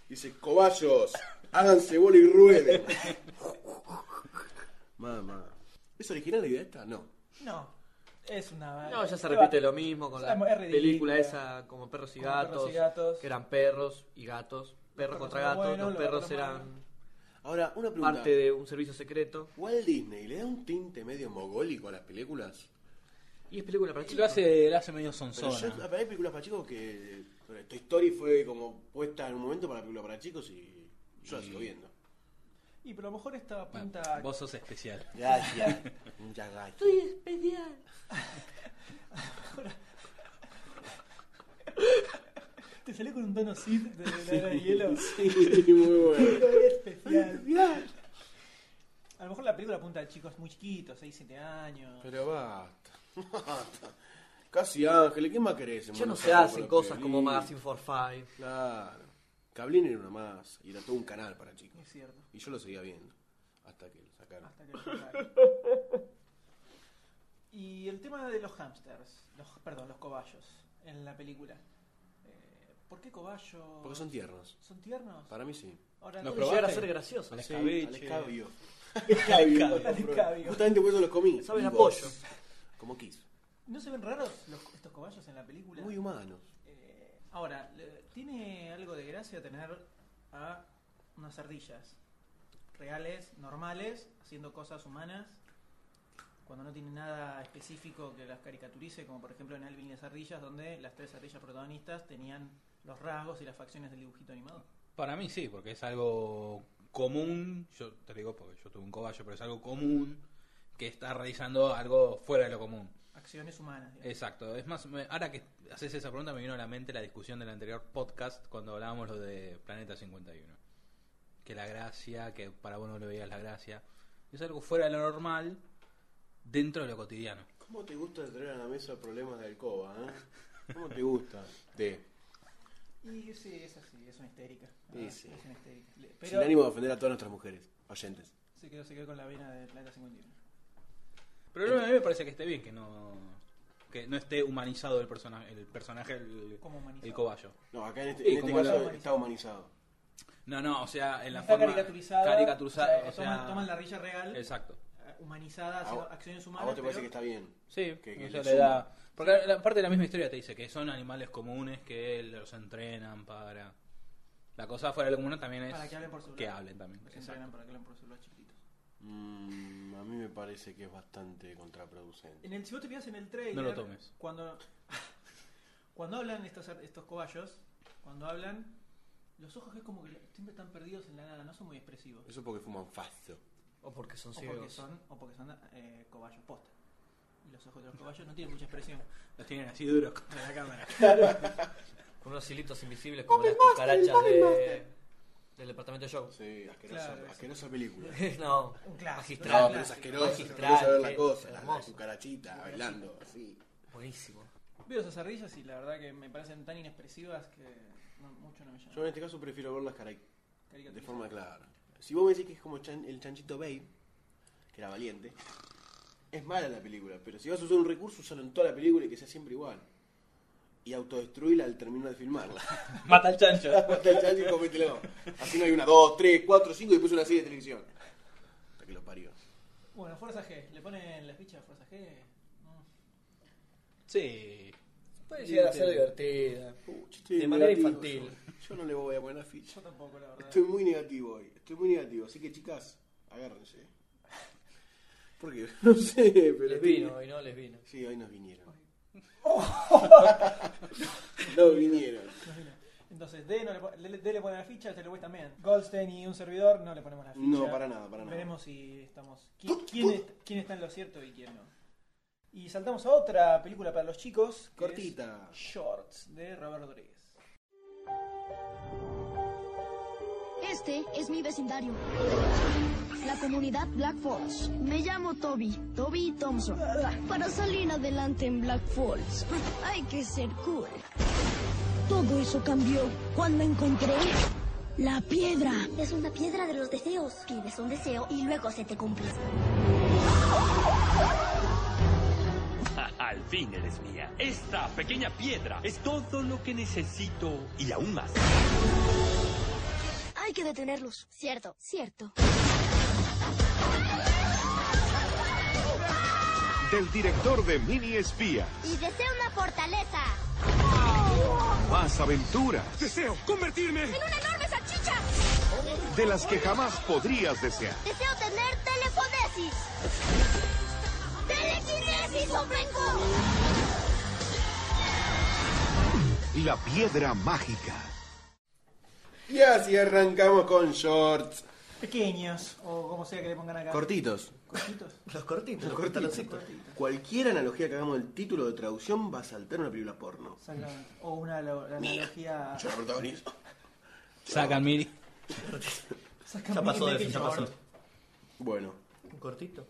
Speaker 4: Dice, cobayos, háganse bola y rueden. Mamá. ¿Es original la idea esta? No.
Speaker 2: No, es una...
Speaker 13: No, ya se repite lo mismo con la
Speaker 2: Es muy- es ridícula.
Speaker 13: película esa como perros y
Speaker 2: Como perros
Speaker 13: gatos,
Speaker 2: y gatos.
Speaker 13: que eran perros y gatos, perros
Speaker 2: perros
Speaker 13: contra
Speaker 2: eran
Speaker 13: gatos,
Speaker 2: buenos,
Speaker 13: los
Speaker 2: los
Speaker 13: perros
Speaker 2: gatos
Speaker 13: eran
Speaker 4: Ahora, una pregunta.
Speaker 13: parte de un servicio secreto.
Speaker 4: ¿Walt Disney le da un tinte medio mogólico a las películas?
Speaker 13: Y es película para
Speaker 5: Lo
Speaker 13: chicos.
Speaker 5: hace, lo hace medio
Speaker 4: Pero yo,
Speaker 5: sonzona.
Speaker 4: hay películas para chicos que... pero Toy Story fue como puesta en un momento para película para chicos y yo la sigo viendo.
Speaker 2: Y pero a lo mejor esta
Speaker 5: Bueno,
Speaker 2: apunta...
Speaker 5: vos sos especial.
Speaker 4: Gracias. Muchas gracias.
Speaker 13: Soy especial.
Speaker 2: Te salió con un tono Sid de la era de hielo.
Speaker 4: Sí, muy bueno.
Speaker 2: especial. A lo mejor la película apunta a chicos muy chiquitos, 6, 7 años.
Speaker 4: Pero basta. basta. Casi Ángeles, ¿qué más querés? en
Speaker 13: Ya no
Speaker 4: Buenos
Speaker 13: se
Speaker 4: Aires
Speaker 13: hacen
Speaker 4: con los
Speaker 13: cosas como
Speaker 4: pibitos?
Speaker 13: Martin for Five.
Speaker 4: Claro. Cablín era una más y era todo un canal para chicos.
Speaker 2: Es cierto.
Speaker 4: Y yo lo seguía viendo. Hasta que lo sacaron.
Speaker 2: Hasta que lo sacaron. Y el tema de los hamsters, los, perdón, los cobayos en la película. Eh, ¿Por qué cobayos?
Speaker 4: Porque son tiernos.
Speaker 2: ¿Son tiernos.
Speaker 4: Para mí sí.
Speaker 2: Ahora,
Speaker 5: ¿Los
Speaker 2: ¿dónde
Speaker 5: probaste?
Speaker 13: Llegar a
Speaker 2: llega-
Speaker 13: ser gracioso.
Speaker 4: Al
Speaker 5: Sí,
Speaker 4: escabeche.
Speaker 5: al
Speaker 4: Al
Speaker 5: escabio.
Speaker 4: escabio.
Speaker 2: Al escabio.
Speaker 4: Justamente por eso los comí.
Speaker 13: Saben a
Speaker 4: Vivos.
Speaker 13: pollo.
Speaker 4: Como quiso.
Speaker 2: ¿No se ven raros los- estos cobayos en la película?
Speaker 4: Muy humanos.
Speaker 2: Eh, ahora, le- ¿tiene algo de gracia tener a unas ardillas reales, normales, haciendo cosas humanas? Cuando no tiene nada específico que las caricaturice, como por ejemplo en Alvin y las ardillas, donde las tres ardillas protagonistas tenían los rasgos y las facciones del dibujito animado.
Speaker 5: Para mí sí, porque es algo común, yo te lo digo porque yo tuve un cobayo, pero es algo común que está realizando algo fuera de lo común.
Speaker 2: Acciones humanas. digamos.
Speaker 5: Exacto, es más, me- ahora que haces esa pregunta me vino a la mente la discusión del anterior podcast cuando hablábamos lo de Planeta 51. Que la gracia, que para vos no le veías la gracia, es algo fuera de lo normal, dentro de lo cotidiano.
Speaker 4: ¿Cómo te gusta traer a la mesa problemas de alcoba, eh? ¿Cómo te gusta? De.
Speaker 2: Y sí, es así, es una histérica.
Speaker 4: Y
Speaker 2: Ah,
Speaker 4: sí.
Speaker 2: Es una histérica. Le-
Speaker 4: Sin
Speaker 2: Pero
Speaker 4: ánimo de ofender a todas nuestras mujeres, oyentes.
Speaker 2: se quedó, se quedó con la vena de Planeta 51.
Speaker 5: Pero no, a mí me parece que esté bien que no que no esté humanizado el personaje, el personaje el,
Speaker 2: ¿Cómo humanizado?
Speaker 5: el cobayo.
Speaker 4: No, acá en este,
Speaker 5: Sí,
Speaker 4: en este
Speaker 5: como
Speaker 4: caso
Speaker 5: lo-
Speaker 4: está humanizado.
Speaker 5: No, no, o sea, en la
Speaker 2: Está
Speaker 5: forma
Speaker 2: caricaturizada.
Speaker 5: caricaturizada,
Speaker 2: o sea,
Speaker 5: o sea-
Speaker 2: toman, toman la rilla real,
Speaker 5: Exacto.
Speaker 2: eh, humanizada,
Speaker 4: A
Speaker 2: haciendo
Speaker 4: vos-
Speaker 2: acciones
Speaker 4: ¿A
Speaker 2: humanas.
Speaker 4: vos te parece
Speaker 2: pero-
Speaker 4: que está bien?
Speaker 5: Sí,
Speaker 4: Que- que
Speaker 5: o
Speaker 4: le
Speaker 5: sea, le
Speaker 4: suma.
Speaker 5: da- porque la parte de la misma historia te dice que son animales comunes que los entrenan para la cosa fuera de lo común también es
Speaker 2: Para que hablen por su
Speaker 5: que
Speaker 2: lado.
Speaker 5: hablen también.
Speaker 2: Los
Speaker 5: Exacto.
Speaker 2: entrenan para que hablen por su lado, chiquitos.
Speaker 4: Mm, a mí me parece que es bastante contraproducente.
Speaker 2: En el, si vos te fijas en el trailer.
Speaker 5: No lo tomes.
Speaker 2: Cuando, cuando hablan estos, estos cobayos, cuando hablan, los ojos es como que siempre están perdidos en la nada, no son muy expresivos.
Speaker 4: Eso porque fuman fasto.
Speaker 6: O porque son
Speaker 2: O
Speaker 6: ciegos.
Speaker 2: porque son, o porque son eh, cobayos posta. Y los ojos de los cobayos no tienen mucha expresión.
Speaker 5: Los tienen así duros contra la cámara.
Speaker 6: Con unos hilitos invisibles como las
Speaker 2: Master,
Speaker 6: cucarachas
Speaker 2: Puppet
Speaker 6: de-
Speaker 2: Master.
Speaker 6: del departamento de show.
Speaker 4: Sí, asquerosa,
Speaker 2: Claro, sí.
Speaker 4: asquerosa película.
Speaker 6: no,
Speaker 2: Un clásico.
Speaker 6: magistral.
Speaker 4: No, pero es asqueroso,
Speaker 6: magistral,
Speaker 4: asqueroso ver la
Speaker 6: qué
Speaker 4: cosa, la- la
Speaker 6: hermoso.
Speaker 4: cucarachita bailando, así.
Speaker 6: Buenísimo.
Speaker 2: Veo esas ardillas y la verdad que me parecen tan inexpresivas que no- mucho no me
Speaker 4: Yo en
Speaker 2: llaman.
Speaker 4: este caso prefiero verlas cara- de
Speaker 2: Caricaturizadas.
Speaker 4: forma clara. Si vos me decís que es como Chan- el chanchito Babe, que era valiente, es mala la película, pero si vas a usar un recurso, usalo en toda la película y que sea siempre igual. Y autodestruirla al terminar de filmarla.
Speaker 5: Mata al chancho.
Speaker 4: Hasta el chancho y comételo. Así no hay una, dos, tres, cuatro, cinco y después una serie de televisión. Hasta que lo parió.
Speaker 2: Bueno, Fuerza G, ¿le ponen las fichas a Fuerza G? Mm.
Speaker 5: Sí.
Speaker 6: Puede llegar a ser divertida. De manera infantil.
Speaker 4: Yo, yo no le voy a poner afiche.
Speaker 2: Yo tampoco, la verdad.
Speaker 4: Estoy muy negativo hoy, estoy muy negativo, así que chicas, agárrense. Porque no sé, pero
Speaker 6: Les
Speaker 4: estoy-
Speaker 6: vino, hoy no les vino.
Speaker 4: Sí, hoy nos vinieron. nos vinieron.
Speaker 2: Entonces, D, no le, pon- le- D le ponen la ficha, este le voy también. Goldstein y un servidor no le ponemos la ficha.
Speaker 4: No, para nada, para nada.
Speaker 2: Veremos si estamos. ¿Quién, quién es- quién está en lo cierto y quién no? Y saltamos a otra película para los chicos. que
Speaker 4: Cortita.
Speaker 2: es Shorts de Robert Rodríguez.
Speaker 14: Este es mi vecindario. La comunidad Black Falls. Me llamo Toby, Toby Thompson. Para salir adelante en Black Falls, hay que ser cool. Todo eso cambió cuando encontré la piedra. Es una piedra de los deseos. Pides un deseo y luego se te cumple.
Speaker 15: Al fin eres mía. Esta pequeña piedra es todo lo que necesito y aún más.
Speaker 14: Hay que detenerlos. Cierto, cierto.
Speaker 8: Del director de Mini Espía.
Speaker 14: Y deseo una fortaleza.
Speaker 8: Más aventuras
Speaker 15: Deseo convertirme
Speaker 14: ¡En una enorme salchicha!
Speaker 8: de las que jamás podrías desear.
Speaker 14: Deseo tener telefonesis. ¡Telequinesis, Openco!
Speaker 8: La piedra mágica.
Speaker 4: Y así arrancamos con shorts.
Speaker 2: Pequeños, o como sea que le pongan acá.
Speaker 4: Cortitos.
Speaker 2: Cortitos.
Speaker 6: Los cortitos.
Speaker 4: Los cortitos. Cualquier analogía que hagamos del título de traducción va a saltar una película porno.
Speaker 2: Exactamente. O una lo- la analogía.
Speaker 4: Yo la protagonizo.
Speaker 5: Sacan mini.
Speaker 2: Sacan
Speaker 6: Ya pasó
Speaker 2: mil
Speaker 6: de eso, ya
Speaker 2: shorts.
Speaker 6: pasó.
Speaker 4: Bueno,
Speaker 6: Un cortito.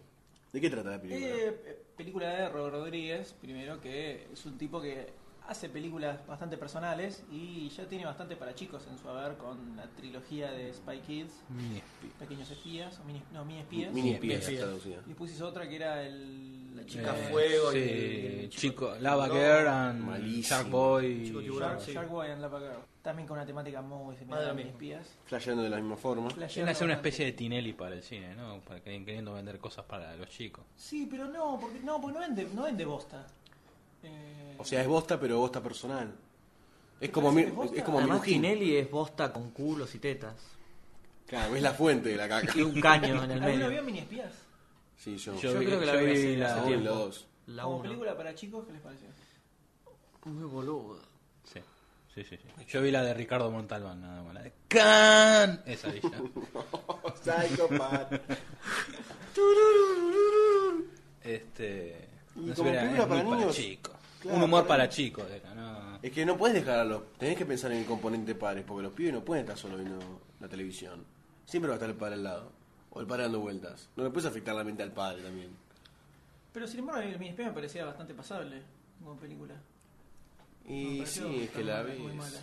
Speaker 4: ¿de qué trata la película?
Speaker 2: Eh, eh, película de Robert Rodríguez, primero que es un tipo que hace películas bastante personales y ya tiene bastante para chicos en su haber con la trilogía de Spy Kids,
Speaker 5: Mini espía.
Speaker 2: Pequeños Espías, o mini, no, Mini Espías.
Speaker 4: Mini
Speaker 5: Mini
Speaker 4: espías
Speaker 5: espías.
Speaker 4: traducida.
Speaker 2: Y después hizo otra que era el... La
Speaker 6: Chica Fuego y-
Speaker 5: Eh, sí, chico, Lava Girl and
Speaker 4: Malísimo.
Speaker 5: Shark Boy.
Speaker 6: Chico tiburón.
Speaker 2: Shark,
Speaker 6: sí.
Speaker 2: Shark Boy and Lava Girl. También con una temática muy similar
Speaker 6: Madre
Speaker 2: a Mini
Speaker 6: mía.
Speaker 2: Espías.
Speaker 4: Flasheando de la misma forma.
Speaker 5: Quieren hacer una
Speaker 2: bastante.
Speaker 5: especie de Tinelli para el cine, ¿no? Para que queriendo vender cosas para los chicos.
Speaker 2: Sí, pero no, porque no, porque no vende, no vende bosta. Eh,
Speaker 4: O sea, es bosta, pero bosta personal. Es como,
Speaker 2: parece
Speaker 4: mi-
Speaker 2: que es bosta?
Speaker 4: es como
Speaker 6: Además,
Speaker 4: Minujín.
Speaker 6: Tinelli es bosta con culos y tetas.
Speaker 4: Claro, es la fuente de la caca.
Speaker 6: Y un caño en el
Speaker 2: ¿Alguno vio
Speaker 6: medio.
Speaker 2: Mini Espías?
Speaker 4: Sí, yo.
Speaker 5: Yo creo que la vi hace
Speaker 4: la
Speaker 5: tiempo.
Speaker 4: dos.
Speaker 6: La
Speaker 2: Como
Speaker 6: 1.
Speaker 2: película para chicos, ¿qué les pareció?
Speaker 6: Muy boludo.
Speaker 5: Sí. Sí, sí, sí. Yo vi la de Ricardo Montalbán, nada más. La de ¡Can! Esa vi ya.
Speaker 4: Psychopath.
Speaker 5: Este.
Speaker 4: Y
Speaker 5: no sé,
Speaker 4: como
Speaker 5: era-
Speaker 4: película
Speaker 5: es
Speaker 4: para
Speaker 5: muy
Speaker 4: niños.
Speaker 5: chicos.
Speaker 4: Claro,
Speaker 5: Un humor
Speaker 4: para-
Speaker 5: para chicos era, ¿no?
Speaker 4: Es que no puedes dejarlo. Tenés que pensar en el componente pares, porque los pibes no pueden estar solo viendo la televisión. Siempre va a estar el padre al lado. O el padre dando vueltas. No le puedes afectar la mente al padre también.
Speaker 2: Pero sin embargo, el Minispy me parecía bastante pasable como película. Me
Speaker 4: Y
Speaker 2: pareció
Speaker 4: sí, es que la
Speaker 2: muy- muy
Speaker 4: ves.
Speaker 2: mala.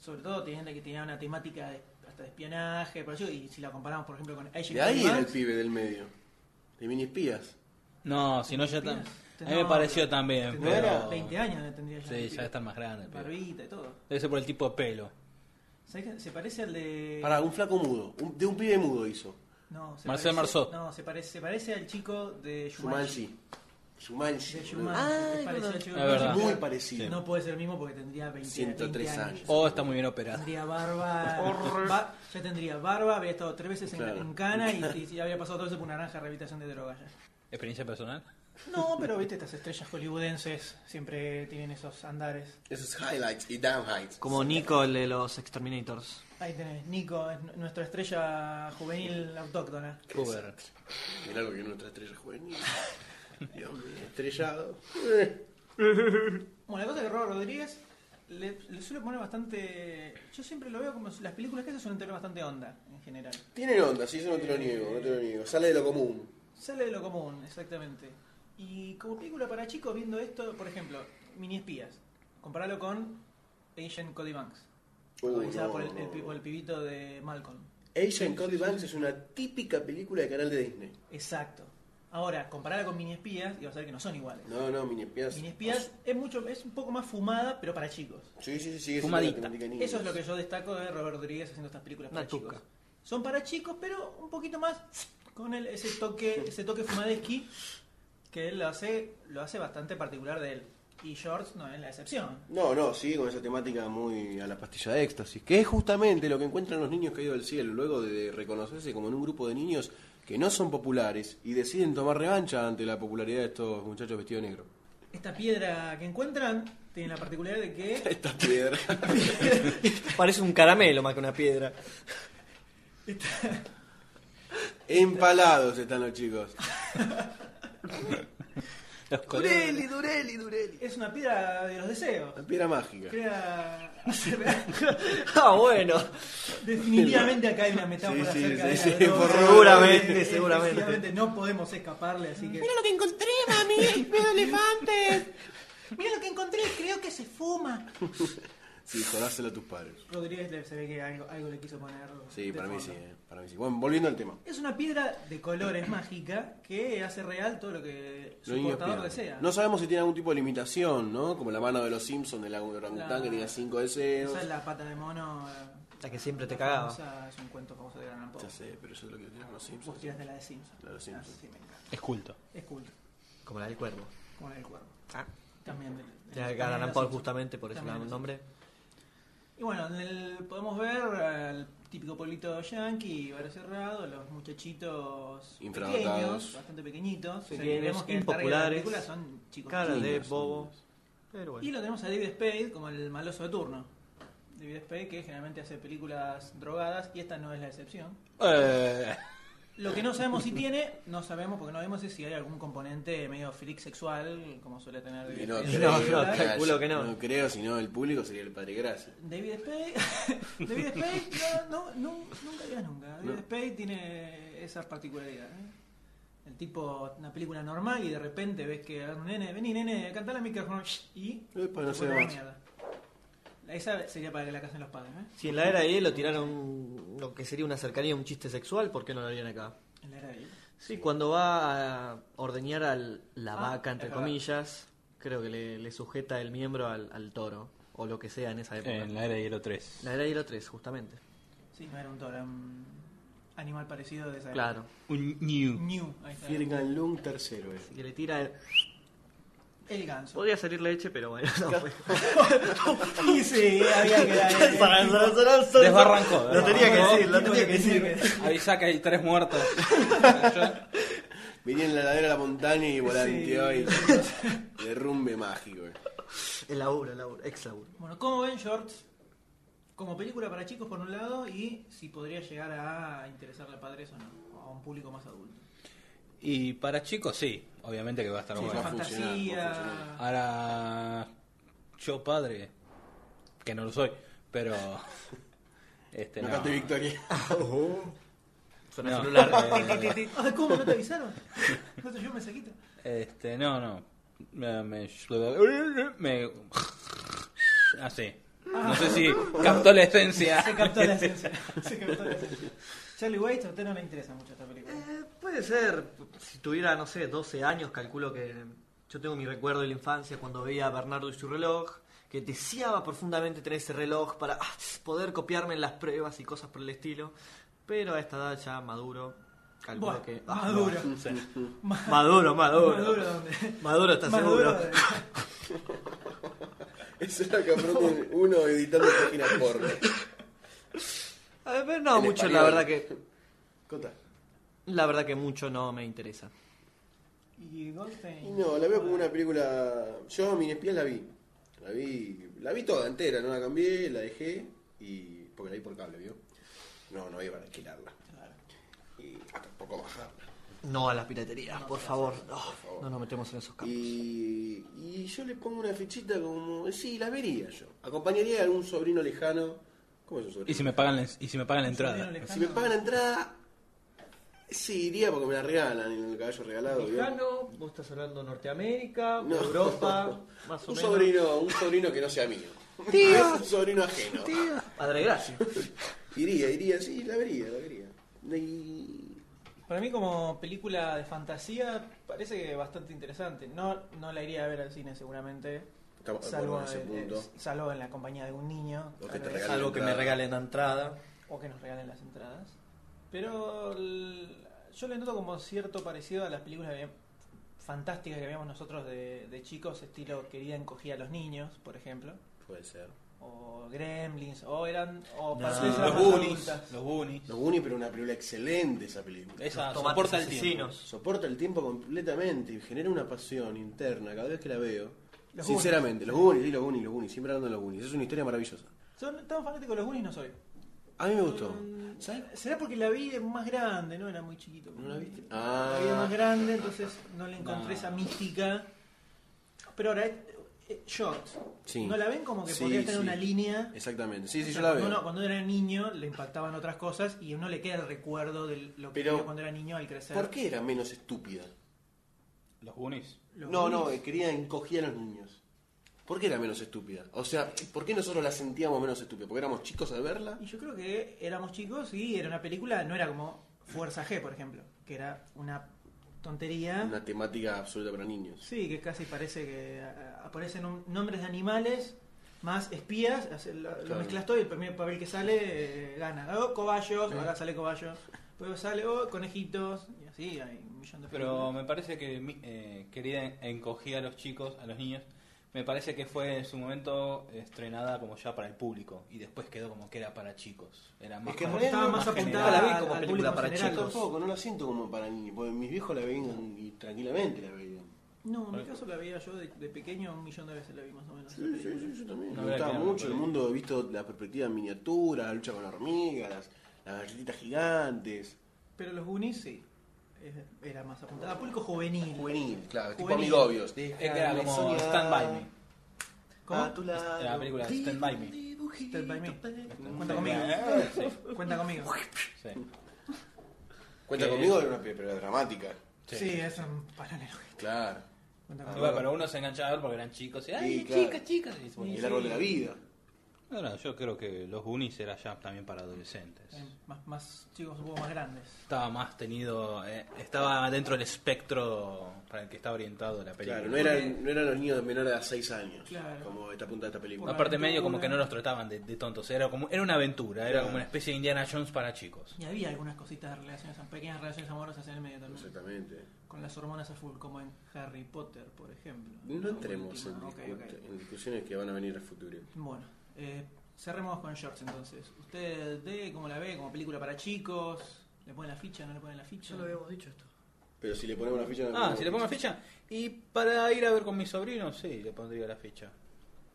Speaker 2: Sobre todo teniendo que tenía una temática de- hasta de espionaje, por eso, y si la comparamos, por ejemplo, con Agent
Speaker 4: De ahí era el
Speaker 2: Advance,
Speaker 4: pibe del medio. De mini espías.
Speaker 5: No, si no ya está. A mí me
Speaker 2: No,
Speaker 5: pareció también,
Speaker 2: tendría
Speaker 5: pero.
Speaker 2: 20 años tendría ya.
Speaker 5: Sí, ya está más grande. pero-
Speaker 2: Barbita y todo.
Speaker 5: Debe ser por el tipo de pelo.
Speaker 2: ¿Sabés qué? Se parece al de.
Speaker 4: Para un flaco mudo. un- de un pibe mudo hizo.
Speaker 2: No, se
Speaker 5: Marcel
Speaker 2: parece-
Speaker 5: Marceau.
Speaker 2: No, se parece, se parece al chico de Shumanji.
Speaker 4: Shumanji. Shumanji.
Speaker 2: De
Speaker 4: boludo.
Speaker 2: Shumanji. es parecido al chico de
Speaker 5: Es verdad.
Speaker 2: Shumanji.
Speaker 4: Muy parecido.
Speaker 2: No puede ser el mismo porque tendría 20,
Speaker 4: 103
Speaker 2: 20 años.
Speaker 4: años.
Speaker 5: O está muy bien operado.
Speaker 2: Tendría barba. ba- ya tendría barba, había estado tres veces en,
Speaker 5: Claro.
Speaker 2: en cana y, y- y había pasado todo eso por una naranja rehabilitación de drogas. ya.
Speaker 5: ¿Experiencia personal?
Speaker 2: No, pero viste, estas estrellas hollywoodenses siempre tienen esos andares.
Speaker 4: Esos highlights y downhights.
Speaker 6: Como Nico, el de los Exterminators.
Speaker 2: Ahí tenés, Nico, es nu- nuestra estrella juvenil autóctona.
Speaker 5: Uber.
Speaker 4: Mirá lo que es nuestra estrella juvenil. Dios mío, estrellado. Eh,
Speaker 2: Bueno, la cosa es que Robert Rodríguez le, le suele poner bastante. Yo siempre lo veo como si las películas que hace suelen tener bastante onda en general.
Speaker 4: Tienen onda, sí, eso no te lo niego, no te lo niego. Sale de lo común.
Speaker 2: Sale de lo común, exactamente. Y como película para chicos, viendo esto, por ejemplo, Mini Espías, comparalo con Agent Cody Banks,
Speaker 4: Uh,
Speaker 2: protagonizada
Speaker 4: no,
Speaker 2: por el, el
Speaker 4: no.
Speaker 2: pi- por el pibito de Malcolm.
Speaker 4: Asian Cody Banks es una típica película de canal de Disney.
Speaker 2: Exacto. Ahora, comparala con Mini Espías y vas a ver que no son iguales.
Speaker 4: No, no, mini espías.
Speaker 2: Mini Espías es, mucho, es un poco más fumada, pero para chicos.
Speaker 4: Sí, sí, sí, sigue siendo
Speaker 5: Fumadita.
Speaker 4: la temática de niños.
Speaker 2: Eso es lo que yo destaco de Robert Rodríguez haciendo estas películas para
Speaker 6: Una tuca.
Speaker 2: chicos. Son para chicos, pero un poquito más con el, ese toque, ese toque fumadesqui que él lo hace, lo hace bastante particular de él. Y Shorts no es la excepción.
Speaker 4: No, no, sigue con esa temática muy a la pastilla de éxtasis, que es justamente lo que encuentran los niños caídos del cielo, luego de reconocerse como en un grupo de niños que no son populares y deciden tomar revancha ante la popularidad de estos muchachos vestidos de negro.
Speaker 2: Esta piedra que encuentran tiene la particularidad de que
Speaker 4: Esta piedra.
Speaker 6: Parece un caramelo más que una piedra.
Speaker 4: Empalados están los chicos.
Speaker 5: Los colores.
Speaker 4: Durelli, Durelli.
Speaker 2: es una piedra de los deseos.
Speaker 4: La piedra mágica.
Speaker 2: Crea-
Speaker 6: ah, bueno.
Speaker 2: Definitivamente acá hay una metáfora
Speaker 4: Sí, sí,
Speaker 2: acerca
Speaker 4: sí,
Speaker 2: de la
Speaker 4: sí,
Speaker 2: droga.
Speaker 4: por seguramente,
Speaker 2: Eh,
Speaker 6: seguramente.
Speaker 2: efectivamente, No podemos escaparle, así que...
Speaker 11: lo que encontré, mami! ¡Veo elefantes!
Speaker 2: Mira lo que encontré, creo que se fuma.
Speaker 4: Sí, jodáselo a tus padres.
Speaker 2: Rodríguez le- se ve que algo, algo le quiso poner.
Speaker 4: Sí,
Speaker 2: de
Speaker 4: para mí sí,
Speaker 2: fondo.
Speaker 4: eh, para mí sí. Bueno, volviendo al tema.
Speaker 2: Es una piedra de colores mágica que hace real todo lo que
Speaker 4: Los
Speaker 2: su
Speaker 4: niños
Speaker 2: portador
Speaker 4: piensan.
Speaker 2: desea.
Speaker 4: No sabemos si tiene algún tipo de limitación, ¿no? Como la mano de los Simpsons, del orangután
Speaker 2: La-
Speaker 4: que tenía cinco deseos.
Speaker 2: Esa es la pata de mono. eh,
Speaker 6: La que siempre te
Speaker 2: la
Speaker 6: cagaba.
Speaker 2: famosa, Es un cuento famoso de Gran Poe.
Speaker 4: Ya sé, pero yo lo quiero tirar con los Simpsons.
Speaker 2: Vos tirás de la de Simpson.
Speaker 4: La de los Simpsons.
Speaker 2: Ah, sí, me encanta.
Speaker 5: Es culto.
Speaker 2: Es culto,
Speaker 6: Como la del cuervo.
Speaker 2: como la del cuervo.
Speaker 6: Ah.
Speaker 2: También del.
Speaker 6: La
Speaker 2: también
Speaker 6: de
Speaker 2: de la
Speaker 6: Garan Paul,
Speaker 2: Simpson.
Speaker 6: justamente por eso
Speaker 2: También
Speaker 6: el
Speaker 2: de la
Speaker 6: nombre.
Speaker 2: Y bueno, en el- podemos ver al típico pueblito yankee, bar cerrado, los muchachitos
Speaker 4: Infradotados.
Speaker 2: pequeños, bastante pequeñitos,
Speaker 6: Pequeños,
Speaker 2: vemos que el target de la
Speaker 6: impopulares.
Speaker 2: película son chicos.
Speaker 6: Cara de
Speaker 4: Niños,
Speaker 6: bobo.
Speaker 4: niños.
Speaker 6: Pero bueno.
Speaker 2: Y lo tenemos a David Spade como el maloso de turno. David Spade que generalmente hace películas drogadas y esta no es la excepción.
Speaker 5: Eh,
Speaker 2: Lo que no sabemos si tiene, no sabemos porque no vemos es si hay algún componente medio freak sexual como suele tener
Speaker 4: Y
Speaker 2: David
Speaker 4: no,
Speaker 2: Spade.
Speaker 4: creo,
Speaker 6: no,
Speaker 4: Gracias.
Speaker 6: calculo que no.
Speaker 4: No creo, si no, el público sería el padre Gracia.
Speaker 2: David Spade, David Spade, no, no, no, nunca digas nunca. David
Speaker 4: No.
Speaker 2: Spade tiene esa particularidad. ¿eh? El tipo, una película normal y de repente ves que agarra un nene, vení nene, cantá la micrófono y.
Speaker 4: Epa, no
Speaker 2: se
Speaker 4: sé
Speaker 2: pone la
Speaker 4: más.
Speaker 2: mierda. Esa sería para que la casen los padres. ¿eh?
Speaker 6: Si en la era de hielo tiraron lo que sería una cercanía a un chiste sexual, ¿por qué no lo harían acá?
Speaker 2: En la era de-
Speaker 6: Sí, cuando va a ordeñar a la
Speaker 2: Ah,
Speaker 6: vaca, entre
Speaker 2: es verdad.
Speaker 6: comillas, creo que le, le sujeta el miembro al, al toro, o lo que sea en esa época.
Speaker 5: en la era de hielo 3.
Speaker 6: La era de hielo 3, justamente.
Speaker 2: Sí, no era un toro, era un animal parecido de esa.
Speaker 6: Claro.
Speaker 5: Un new.
Speaker 2: New, ahí está.
Speaker 4: Fiergan Lung tercero, eh.
Speaker 6: Que le tira el-
Speaker 2: El ganso.
Speaker 6: Podría salir leche, pero bueno. No, pues fue.
Speaker 2: Y sí, había que dar. el-
Speaker 5: Desbarrancó,
Speaker 6: Lo tenía que
Speaker 5: desbarrancó.
Speaker 6: decir, lo
Speaker 2: Tipo
Speaker 6: tenía que
Speaker 2: que tenía
Speaker 6: decir.
Speaker 5: Avisa que hay tres muertos.
Speaker 4: Venía en la ladera de la montaña y volanteó y derrumbe mágico. eh.
Speaker 6: El laburo, el laburo, ex laburo.
Speaker 2: Bueno, como ven Shorts? Como película para chicos por un lado y si podría llegar a interesarle a padres o no, o a un público más adulto.
Speaker 5: Y para chicos, sí. Obviamente que va a estar
Speaker 2: Sí,
Speaker 5: bueno.
Speaker 4: va a funcionar, va a
Speaker 2: fantasía.
Speaker 4: funcionar.
Speaker 5: Ahora, yo padre, que no lo soy, pero... Este,
Speaker 4: No cante victoria.
Speaker 6: Suena
Speaker 5: No.
Speaker 6: celular.
Speaker 5: Eh,
Speaker 2: Ah, ¿Cómo? ¿No te avisaron? ¿No te llegó un mensajito?
Speaker 5: Este, no, no. Me. me, me- ah, sí. No sé si captó la esencia.
Speaker 2: Se captó la esencia. Se captó la esencia. Charlie Waits, a usted no le interesa mucho esta película.
Speaker 6: Eh, Puede ser, si tuviera, no sé, 12 años, calculo que yo tengo mi recuerdo de la infancia cuando veía a Bernardo y su reloj, que deseaba profundamente tener ese reloj para ah, poder copiarme en las pruebas y cosas por el estilo, pero a esta edad ya maduro, calculo
Speaker 2: Buah,
Speaker 6: que...
Speaker 2: maduro.
Speaker 6: no, no sé.
Speaker 2: Ma-
Speaker 6: maduro, maduro.
Speaker 2: ah, Maduro, ¿dónde?
Speaker 6: Maduro, ¿estás
Speaker 2: Maduro,
Speaker 6: seguro?
Speaker 4: Eso es lo que aprende uno editando páginas porno.
Speaker 6: A ver, Eh, pero no,
Speaker 4: En
Speaker 6: mucho, la
Speaker 4: español.
Speaker 6: verdad que...
Speaker 4: Cota.
Speaker 6: La verdad que mucho no me interesa.
Speaker 2: Y Goldstein.
Speaker 4: Y no, la veo como una película. Yo mi espía la vi. La vi. La vi toda entera, no la cambié, la dejé y. porque la vi por cable, ¿vio? No, no iba para alquilarla. Y ah, tampoco bajarla.
Speaker 6: No a la piratería, por, favor. No,
Speaker 4: favor.
Speaker 6: no nos metemos en esos campos.
Speaker 4: Y, y yo le pongo una fichita como. eh, Sí, la vería yo. Acompañaría a algún sobrino lejano. ¿Cómo es un sobrino?
Speaker 5: Y si me pagan la, y si me pagan la entrada.
Speaker 4: Si me pagan la entrada. Sí, iría porque me la regalan en el caballo regalado. ¿vio?
Speaker 6: Lejano, vos estás hablando Norteamérica,
Speaker 4: No.
Speaker 6: Europa, más o
Speaker 4: Un
Speaker 6: menos.
Speaker 4: sobrino, un sobrino que no sea mío.
Speaker 6: Tío.
Speaker 4: un sobrino ajeno.
Speaker 6: Padre Gracia.
Speaker 4: Iría, iría, sí, la vería, la vería. Y-
Speaker 2: Para mí como película de fantasía parece que bastante interesante. No, no la iría a ver al cine seguramente.
Speaker 4: Estamos de
Speaker 2: salvo,
Speaker 4: acuerdo en ese
Speaker 2: en-
Speaker 4: punto.
Speaker 2: eh, salvo en la compañía de un niño.
Speaker 4: O
Speaker 2: tal
Speaker 4: que te
Speaker 2: vez,
Speaker 4: regalen
Speaker 6: Algo que me
Speaker 4: entrada.
Speaker 6: regalen la entrada.
Speaker 2: o que nos regalen las entradas. Pero el- yo le noto como cierto parecido a las películas que- fantásticas que veíamos nosotros de, de chicos, estilo Querida encogía a los niños, por ejemplo.
Speaker 4: Puede ser.
Speaker 2: O Gremlins, o eran... O
Speaker 6: No.
Speaker 2: parecidas a
Speaker 5: Los
Speaker 2: las
Speaker 5: Goonies.
Speaker 2: adultas.
Speaker 5: Los Goonies.
Speaker 4: Los Goonies, pero una película excelente esa película.
Speaker 5: Esa
Speaker 6: tomates
Speaker 5: soporta el tiempo.
Speaker 6: asesinos.
Speaker 4: Soporta el tiempo completamente y genera una pasión interna cada vez que la veo.
Speaker 2: Los
Speaker 4: Sinceramente, los Goonies, sí, los Goonies, los Goonies, siempre hablando de los Goonies. Es una historia maravillosa.
Speaker 2: Son tan fanático de los Goonies no soy.
Speaker 4: A mí me gustó.
Speaker 2: Será porque la vi de más grande, ¿no? Era muy chiquito. ¿No
Speaker 4: la viste?
Speaker 2: La
Speaker 4: Ah.
Speaker 2: vi de más grande, entonces no le encontré
Speaker 5: No.
Speaker 2: esa mística. Pero ahora, eh, eh, Short,
Speaker 4: Sí.
Speaker 2: ¿no la ven como que
Speaker 4: Sí,
Speaker 2: podría tener
Speaker 4: sí.
Speaker 2: una línea?
Speaker 4: Exactamente. Sí, sí,
Speaker 2: O
Speaker 4: yo
Speaker 2: sea,
Speaker 4: la
Speaker 2: cuando uno-
Speaker 4: veo.
Speaker 2: cuando era niño le impactaban otras cosas y no le queda el recuerdo de lo que
Speaker 4: Pero-
Speaker 2: vio cuando era niño al crecer.
Speaker 4: ¿Por qué era menos estúpida?
Speaker 5: Los Goonies.
Speaker 2: Los
Speaker 4: no, no,
Speaker 2: Goonies.
Speaker 4: eh, quería encogía a los niños. ¿Por qué era menos estúpida? O sea, ¿por qué nosotros la sentíamos menos estúpida? ¿Porque éramos chicos al verla?
Speaker 2: Y yo creo que éramos chicos y era una película, no era como Fuerza G, por ejemplo, que era una tontería.
Speaker 4: Una temática absoluta para niños.
Speaker 2: Sí, que casi parece que a- a- aparecen un- nombres de animales más espías, hace- lo, lo
Speaker 4: Claro.
Speaker 2: mezclas todo y el primer papel que sale eh, gana. Oh, cobayos, ahora sale cobayos, luego sale oh, conejitos, y así hay un millón de
Speaker 5: Pero
Speaker 2: películas.
Speaker 5: me parece que mi- eh, querida en- encogía a los chicos, a los niños. Me parece que fue en su momento estrenada como ya para el público y después quedó como que era para chicos. Era más
Speaker 4: Es que en
Speaker 5: como-
Speaker 4: realidad
Speaker 2: estaba
Speaker 4: no-
Speaker 2: más
Speaker 5: más
Speaker 2: apuntada
Speaker 5: general.
Speaker 6: la vi como
Speaker 2: al
Speaker 6: película
Speaker 2: público
Speaker 6: para
Speaker 2: en
Speaker 4: Yo
Speaker 2: general.
Speaker 6: chicos.
Speaker 4: tampoco, no la siento como para niños, porque mis viejos la veían y tranquilamente la veían.
Speaker 2: No, en mi caso la veía yo de, de pequeño, un millón de veces la vi más o menos. esa película.
Speaker 4: yo también.
Speaker 5: No
Speaker 4: Me
Speaker 5: la
Speaker 4: gustaba
Speaker 5: quedaron,
Speaker 4: mucho el
Speaker 5: pero-
Speaker 4: mundo, he visto la perspectiva en miniatura, la lucha con hormigas, las, las galletitas gigantes.
Speaker 2: Pero los Goonies sí, eh, era más apuntada. al Público juvenil.
Speaker 4: Juvenil, claro, tipo
Speaker 2: Juvenil.
Speaker 4: amigos obvios.
Speaker 5: Es que era como Stand By Me.
Speaker 2: ¿Cómo?
Speaker 5: Ah,
Speaker 4: A tu lado.
Speaker 5: Era la película de Stand By Me.
Speaker 2: Stand by me. Cuenta
Speaker 5: Sí.
Speaker 2: conmigo.
Speaker 5: Eh, Sí,
Speaker 2: Cuenta conmigo.
Speaker 5: sí.
Speaker 4: Cuenta
Speaker 5: Que-
Speaker 4: conmigo, era una película dramática.
Speaker 5: Sí.
Speaker 2: Sí, es un paralelo.
Speaker 4: Claro.
Speaker 2: Cuenta
Speaker 5: Y
Speaker 2: conmigo.
Speaker 5: bueno, pero uno se enganchaba a ver porque eran chicos. Y, ¡Ay,
Speaker 4: Ah, Sí, claro.
Speaker 5: chicas, chicas! Y bueno,
Speaker 4: Y el árbol de la vida.
Speaker 5: no, no, yo creo que los Goonies era ya también para adolescentes.
Speaker 2: Eh, más, más chicos un poco más grandes.
Speaker 5: Estaba más tenido, eh, estaba dentro del espectro para el que está orientado la película.
Speaker 4: Claro, no eran, no eran los niños menores de 6 años,
Speaker 2: Claro.
Speaker 4: como está apuntada esta película.
Speaker 5: Aparte
Speaker 2: aventura.
Speaker 5: medio como que no los trataban de, de tontos, era como era una aventura, era
Speaker 4: Claro.
Speaker 5: como una especie de Indiana Jones para chicos.
Speaker 2: Y había algunas cositas de relaciones, pequeñas relaciones amorosas en el medio también.
Speaker 4: Exactamente.
Speaker 2: Con las hormonas a full, como en Harry Potter, por ejemplo.
Speaker 4: No
Speaker 2: La
Speaker 4: entremos en,
Speaker 2: última, ok,
Speaker 4: discu-
Speaker 2: ok.
Speaker 4: en discusiones que van a venir a futuro.
Speaker 2: Bueno, eh, cerremos con Shorts entonces. ¿Usted de cómo la ve? ¿Como película para chicos? ¿Le ponen la ficha? ¿No le ponen la ficha?
Speaker 6: Ya lo habíamos dicho esto.
Speaker 4: Pero si le ponemos la ficha... no
Speaker 5: Ah, si le pongo la ficha. Y para ir a ver con mis sobrinos, sí, le pondría la ficha.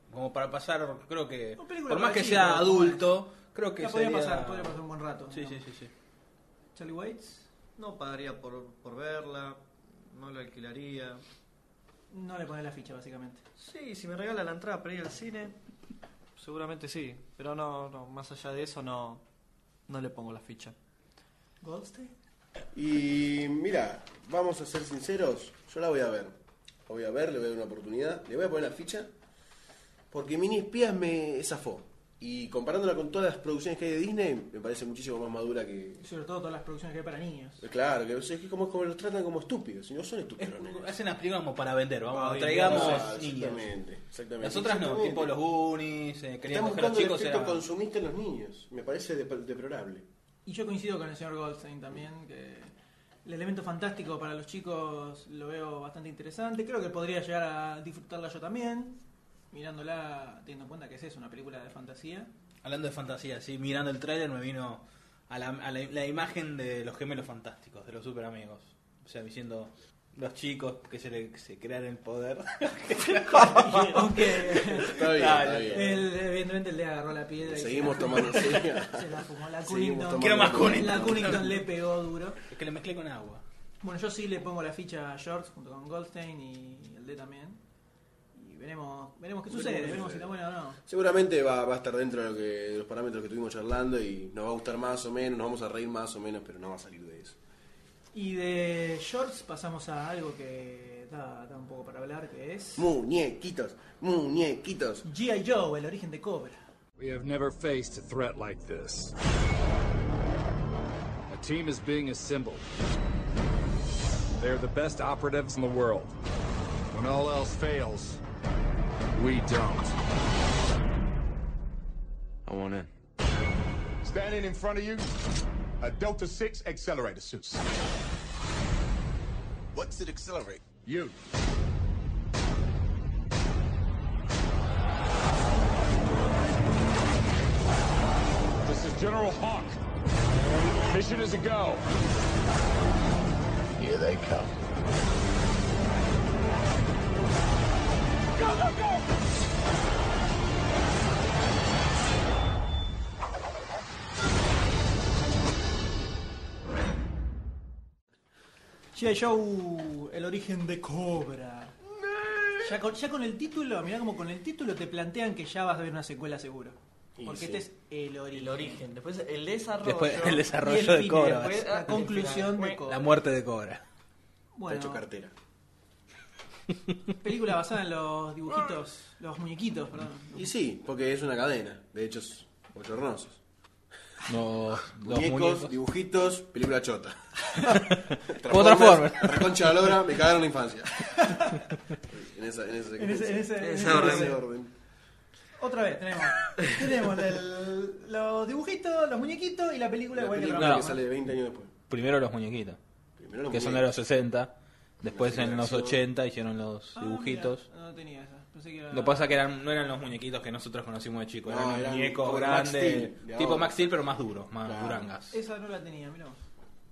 Speaker 5: Como para pasar, creo que...
Speaker 2: Una película
Speaker 5: Por más
Speaker 2: para
Speaker 5: que
Speaker 2: chicos,
Speaker 5: sea
Speaker 2: ¿no?
Speaker 5: adulto, creo que...
Speaker 2: La podría
Speaker 5: sería-
Speaker 2: pasar, podría pasar un buen rato.
Speaker 5: Sí, sí,
Speaker 2: digamos.
Speaker 5: sí, sí.
Speaker 2: Charlie Waits,
Speaker 6: No pagaría por, por verla, no la alquilaría.
Speaker 2: no le ponen la ficha básicamente.
Speaker 6: Sí, si me regala la entrada para ir al cine, seguramente sí. Pero no, no más allá de eso, no, no le pongo la ficha.
Speaker 2: Goldstein.
Speaker 4: Y mira, vamos a ser sinceros, yo la voy a ver. La voy a ver, le voy a dar una oportunidad, le voy a poner la ficha, porque Mini Espías me zafó. Y comparándola con todas las producciones que hay de Disney, me parece muchísimo más madura que...
Speaker 2: Sobre todo todas las producciones que hay para niños.
Speaker 4: Claro, que es que como, como los tratan como estúpidos, y no son
Speaker 5: Es-
Speaker 4: estúpidos. los nenes.
Speaker 5: Hacen las películas como para vender, vamos,
Speaker 4: Ay,
Speaker 5: traigamos
Speaker 4: claro,
Speaker 5: niños.
Speaker 4: exactamente, exactamente.
Speaker 5: Las otras no,
Speaker 4: Exactamente.
Speaker 5: tipo los Goonies,
Speaker 4: Están
Speaker 5: eh, querían coger a los
Speaker 4: buscando el
Speaker 5: chicos.
Speaker 4: efecto
Speaker 5: era-
Speaker 4: consumista en los niños, me parece dep- deplorable.
Speaker 2: Y yo coincido con el señor Goldstein también, que el elemento fantástico para los chicos lo veo bastante interesante. Creo que podría llegar a disfrutarla yo también, mirándola, teniendo en cuenta que es eso, una película de fantasía.
Speaker 5: Hablando de fantasía, sí, mirando el tráiler me vino a, la, a la- la imagen de los gemelos fantásticos, de los super amigos. O sea, diciendo los chicos que se, le- que se crean el poder.
Speaker 2: Aunque
Speaker 4: Está bien, está bien. Pues
Speaker 2: el, evidentemente él le agarró la piedra. y
Speaker 4: Seguimos
Speaker 2: se la-
Speaker 4: tomando, sí.
Speaker 2: Se la fumó la
Speaker 4: Seguimos
Speaker 2: Cunnington.
Speaker 4: tomando. Quiero más Cunnington.
Speaker 2: La Cunnington le pegó duro.
Speaker 5: Es que le mezclé con agua.
Speaker 2: Bueno, yo sí le pongo la ficha a George junto con Goldstein y el D también. Y veremos, veremos qué
Speaker 4: Veremos
Speaker 2: sucede,
Speaker 4: qué
Speaker 2: veremos
Speaker 4: sucede.
Speaker 2: si está buena o no.
Speaker 4: Seguramente va, va a estar dentro de, lo que- de los parámetros que estuvimos charlando y nos va a gustar más o menos, nos vamos a reír más o menos, pero no va a salir de eso.
Speaker 2: Y de shorts pasamos a algo que da, da un poco para hablar, que es
Speaker 4: Muñequitos, muñequitos.
Speaker 2: G.I. Joe, el origen de Cobra.
Speaker 16: We have never faced a threat like this. A team is being assembled. They're the best operatives in the world. When all else fails, we don't.
Speaker 17: I want in.
Speaker 18: Standing in front of you, a Delta 6 accelerator suit. What's it accelerate? You.
Speaker 9: This is General Hawk. Mission is a go.
Speaker 17: Here they come.
Speaker 9: Go, go, go!
Speaker 2: G.I. Joe, el origen de Cobra. Ya con, ya con el título, mirá como con el título te plantean que ya vas a ver una secuela seguro.
Speaker 6: Y
Speaker 2: Porque
Speaker 6: sí.
Speaker 2: este es el origen.
Speaker 6: El origen, después el desarrollo.
Speaker 5: Después el desarrollo
Speaker 2: Y el
Speaker 5: de
Speaker 2: fin,
Speaker 5: Cobra.
Speaker 2: después
Speaker 5: El
Speaker 2: la conclusión de Cobra.
Speaker 5: La muerte de Cobra.
Speaker 2: Bueno,
Speaker 4: Te ha hecho cartera.
Speaker 2: película basada en los dibujitos, los muñequitos, perdón.
Speaker 4: Y sí, porque es una cadena, de hechos bochornosos.
Speaker 5: No,
Speaker 4: Muñecos, dibujitos, película chota.
Speaker 5: Como Transformers.
Speaker 4: Reconcha de la lora, me cagaron la infancia. en, esa, en, ese,
Speaker 2: En ese- en ese- en ese orden. Otra vez tenemos, tenemos el- los dibujitos, los muñequitos y la película
Speaker 4: La
Speaker 2: igual que
Speaker 4: película
Speaker 5: no.
Speaker 4: que sale 20 años después.
Speaker 5: Primero los muñequitos,
Speaker 4: Primero los
Speaker 5: que son de los
Speaker 4: muñecos.
Speaker 5: 60. Después en los
Speaker 4: generación.
Speaker 5: 80 hicieron los
Speaker 2: Ah,
Speaker 5: dibujitos.
Speaker 2: mira, no tenía esa. Pensé que era-
Speaker 5: Lo que pasa es que eran, no eran los muñequitos que nosotros conocimos de chicos,
Speaker 4: No,
Speaker 5: eran,
Speaker 4: eran
Speaker 5: muñecos
Speaker 4: como Max
Speaker 5: grandes,
Speaker 4: Steel, de
Speaker 5: tipo
Speaker 4: ahora.
Speaker 5: Max Steel pero más duros, más
Speaker 4: Claro.
Speaker 5: durangas.
Speaker 2: Esa no la tenía, mirá. vos.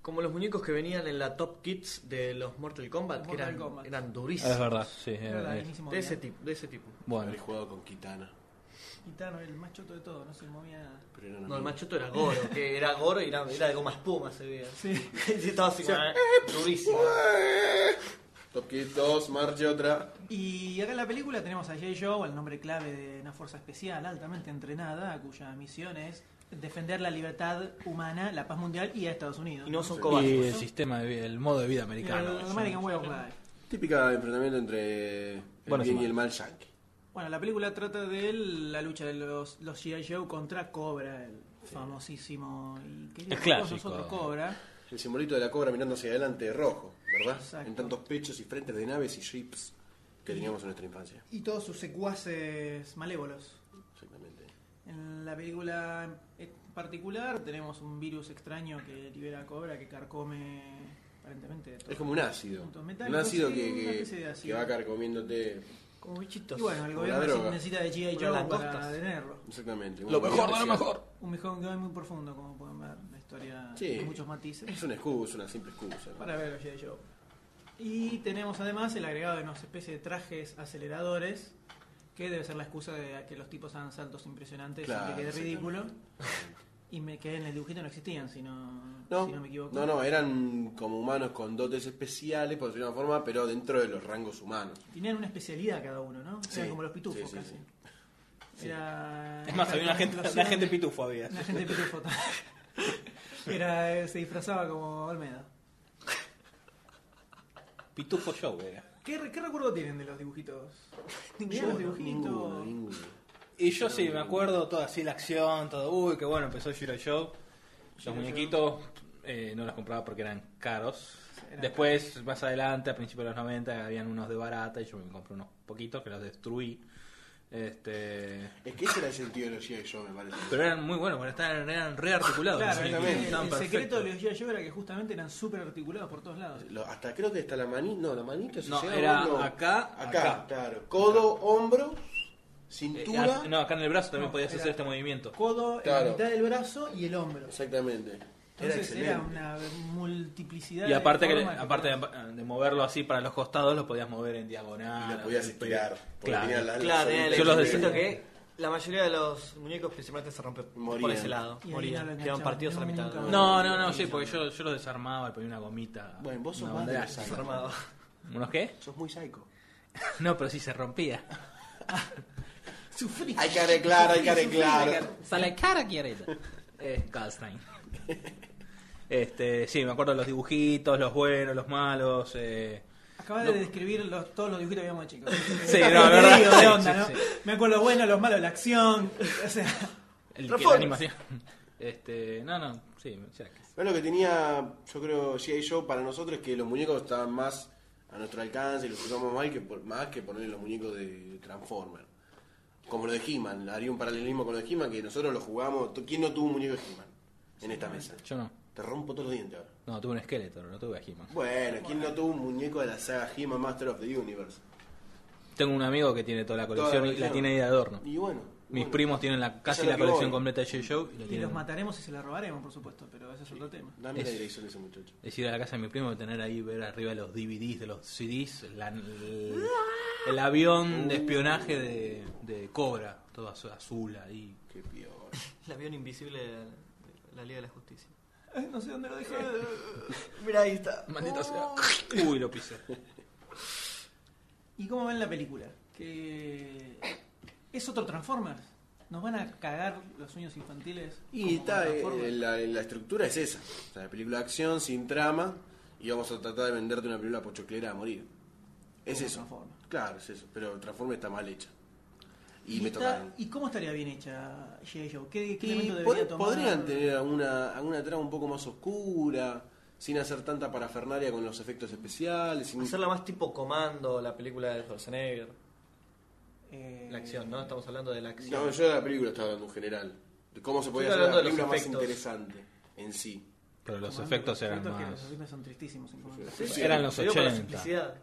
Speaker 6: Como los muñecos que venían en la Top Kids de los Mortal Kombat,
Speaker 2: Los
Speaker 6: que eran,
Speaker 2: Mortal Kombat.
Speaker 6: eran durísimos.
Speaker 5: Es verdad, sí, es
Speaker 2: Era
Speaker 5: verdad.
Speaker 2: buenísimo,
Speaker 6: De
Speaker 2: mirá.
Speaker 6: ese tipo, de ese tipo.
Speaker 5: Bueno.
Speaker 4: Habré jugado con Kitana.
Speaker 2: Gitano, el más choto de todo, no se movía nada.
Speaker 4: Pero eran
Speaker 6: No, el
Speaker 4: amigos.
Speaker 6: machoto era Goro, que era Goro y era, era de goma espuma, se veía.
Speaker 2: Sí.
Speaker 6: Y estaba así,
Speaker 4: O sea,
Speaker 6: eh, durísimo.
Speaker 4: Top Kids 2, marcha otra.
Speaker 2: Y acá en la película tenemos a J. Joe, el nombre clave de una fuerza especial altamente entrenada, cuya misión es defender la libertad humana, la paz mundial y a Estados Unidos.
Speaker 6: Y no son
Speaker 5: Y el
Speaker 6: cobardes.
Speaker 5: sistema de vida, el modo de vida
Speaker 2: El
Speaker 5: americano. eso.
Speaker 2: American Way of Life.
Speaker 4: Típica enfrentamiento entre el
Speaker 5: Buenos y
Speaker 4: bien y el mal yankee.
Speaker 2: Bueno, la película trata de la lucha de los, los G.I. Joe contra Cobra, el famosísimo y querido por
Speaker 5: El
Speaker 2: todos
Speaker 5: clásico.
Speaker 2: nosotros Cobra.
Speaker 4: El simbolito de la cobra mirando hacia adelante rojo, ¿verdad?
Speaker 2: Exacto.
Speaker 4: En tantos pechos y frentes de naves y ships que
Speaker 2: Y-
Speaker 4: teníamos en nuestra infancia.
Speaker 2: Y todos sus secuaces malévolos.
Speaker 4: Exactamente.
Speaker 2: En la película en particular tenemos un virus extraño que libera a Cobra que carcome aparentemente todo.
Speaker 4: Es como un ácido.
Speaker 2: Puntos
Speaker 4: Un
Speaker 2: metálicos,
Speaker 4: ácido
Speaker 2: sí,
Speaker 4: que,
Speaker 2: una
Speaker 4: que,
Speaker 2: especie de
Speaker 4: que
Speaker 2: ácido.
Speaker 4: va carcomiéndote.
Speaker 6: Como bichitos.
Speaker 2: Y bueno, el
Speaker 4: Como la
Speaker 2: gobierno
Speaker 4: droga.
Speaker 2: necesita de G.I.
Speaker 6: Como
Speaker 2: Joe
Speaker 6: las
Speaker 2: para
Speaker 6: costas.
Speaker 2: tenerlo.
Speaker 4: Exactamente.
Speaker 5: Lo
Speaker 4: Una
Speaker 5: mejor de lo
Speaker 4: especie-
Speaker 5: mejor.
Speaker 2: Un mejor guión muy profundo, como pueden ver. Una historia
Speaker 4: Sí.
Speaker 2: con muchos matices.
Speaker 4: Es una excusa, una simple excusa. ¿no?
Speaker 2: Para ver los G.I. Joe. Y tenemos además el agregado de unos especie de trajes aceleradores, que debe ser la excusa de que los tipos hagan saltos impresionantes
Speaker 4: Claro,
Speaker 2: y que quede
Speaker 4: exactamente.
Speaker 2: ridículo. Y me quedé en el dibujito, no existían, si no,
Speaker 4: No,
Speaker 2: si no me equivoco.
Speaker 4: no, no, eran como humanos con dotes especiales, por decirlo de una forma, pero dentro de los rangos humanos.
Speaker 2: Tenían una especialidad cada uno, ¿no? Eran
Speaker 4: Sí,
Speaker 2: como los pitufos
Speaker 4: sí, sí,
Speaker 2: casi.
Speaker 4: sí.
Speaker 2: Era-
Speaker 5: Es más, había una gente,
Speaker 2: explosión.
Speaker 5: una gente pitufo había.
Speaker 2: Una gente pitufo. Era, eh, se disfrazaba como Olmedo.
Speaker 5: Pitufo Show era.
Speaker 2: ¿Qué, re- qué recuerdo tienen de los dibujitos?
Speaker 5: Ninguno,
Speaker 2: Los dibujitos.
Speaker 5: Y yo sí, me acuerdo toda así la acción, todo. Uy, qué bueno, empezó Shiro Show. Los
Speaker 2: Show.
Speaker 5: muñequitos eh, no los compraba porque eran caros.
Speaker 2: Eran
Speaker 5: Después, más adelante, a principios de los 90, habían unos de barata y yo me compré unos poquitos que los destruí. Este...
Speaker 4: Es que ese era el sentido de los G.I. Joe, me parece.
Speaker 5: Pero eran muy buenos, porque estaban, eran rearticulados.
Speaker 2: Claro,
Speaker 5: los
Speaker 2: el,
Speaker 5: muñequitos,
Speaker 2: el-
Speaker 5: estaban
Speaker 2: el secreto
Speaker 5: perfectos.
Speaker 2: de los G.I. Joe era que justamente eran súper articulados por todos lados.
Speaker 4: Lo- hasta creo que hasta la manita, no, la manita se
Speaker 5: No,
Speaker 4: llega
Speaker 5: era
Speaker 4: a hombro.
Speaker 5: acá,
Speaker 4: acá,
Speaker 5: acá.
Speaker 4: claro, codo, hombro,
Speaker 5: Eh,
Speaker 4: cintura,
Speaker 5: ah, no, acá en el brazo también
Speaker 2: No,
Speaker 5: podías
Speaker 2: era-
Speaker 5: hacer este movimiento.
Speaker 2: Codo,
Speaker 4: Claro.
Speaker 2: la mitad del brazo y el hombro.
Speaker 4: exactamente. Era
Speaker 2: Entonces era,
Speaker 4: excelente.
Speaker 2: una multiplicidad
Speaker 5: Y aparte,
Speaker 2: de
Speaker 5: que,
Speaker 2: formas
Speaker 5: aparte de, de moverlo así para los costados, lo podías mover en diagonal.
Speaker 4: Y lo podías estirar, porque
Speaker 5: Claro.
Speaker 4: tenía la-
Speaker 6: Claro, era el
Speaker 5: Yo los
Speaker 6: elemento
Speaker 5: decía-
Speaker 6: que la mayoría de los muñecos principalmente se rompen por
Speaker 4: Morían.
Speaker 6: ese lado.
Speaker 2: Y ahí no
Speaker 6: Morían.
Speaker 2: lo
Speaker 6: Quedaban partidos a la mitad.
Speaker 2: enganchaban
Speaker 5: No, no, no, sí, porque yo, yo los desarmaba, le ponía una gomita.
Speaker 4: Bueno, vos sos
Speaker 5: una
Speaker 4: más de
Speaker 5: bandera.
Speaker 4: los psycho.
Speaker 6: Desarmado.
Speaker 5: ¿Unos qué?
Speaker 4: Sos muy psycho.
Speaker 5: No, pero sí se rompía.
Speaker 2: Sufrí.
Speaker 4: Hay que arreglar, hay que arreglar.
Speaker 5: Sale cara quiere. Eh, Goldstein. Este, sí, me acuerdo de los dibujitos, los buenos, los malos. Eh.
Speaker 2: Acabas
Speaker 5: No.
Speaker 2: de describir los- todos los dibujitos que habíamos de chicos.
Speaker 5: Sí, no, la verdad.
Speaker 2: Digo,
Speaker 5: Sí,
Speaker 2: de onda,
Speaker 5: sí,
Speaker 2: ¿no?
Speaker 5: sí.
Speaker 2: Me acuerdo los buenos, los malos, la acción. O sea,
Speaker 5: El, que, la
Speaker 2: Transformers.
Speaker 5: animación. Este, no, no, sí, ya que-
Speaker 4: Bueno, lo que tenía, yo creo, G.I. Joe para nosotros es que los muñecos estaban más a nuestro alcance y los usamos mal que por- más que ponerle los muñecos de Transformer. Como lo de He-Man, haría un paralelismo con lo de He-Man que nosotros lo jugamos. ¿Tú- ¿Quién no tuvo un muñeco de He-Man en esta mesa?
Speaker 5: yo no.
Speaker 4: Te rompo todos los dientes ahora.
Speaker 5: No, tuve un esqueleto, no tuve a He-Man.
Speaker 4: Bueno, ¿quién no tuvo un muñeco de la saga He-Man Master of the Universe?
Speaker 5: Tengo un amigo que tiene toda la colección
Speaker 4: Toda
Speaker 5: y la
Speaker 4: colección.
Speaker 5: tiene ahí de adorno.
Speaker 4: Y bueno.
Speaker 5: Mis
Speaker 4: bueno.
Speaker 5: primos tienen la,
Speaker 4: Eso
Speaker 5: casi
Speaker 4: es
Speaker 5: la
Speaker 4: lo que
Speaker 5: colección
Speaker 4: voy.
Speaker 5: completa de J-Show y lo
Speaker 2: y los
Speaker 5: tienen.
Speaker 2: mataremos y se los robaremos, por supuesto, pero ese es otro tema.
Speaker 4: Dame la
Speaker 5: Es-
Speaker 4: dirección de ese muchacho.
Speaker 5: Es ir a la casa de mi primo y tener ahí, ver arriba los DVDs de los CDs, la- el, el avión de espionaje de, de Cobra, todo azu- azul ahí.
Speaker 4: Qué peor.
Speaker 6: El avión invisible de la- de la Liga de la Justicia.
Speaker 2: Ay, No sé dónde lo dejé.
Speaker 6: Mira, ahí está.
Speaker 5: Maldita
Speaker 6: Oh.
Speaker 5: sea. Uy, lo pisé.
Speaker 2: ¿Y cómo ven la película? Que es otro Transformers. ¿Nos van a cagar los sueños infantiles?
Speaker 4: Y
Speaker 2: como
Speaker 4: está, eh,
Speaker 2: Transformers?
Speaker 4: la, la estructura es esa. O sea, película de acción, sin trama, y vamos a tratar de venderte una película pochoclera a morir. Es
Speaker 2: Como
Speaker 4: eso.
Speaker 2: Transformers.
Speaker 4: Claro, es eso. Pero Transforme está mal hecha. Y,
Speaker 2: ¿Y,
Speaker 4: me
Speaker 2: está-
Speaker 4: tocaron.
Speaker 2: ¿y cómo estaría bien hecha G.I. Joe? ¿Qué, qué
Speaker 4: Y
Speaker 2: elemento
Speaker 4: pod-
Speaker 2: debería tomar?
Speaker 4: podrían tener alguna, alguna trama un poco más oscura, sin hacer tanta parafernalia con los efectos especiales. Sin...
Speaker 6: Hacerla más tipo comando, la película de Schwarzenegger.
Speaker 2: Eh,
Speaker 6: La acción, ¿no? Estamos hablando de la acción.
Speaker 4: No, yo de la película estaba hablando en general. De cómo se
Speaker 6: Yo
Speaker 4: podía
Speaker 6: estoy
Speaker 4: hacer la
Speaker 6: hablando de
Speaker 4: película
Speaker 6: los
Speaker 4: más
Speaker 6: efectos.
Speaker 4: interesante en sí.
Speaker 5: Pero los
Speaker 2: Comando,
Speaker 5: efectos eran
Speaker 2: efectos que
Speaker 5: más.
Speaker 2: Los efectos son tristísimos. en Comando.
Speaker 4: Sí, sí.
Speaker 5: Eran los
Speaker 6: Pero con la
Speaker 5: 80.
Speaker 6: simplicidad.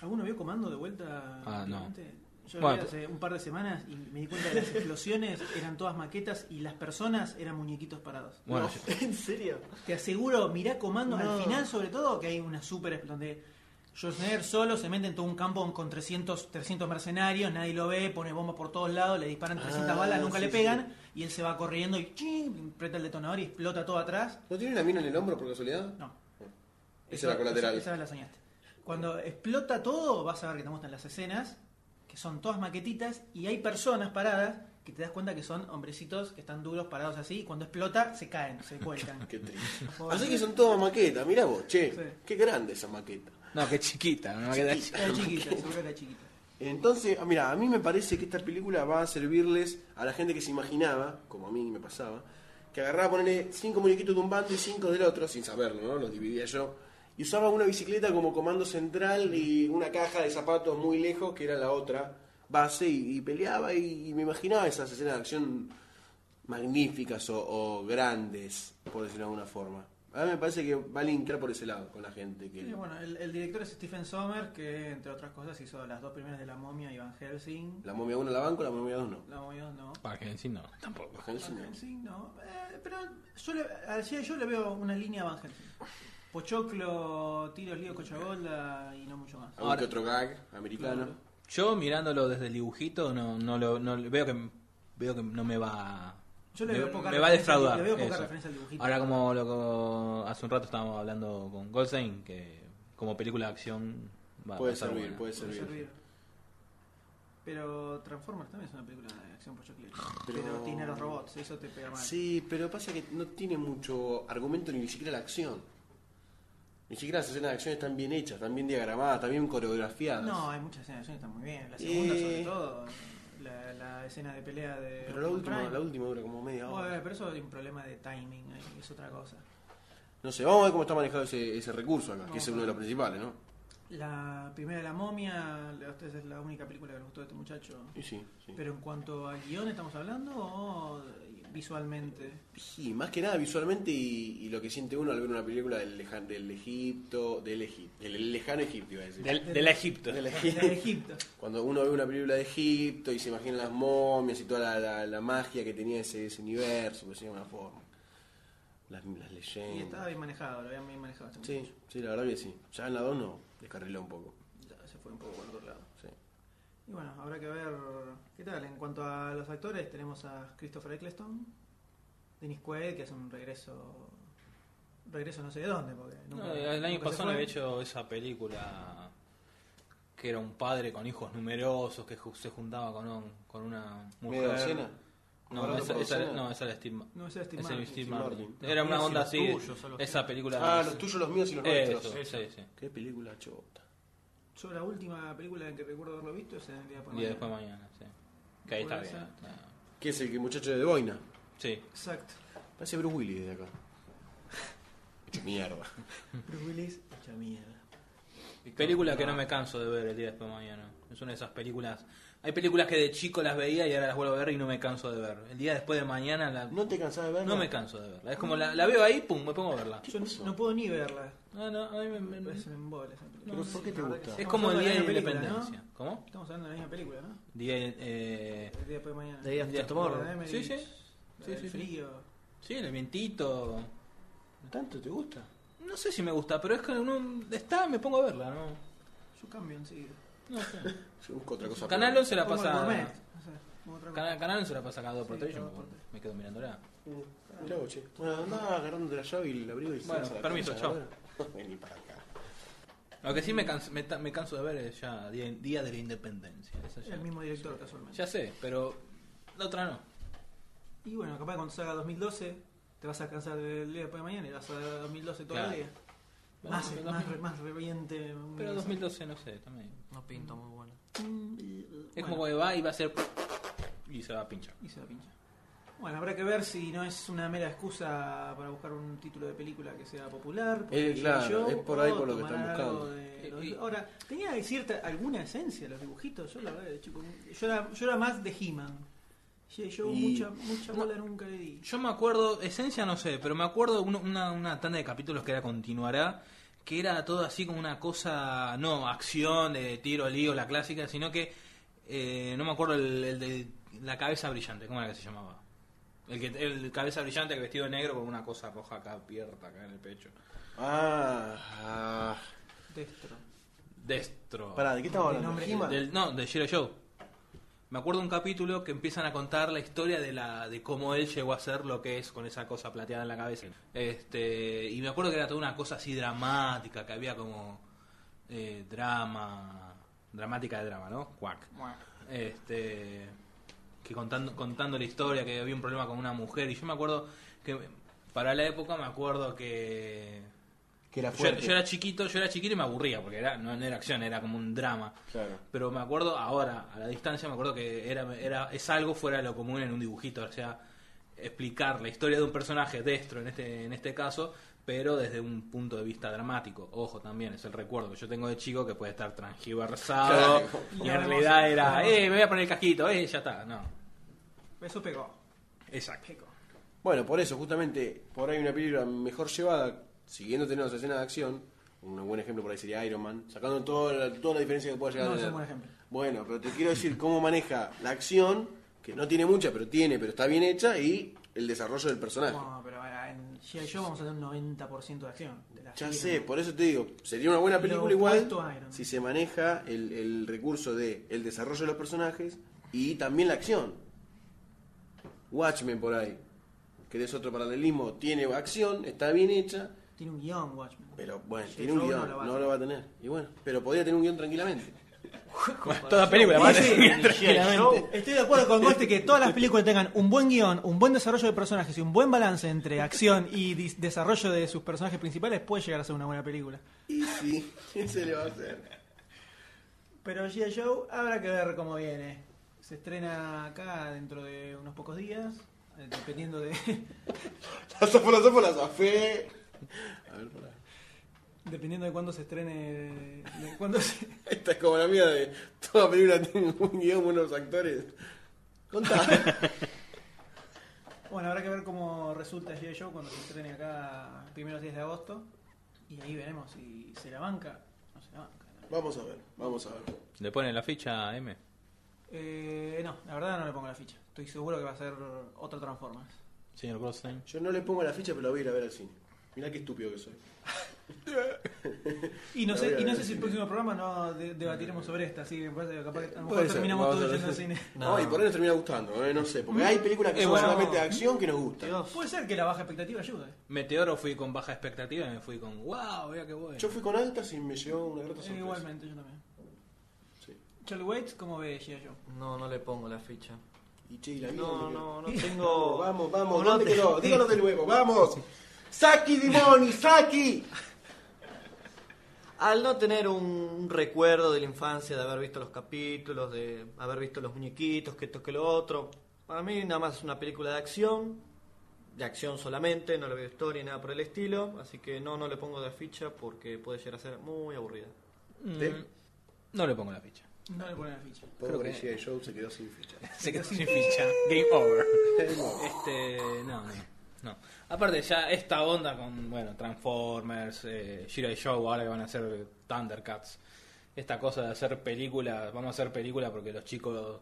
Speaker 2: ¿Alguno vio Comando de vuelta?
Speaker 5: Ah, no.
Speaker 2: últimamente? Yo lo
Speaker 5: Bueno,
Speaker 2: vi hace un par de semanas y me di cuenta que las explosiones eran todas maquetas y las personas eran muñequitos parados.
Speaker 5: Bueno, yo-
Speaker 6: ¿En serio?
Speaker 2: Te aseguro, mirá Comando
Speaker 6: No.
Speaker 2: al final sobre todo que hay una super expl- donde Schwarzenegger solo se mete en todo un campo con 300, 300 mercenarios, nadie lo ve, pone bombas por todos lados, le disparan 300
Speaker 4: Ah,
Speaker 2: balas, nunca
Speaker 4: sí,
Speaker 2: le pegan y él se va corriendo y ching, aprieta el detonador y explota todo atrás.
Speaker 4: ¿No tiene una mina en el hombro por casualidad?
Speaker 2: No.
Speaker 4: Esa era colateral.
Speaker 2: Esa, esa la soñaste. Cuando explota todo, vas a ver que te gustan las escenas, que son todas maquetitas y hay personas paradas que te das cuenta que son hombrecitos que están duros parados así y cuando explota se caen, se vuelcan.
Speaker 4: Qué triste.
Speaker 2: Pobre.
Speaker 4: Así que son todas maquetas, mirá vos, che,
Speaker 2: Sí.
Speaker 4: qué grande esa maqueta.
Speaker 5: No, que chiquita, no me queda chiquita.
Speaker 2: Era chiquita, seguro era chiquita.
Speaker 4: Entonces, ah, mira, a mí me parece que esta película va a servirles a la gente que se imaginaba, como a mí me pasaba, que agarraba, ponerle cinco muñequitos de un bando y cinco del otro, sin saberlo, ¿no? Los dividía yo. Y usaba una bicicleta como comando central y una caja de zapatos muy lejos, que era la otra base, y, y peleaba y, y me imaginaba esas escenas de acción magníficas o, o grandes, por decirlo de alguna forma. A mí me parece que va a entrar por ese lado con la gente que...
Speaker 2: Sí, bueno, el, el director es Stephen Sommer, que entre otras cosas hizo las dos primeras de La Momia y Van Helsing.
Speaker 4: La momia 1 la banco, la momia 2 no.
Speaker 2: La Momia no.
Speaker 5: Para que en sí no, tampoco.
Speaker 4: Van Helsing
Speaker 2: Van
Speaker 4: no.
Speaker 2: Helsing no. Eh, pero yo le, al CIA yo le veo una línea a Van Helsing. Pochoclo, tiros, lío, cochagolda y no mucho más.
Speaker 4: Algún
Speaker 5: Ahora-
Speaker 4: que otro gag americano.
Speaker 5: Yo mirándolo desde el dibujito, no, no lo no, le- veo que veo que no me va
Speaker 2: Yo le
Speaker 5: me,
Speaker 2: veo poca
Speaker 5: me va a
Speaker 2: referencia al-
Speaker 5: defraudar.
Speaker 2: le veo poca
Speaker 5: eso.
Speaker 2: referencia al dibujito.
Speaker 5: Ahora como lo como hace un rato estábamos hablando con Goldstein que como película de acción va, va
Speaker 4: Puede
Speaker 5: a estar
Speaker 4: servir,
Speaker 5: buena.
Speaker 4: puede
Speaker 2: Puede
Speaker 4: servir.
Speaker 2: servir. Pero Transformers también es una película de acción pochoclera.
Speaker 4: Pero-
Speaker 2: Pero, tiene cine a los robots, eso te pega mal.
Speaker 4: Sí, pero pasa que no tiene mucho argumento ni siquiera la acción. Ni siquiera las escenas de acción están bien hechas, están bien diagramadas, están bien coreografiadas.
Speaker 2: No, hay muchas escenas de acción que están muy bien. La segunda,
Speaker 4: Eh.
Speaker 2: sobre todo, la, la escena de pelea de.
Speaker 4: Pero la
Speaker 2: Optimus
Speaker 4: última,
Speaker 2: Prime.
Speaker 4: la última dura como media hora.
Speaker 2: Bueno, pero eso es un problema de timing, ahí, es otra cosa.
Speaker 4: No sé, vamos a ver cómo está manejado ese, ese recurso acá, que
Speaker 2: Vamos
Speaker 4: es
Speaker 2: a
Speaker 4: uno de
Speaker 2: ver.
Speaker 4: los principales, ¿no?
Speaker 2: La primera, La Momia, la- esta es la única película que le gustó a este muchacho.
Speaker 4: Y sí, sí.
Speaker 2: Pero en cuanto a guión, ¿estamos hablando o visualmente?
Speaker 4: Sí, más que nada visualmente y, y lo que siente uno al ver una película del, lejan- del Egipto, del, Egi- del lejano Egipto, iba a decir.
Speaker 5: Del- del Egipto.
Speaker 4: Del
Speaker 2: Del Egipto.
Speaker 4: Cuando uno ve una película de Egipto y se imagina las momias y toda la, la- la magia que tenía ese, ese universo, por decirlo de alguna forma. Las, las
Speaker 2: Y
Speaker 4: leyendas.
Speaker 2: estaba bien manejado, lo habían bien manejado este
Speaker 4: Sí,
Speaker 2: muchacho.
Speaker 4: sí, la verdad que sí. Ya en la 2 no, descarriló un poco.
Speaker 2: Ya se fue un poco por otro lado.
Speaker 4: Sí.
Speaker 2: Y bueno, habrá que ver qué tal. En cuanto a los actores, tenemos a Christopher Eccleston, Dennis Quaid, que hace un regreso. Regreso no sé de dónde, porque nunca-
Speaker 5: No, el
Speaker 2: nunca
Speaker 5: año
Speaker 2: se
Speaker 5: pasado
Speaker 2: fue.
Speaker 5: había hecho esa película que era un padre con hijos numerosos que ju- se juntaba con, un- con una mujer.
Speaker 4: ¿Media docena?
Speaker 5: No,
Speaker 4: ¿Comparado
Speaker 5: esa,
Speaker 4: con
Speaker 5: esa-
Speaker 4: docena?
Speaker 5: no, esa era Steve Ma-
Speaker 2: No, esa era Steve
Speaker 5: esa
Speaker 2: Martin.
Speaker 5: Steve
Speaker 2: Steve
Speaker 5: Martin.
Speaker 4: Martin.
Speaker 5: Era una
Speaker 4: Los
Speaker 5: onda
Speaker 4: míos y
Speaker 5: así.
Speaker 4: los tuyos son los
Speaker 5: esa
Speaker 4: míos.
Speaker 5: película.
Speaker 4: Ah,
Speaker 5: que-
Speaker 4: los tuyos, los míos y los
Speaker 5: Eso,
Speaker 4: nuestros.
Speaker 5: sí, sí.
Speaker 4: Qué película chota.
Speaker 2: Yo la última película en que recuerdo haberlo visto es en el día después.
Speaker 5: Y
Speaker 2: de
Speaker 5: después
Speaker 2: mañana.
Speaker 5: mañana, sí. Que ahí está bien. Ah,
Speaker 4: ¿Qué es el que muchacho de boina?
Speaker 5: Sí.
Speaker 2: Exacto.
Speaker 4: Parece Bruce Willis desde acá. Hecho mierda.
Speaker 2: Bruce Willis, hecha mierda.
Speaker 5: Película que no me canso de ver el día después de mañana. Es una de esas películas. Hay películas que de chico las veía y ahora las vuelvo a ver y no me canso de ver. El día después de mañana la-
Speaker 4: ¿No te cansás de verla?
Speaker 5: no me canso de verla. Es como la, la veo ahí, pum, me pongo a verla.
Speaker 2: Yo no puedo ni verla.
Speaker 5: No, no, a mí me. me-
Speaker 2: Es un embole esa película.
Speaker 4: ¿Pero por qué te
Speaker 2: La verdad
Speaker 4: gusta?
Speaker 2: que sí.
Speaker 5: Es como el
Speaker 2: Estamos
Speaker 5: Día de
Speaker 2: hablando Pues, la misma
Speaker 5: Independencia.
Speaker 2: película,
Speaker 5: ¿Cómo?
Speaker 2: ¿no? Estamos hablando de la misma película, ¿no?
Speaker 5: Día, eh,
Speaker 2: El día después de mañana.
Speaker 5: The Day After
Speaker 2: El
Speaker 5: Tomorrow.
Speaker 2: de Emery,
Speaker 5: Sí, sí.
Speaker 2: la
Speaker 5: Sí,
Speaker 2: del
Speaker 5: sí, sí.
Speaker 2: frío.
Speaker 5: sí, el vientito.
Speaker 4: ¿Tanto te gusta?
Speaker 5: No sé si me gusta, pero es que uno está, me pongo a verla, ¿no?
Speaker 2: Yo cambio enseguida.
Speaker 5: No sé.
Speaker 4: Yo busco otra cosa.
Speaker 5: Canal 11 la
Speaker 2: Como el
Speaker 5: pasa.
Speaker 2: gourmet, no sé, como otra cosa.
Speaker 5: Cana- Canal 11 la pasa cada dos por
Speaker 2: Sí,
Speaker 5: tres,
Speaker 2: cada
Speaker 5: yo
Speaker 2: dos por
Speaker 5: me- me quedo mirándola.
Speaker 2: Mm.
Speaker 4: Mirá vos, che. Bueno, andá agarrando la llave y el abrigo y se
Speaker 5: Bueno,
Speaker 4: vas a la
Speaker 5: permiso,
Speaker 4: cancha,
Speaker 5: chao.
Speaker 4: ¿no? Vení para acá.
Speaker 5: Lo que sí me, canso, me, ta- me canso de ver es ya Día, Día de la Independencia. Esa ya,
Speaker 2: El mismo director, casualmente.
Speaker 5: ya sé, pero la otra no.
Speaker 2: Y bueno, capaz cuando salga 2012, te vas a cansar del día después de mañana y vas a ver 2012 todo
Speaker 5: Claro.
Speaker 2: el día.
Speaker 5: Pero
Speaker 2: Más,
Speaker 5: dos mil-
Speaker 2: más, re- más reviente. un-
Speaker 5: Pero 2012 no sé, también.
Speaker 13: No pinta muy bueno.
Speaker 2: Mm, eh,
Speaker 5: Es
Speaker 2: bueno,
Speaker 5: como que va y va a ser. Y se va a pinchar.
Speaker 2: Y se la pincha. Bueno, habrá que ver si no es una mera excusa para buscar un título de película que sea popular. porque
Speaker 4: Eh,
Speaker 2: llegue
Speaker 4: claro,
Speaker 2: yo,
Speaker 4: es por ahí
Speaker 2: o
Speaker 4: por lo que están
Speaker 2: tomará algo
Speaker 4: buscando.
Speaker 2: de
Speaker 5: Eh,
Speaker 2: los-
Speaker 5: y-
Speaker 2: Ahora, tenía cierta, alguna esencia los dibujitos. Yo la verdad, de chico, yo era, yo era más de He-Man. Yo, yo
Speaker 4: Y-
Speaker 2: mucha, mucha bola nunca le di.
Speaker 5: Yo me acuerdo, esencia no sé, pero me acuerdo uno- una, una tanda de capítulos que era continuará, que era todo así como una cosa, no acción, de tiro, lío, la clásica, sino que eh, no me acuerdo el, el de la cabeza brillante, ¿cómo era que se llamaba? El que el cabeza brillante, que vestido de negro con una cosa roja acá, abierta acá en el pecho.
Speaker 4: Ah, ah.
Speaker 2: Destro.
Speaker 5: Destro.
Speaker 4: Pará, ¿de qué estamos
Speaker 2: El
Speaker 4: hablando?
Speaker 2: nombre-
Speaker 4: ¿He-Man?
Speaker 5: Del- no, de Shiro Show. Me acuerdo un capítulo que empiezan a contar la historia de la de cómo él llegó a ser lo que es con esa cosa plateada en la cabeza. Este, y me acuerdo que era toda una cosa así dramática, que había como eh, drama, dramática de drama, ¿no? Cuac. Este, que contando contando la historia que había un problema con una mujer y yo me acuerdo que para la época me acuerdo que
Speaker 4: Que era
Speaker 5: yo,
Speaker 4: fuerte.
Speaker 5: yo era chiquito, yo era chiquito y me aburría porque era no, no era acción, era como un drama.
Speaker 4: Claro.
Speaker 5: Pero me acuerdo ahora, a la distancia, me acuerdo que era, era es algo fuera de lo común en un dibujito, o sea, explicar la historia de un personaje destro en este, en este caso, pero desde un punto de vista dramático. Ojo también, es el recuerdo que yo tengo de chico que puede estar transgiversado
Speaker 4: Claro.
Speaker 5: y
Speaker 2: Y
Speaker 5: en
Speaker 2: ahora
Speaker 5: realidad
Speaker 2: vamos-
Speaker 5: era,
Speaker 2: vamos-
Speaker 5: eh, me voy a poner el casquito, eh, ya está, no.
Speaker 2: Eso pegó.
Speaker 5: Exacto.
Speaker 2: pegó.
Speaker 4: Bueno, por eso, justamente, por ahí una película mejor llevada, siguiendo teniendo las escenas de acción, un buen ejemplo por ahí sería Iron Man, sacando toda la, toda la diferencia que pueda llegar
Speaker 2: No,
Speaker 4: a
Speaker 2: es
Speaker 4: tener.
Speaker 2: un buen ejemplo.
Speaker 4: Bueno, pero te quiero decir cómo maneja la acción, que no tiene mucha, pero tiene, pero está bien hecha, y el desarrollo del personaje.
Speaker 2: Bueno, pero ahora en G.I. Joe vamos a tener un 90% de acción. Te la
Speaker 4: Ya
Speaker 2: firmo.
Speaker 4: sé, por eso te digo, sería una buena
Speaker 2: Lo
Speaker 4: película igual
Speaker 2: opuesto a Iron Man.
Speaker 4: si se maneja el, el recurso de el desarrollo de los personajes y también la acción. Watchmen por ahí, que es otro paralelismo, tiene acción, está bien hecha,
Speaker 2: Tiene un guión, Watchmen.
Speaker 4: pero bueno,
Speaker 2: Sí,
Speaker 4: tiene un
Speaker 2: yo no
Speaker 4: guión,
Speaker 2: lo va a
Speaker 4: no lo va a tener. Y bueno, pero podría tener un guión tranquilamente.
Speaker 2: Toda película,
Speaker 6: Sí,
Speaker 2: parece.
Speaker 6: sí, G.I. Joe.
Speaker 2: Estoy de acuerdo con Goste que todas las películas tengan un buen guión, un buen desarrollo de personajes y un buen balance entre acción y dis- desarrollo de sus personajes principales puede llegar a ser una buena película.
Speaker 4: Y sí, ¿qué se le va a hacer?
Speaker 2: Pero G.I. Joe habrá que ver cómo viene. Se estrena acá dentro de unos pocos días, eh, dependiendo de
Speaker 4: La zafó, la zafó, la zafé. A ver, pará.
Speaker 2: dependiendo de cuándo se estrene, de cuándo se-
Speaker 4: Esta es como la mía de toda película tengo un guión, buenos actores. Contá.
Speaker 2: Bueno, habrá que ver cómo resulta G.I. Joe cuando se estrene acá primeros días de agosto. Y ahí veremos si se la banca o no se la banca.
Speaker 4: Vamos a ver, vamos a ver.
Speaker 5: ¿Le ponen la ficha a M?
Speaker 2: Eh, no, la verdad no le pongo la ficha. Estoy seguro que va a ser otro Transformers.
Speaker 5: Señor Goldstein.
Speaker 4: Yo no le pongo la ficha, pero la voy a ir a ver al cine. Mirá qué estúpido que soy.
Speaker 2: Y no
Speaker 4: La voy
Speaker 2: sé,
Speaker 4: a
Speaker 2: y no
Speaker 4: ver
Speaker 2: sé si
Speaker 4: al
Speaker 2: el
Speaker 4: cine.
Speaker 2: próximo programa no de- debatiremos sobre esta, así que me parece que capaz que a lo
Speaker 4: Puede
Speaker 2: mejor
Speaker 4: ser,
Speaker 2: terminamos
Speaker 4: vamos
Speaker 2: todos
Speaker 4: a
Speaker 2: yendo al
Speaker 4: hacer-
Speaker 2: cine.
Speaker 4: No, y por ahí nos termina gustando, eh, no sé. Porque hay películas que
Speaker 5: Eh,
Speaker 4: son
Speaker 5: bueno.
Speaker 4: solamente de acción que nos gustan.
Speaker 2: Puede ser que la baja expectativa ayude. eh,
Speaker 5: Meteoro fui con baja expectativa y me fui con wow, vea qué bueno.
Speaker 4: Yo fui con altas y me llegó una grata
Speaker 2: Eh,
Speaker 4: sorpresa.
Speaker 2: igualmente, yo también.
Speaker 4: Sí.
Speaker 2: Charlie Waits, ¿cómo ve G.I. Joe?
Speaker 6: No, no le pongo la ficha.
Speaker 4: Y che, y la mía,
Speaker 6: No, no, no
Speaker 4: Vamos,
Speaker 6: tengo.
Speaker 4: vamos, vamos,
Speaker 6: No, no
Speaker 4: ¿dónde
Speaker 6: te-
Speaker 4: quedó? Dígalo de nuevo, vamos. Saki Dimoni, Saki.
Speaker 6: Al no tener un recuerdo de la infancia, de haber visto los capítulos, de haber visto los muñequitos, que esto, que lo otro, para mí nada más es una película de acción, de acción solamente, no le veo historia ni nada por el estilo, así que no, no le pongo la ficha porque puede llegar a ser muy aburrida.
Speaker 5: Mm, No le pongo la ficha.
Speaker 2: No le ponen la ficha.
Speaker 4: Pobre
Speaker 5: Creo que-
Speaker 4: G.I. Joe se quedó sin ficha.
Speaker 5: Se quedó sin ficha. Game over.
Speaker 4: Game over.
Speaker 5: Este, no, no. no. Aparte, ya esta onda con, bueno, Transformers, eh, G.I. Joe, ahora que van a hacer Thundercats. Esta cosa de hacer películas, vamos a hacer películas porque los chicos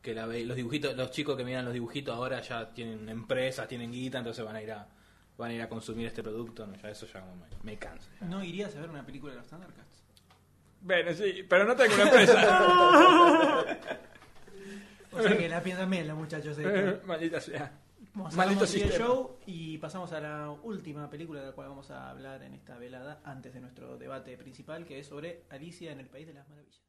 Speaker 5: que la ve, los dibujitos, los chicos que miran los dibujitos ahora ya tienen empresas, tienen guita, entonces van a ir a van a ir a consumir este producto, no, ya eso ya como me, me cansa.
Speaker 2: ¿No irías a ver una película de los Thundercats?
Speaker 5: Bueno, sí, pero no tengo una empresa.
Speaker 2: O sea que la piensan bien los muchachos. ¿eh?
Speaker 5: Maldita sea.
Speaker 2: Vamos a
Speaker 5: Maldito
Speaker 2: hablar de
Speaker 5: sistema.
Speaker 2: show y pasamos a la última película de la cual vamos a hablar en esta velada antes de nuestro debate principal, que es sobre Alicia en el País de las Maravillas.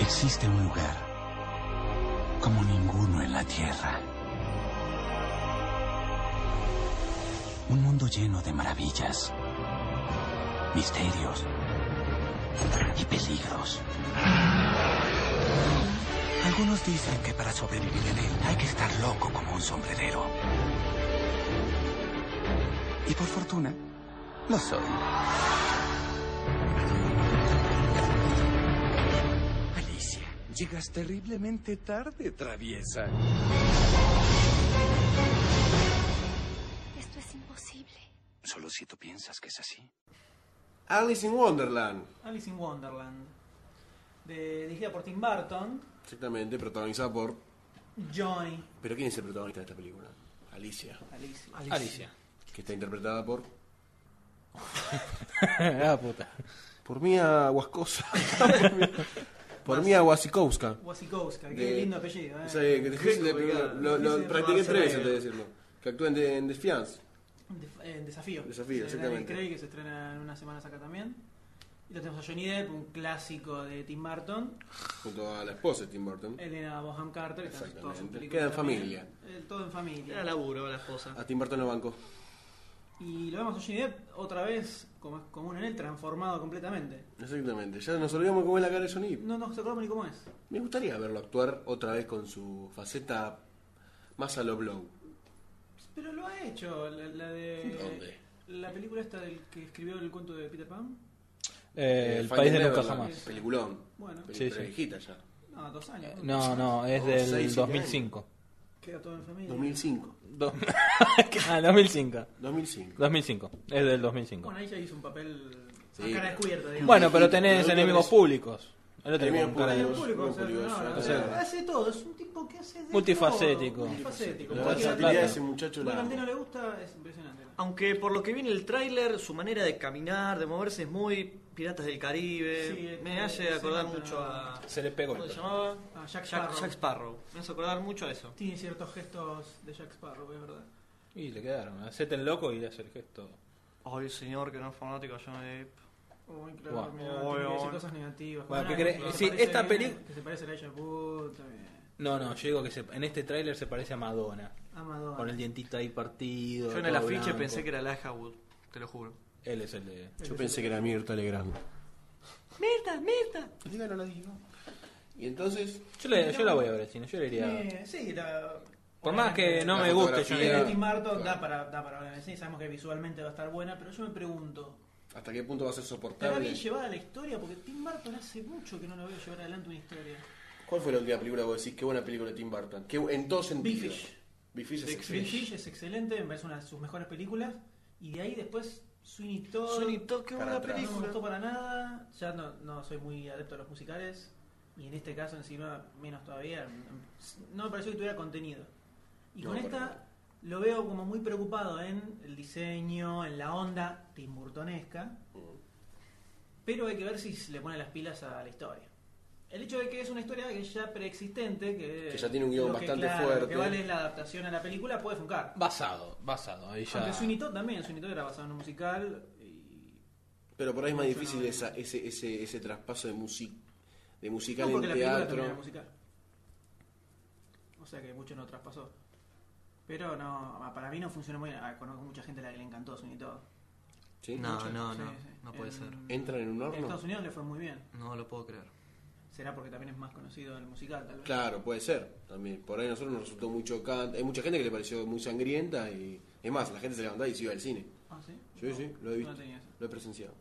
Speaker 17: Existe un lugar como ninguno en la Tierra. Un mundo lleno de maravillas, misterios y peligros. Algunos dicen que para sobrevivir en él hay que estar loco como un sombrerero. Y por fortuna, lo soy. Alicia, llegas terriblemente tarde, traviesa.
Speaker 14: Esto es imposible.
Speaker 17: Solo si tú piensas que es así.
Speaker 4: Alice in Wonderland.
Speaker 2: Alice in Wonderland, de- dirigida por Tim Burton,
Speaker 4: Exactamente, protagonizada por.
Speaker 2: Johnny,
Speaker 4: ¿Pero quién es el protagonista de esta película? Alicia.
Speaker 2: Alicia.
Speaker 5: Alicia.
Speaker 4: Que está interpretada por.
Speaker 5: ah, puta.
Speaker 4: Por Mía Huascosa. por Mía Wasikowska.
Speaker 2: Wasikowska, qué
Speaker 4: De-
Speaker 2: lindo apellido, ¿eh?
Speaker 4: Sí, que es difícil de
Speaker 2: Complicado.
Speaker 4: lo, lo
Speaker 2: Difícil de
Speaker 4: practiqué
Speaker 2: pronunciar.
Speaker 4: tres veces, te voy a decirlo. Que actúen de, en Desfiance.
Speaker 2: Def- eh, desafío.
Speaker 4: Desafío,
Speaker 2: De Daniel
Speaker 4: exactamente.
Speaker 2: Craig, que se estrena en unas semanas acá también. Y lo tenemos a Johnny Depp, un clásico de Tim Burton.
Speaker 4: Junto a la esposa de Tim Burton.
Speaker 2: Elena Boham Carter, que están todas en
Speaker 4: Exactamente.
Speaker 2: películas.
Speaker 4: Queda en
Speaker 2: también.
Speaker 4: familia.
Speaker 2: Eh, todo en familia.
Speaker 6: Era laburo la esposa.
Speaker 4: A Tim Burton lo banco.
Speaker 2: Y lo vemos a Johnny Depp otra vez, como es común en él, transformado completamente.
Speaker 4: Exactamente. Ya nos olvidamos cómo es la cara de Johnny.
Speaker 2: No nos acordamos ni cómo es.
Speaker 4: Me gustaría verlo actuar otra vez con su faceta más a lo blow.
Speaker 2: Pero lo ha hecho, la, la de...
Speaker 4: ¿Dónde?
Speaker 2: La película esta del que escribió el cuento de Peter Pan.
Speaker 5: Eh,
Speaker 4: Finding
Speaker 5: el país de nunca
Speaker 4: Neverland,
Speaker 5: jamás.
Speaker 4: Peliculón.
Speaker 2: Bueno.
Speaker 4: Peli-
Speaker 5: Sí,
Speaker 4: pero
Speaker 5: sí.
Speaker 4: viejita ya.
Speaker 2: No, dos años.
Speaker 5: Eh, No, no, es
Speaker 4: Oh,
Speaker 5: del
Speaker 4: seis, siete
Speaker 5: 2005.
Speaker 2: Queda todo en familia.
Speaker 4: 2005.
Speaker 5: Do- ah, 2005.
Speaker 4: 2005.
Speaker 5: 2005. Es del 2005.
Speaker 2: Bueno, ahí ya hizo un papel
Speaker 4: Sí.
Speaker 2: a cara descubierta. digamos.
Speaker 5: Bueno, pero tenés
Speaker 4: Lo único
Speaker 5: enemigos
Speaker 4: que es-
Speaker 5: públicos. El otro
Speaker 4: Enemigos
Speaker 5: tiene un cara de-
Speaker 2: Era público, o sea,
Speaker 4: Público,
Speaker 2: no,
Speaker 4: sí.
Speaker 2: no,
Speaker 5: O sea,
Speaker 2: hace todo, es un tipo que hace de todo.
Speaker 5: Multifacético.
Speaker 2: Multifacético.
Speaker 4: La
Speaker 2: Cualquier-
Speaker 4: versatilidad de ese muchacho
Speaker 2: Bueno,
Speaker 4: la.
Speaker 2: al Tino le gusta, es impresionante.
Speaker 6: Aunque por lo que viene el tráiler, su manera de caminar, de moverse es muy Piratas del Caribe.
Speaker 2: Sí,
Speaker 6: me
Speaker 2: eh,
Speaker 6: hace
Speaker 2: sí,
Speaker 6: acordar
Speaker 2: pero-
Speaker 6: mucho a...
Speaker 5: Se le pegó el
Speaker 6: ¿Cómo se
Speaker 5: pelo.
Speaker 6: llamaba?
Speaker 2: A Ah, Jack
Speaker 6: Jack,
Speaker 2: Sparrow.
Speaker 6: Jack Sparrow. Me hace acordar mucho a eso.
Speaker 2: Tiene ciertos gestos de Jack Sparrow, es verdad.
Speaker 5: Y le quedaron. Hacete el loco y le hace el gesto.
Speaker 6: Ay, señor, que no es fanático yo de...
Speaker 2: Uy, claro,
Speaker 5: Guau.
Speaker 2: mira,
Speaker 6: Uy,
Speaker 2: tiene que decir
Speaker 6: uy.
Speaker 2: cosas negativas.
Speaker 5: Bueno, ¿qué
Speaker 2: Ah,
Speaker 5: crees?
Speaker 2: que se
Speaker 5: Sí,
Speaker 2: parece
Speaker 5: esta
Speaker 2: a-
Speaker 5: peli-
Speaker 2: Que se parece a la Ella Wood, también.
Speaker 5: No, no, yo digo que se- en este tráiler se parece a Madonna.
Speaker 2: A Madonna.
Speaker 5: Con el dientito ahí partido.
Speaker 6: Yo en
Speaker 5: todo
Speaker 6: el afiche
Speaker 5: blanco.
Speaker 6: pensé que era Laja Wood, te lo juro.
Speaker 5: Él es el de.
Speaker 4: Yo pensé que era Mirta Legrand.
Speaker 6: ¡Mirta, Mirta!
Speaker 4: Dígalo, la digo. Y entonces.
Speaker 5: Yo, le- yo la voy a ver al cine, yo le iría.
Speaker 2: Eh, sí, la-
Speaker 5: Por más que no
Speaker 4: La
Speaker 5: me guste, yo
Speaker 4: fotografía-
Speaker 5: le
Speaker 2: Timothy
Speaker 5: iría.
Speaker 2: Marton da para, da para hablar. Sí, sabemos que visualmente va a estar buena, pero yo me pregunto,
Speaker 4: ¿Hasta qué punto va a ser
Speaker 2: ¿estará
Speaker 4: soportable?
Speaker 2: bien llevada la historia? Porque Tim Burton hace mucho que no lo veo llevar adelante una historia.
Speaker 4: ¿Cuál fue la última película que vos decís? Qué buena película de Tim Burton. Qué bu- en dos sentidos.
Speaker 2: Big Fish.
Speaker 4: Big Fish es
Speaker 6: Big
Speaker 2: Big
Speaker 4: excelente.
Speaker 2: Fish es excelente, me parece una de sus mejores películas. Y de ahí después Sweeney Todd.
Speaker 6: Sweeney Todd, qué
Speaker 4: Para
Speaker 6: buena
Speaker 4: atrás.
Speaker 2: No me
Speaker 6: película.
Speaker 2: gustó para nada. Ya no, no soy muy adepto a los musicales. Y en este caso, encima, menos todavía. No me pareció que tuviera contenido. Y
Speaker 4: No,
Speaker 2: con
Speaker 4: para
Speaker 2: esta
Speaker 4: nada.
Speaker 2: lo veo como muy preocupado en el diseño, en la onda timburtonesca. Pero hay que ver si le pone las pilas a la historia. El hecho de que es una historia que ya preexistente, que,
Speaker 4: Que ya tiene un guión
Speaker 2: lo que,
Speaker 4: bastante
Speaker 2: claro, Lo
Speaker 4: fuerte.
Speaker 2: que vale es la adaptación a la película, puede funcar.
Speaker 5: Basado, basado. Ahí ya.
Speaker 2: Aunque Sweeney Todd también, Sweeney Todd era basado en un musical. y-
Speaker 4: Pero por ahí es más
Speaker 2: Mucho
Speaker 4: difícil
Speaker 2: no.
Speaker 4: esa, ese, ese, ese traspaso de, music, de
Speaker 2: No,
Speaker 4: musical
Speaker 2: porque
Speaker 4: en
Speaker 2: la película también era
Speaker 4: teatro.
Speaker 2: musical. O sea que mucho no traspasó. Pero no, para mí no funcionó muy bien. Ah, Conozco mucha gente a la que le encantó Sweeney Todd.
Speaker 4: ¿Sí?
Speaker 6: No,
Speaker 4: Mucho.
Speaker 6: no,
Speaker 2: Sí,
Speaker 6: no,
Speaker 2: sí.
Speaker 6: no puede
Speaker 2: En-
Speaker 6: ser.
Speaker 4: ¿Entran en un
Speaker 2: En
Speaker 4: horno?
Speaker 2: Estados Unidos le fue muy bien.
Speaker 6: No lo puedo creer.
Speaker 2: Será porque también es más conocido el musical, tal vez.
Speaker 4: Claro, puede ser. También. Por ahí a nosotros nos resultó muy chocante. Hay mucha gente que le pareció muy sangrienta. y Es más, la gente se levantaba y se iba al cine.
Speaker 2: Ah, ¿sí?
Speaker 4: Sí,
Speaker 2: No,
Speaker 4: sí, lo he visto.
Speaker 2: no tenía eso.
Speaker 4: Lo he presenciado.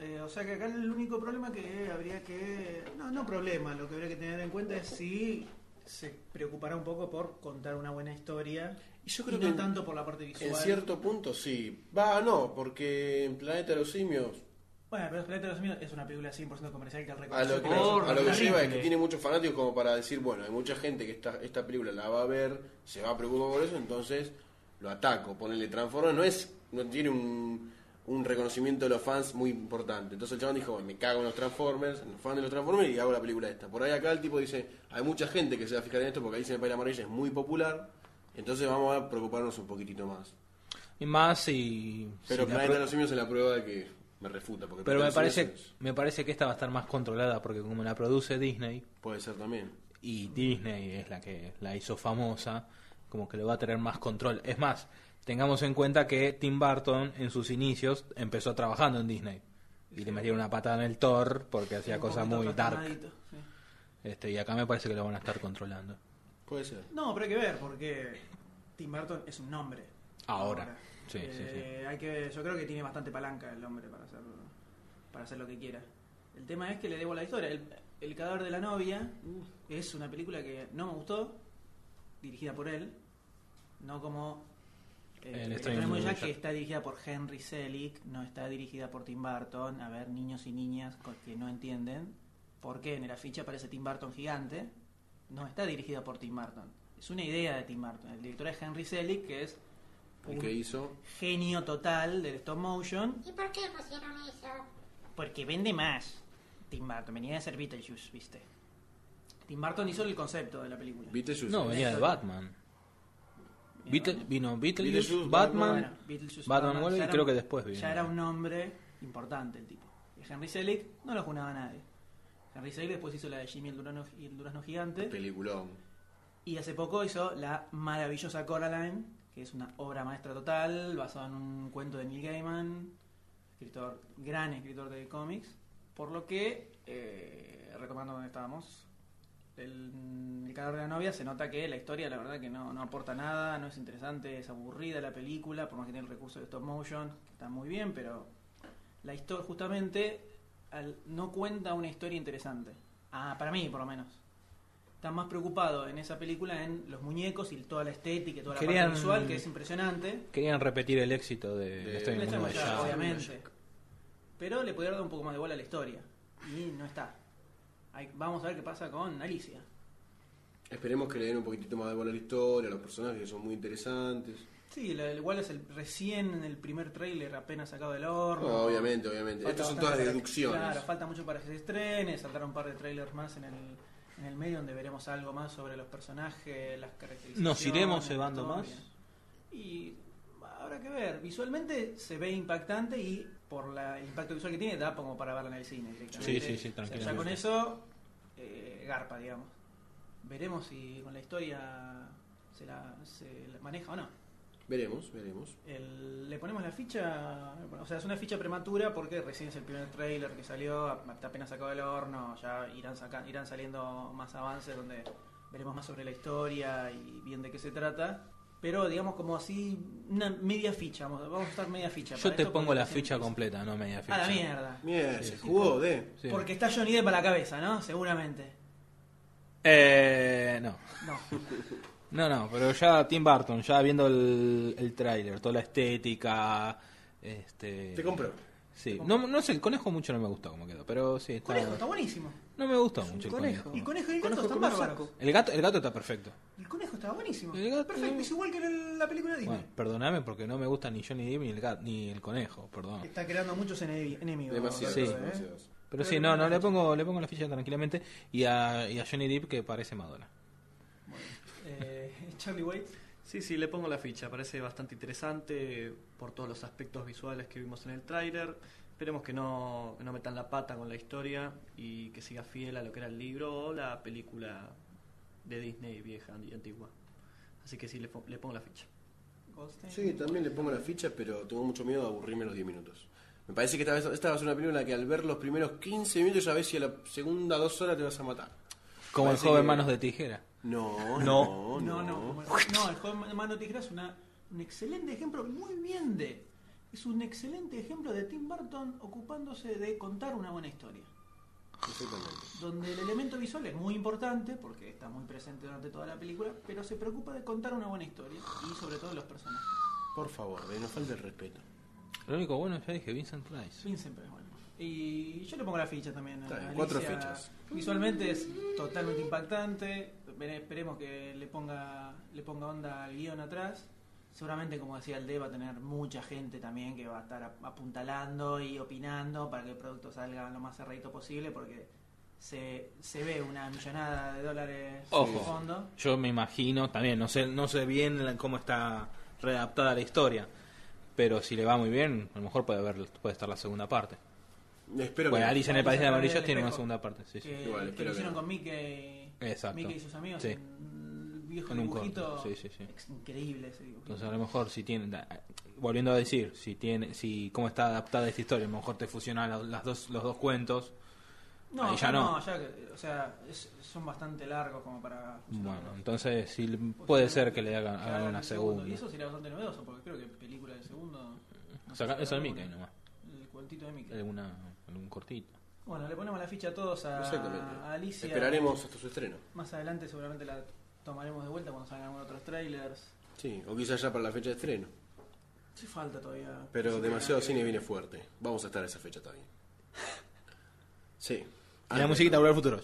Speaker 2: Eh, o sea que acá el único problema que habría que. No, no problema, lo que habría que tener en cuenta es si se preocupará un poco por contar una buena historia.
Speaker 4: Y yo creo
Speaker 2: y
Speaker 4: que
Speaker 2: no
Speaker 4: en-
Speaker 2: tanto por la parte visual.
Speaker 4: En cierto punto sí. Va, no, porque en Planeta de los Simios
Speaker 2: Bueno, pero Planeta de los Simios es una película 100% comercial que al
Speaker 4: A lo que,
Speaker 2: reconoce-
Speaker 4: a lo que
Speaker 2: Horrible.
Speaker 4: lleva es que tiene muchos fanáticos como para decir, bueno, hay mucha gente que esta, esta película la va a ver, se va a preocupar por eso, entonces lo ataco, ponerle transformo, no es, no tiene un, un reconocimiento de los fans muy importante. Entonces el chabón dijo, "Bueno, me cago en los Transformers, en los fans de los Transformers y hago la película esta. Por ahí acá el tipo dice, hay mucha gente que se va a fijar en esto porque ahí se me la amarilla es muy popular, entonces vamos a preocuparnos un poquitito más.
Speaker 5: Y más si.
Speaker 4: Pero
Speaker 5: si la
Speaker 4: Planeta
Speaker 5: pro-
Speaker 4: de los Simios es la prueba de que me refuta. Porque
Speaker 5: Pero me
Speaker 4: Planeta de los
Speaker 5: parece,
Speaker 4: Simios
Speaker 5: me parece que esta va a estar más controlada porque como la produce Disney
Speaker 4: es- Puede ser también.
Speaker 5: y Disney es la que la hizo famosa, como que le va a tener más control. Es más, tengamos en cuenta que Tim Burton en sus inicios empezó trabajando en Disney y le metieron una patada en el Thor porque hacía
Speaker 2: Un
Speaker 5: cosas
Speaker 2: poquito
Speaker 5: muy dark.
Speaker 2: trastornadito, sí.
Speaker 5: Este, y acá me parece que lo van a estar controlando.
Speaker 4: Puede ser.
Speaker 2: No, pero hay que ver, porque Tim Burton es un nombre.
Speaker 5: Ahora. Sí, sí,
Speaker 2: Eh, Hay que, yo creo que tiene bastante palanca el hombre para hacer, para hacer lo que quiera. El tema es que le debo la historia. El, El cadáver de la novia
Speaker 5: Uh.
Speaker 2: es una película que no me gustó, dirigida por él, no como eh,
Speaker 5: El
Speaker 2: El
Speaker 5: extraño
Speaker 2: extraño
Speaker 5: mundo de
Speaker 2: mundo de
Speaker 5: Jack.
Speaker 2: que está dirigida por Henry Selick, no está dirigida por Tim Burton. A ver, niños y niñas co- que no entienden por qué en el afiche aparece Tim Burton gigante, no está dirigida por Tim Burton. Es una idea de Tim Burton. El director es Henry Selick, que es
Speaker 4: El que hizo
Speaker 2: genio total del stop motion,
Speaker 14: ¿Y por qué pusieron eso?
Speaker 2: porque vende más. Tim Burton venía de ser Beetlejuice, viste. Tim Burton hizo el concepto de la película.
Speaker 4: Beetlejuice.
Speaker 5: No, venía de Batman. Beatle- vino Beetlejuice,
Speaker 4: Beetlejuice,
Speaker 5: Batman,
Speaker 2: Bueno, Beetlejuice,
Speaker 5: Batman,
Speaker 2: Batman,
Speaker 5: Wolverine,
Speaker 2: ya
Speaker 5: y
Speaker 2: era
Speaker 5: creo
Speaker 2: un-
Speaker 5: que después vino.
Speaker 2: Ya era un nombre importante el tipo. Y Henry Selick no lo junaba a nadie. Henry Selick después hizo la de Jimmy el Durano, y el Durazno Gigante.
Speaker 4: Peliculón.
Speaker 2: Y hace poco hizo la maravillosa Coraline, que es una obra maestra total, basada en un cuento de Neil Gaiman, escritor, gran escritor de cómics. Por lo que, eh, retomando donde estábamos, el, el cadáver de la novia se nota que la historia la verdad que no, no aporta nada, no es interesante, es aburrida la película, por más que tiene el recurso de stop motion, que está muy bien, pero la historia justamente al- no cuenta una historia interesante. Ah, para mí por lo menos. está más preocupado en esa película en los muñecos y toda la estética y toda la
Speaker 5: Querían-
Speaker 2: parte visual que es impresionante.
Speaker 5: Querían repetir el éxito de,
Speaker 2: Le
Speaker 5: la historia del
Speaker 2: echan
Speaker 5: mundo de
Speaker 2: mucha-
Speaker 5: Jack.
Speaker 2: obviamente. Pero le pudieron dar un poco más de bola a la historia. Y no está. Hay- vamos a ver qué pasa con Alicia.
Speaker 4: Esperemos que le den un poquitito más de bola a la historia, a los personajes que son muy interesantes.
Speaker 2: Sí, la- igual es el recién en el primer tráiler apenas sacado del horno.
Speaker 4: No, obviamente, obviamente.
Speaker 2: Falta
Speaker 4: Estas son
Speaker 2: bastante
Speaker 4: todas
Speaker 2: para que-
Speaker 4: deducciones.
Speaker 2: Claro, falta mucho para que se estrene, saltar un par de trailers más en el, en el medio donde veremos algo más sobre los personajes, las características.
Speaker 5: ¿Nos iremos cebando más?
Speaker 2: Y habrá que ver, visualmente se ve impactante y por la, el impacto visual que tiene da como para verla en el cine directamente.
Speaker 5: Sí,
Speaker 2: O
Speaker 5: sí, sí,
Speaker 2: sea, ya
Speaker 5: tranquilamente.
Speaker 2: con eso, eh, garpa, digamos. Veremos si con la historia se la, se la maneja o no.
Speaker 4: Veremos, veremos.
Speaker 2: El- le ponemos la ficha, bueno, o sea, es una ficha prematura porque recién es el primer trailer que salió, a- apenas sacado del horno, ya irán, saca- irán saliendo más avances donde veremos más sobre la historia y bien de qué se trata. Pero digamos como así, una media ficha, vamos, vamos a estar media ficha.
Speaker 5: Yo
Speaker 2: para
Speaker 5: te
Speaker 2: esto
Speaker 5: pongo
Speaker 2: porque
Speaker 5: la
Speaker 2: recién-
Speaker 5: ficha completa, no media ficha.
Speaker 2: A la mierda.
Speaker 4: Mierda,
Speaker 5: Sí,
Speaker 4: se
Speaker 5: sí,
Speaker 4: jugó
Speaker 5: por-
Speaker 4: de.
Speaker 5: sí.
Speaker 2: Porque está Johnny Depp a la cabeza, ¿no? Seguramente.
Speaker 5: Eh, no.
Speaker 2: No.
Speaker 5: No, no, pero ya Tim Burton, ya viendo el, el tráiler, toda la estética, este...
Speaker 4: Te compró.
Speaker 5: Sí, no, no sé, el conejo mucho no me gustó como quedó, pero sí, está...
Speaker 2: Conejo, está buenísimo.
Speaker 5: No me gustó mucho el
Speaker 2: conejo.
Speaker 5: conejo.
Speaker 2: Y conejo y el gato
Speaker 5: Conejo
Speaker 2: están
Speaker 5: con un
Speaker 2: bárbaros.
Speaker 5: El gato, el gato está perfecto.
Speaker 2: El conejo está buenísimo.
Speaker 5: El gato-
Speaker 2: Perfecto, es igual que en la película de Disney.
Speaker 5: Bueno, perdóname porque no me gusta ni Johnny Depp ni el gato, ni el conejo, perdón.
Speaker 2: Está creando muchos enevi- enemigos.
Speaker 4: Demasiados,
Speaker 2: ¿eh?
Speaker 5: Sí. Pero sí, no, no, le pongo, le pongo la ficha tranquilamente y a, y a Johnny Depp que parece Madonna.
Speaker 2: Eh, Charlie Waits.
Speaker 6: Sí, sí, le pongo la ficha. Parece bastante interesante por todos los aspectos visuales que vimos en el tráiler. Esperemos que no, que no metan la pata con la historia y que siga fiel a lo que era el libro o la película de Disney vieja y antigua. Así que sí, le, po- le pongo la ficha.
Speaker 2: Goldstein.
Speaker 4: Sí, también le pongo la ficha, pero tengo mucho miedo de aburrirme los 10 minutos. Me parece que esta, vez- esta va a ser una película en la que al ver los primeros 15 minutos ya ves si a la segunda dos horas te vas a matar.
Speaker 5: Como
Speaker 4: Parece
Speaker 5: el joven
Speaker 4: que-
Speaker 5: Manos de Tijera.
Speaker 4: No,
Speaker 5: No.
Speaker 4: no,
Speaker 2: No,
Speaker 4: no.
Speaker 2: no, bueno, no, el joven Ma- Mano de Tijera es una, un excelente ejemplo, muy bien de. Es un excelente ejemplo de Tim Burton ocupándose de contar una buena historia.
Speaker 4: Exactamente.
Speaker 2: Donde el elemento visual es muy importante, porque está muy presente durante toda la película, pero se preocupa de contar una buena historia y sobre todo los personajes.
Speaker 4: Por favor, eh, no falte el respeto.
Speaker 5: Lo único bueno, ya dije, Vincent Price.
Speaker 2: Vincent Price, bueno. Y yo le pongo la ficha también. a
Speaker 4: Está bien,
Speaker 2: Alicia.
Speaker 4: cuatro fichas.
Speaker 2: Visualmente es totalmente impactante. Vere- Esperemos que le ponga, le ponga onda al guión atrás. Seguramente, como decía el D, va a tener mucha gente también que va a estar ap- apuntalando y opinando para que el producto salga lo más cerradito posible porque se, se ve una millonada de dólares en el fondo.
Speaker 5: Ojo, yo me imagino, también no sé, no sé bien la- cómo está redactada la historia, pero si le va muy bien, a lo mejor puede haber, puede estar la segunda parte.
Speaker 4: Espero
Speaker 5: bueno,
Speaker 4: que no.
Speaker 5: Alicia en el País de
Speaker 2: Alicia en el País
Speaker 5: Amarillos
Speaker 2: del
Speaker 5: tiene una
Speaker 2: Espejo.
Speaker 5: segunda parte, sí, sí.
Speaker 2: Que,
Speaker 4: Igual,
Speaker 2: que lo
Speaker 4: espero que
Speaker 2: hicieron
Speaker 4: no.
Speaker 2: con Mickey,
Speaker 5: Exacto.
Speaker 2: Mickey y sus amigos.
Speaker 5: Sí.
Speaker 2: Un viejo
Speaker 5: En un corto,
Speaker 2: dibujito.
Speaker 5: sí, sí, sí.
Speaker 2: Es increíble ese dibujito.
Speaker 5: Entonces a lo mejor si tiene, da- volviendo a decir, si tiene, si cómo está adaptada esta historia, a lo mejor te fusionan la- las dos, los dos cuentos.
Speaker 2: No,
Speaker 5: Ahí
Speaker 2: ya
Speaker 5: ya
Speaker 2: no.
Speaker 5: no.
Speaker 2: ya que- o sea, es- son bastante largos como para.
Speaker 5: Bueno, entonces sí, puede ser que le hagan, hagan
Speaker 2: hagan
Speaker 5: una
Speaker 2: el segundo. Y
Speaker 5: segunda.
Speaker 2: eso sería bastante novedoso, porque creo que película de segundo. no sé,
Speaker 5: Saca-
Speaker 2: será
Speaker 5: eso es
Speaker 2: algún-
Speaker 5: Mickey nomás,
Speaker 2: El cuentito de
Speaker 5: Eh.
Speaker 2: Mickey.
Speaker 5: alguna, algún cortito.
Speaker 2: Bueno, le ponemos la ficha a todos a,
Speaker 4: Exactamente.
Speaker 2: a Alicia.
Speaker 4: Esperaremos hasta su estreno.
Speaker 2: Más adelante, seguramente la tomaremos de vuelta cuando salgan otros trailers.
Speaker 4: Sí, o quizás ya para la fecha de estreno.
Speaker 2: Sí, falta todavía.
Speaker 4: Pero
Speaker 2: Sí,
Speaker 4: demasiado
Speaker 2: que-
Speaker 4: cine viene fuerte. Vamos a estar a esa fecha todavía. Sí.
Speaker 5: Y la musiquita volver al futuro.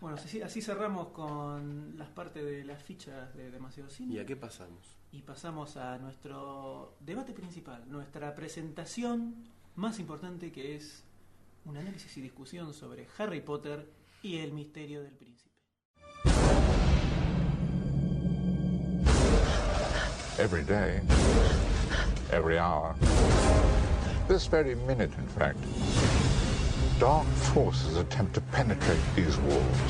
Speaker 2: Bueno, así, así cerramos con las partes de las fichas de Demasiado Cine.
Speaker 4: ¿Y a qué pasamos?
Speaker 2: Y pasamos a nuestro debate principal, nuestra presentación más importante que es un análisis y discusión sobre Harry Potter y el misterio del príncipe.
Speaker 19: Every day, every hour, this very minute, in fact, dark forces attempt to penetrate these walls.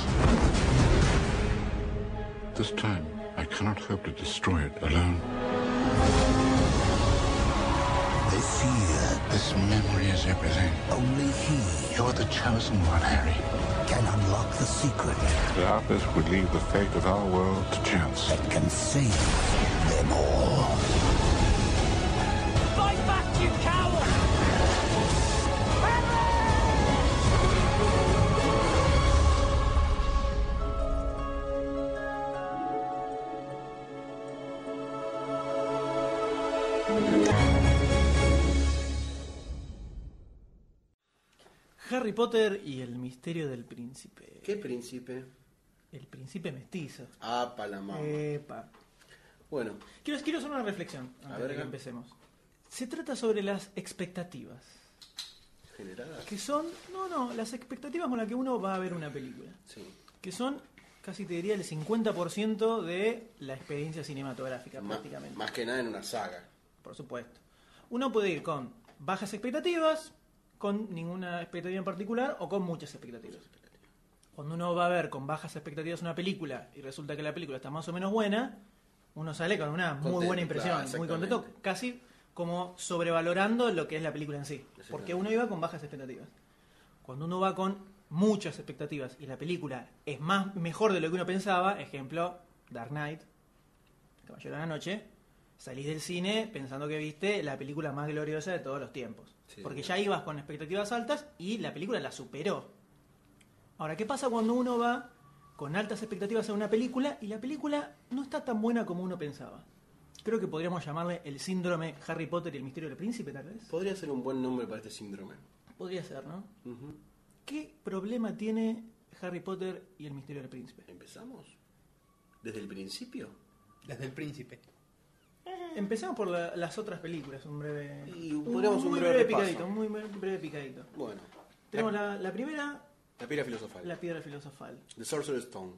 Speaker 19: This time, I cannot hope to destroy it alone. They fear this memory is everything. Only he, you're the chosen one, Harry, can unlock the secret. Darkness would leave the fate of our world to chance. It can save them all.
Speaker 14: Fight back, you coward!
Speaker 2: Harry Potter y el misterio del príncipe.
Speaker 4: ¿Qué príncipe?
Speaker 2: El príncipe mestizo.
Speaker 4: Ah, Palamama.
Speaker 2: Epa.
Speaker 4: Bueno,
Speaker 2: Quiero, quiero hacer una reflexión antes
Speaker 4: ver,
Speaker 2: de que
Speaker 4: acá.
Speaker 2: empecemos. Se trata sobre las expectativas.
Speaker 4: generadas.
Speaker 2: Que son, no, no, las expectativas con las que uno va a ver una película.
Speaker 4: Sí.
Speaker 2: Que son, casi te diría, el 50% de la experiencia cinematográfica,
Speaker 4: Má-
Speaker 2: prácticamente.
Speaker 4: más que nada en una saga.
Speaker 2: Por supuesto. Uno puede ir con bajas expectativas, con ninguna expectativa en particular o con muchas expectativas. Cuando uno va a ver con bajas expectativas una película y resulta que la película está más o menos buena, uno sale con una muy
Speaker 4: Contento,
Speaker 2: buena impresión,
Speaker 4: claro,
Speaker 2: muy
Speaker 4: exactamente.
Speaker 2: contento, casi como sobrevalorando lo que es la película en sí. Porque
Speaker 4: Exactamente.
Speaker 2: uno iba con bajas expectativas. Cuando uno va con muchas expectativas y la película es más mejor de lo que uno pensaba, ejemplo, Dark Knight, Caballero de la Noche, salís del cine pensando que viste la película más gloriosa de todos los tiempos.
Speaker 4: Sí,
Speaker 2: porque
Speaker 4: señor.
Speaker 2: ya ibas con expectativas altas y la película la superó. Ahora, ¿qué pasa cuando uno va con altas expectativas a una película y la película no está tan buena como uno pensaba? Creo que podríamos llamarle el síndrome Harry Potter y el misterio del príncipe, tal vez.
Speaker 4: Podría ser un buen nombre para este síndrome.
Speaker 2: Podría ser, ¿no?
Speaker 4: Ujú.
Speaker 2: ¿Qué problema tiene Harry Potter y el misterio del príncipe?
Speaker 4: ¿Empezamos? ¿Desde el principio?
Speaker 5: Desde el príncipe.
Speaker 2: Empecemos por la- las otras películas, un breve.
Speaker 4: Y ponemos un
Speaker 2: muy
Speaker 4: breve repaso.
Speaker 2: picadito, un muy bre- breve picadito.
Speaker 4: Bueno,
Speaker 2: Tenemos la, la primera,
Speaker 4: la piedra filosofal.
Speaker 2: La Piedra Filosofal.
Speaker 4: The Sorcerer's Stone.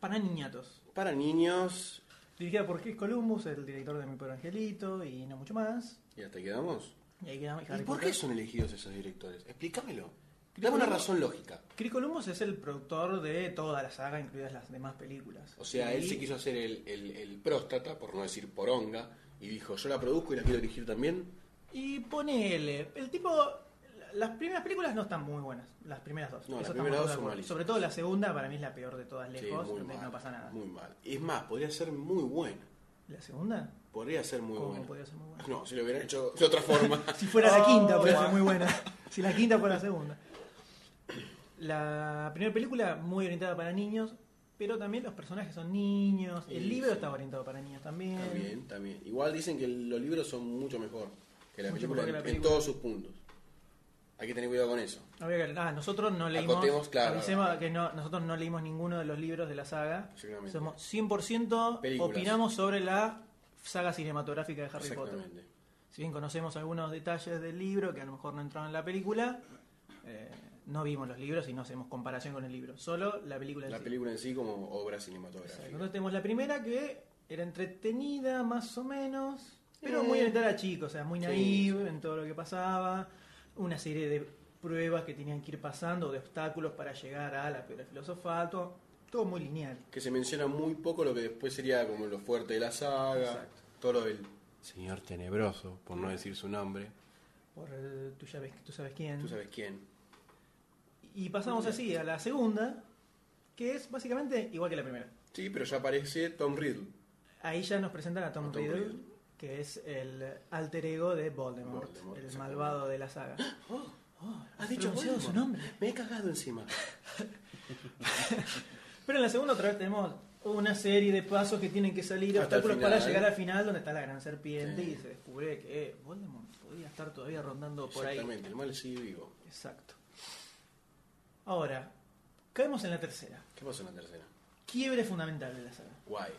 Speaker 2: Para niñatos.
Speaker 4: Para niños.
Speaker 2: Dirigida por Chris Columbus, el director de Mi Pobre Angelito y no mucho más.
Speaker 4: ¿Y hasta ahí quedamos?
Speaker 2: Y ahí quedamos.
Speaker 4: ¿Y
Speaker 2: Harry
Speaker 4: por
Speaker 2: Potter.
Speaker 4: qué son elegidos esos directores? Explícamelo. Dame una razón lógica.
Speaker 2: Chris Columbus es el productor de toda la saga, incluidas las demás películas.
Speaker 4: O sea, él
Speaker 2: Y-
Speaker 4: se quiso hacer el, el- el próstata, por no decir poronga, y dijo, yo la produzco y la quiero dirigir también.
Speaker 2: Y ponele, el tipo... Las primeras películas no están muy buenas, las primeras dos.
Speaker 4: No, las
Speaker 2: Eso estamos
Speaker 4: primeras dos
Speaker 2: de
Speaker 4: son
Speaker 2: acuerdo.
Speaker 4: malísimas.
Speaker 2: Sobre todo la segunda, para mí es la peor de todas
Speaker 4: Sí,
Speaker 2: lejos,
Speaker 4: muy
Speaker 2: donde
Speaker 4: mal,
Speaker 2: no pasa nada.
Speaker 4: Muy mal. Es más, podría ser muy buena.
Speaker 2: ¿La segunda?
Speaker 4: Podría ser muy
Speaker 2: ¿Cómo
Speaker 4: buena.
Speaker 2: podría ser muy buena?
Speaker 4: No, si lo hubieran hecho de otra forma.
Speaker 2: Si fuera la quinta, por
Speaker 4: pero
Speaker 2: eso muy buena. Si la quinta fuera la segunda. La primera película muy orientada para niños, pero también los personajes son niños. El
Speaker 4: Sí,
Speaker 2: libro
Speaker 4: sí.
Speaker 2: está orientado para niños también.
Speaker 4: También, también. Igual dicen que los libros son mucho mejor que la
Speaker 2: Mucho
Speaker 4: película,
Speaker 2: mejor que la
Speaker 4: en- en
Speaker 2: película.
Speaker 4: todos sus puntos. Hay que tener cuidado con eso.
Speaker 2: Habría que- ah, nosotros no leímos.
Speaker 4: Acotemos, claro.
Speaker 2: avisemos que no, nosotros no leímos ninguno de los libros de la saga.
Speaker 4: Seguramente.
Speaker 2: Somos 100%
Speaker 4: Películas.
Speaker 2: opinamos sobre la saga cinematográfica de Harry Potter.
Speaker 4: Exactamente.
Speaker 2: Si bien conocemos algunos detalles del libro que a lo mejor no entraron en la película, eh, no vimos los libros y no hacemos comparación con el libro. Solo la película en
Speaker 4: La
Speaker 2: sí.
Speaker 4: película en sí como obra cinematográfica.
Speaker 2: Entonces tenemos la primera que era entretenida más o menos, pero muy
Speaker 4: Eh.
Speaker 2: orientada a chicos, o sea, muy
Speaker 4: Sí.
Speaker 2: naive en todo lo que pasaba, una serie de pruebas que tenían que ir pasando, de obstáculos para llegar a la piedra filosofal, todo, todo muy lineal.
Speaker 4: Que se menciona muy poco lo que después sería como lo fuerte de la saga.
Speaker 2: Exacto. Mm.
Speaker 4: Todo lo del señor tenebroso, por no decir su nombre.
Speaker 2: Por eh, tú, sabes, tú sabes quién.
Speaker 4: Tú sabes quién.
Speaker 2: Y pasamos así a la segunda, que es básicamente igual que la primera.
Speaker 4: Sí, pero ya aparece Tom Riddle.
Speaker 2: Ahí ya nos presentan a Tom,
Speaker 4: A Tom
Speaker 2: Riddle,
Speaker 4: Riddle.
Speaker 2: que es el alter ego de Voldemort,
Speaker 4: Voldemort,
Speaker 2: el
Speaker 4: exactamente.
Speaker 2: malvado de la saga.
Speaker 4: Has dicho
Speaker 2: pronunciado
Speaker 4: Voldemort.
Speaker 2: su nombre.
Speaker 4: Me he cagado encima.
Speaker 2: Pero en la segunda otra vez tenemos una serie de pasos que tienen que salir,
Speaker 4: Hasta el
Speaker 2: obstáculos
Speaker 4: final. ¿eh?
Speaker 2: para llegar al final donde está la gran serpiente
Speaker 4: Sí.
Speaker 2: y se descubre que Voldemort podía estar todavía rondando por ahí.
Speaker 4: Exactamente, el mal sigue vivo.
Speaker 2: Exacto. Ahora, caemos en la tercera.
Speaker 4: ¿Qué pasó en la tercera?
Speaker 2: Quiebre fundamental de la saga.
Speaker 4: Guay.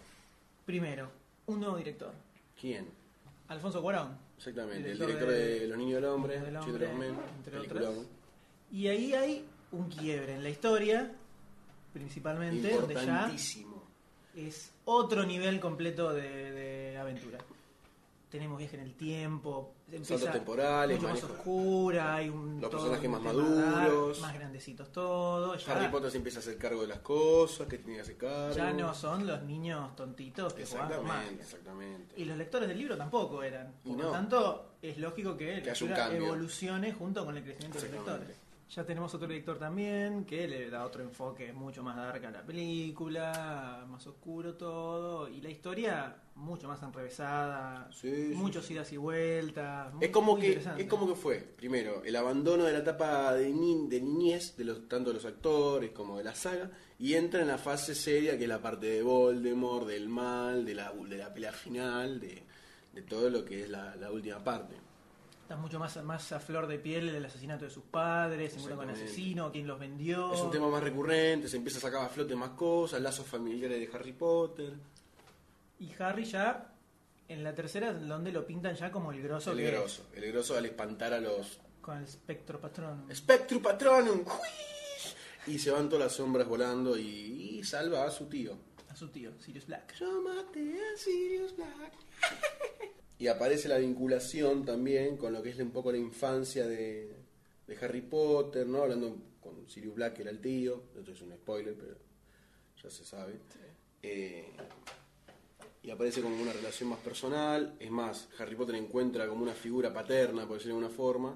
Speaker 2: Primero, un nuevo director,
Speaker 4: ¿Quién?
Speaker 2: Alfonso Cuarón.
Speaker 4: Exactamente, el
Speaker 2: Director
Speaker 4: director
Speaker 2: de-
Speaker 4: de Los Niños del Hombre,
Speaker 2: Niños del Hombre,
Speaker 4: Children of Men,
Speaker 2: entre
Speaker 4: peliculón.
Speaker 2: otras. Y ahí hay un quiebre en la historia, principalmente, donde ya
Speaker 4: Importantísimo.
Speaker 2: es otro nivel completo de, de aventura. Tenemos viaje en el tiempo, empieza
Speaker 4: Saltos temporales,
Speaker 2: mucho más
Speaker 4: manejo-
Speaker 2: oscura, hay un
Speaker 4: Los
Speaker 2: todo
Speaker 4: personajes
Speaker 2: un
Speaker 4: más
Speaker 2: tema de edad,
Speaker 4: maduros.
Speaker 2: más grandecitos todos,
Speaker 4: Harry
Speaker 2: ya,
Speaker 4: Potter se empieza a hacer cargo de las cosas, que tiene que hacer cargo.
Speaker 2: ya no son los niños tontitos que jugaban
Speaker 4: Exactamente,
Speaker 2: magia.
Speaker 4: exactamente.
Speaker 2: Y los lectores del libro tampoco eran.
Speaker 4: Y
Speaker 2: Por
Speaker 4: no.
Speaker 2: lo tanto, es lógico que la
Speaker 4: Que haya un
Speaker 2: lectura
Speaker 4: cambio.
Speaker 2: evolucione junto con el crecimiento de los
Speaker 4: Exactamente.
Speaker 2: lectores. Ya tenemos otro director también que le da otro enfoque mucho más dark a la película, más oscuro todo, y la historia mucho más enrevesada,
Speaker 4: Sí, sí,
Speaker 2: muchos idas y vueltas. muy-
Speaker 4: Es como,
Speaker 2: muy
Speaker 4: que,
Speaker 2: interesante.
Speaker 4: es como que fue, primero, el abandono de la etapa de, ni- de niñez, de los, tanto de los actores como de la saga, y entra en la fase seria, que es la parte de Voldemort, del mal, de la, de la pelea final, de, de todo lo que es la, la última parte.
Speaker 2: Estás mucho más, más a flor de piel el asesinato de sus padres, se con el
Speaker 4: Exactamente.
Speaker 2: asesino, quién los vendió.
Speaker 4: Es un tema más recurrente, se empieza a sacar a flote más cosas, lazos familiares de Harry Potter.
Speaker 2: Y Harry ya, en la tercera, es donde lo pintan ya como el grosso
Speaker 4: el
Speaker 2: que es,
Speaker 4: grosso, el grosso al espantar a los
Speaker 2: con el espectro patrón.
Speaker 4: Spectrum Patronum. ¡Juish! Y se van todas las sombras volando y, y salva a su tío.
Speaker 2: A su tío, Sirius Black.
Speaker 11: Yo maté a Sirius Black.
Speaker 4: Y aparece la vinculación también con lo que es un poco la infancia de, de Harry Potter, ¿no? Hablando con Sirius Black, que era el tío. Esto es un spoiler, pero ya se sabe. Eh, y aparece como una relación más personal. Es más, Harry Potter encuentra como una figura paterna, por decirlo de alguna forma,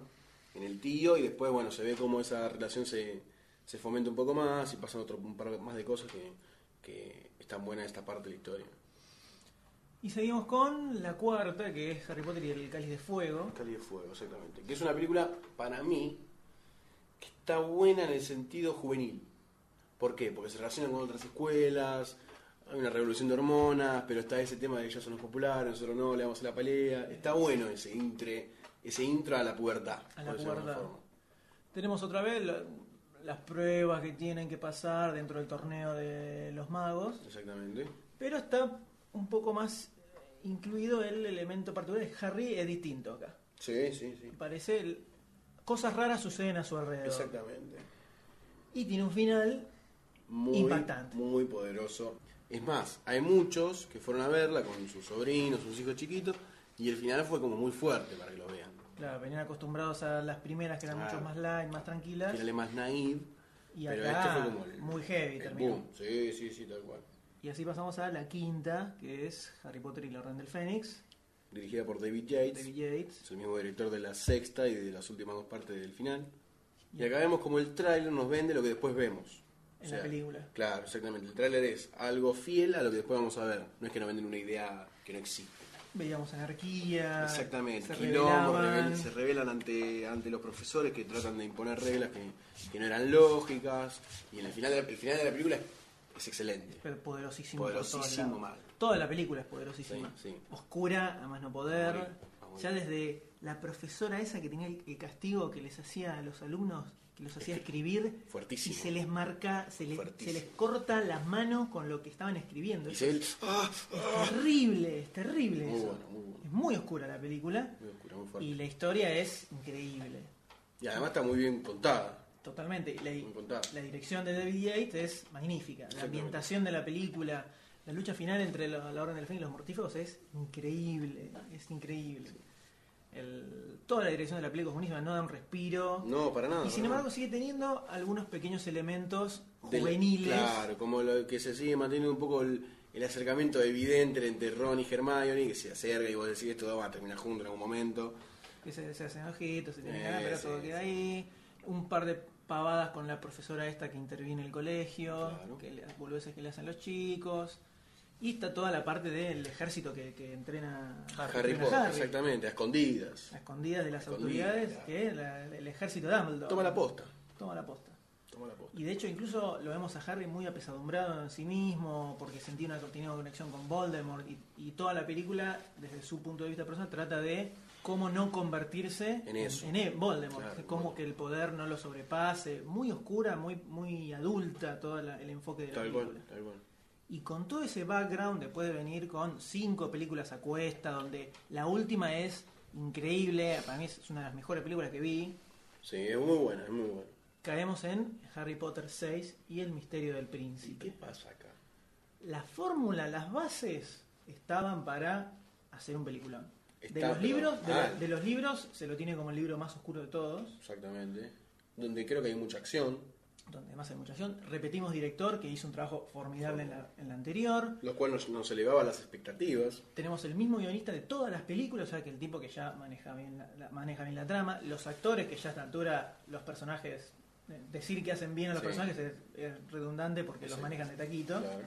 Speaker 4: en el tío. Y después, bueno, se ve como esa relación se, se fomenta un poco más y pasan otro un par más de cosas que, que están buenas en esta parte de la historia.
Speaker 2: Y seguimos con la cuarta, que es Harry Potter y el Cáliz de Fuego.
Speaker 4: Cáliz de Fuego, exactamente. Que es una película, para mí, que está buena en el sentido juvenil. ¿Por qué? Porque se relaciona con otras escuelas, hay una revolución de hormonas, pero está ese tema de ellos son los populares, nosotros no, le damos a la pelea. Está bueno ese intre, ese intro a la pubertad.
Speaker 2: A la
Speaker 4: por decirlo de alguna
Speaker 2: pubertad.
Speaker 4: forma.
Speaker 2: Tenemos otra vez la- las pruebas que tienen que pasar dentro del torneo de los magos.
Speaker 4: Exactamente.
Speaker 2: Pero está un poco más eh, incluido el elemento particular. de Harry es distinto acá.
Speaker 4: Sí, sí, sí.
Speaker 2: Parece el- cosas raras suceden a su alrededor.
Speaker 4: Exactamente.
Speaker 2: Y tiene un final.
Speaker 4: muy,
Speaker 2: Impactante.
Speaker 4: muy poderoso. Es más, hay muchos que fueron a verla con sus sobrinos, sus hijos chiquitos, y el final fue como muy fuerte para que lo vean.
Speaker 2: Claro, venían acostumbrados a las primeras que eran
Speaker 4: Claro.
Speaker 2: mucho más light, más tranquilas.
Speaker 4: Finales más naive,
Speaker 2: Y
Speaker 4: Ah. pero
Speaker 2: acá,
Speaker 4: este fue como el,
Speaker 2: muy heavy
Speaker 4: el
Speaker 2: terminó.
Speaker 4: boom. Sí, sí, sí, tal cual.
Speaker 2: Y así pasamos a la quinta, que es Harry Potter y la Orden del Fénix.
Speaker 4: Dirigida por David Yates,
Speaker 2: David Yates.
Speaker 4: es el mismo director de la sexta y de las últimas dos partes del final. Y acá vemos como el tráiler nos vende lo que después vemos.
Speaker 2: En la película.
Speaker 4: Claro, exactamente. El tráiler es algo fiel a lo que después vamos a ver. No es que nos venden una idea que no existe.
Speaker 2: Veíamos anarquía.
Speaker 4: Exactamente,
Speaker 2: Ah, se
Speaker 4: quilombo,
Speaker 2: rebelaban.
Speaker 4: rebel- se rebelan ante, ante los profesores que tratan de imponer reglas que, que no eran lógicas. Y en el final de la, el final de la película es, es excelente.
Speaker 2: Pero poderosísimo. por todos
Speaker 4: Poderosísimo
Speaker 2: lados.
Speaker 4: mal.
Speaker 2: Toda la película es poderosísima.
Speaker 4: Sí, sí.
Speaker 2: Oscura, a más no poder.
Speaker 4: Morir, a morir.
Speaker 2: Ya desde la profesora esa que tenía el el castigo que les hacía a los alumnos, que los hacía escribir.
Speaker 4: Fuertísimo.
Speaker 2: Y se les marca, se les,
Speaker 4: Fuertísimo.
Speaker 2: se les corta las manos con lo que estaban escribiendo.
Speaker 4: Y se ve el- ¡Ah!
Speaker 2: Es terrible, es terrible
Speaker 4: Muy
Speaker 2: eso.
Speaker 4: bueno, muy bueno.
Speaker 2: Es muy oscura la película
Speaker 4: Muy oscura, muy fuerte.
Speaker 2: y la historia es increíble.
Speaker 4: Y además está muy bien contada.
Speaker 2: Totalmente. La,
Speaker 4: Muy contada.
Speaker 2: la dirección de David Yates es magnífica. La
Speaker 4: Exactamente.
Speaker 2: ambientación de la película, la lucha final entre la, la Orden del Fénix y los Mortífagos es increíble. Es increíble. El- toda la dirección de la película es buenísima, no da un respiro.
Speaker 4: No, para nada.
Speaker 2: y sin
Speaker 4: para
Speaker 2: embargo sigue teniendo algunos pequeños elementos
Speaker 4: nada. Del-
Speaker 2: juveniles.
Speaker 4: Claro, como lo que se sigue manteniendo un poco el, el acercamiento evidente entre Ron y Hermione, que se acerca y vos decís esto dos van a terminar juntos en algún momento.
Speaker 2: que se, se hacen ojitos, se tienen
Speaker 4: Eh,
Speaker 2: ganas, pero
Speaker 4: sí,
Speaker 2: todo queda ahí. Un par de pavadas con la profesora esta que interviene en el colegio,
Speaker 4: Claro.
Speaker 2: que las boludeces que le hacen los chicos. Y está toda la parte del ejército que, que entrena
Speaker 4: Ah, Harry,
Speaker 2: entrena
Speaker 4: Potter,
Speaker 2: Harry,
Speaker 4: exactamente, a escondidas.
Speaker 2: a escondidas de las
Speaker 4: Escondidas,
Speaker 2: autoridades,
Speaker 4: claro.
Speaker 2: que es la- el ejército de Dumbledore.
Speaker 4: Toma la posta.
Speaker 2: Toma la posta.
Speaker 4: Toma la posta.
Speaker 2: Y de hecho incluso lo vemos a Harry muy apesadumbrado en sí mismo, porque sentía una, tenía una conexión con Voldemort y, y toda la película, desde su punto de vista personal, trata de cómo no convertirse
Speaker 4: En eso.
Speaker 2: en, E, Voldemort,
Speaker 4: Claro,
Speaker 2: cómo que el poder no lo sobrepase, muy oscura, muy, muy adulta todo la- el enfoque de la
Speaker 4: Tal
Speaker 2: película.
Speaker 4: cual, tal cual.
Speaker 2: Y con todo ese background, después de venir con cinco películas a cuesta, donde la última es increíble, para mí es una de las mejores películas que vi,
Speaker 4: Sí, es muy buena, es muy buena.
Speaker 2: caemos en Harry Potter 6 y el misterio del príncipe.
Speaker 4: ¿Qué pasa acá?
Speaker 2: La fórmula, las bases estaban para hacer un peliculón. De
Speaker 4: Está,
Speaker 2: los,
Speaker 4: pero
Speaker 2: libros, de,
Speaker 4: mal.
Speaker 2: de los libros se lo tiene como el libro más oscuro de todos,
Speaker 4: Exactamente. Donde creo que hay mucha acción.
Speaker 2: donde más hay mucha acción. Repetimos director que hizo un trabajo formidable en la, en la anterior.
Speaker 4: Lo cual nos, nos elevaba las expectativas.
Speaker 2: Tenemos el mismo guionista de todas las películas, o sea que el tipo que ya maneja bien la, la- maneja bien la trama, los actores que ya a esta altura los personajes, eh, decir que hacen bien a los
Speaker 4: Sí.
Speaker 2: personajes es, es redundante porque los
Speaker 4: Sí.
Speaker 2: manejan de taquito.
Speaker 4: Claro.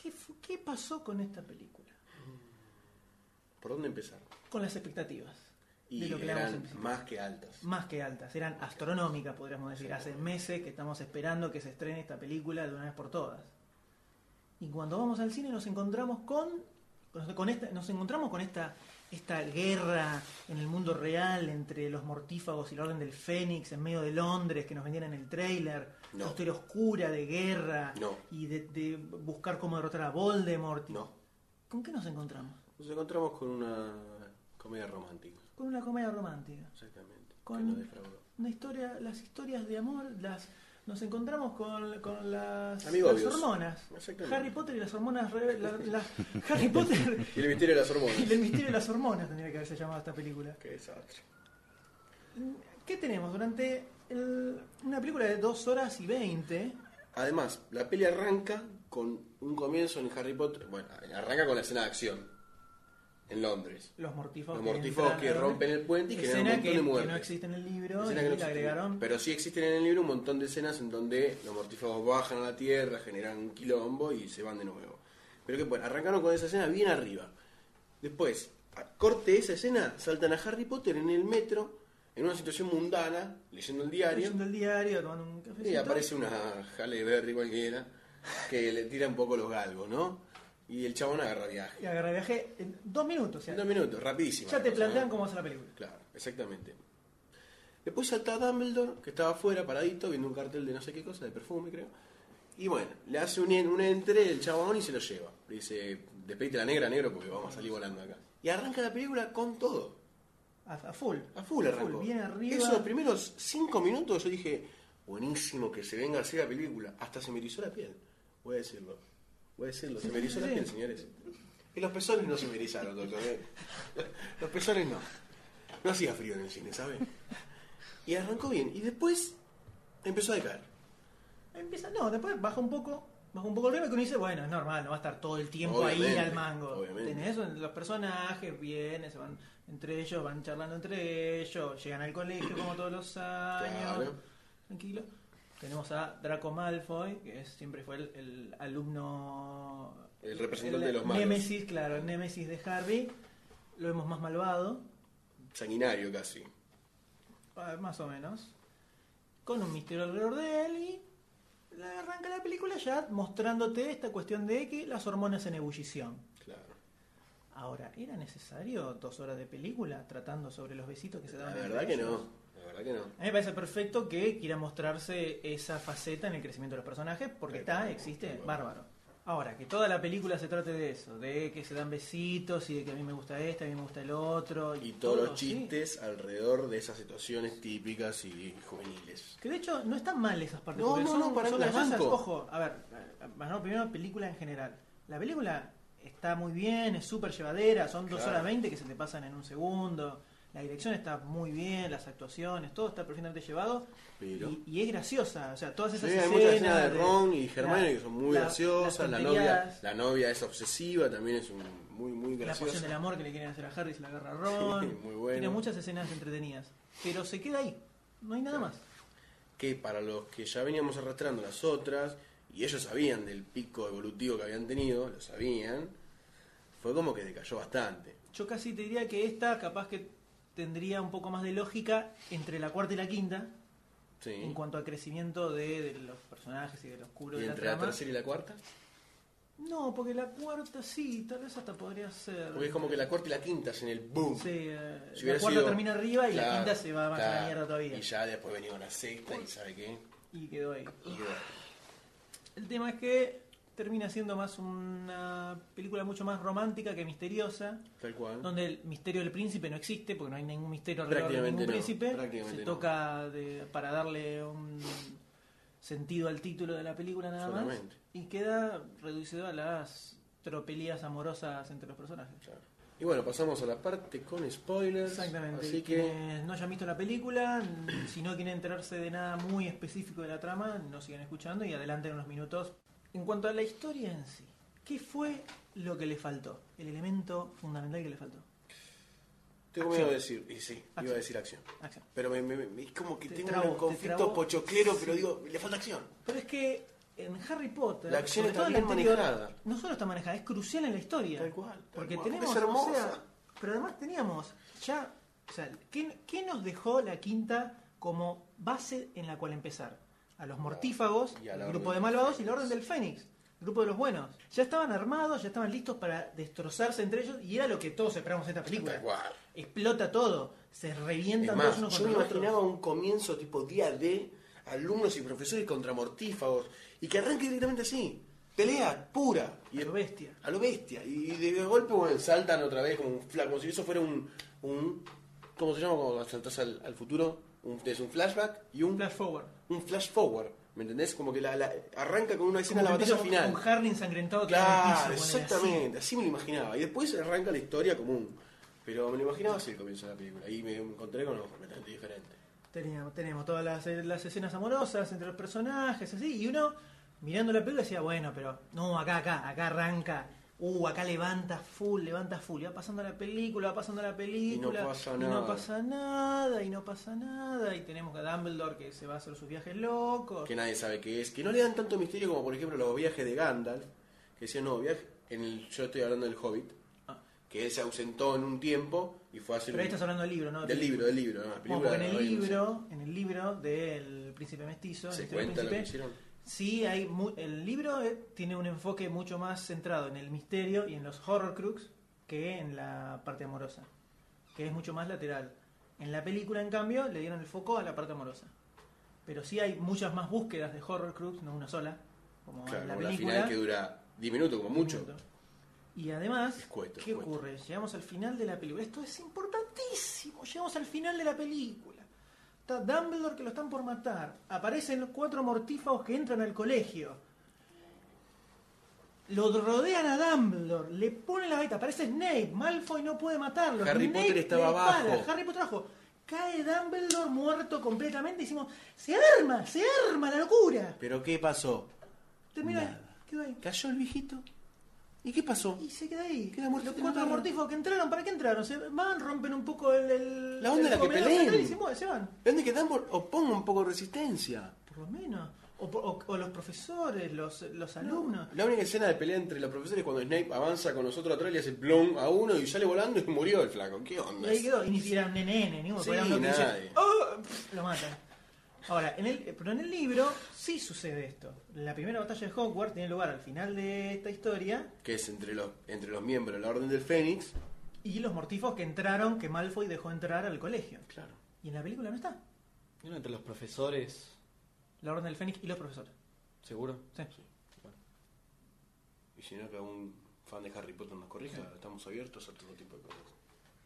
Speaker 2: ¿Qué, fu- ¿Qué pasó con esta película?
Speaker 4: ¿Por dónde empezar?
Speaker 2: Con las expectativas.
Speaker 4: Y
Speaker 2: de lo que le damos en
Speaker 4: eran
Speaker 2: principio.
Speaker 4: más que altas.
Speaker 2: más que altas, eran astronómicas, podríamos decir. Hace meses que estamos esperando que se estrene esta película de una vez por todas. Y cuando vamos al cine nos encontramos con, con esta, nos encontramos con esta esta guerra en el mundo real entre los mortífagos y la Orden del Fénix en medio de Londres que nos vendían en el tráiler,
Speaker 4: No.
Speaker 2: la historia oscura de guerra
Speaker 4: No.
Speaker 2: y de, de buscar cómo derrotar a Voldemort. y-
Speaker 4: No.
Speaker 2: ¿Con qué nos encontramos?
Speaker 4: Nos encontramos con una comedia romántica,
Speaker 2: Con una comedia romántica.
Speaker 4: exactamente. Que
Speaker 2: Con-
Speaker 4: nos defraudó.
Speaker 2: Una historia, las historias de amor, las nos encontramos con, con las,
Speaker 4: Amigo
Speaker 2: las
Speaker 4: obvios.
Speaker 2: hormonas.
Speaker 4: Exactamente.
Speaker 2: Harry Potter y las hormonas re- la- la- Harry Potter
Speaker 4: Y el misterio de las hormonas.
Speaker 2: y el misterio de las hormonas tendría que haberse llamado esta película.
Speaker 4: Qué desastre.
Speaker 2: ¿Qué tenemos? Durante el- una película de 2 horas y 20.
Speaker 4: Además, la peli arranca con un comienzo en Harry Potter. Bueno, arranca con la escena de acción en Londres.
Speaker 2: Los mortífagos.
Speaker 4: Los
Speaker 2: que
Speaker 4: mortífagos
Speaker 2: entran
Speaker 4: que
Speaker 2: a la-
Speaker 4: rompen el puente y generan un
Speaker 2: Escena que,
Speaker 4: montón de
Speaker 2: que
Speaker 4: muertes.
Speaker 2: no existe en el libro y
Speaker 4: Escenas
Speaker 2: le
Speaker 4: que no existen.
Speaker 2: agregaron.
Speaker 4: Pero sí existen en el libro un montón de escenas en donde los mortífagos bajan a la tierra, generan un quilombo y se van de nuevo. Pero que bueno, arrancaron con esa escena bien arriba. Después, a corte esa escena, saltan a Harry Potter en el metro, en una situación mundana, leyendo el diario.
Speaker 2: Leyendo el diario, tomando un cafecito.
Speaker 4: Y aparece una Halle Berry cualquiera que le tira un poco los galgos, ¿no? Y el chabón agarra viaje.
Speaker 2: Y agarra viaje en dos minutos. o sea,
Speaker 4: En dos minutos, rapidísimo.
Speaker 2: ya
Speaker 4: la
Speaker 2: te
Speaker 4: cosa,
Speaker 2: plantean
Speaker 4: ¿no?
Speaker 2: cómo va a ser la película.
Speaker 4: Claro, exactamente. Después salta Dumbledore, que estaba afuera, paradito, viendo un cartel de no sé qué cosa, de perfume, creo. Y bueno, le hace un, en- un entre el chabón y se lo lleva. Le dice, despedite la negra, negro, porque vamos a salir volando acá. Y arranca la película con todo.
Speaker 2: A, a full.
Speaker 4: A full arrancó.
Speaker 2: bien arriba.
Speaker 4: Esos primeros cinco minutos yo dije, buenísimo que se venga así la película. Hasta se me erizó la piel. Voy a decirlo. Voy a decirlo. Se me erizó la
Speaker 2: Sí.
Speaker 4: piel, señores. Y los pezones no se me erizaron, doctor. ¿eh? Los pezones no. No hacía frío en el cine, ¿sabes? Y arrancó bien. Y después empezó a decaer.
Speaker 2: Empieza, no, después baja un poco, baja un poco el ritmo que uno dice, bueno, es normal, no va a estar todo el tiempo ahí
Speaker 4: Obviamente,
Speaker 2: al mango.
Speaker 4: obviamente.
Speaker 2: Tenés eso, los personajes vienen, se van entre ellos, van charlando entre ellos, llegan al colegio como todos los años.
Speaker 4: Claro.
Speaker 2: Tranquilo. Tenemos a Draco Malfoy, que es- siempre fue el, el alumno...
Speaker 4: El representante de los malos.
Speaker 2: Némesis, claro, el némesis de Harry. Lo vemos más malvado,
Speaker 4: Sanguinario casi.
Speaker 2: ah, más o menos. Con un misterio alrededor de él y la- arranca la película ya mostrándote esta cuestión de que las hormonas en ebullición.
Speaker 4: Claro.
Speaker 2: Ahora, ¿era necesario dos horas de película tratando sobre los besitos que se
Speaker 4: La
Speaker 2: daban? entre
Speaker 4: verdad que
Speaker 2: ellos?
Speaker 4: no. La verdad que no.
Speaker 2: A mí me parece perfecto que quiera mostrarse esa faceta en el crecimiento de los personajes, porque está, existe, bárbaro. Ahora, que toda la película se trate de eso, de que se dan besitos y de que a mí me gusta este, a mí me gusta el otro.
Speaker 4: Y todos los
Speaker 2: sí.
Speaker 4: chistes alrededor de esas situaciones típicas y juveniles.
Speaker 2: Que de hecho no están mal esas partes.
Speaker 4: No,
Speaker 2: porque
Speaker 4: no,
Speaker 2: son,
Speaker 4: no, para
Speaker 2: son
Speaker 4: las
Speaker 2: graciosas.
Speaker 4: banco.
Speaker 2: Ojo, a ver, eh, bueno, primero película en general. La película está muy bien, es súper llevadera, son dos
Speaker 4: Claro.
Speaker 2: horas 20 que se te pasan en un segundo. La dirección está muy bien, las actuaciones, todo está perfectamente llevado.
Speaker 4: Pero-
Speaker 2: Y, y es graciosa, o sea, todas
Speaker 4: Sí,
Speaker 2: esas
Speaker 4: hay
Speaker 2: escenas.
Speaker 4: muchas escenas de
Speaker 2: de-
Speaker 4: Ron y Hermione
Speaker 2: la-
Speaker 4: que son muy
Speaker 2: la-
Speaker 4: graciosas.
Speaker 2: las
Speaker 4: La novia,
Speaker 2: tonterías,
Speaker 4: la novia es obsesiva, también es un, muy, muy
Speaker 2: La pasión del
Speaker 4: graciosa.
Speaker 2: amor que le quieren hacer a Harry se la agarra a Ron.
Speaker 4: Sí, muy bueno.
Speaker 2: Tiene muchas escenas entretenidas. Pero se queda ahí, no hay nada más.
Speaker 4: Que para los que ya veníamos arrastrando las otras, y ellos sabían del pico evolutivo que habían tenido, lo sabían, fue como que decayó bastante.
Speaker 2: Yo casi te diría que esta capaz que tendría un poco más de lógica entre la cuarta y la quinta en
Speaker 4: Sí.
Speaker 2: cuanto a crecimiento de, de los personajes y del oscuro
Speaker 4: ¿Y
Speaker 2: de la
Speaker 4: entre la
Speaker 2: trama.
Speaker 4: tercera y la cuarta?
Speaker 2: No, porque la cuarta sí, tal vez hasta podría ser.
Speaker 4: Porque es como que la cuarta y la quinta es en el boom.
Speaker 2: Sí, eh,
Speaker 4: Si
Speaker 2: la
Speaker 4: hubiera
Speaker 2: cuarta
Speaker 4: sido-
Speaker 2: termina arriba y la
Speaker 4: Claro,
Speaker 2: quinta se va más a
Speaker 4: claro.
Speaker 2: la mierda todavía.
Speaker 4: Y ya después venía una sexta y ¿sabe qué?
Speaker 2: Y quedó ahí.
Speaker 4: Y bueno,
Speaker 2: El tema es que termina siendo más una película mucho más romántica que misteriosa.
Speaker 4: tal cual.
Speaker 2: donde el misterio del príncipe no existe, porque no hay ningún misterio alrededor de
Speaker 4: Prácticamente
Speaker 2: ningún
Speaker 4: no,
Speaker 2: príncipe.
Speaker 4: prácticamente
Speaker 2: se
Speaker 4: no.
Speaker 2: toca de- para darle un sentido al título de la película nada
Speaker 4: Solamente.
Speaker 2: más. Y queda reducido a las tropelías amorosas entre los personajes.
Speaker 4: Y bueno, pasamos a la parte con spoilers.
Speaker 2: Exactamente.
Speaker 4: Así
Speaker 2: y
Speaker 4: que
Speaker 2: Quienes no hayan visto la película, si no quieren enterarse de nada muy específico de la trama, no sigan escuchando y adelanten unos minutos. En cuanto a la historia en sí, ¿qué fue lo que le faltó? El elemento fundamental que le faltó.
Speaker 4: tengo miedo de decir, y sí, iba
Speaker 2: Acción.
Speaker 4: a decir acción.
Speaker 2: Acción.
Speaker 4: Pero me- me- me- es como que
Speaker 2: Te
Speaker 4: tengo
Speaker 2: trabó,
Speaker 4: un
Speaker 2: te
Speaker 4: conflicto
Speaker 2: trabó.
Speaker 4: pochoclero, pero
Speaker 2: Sí.
Speaker 4: digo, le falta acción.
Speaker 2: Pero es que en Harry Potter.
Speaker 4: La acción
Speaker 2: sobre
Speaker 4: está
Speaker 2: todo en la
Speaker 4: bien
Speaker 2: anterior,
Speaker 4: manejada.
Speaker 2: No solo está manejada, es crucial en la historia.
Speaker 4: Tal cual, tal
Speaker 2: porque
Speaker 4: cual.
Speaker 2: tenemos.
Speaker 4: Es hermosa.
Speaker 2: o sea, pero además teníamos ya. O sea, ¿qué, qué nos dejó la quinta como base en la cual empezar? A los mortífagos,
Speaker 4: Y a la
Speaker 2: al
Speaker 4: Orden
Speaker 2: grupo de
Speaker 4: del
Speaker 2: malvados y
Speaker 4: Fénix.
Speaker 2: la orden del Fénix. Grupo de los buenos. Ya estaban armados, ya estaban listos para destrozarse entre ellos y era lo que todos esperamos de esta película.
Speaker 4: Tal cual.
Speaker 2: Explota todo, se
Speaker 4: Es
Speaker 2: revientan
Speaker 4: más,
Speaker 2: todos unos
Speaker 4: yo me
Speaker 2: contra otros.
Speaker 4: imaginaba un comienzo tipo día D, alumnos y profesores contra mortífagos, y que arranque directamente así. Pelea pura. Y a lo
Speaker 2: bestia.
Speaker 4: A lo bestia. Y de, de golpe bueno, saltan otra vez como un flash, como si eso fuera un, un ¿cómo se llama cuando saltás al, al futuro? Un, es un flashback y un
Speaker 2: flash forward.
Speaker 4: Un flash forward. ¿Me entendés? Como que la, la- arranca con una escena
Speaker 2: Como
Speaker 4: la
Speaker 2: que
Speaker 4: batalla
Speaker 2: empieza
Speaker 4: final.
Speaker 2: Un Harley ensangrentado que
Speaker 4: Claro,
Speaker 2: en el piso, pone así.
Speaker 4: exactamente, así me lo imaginaba. Y después arranca la historia común. Pero me lo imaginaba así el comienzo de la película. Y me encontré con algo completamente diferente.
Speaker 2: Teníamos, tenemos todas las, eh, las escenas amorosas entre los personajes, así, y uno mirando la película decía, bueno, pero no, acá, acá, acá arranca, uh, acá levanta full, levanta full, y va pasando la película, va pasando la película,
Speaker 4: pasa
Speaker 2: y no
Speaker 4: nada.
Speaker 2: pasa nada, y no pasa nada, y tenemos a Dumbledore que se va a hacer sus viajes locos.
Speaker 4: Que nadie sabe qué es. Que no le dan tanto misterio como, por ejemplo, los viajes de Gandalf. Que decían, no, viaje. En el, yo estoy hablando del Hobbit. Que él se ausentó en un tiempo y fue a hacer.
Speaker 2: Ah. Pero ahí
Speaker 4: un-
Speaker 2: estás hablando del libro, ¿no?
Speaker 4: Del libro, del libro. No, la
Speaker 2: Bueno,
Speaker 4: película
Speaker 2: porque en
Speaker 4: no,
Speaker 2: el
Speaker 4: no sé.
Speaker 2: libro, en el libro del príncipe mestizo,
Speaker 4: se
Speaker 2: en el
Speaker 4: cuenta lo que
Speaker 2: príncipe,
Speaker 4: hicieron.
Speaker 2: Sí, hay mu- el libro eh, tiene un enfoque mucho más centrado en el misterio y en los horror crux que en la parte amorosa, que es mucho más lateral. En la película, en cambio, le dieron el foco a la parte amorosa. Pero sí hay muchas más búsquedas de horror crux, no una sola, como
Speaker 4: Claro,
Speaker 2: en la
Speaker 4: como la
Speaker 2: película.
Speaker 4: final que dura 10 minutos, como mucho.
Speaker 2: Y además,
Speaker 4: Escueto,
Speaker 2: ¿qué
Speaker 4: escueto.
Speaker 2: ocurre? Llegamos al final de la película. Esto es importantísimo. Llegamos al final de la película. Está Dumbledore que lo están por matar. Aparecen los cuatro mortífagos que entran al colegio. Lo rodean a Dumbledore, le ponen la gaita, aparece Snape, Malfoy no puede matarlo.
Speaker 4: Harry
Speaker 2: Snape
Speaker 4: Potter
Speaker 2: le
Speaker 4: estaba
Speaker 2: dispara,
Speaker 4: abajo.
Speaker 2: Harry Potter abajo. Cae Dumbledore muerto completamente. Hicimos, se arma, se arma la locura.
Speaker 4: Pero ¿qué pasó?
Speaker 2: Termina quedó ahí.
Speaker 4: Cayó el viejito. ¿Y qué pasó?
Speaker 2: Y se queda ahí.
Speaker 4: muerto,
Speaker 2: Los
Speaker 4: te
Speaker 2: cuatro
Speaker 4: mataron.
Speaker 2: mortífagos que entraron, ¿para qué entraron? Se van, rompen un poco el. el-
Speaker 4: La
Speaker 2: el
Speaker 4: onda en la que
Speaker 2: comedor
Speaker 4: peleen.
Speaker 2: central y se, mueven, se van.
Speaker 4: ¿Dónde que Dumbledore oponga un poco de resistencia?
Speaker 2: Por lo menos. O, por- o- o los profesores, los, los alumnos.
Speaker 4: La única escena de pelea entre los profesores es cuando Snape avanza con nosotros atrás, le hace plum a uno y sale volando y murió el flaco. ¿Qué
Speaker 2: Y
Speaker 4: onda?
Speaker 2: ahí quedó. Y ni siquiera un nene, ni uno.
Speaker 4: Sí,
Speaker 2: porque era uno que dice,
Speaker 4: nadie.
Speaker 2: "Oh", pf, lo matan. Ahora, en el, pero en el libro sí sucede esto. La primera batalla de Hogwarts tiene lugar al final de esta historia.
Speaker 4: Que es entre los, entre los miembros de la Orden del Fénix.
Speaker 2: Y los mortífagos que entraron, que Malfoy dejó entrar al colegio.
Speaker 4: Claro.
Speaker 2: Y en la película no está.
Speaker 7: Bueno, entre los profesores,
Speaker 2: La Orden del Fénix y los profesores.
Speaker 7: seguro.
Speaker 2: Sí.
Speaker 4: Y si no, que un fan de Harry Potter nos corrija, estamos abiertos a todo tipo de cosas.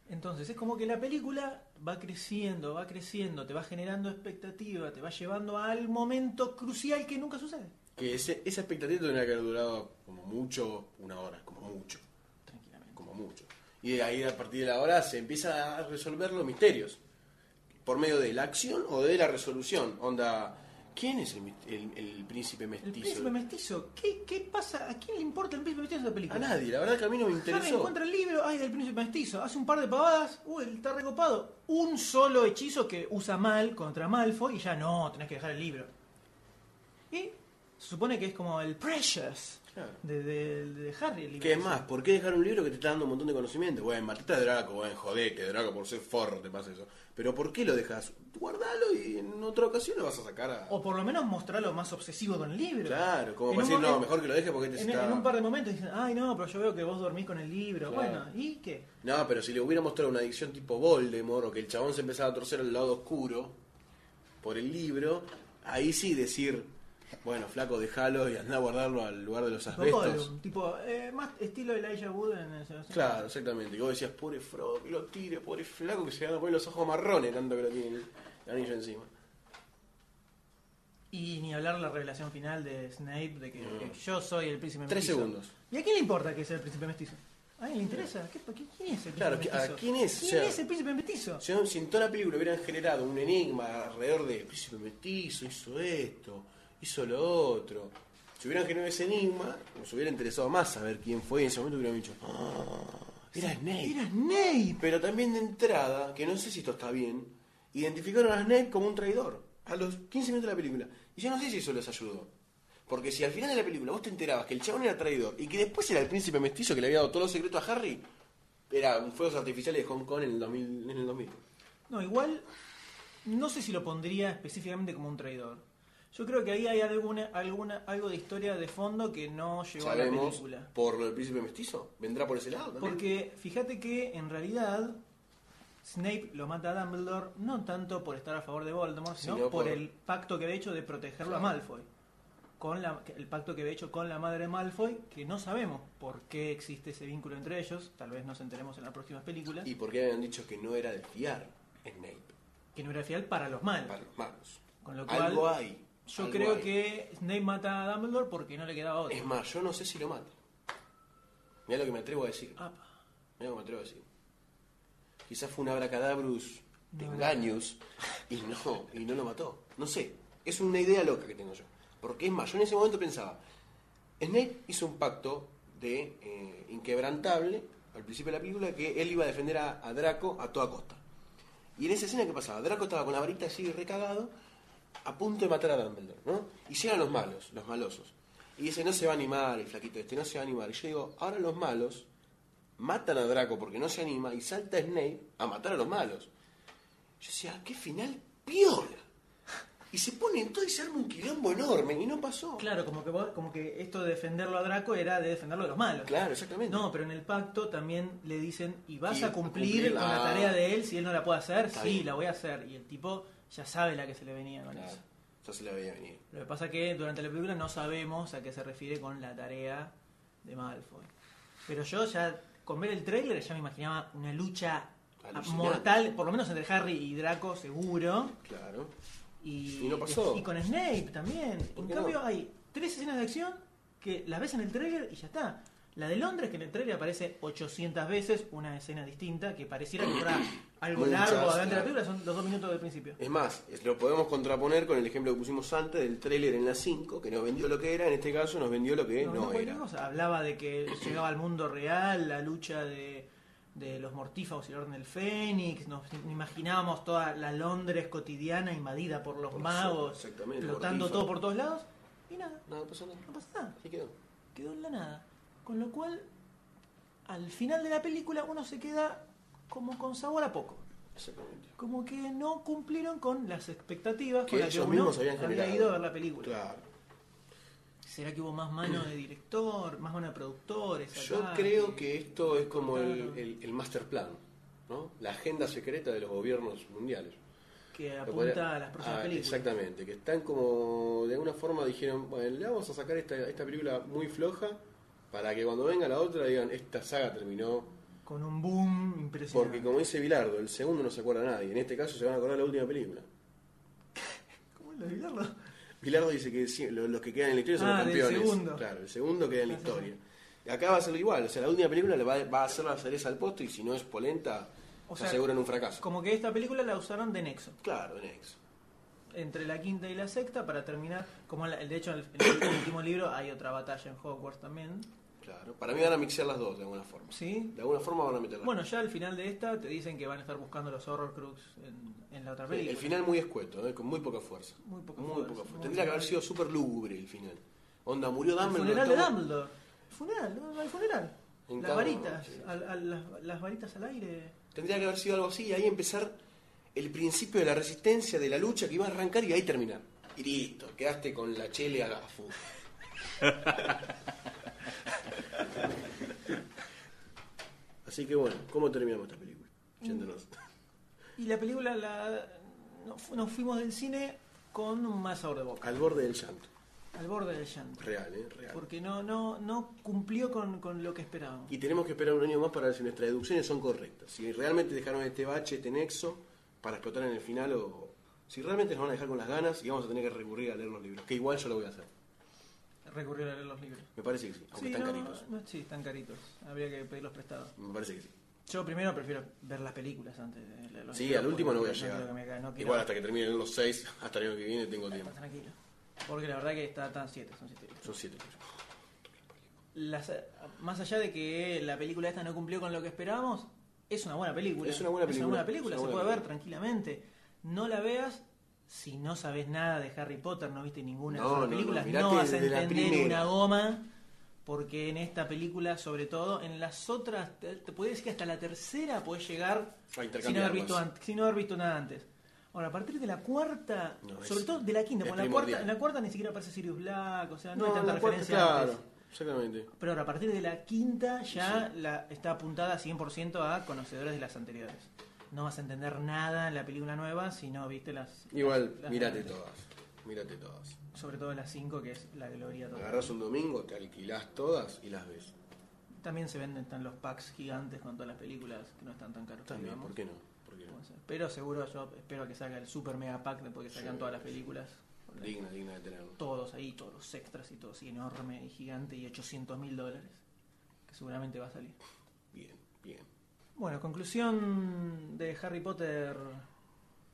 Speaker 2: Entonces es como que la película va creciendo, va creciendo, te va generando expectativa, te va llevando al momento crucial que nunca sucede.
Speaker 4: Que ese- esa expectativa tendría que haber durado como mucho una hora, como mucho.
Speaker 2: Tranquilamente.
Speaker 4: Como mucho. Y de ahí a partir de la hora se empieza a resolver los misterios. Por medio de la acción o de la resolución. Onda, ¿quién es el, mis- el- el príncipe
Speaker 2: El
Speaker 4: mestizo?
Speaker 2: príncipe mestizo, ¿qué, qué pasa? ¿A quién le importa el príncipe mestizo de la película?
Speaker 4: A nadie, la verdad que a mí no me
Speaker 2: Harry
Speaker 4: interesó.
Speaker 2: encuentra el libro, ay, del príncipe mestizo, hace un par de pavadas, uy, él está recopado. Un solo hechizo que usa mal contra Malfoy y ya no, tenés que dejar el libro. Y se supone que es como el precious
Speaker 4: Claro.
Speaker 2: de, de- de Harry. El libro
Speaker 4: ¿Qué es
Speaker 2: ese.
Speaker 4: más? ¿Por qué dejar un libro que te está dando un montón de conocimiento? Bueno, matita de Draco, bueno, jodete, Draco, por ser forro te pasa eso. Pero ¿por qué lo dejas? Guardalo y en otra ocasión lo vas a sacar a...
Speaker 2: O por lo menos mostrarlo más obsesivo con el libro.
Speaker 4: Claro, como
Speaker 2: En
Speaker 4: para
Speaker 2: un
Speaker 4: decir, no,
Speaker 2: momento-
Speaker 4: mejor que lo dejes porque te
Speaker 2: En,
Speaker 4: está...
Speaker 2: en un par de momentos dicen, ay no, pero yo veo que vos dormís con el libro.
Speaker 4: Claro.
Speaker 2: Bueno, ¿y qué?
Speaker 4: No, pero si le hubiera mostrado una adicción tipo Voldemort o que el chabón se empezaba a torcer al lado oscuro por el libro, ahí sí decir, bueno, flaco, déjalo y anda a guardarlo al lugar de los
Speaker 2: Tipo
Speaker 4: asbestos.
Speaker 2: Gollum, tipo, eh, más estilo Elijah Wood en ese-
Speaker 4: Claro, exactamente. Y vos decías, pobre Frodo, que lo tire, pobre flaco, que se van a poner los ojos marrones tanto que lo tiene el anillo encima.
Speaker 2: Y ni hablar la revelación final de Snape de que, que yo soy el príncipe
Speaker 4: Mm. Tres
Speaker 2: mestizo.
Speaker 4: segundos.
Speaker 2: ¿Y a quién le importa que sea el príncipe mestizo? ¿A alguien le interesa? ¿Qué- qué- ¿Quién es el príncipe
Speaker 4: Claro, ¿a
Speaker 2: mestizo?
Speaker 4: quién es?
Speaker 2: ¿Quién
Speaker 4: O sea,
Speaker 2: es el príncipe mestizo?
Speaker 4: Si, no- si en toda la película hubieran generado un enigma alrededor de príncipe mestizo, hizo esto, hizo lo otro. Si hubieran generado ese enigma, nos hubiera interesado más saber quién fue y en ese momento hubieran dicho, "Ah, era Snape.
Speaker 2: Era Snape.
Speaker 4: Pero también de entrada, que no sé si esto está bien, identificaron a Snape como un traidor a los 15 minutos de la película. Y yo no sé si eso les ayudó. Porque si al final de la película vos te enterabas que el chabón era traidor y que después era el príncipe mestizo que le había dado todos los secretos a Harry, era un fuego artificial de Hong Kong en el 2000. En el 2000.
Speaker 2: No, igual, no sé si lo pondría específicamente como un traidor. Yo creo que ahí hay alguna, alguna, algo de historia de fondo que no llegó a la
Speaker 4: Sabemos
Speaker 2: película.
Speaker 4: por lo del príncipe mestizo. Vendrá por ese lado también.
Speaker 2: Porque fíjate que en realidad Snape lo mata a Dumbledore no tanto por estar a favor de Voldemort, sino,
Speaker 4: Sino
Speaker 2: por...
Speaker 4: por-
Speaker 2: el pacto que había hecho de protegerlo a
Speaker 4: Claro.
Speaker 2: Malfoy. Con la, el pacto que había hecho con la madre de Malfoy, que no sabemos por qué existe ese vínculo entre ellos, tal vez nos enteremos en las próximas películas,
Speaker 4: Y porque habían dicho que no era de fiar Snape.
Speaker 2: que no era fiel para los malos.
Speaker 4: Para los malos.
Speaker 2: Con lo cual,
Speaker 4: Algo hay.
Speaker 2: yo
Speaker 4: algo
Speaker 2: creo
Speaker 4: hay.
Speaker 2: que Snape mata a Dumbledore porque no le quedaba otro.
Speaker 4: Es más, yo no sé si lo mata. Mira lo que me atrevo a decir.
Speaker 2: Apa.
Speaker 4: Mira lo que me atrevo a decir. Quizás fue un abracadabrus de engaños y no, y no lo mató. No sé. Es una idea loca que tengo yo. Porque es más, yo en ese momento pensaba, Snape hizo un pacto de eh, inquebrantable al principio de la película que él iba a defender a, a Draco a toda costa. Y en esa escena que pasaba, Draco estaba con la varita así recagado, a punto de matar a Dumbledore, ¿no? Y llegan los malos, los malosos. Y dice, no se va a animar el flaquito este, no se va a animar. Y yo digo, ahora los malos matan a Draco porque no se anima y salta Snape a matar a los malos. Yo decía, qué final piola. Y se pone en todo y se arma un quilombo enorme y no pasó.
Speaker 2: Claro, como que, vos- como que esto de defenderlo a Draco era de defenderlo de los malos.
Speaker 4: Claro, exactamente.
Speaker 2: No, pero en el pacto también le dicen, y vas
Speaker 4: Y
Speaker 2: a cumplir
Speaker 4: cumplir la-
Speaker 2: con la tarea de él, si él no la puede hacer,
Speaker 4: Está
Speaker 2: sí,
Speaker 4: bien.
Speaker 2: la voy a hacer. Y el tipo ya sabe la que se le venía con
Speaker 4: Claro,
Speaker 2: eso.
Speaker 4: ya se la veía venir.
Speaker 2: Lo que pasa que durante la película no sabemos a qué se refiere con la tarea de Malfoy. Pero yo ya, con ver el tráiler, ya me imaginaba una lucha
Speaker 4: Alucinante.
Speaker 2: mortal, por lo menos entre Harry y Draco, seguro.
Speaker 4: Claro.
Speaker 2: Y,
Speaker 4: Y no pasó.
Speaker 2: Y con Snape también. En
Speaker 4: qué
Speaker 2: cambio,
Speaker 4: no?
Speaker 2: hay tres escenas de acción que las ves en el trailer y ya está. La de Londres, que en el trailer aparece 800 veces, una escena distinta, que pareciera que fuera algo
Speaker 4: Muchas,
Speaker 2: largo adelante de la
Speaker 4: claro.
Speaker 2: película, son los dos minutos del principio.
Speaker 4: Es más, es- lo podemos contraponer con el ejemplo que pusimos antes del tráiler en la 5, que nos vendió lo que era, en este caso nos vendió lo que no,
Speaker 2: no, cualquier
Speaker 4: era.
Speaker 2: cosa. Hablaba de que llegaba al mundo real, la lucha de, de los mortífagos y el orden del Fénix, nos imaginábamos toda la Londres cotidiana invadida por los
Speaker 4: Por
Speaker 2: magos,
Speaker 4: eso, exactamente,
Speaker 2: flotando
Speaker 4: mortífagos.
Speaker 2: todo por todos lados, y nada.
Speaker 4: No, pasó nada.
Speaker 2: No pasa nada.
Speaker 4: Así quedó.
Speaker 2: Quedó en la nada. Con lo cual, al final de la película uno se queda como con sabor a poco.
Speaker 4: Exactamente.
Speaker 2: Como que no cumplieron con las expectativas
Speaker 4: Que
Speaker 2: con las que
Speaker 4: ellos
Speaker 2: uno
Speaker 4: mismos habían
Speaker 2: había
Speaker 4: generado.
Speaker 2: ido a ver la película.
Speaker 4: Claro.
Speaker 2: ¿Será que hubo más mano de director, más mano de productores?
Speaker 4: Yo
Speaker 2: acá?
Speaker 4: creo que esto es como el, el- el master plan, ¿no? La agenda secreta de los gobiernos mundiales.
Speaker 2: que
Speaker 4: Lo
Speaker 2: apunta
Speaker 4: podría-
Speaker 2: a las próximas
Speaker 4: Ah,
Speaker 2: películas.
Speaker 4: Exactamente, que están como, de alguna forma dijeron, bueno, le vamos a sacar esta, esta película muy floja para que cuando venga la otra digan, esta saga terminó.
Speaker 2: Con un boom impresionante.
Speaker 4: Porque como dice Bilardo, el segundo no se acuerda nadie, en este caso se van a acordar de la última película.
Speaker 2: ¿Cómo lo olvidarlo?
Speaker 4: Bilardo dice que sí, lo- los que quedan en la historia son
Speaker 2: Ah,
Speaker 4: los
Speaker 2: del
Speaker 4: campeones.
Speaker 2: segundo.
Speaker 4: Claro, el segundo queda en la
Speaker 2: Ah, sí, sí.
Speaker 4: historia. Acá va a ser igual, o sea, la última película le va, va a hacer la cereza al postre y si no es polenta,
Speaker 2: O
Speaker 4: se
Speaker 2: sea,
Speaker 4: aseguran un fracaso.
Speaker 2: Como que esta película la usaron de nexo.
Speaker 4: Claro, en ex.
Speaker 2: Entre la quinta y la sexta para terminar. Como la- de hecho, en el, en el último libro hay otra batalla en Hogwarts también.
Speaker 4: Claro. Para mí van a mixear las dos de alguna forma.
Speaker 2: ¿Sí?
Speaker 4: De alguna forma van a meter las
Speaker 2: Bueno, ya al final de esta te dicen que van a estar buscando los Horrorcrux en, en la otra
Speaker 4: Sí,
Speaker 2: película.
Speaker 4: el final muy escueto, ¿eh? con muy poca fuerza.
Speaker 2: Muy poca
Speaker 4: Muy
Speaker 2: fuerza,
Speaker 4: poca fuerza.
Speaker 2: muy
Speaker 4: Tendría que haber
Speaker 2: poca-
Speaker 4: sido súper lúgubre el final. Onda, murió
Speaker 2: El
Speaker 4: Dumbledore.
Speaker 2: funeral de
Speaker 4: estamos-
Speaker 2: Dumbledore. Funeral, ¿no? al funeral.
Speaker 4: En
Speaker 2: Las
Speaker 4: cada-
Speaker 2: varitas,
Speaker 4: sí.
Speaker 2: al- al- las, las varitas al aire.
Speaker 4: Tendría que haber sido algo así y ahí empezar el principio de la resistencia, de la lucha que iba a arrancar y ahí terminar. Y listo, quedaste con la chele a la fu. Así que bueno, ¿cómo terminamos esta película? Yéndonos.
Speaker 2: Y la película, la, no fu- nos fuimos del cine con un más sabor de boca,
Speaker 4: Al borde del llanto.
Speaker 2: al borde del llanto.
Speaker 4: Real, ¿eh? Real.
Speaker 2: Porque no, no, no cumplió con, con lo que esperábamos.
Speaker 4: Y tenemos que esperar un año más para ver si nuestras deducciones son correctas. Si realmente dejaron este bache, este nexo, para explotar en el final o... Si realmente nos van a dejar con las ganas y vamos a tener que recurrir a leer los libros. Que igual yo lo voy a hacer.
Speaker 2: Recurrir a leer los libros.
Speaker 4: Me parece que sí. Aunque
Speaker 2: Sí,
Speaker 4: están
Speaker 2: no,
Speaker 4: caritos.
Speaker 2: no, sí, están caritos. Habría que pedirlos prestados.
Speaker 4: Me parece que sí.
Speaker 2: Yo primero prefiero ver las películas antes de leer los
Speaker 4: Sí,
Speaker 2: libros,
Speaker 4: al último no voy
Speaker 2: porque
Speaker 4: a
Speaker 2: quiero que me
Speaker 4: llegar.
Speaker 2: ca- no quiero-
Speaker 4: Igual hasta que terminen los seis, hasta el año que viene tengo tiempo.
Speaker 2: Tranquilo. Porque la verdad que está tan siete, son siete.
Speaker 4: Son siete libros.
Speaker 2: Las- más allá de que la película esta no cumplió con lo que esperábamos, es una buena película.
Speaker 4: Es una buena película.
Speaker 2: película,
Speaker 4: Es una
Speaker 2: se
Speaker 4: buena
Speaker 2: puede ver
Speaker 4: película.
Speaker 2: tranquilamente. No la veas si no sabes nada de Harry Potter, no viste ninguna
Speaker 4: No,
Speaker 2: de
Speaker 4: no,
Speaker 2: las
Speaker 4: no,
Speaker 2: películas, no,
Speaker 4: mirate
Speaker 2: vas a
Speaker 4: desde la
Speaker 2: entender
Speaker 4: primera.
Speaker 2: una goma. Porque en esta película, sobre todo, en las otras, te, te podría decir que hasta la tercera puedes llegar
Speaker 4: A
Speaker 2: sin haber,
Speaker 4: intercambiar
Speaker 2: visto
Speaker 4: más.
Speaker 2: an- sin haber visto nada antes. Ahora, a partir de la cuarta,
Speaker 4: No,
Speaker 2: sobre
Speaker 4: es-
Speaker 2: todo de la quinta, porque
Speaker 4: es
Speaker 2: en la
Speaker 4: primordial.
Speaker 2: cuarta, en la cuarta ni siquiera aparece Sirius Black, o sea, no, hay
Speaker 4: en
Speaker 2: tanta
Speaker 4: la cuarta,
Speaker 2: referencia
Speaker 4: Claro,
Speaker 2: antes.
Speaker 4: exactamente.
Speaker 2: Pero ahora, a partir de la quinta ya la, está apuntada 100% a conocedores de las anteriores. No vas a entender nada en la película nueva si no viste las...
Speaker 4: Igual,
Speaker 2: las- las
Speaker 4: mírate
Speaker 2: anteriores.
Speaker 4: todas. Mírate todas.
Speaker 2: Sobre todo las 5, que es la gloria total.
Speaker 4: Agarras un domingo, te alquilás todas y las ves.
Speaker 2: También se venden están los packs gigantes con todas las películas que no están tan caros.
Speaker 4: También,
Speaker 2: digamos.
Speaker 4: ¿por qué no? ¿Por qué no?
Speaker 2: Puede ser. Pero seguro yo espero que salga el super mega pack después que salgan
Speaker 4: Sí.
Speaker 2: todas las películas.
Speaker 4: Digna, digna de tenerlo.
Speaker 2: Todos ahí, todos los extras y todo así enorme y gigante y 800 mil dólares. Que seguramente va a salir.
Speaker 4: Bien, bien.
Speaker 2: Bueno, conclusión de Harry Potter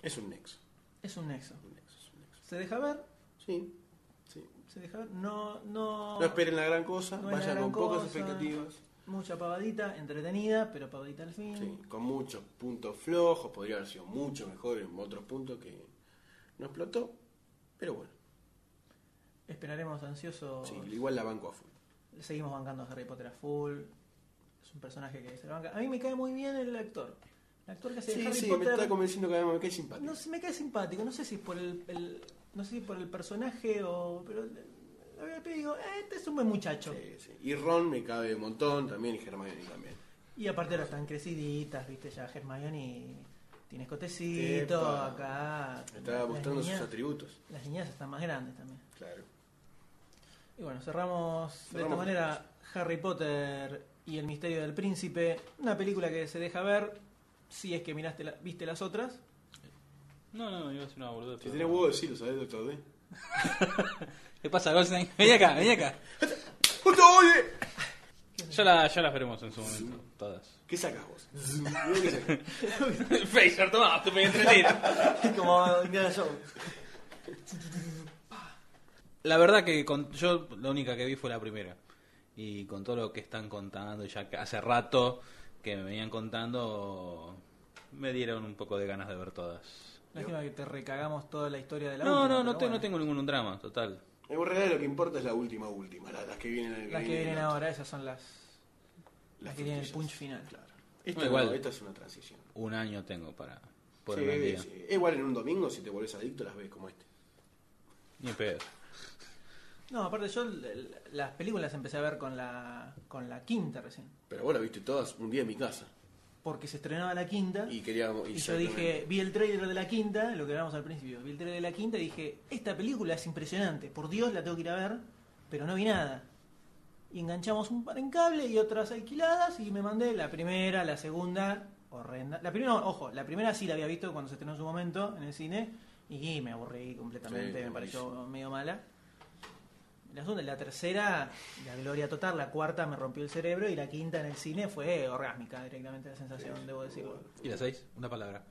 Speaker 4: Es un nexo.
Speaker 2: es un nexo.
Speaker 4: un nexo, es un nexo.
Speaker 2: ¿Se deja ver?
Speaker 4: Sí. sí.
Speaker 2: ¿Se deja ver? No, no...
Speaker 4: No esperen la gran cosa,
Speaker 2: no es la
Speaker 4: vayan
Speaker 2: gran
Speaker 4: con pocas
Speaker 2: cosa.
Speaker 4: expectativas.
Speaker 2: Mucha pavadita, entretenida, pero pavadita al fin.
Speaker 4: Sí, con muchos puntos flojos, podría haber sido mucho mejor en otros puntos que no explotó, pero bueno,
Speaker 2: Esperaremos ansiosos.
Speaker 4: sí, igual la banco a full.
Speaker 2: Le seguimos bancando a Harry Potter a full. Es un personaje que se la banca. A mí me cae muy bien el actor. El actor que hace de
Speaker 4: Sí,
Speaker 2: Harry
Speaker 4: sí, me
Speaker 2: Potter.
Speaker 4: está convenciendo cada vez más, me cae simpático.
Speaker 2: no sé, me cae simpático. No sé si es por el, el- no sé si por el personaje o. Pero eh, a ver, pero digo, "Eh, este es un buen muchacho.
Speaker 4: Sí, sí. Y Ron me cabe un montón también, y Hermione también.
Speaker 2: Y aparte ahora están creciditas, viste, ya Hermione tiene escotecito
Speaker 4: Epa.
Speaker 2: acá.
Speaker 4: Me estaba
Speaker 2: Las
Speaker 4: mostrando sus
Speaker 2: niñas-
Speaker 4: atributos.
Speaker 2: Las niñas están más grandes también.
Speaker 4: Claro.
Speaker 2: Y bueno, cerramos, de esta
Speaker 4: Cerramos.
Speaker 2: manera Harry Potter y el misterio del príncipe, una película que se deja ver si es que miraste la- viste las otras.
Speaker 5: No, no, iba a ser una boluda.
Speaker 4: Si tenés huevo de decirlo, ¿sabés, doctor D?
Speaker 5: ¿Qué pasa, Goldstein? Vení acá, vení acá.
Speaker 4: ¡Puto oye!
Speaker 5: Ya, la, ya las veremos en su momento, todas.
Speaker 4: ¿Qué sacas vos? Mirá que sacás.
Speaker 5: Phaser, tomá, te pegué entre tiros.
Speaker 6: Como Indiana Jones.
Speaker 5: La verdad que con- yo la única que vi fue la primera. Y con todo lo que están contando, ya que hace rato que me venían contando, me dieron un poco de ganas de ver todas.
Speaker 2: Lástima que te recagamos toda la historia de la
Speaker 5: No,
Speaker 2: última,
Speaker 5: no, no,
Speaker 2: pero
Speaker 5: te- no
Speaker 2: bueno.
Speaker 5: tengo ningún drama, total.
Speaker 4: En realidad lo que importa es la última, última, la- las que vienen en el
Speaker 2: Las que
Speaker 4: viene
Speaker 2: vienen
Speaker 4: en el-
Speaker 2: ahora, esas son las, las,
Speaker 4: Las
Speaker 2: que tienen el
Speaker 4: frutillas.
Speaker 2: punch final.
Speaker 4: Esta,
Speaker 5: No, igual.
Speaker 4: no, esta es una transición.
Speaker 5: Un año tengo para
Speaker 4: Sí,
Speaker 5: ponerme al día.
Speaker 4: sí. Igual en un domingo, si te volvés adicto, las ves como este.
Speaker 5: Ni en pedo.
Speaker 2: No, aparte yo el- el- las películas empecé a ver con la, con la quinta recién.
Speaker 4: Pero vos las viste todas un día en mi casa.
Speaker 2: Porque se estrenaba la quinta.
Speaker 4: Y queríamos.
Speaker 2: Y yo dije, vi el trailer de la quinta, lo que hablábamos al principio, vi el trailer de la quinta y dije, esta película es impresionante, por Dios la tengo que ir a ver, pero no vi nada. Y enganchamos un par en cable y otras alquiladas y me mandé la primera, la segunda, horrenda. La primera, ojo, la primera sí la había visto cuando se estrenó en su momento en el cine y me aburrí completamente,
Speaker 4: Sí,
Speaker 2: me pareció medio mala. La segunda, la tercera, la gloria total, la cuarta me rompió el cerebro y la quinta en el cine fue orgásmica directamente la sensación, debo decirlo.
Speaker 5: ¿Y las seis? Una palabra.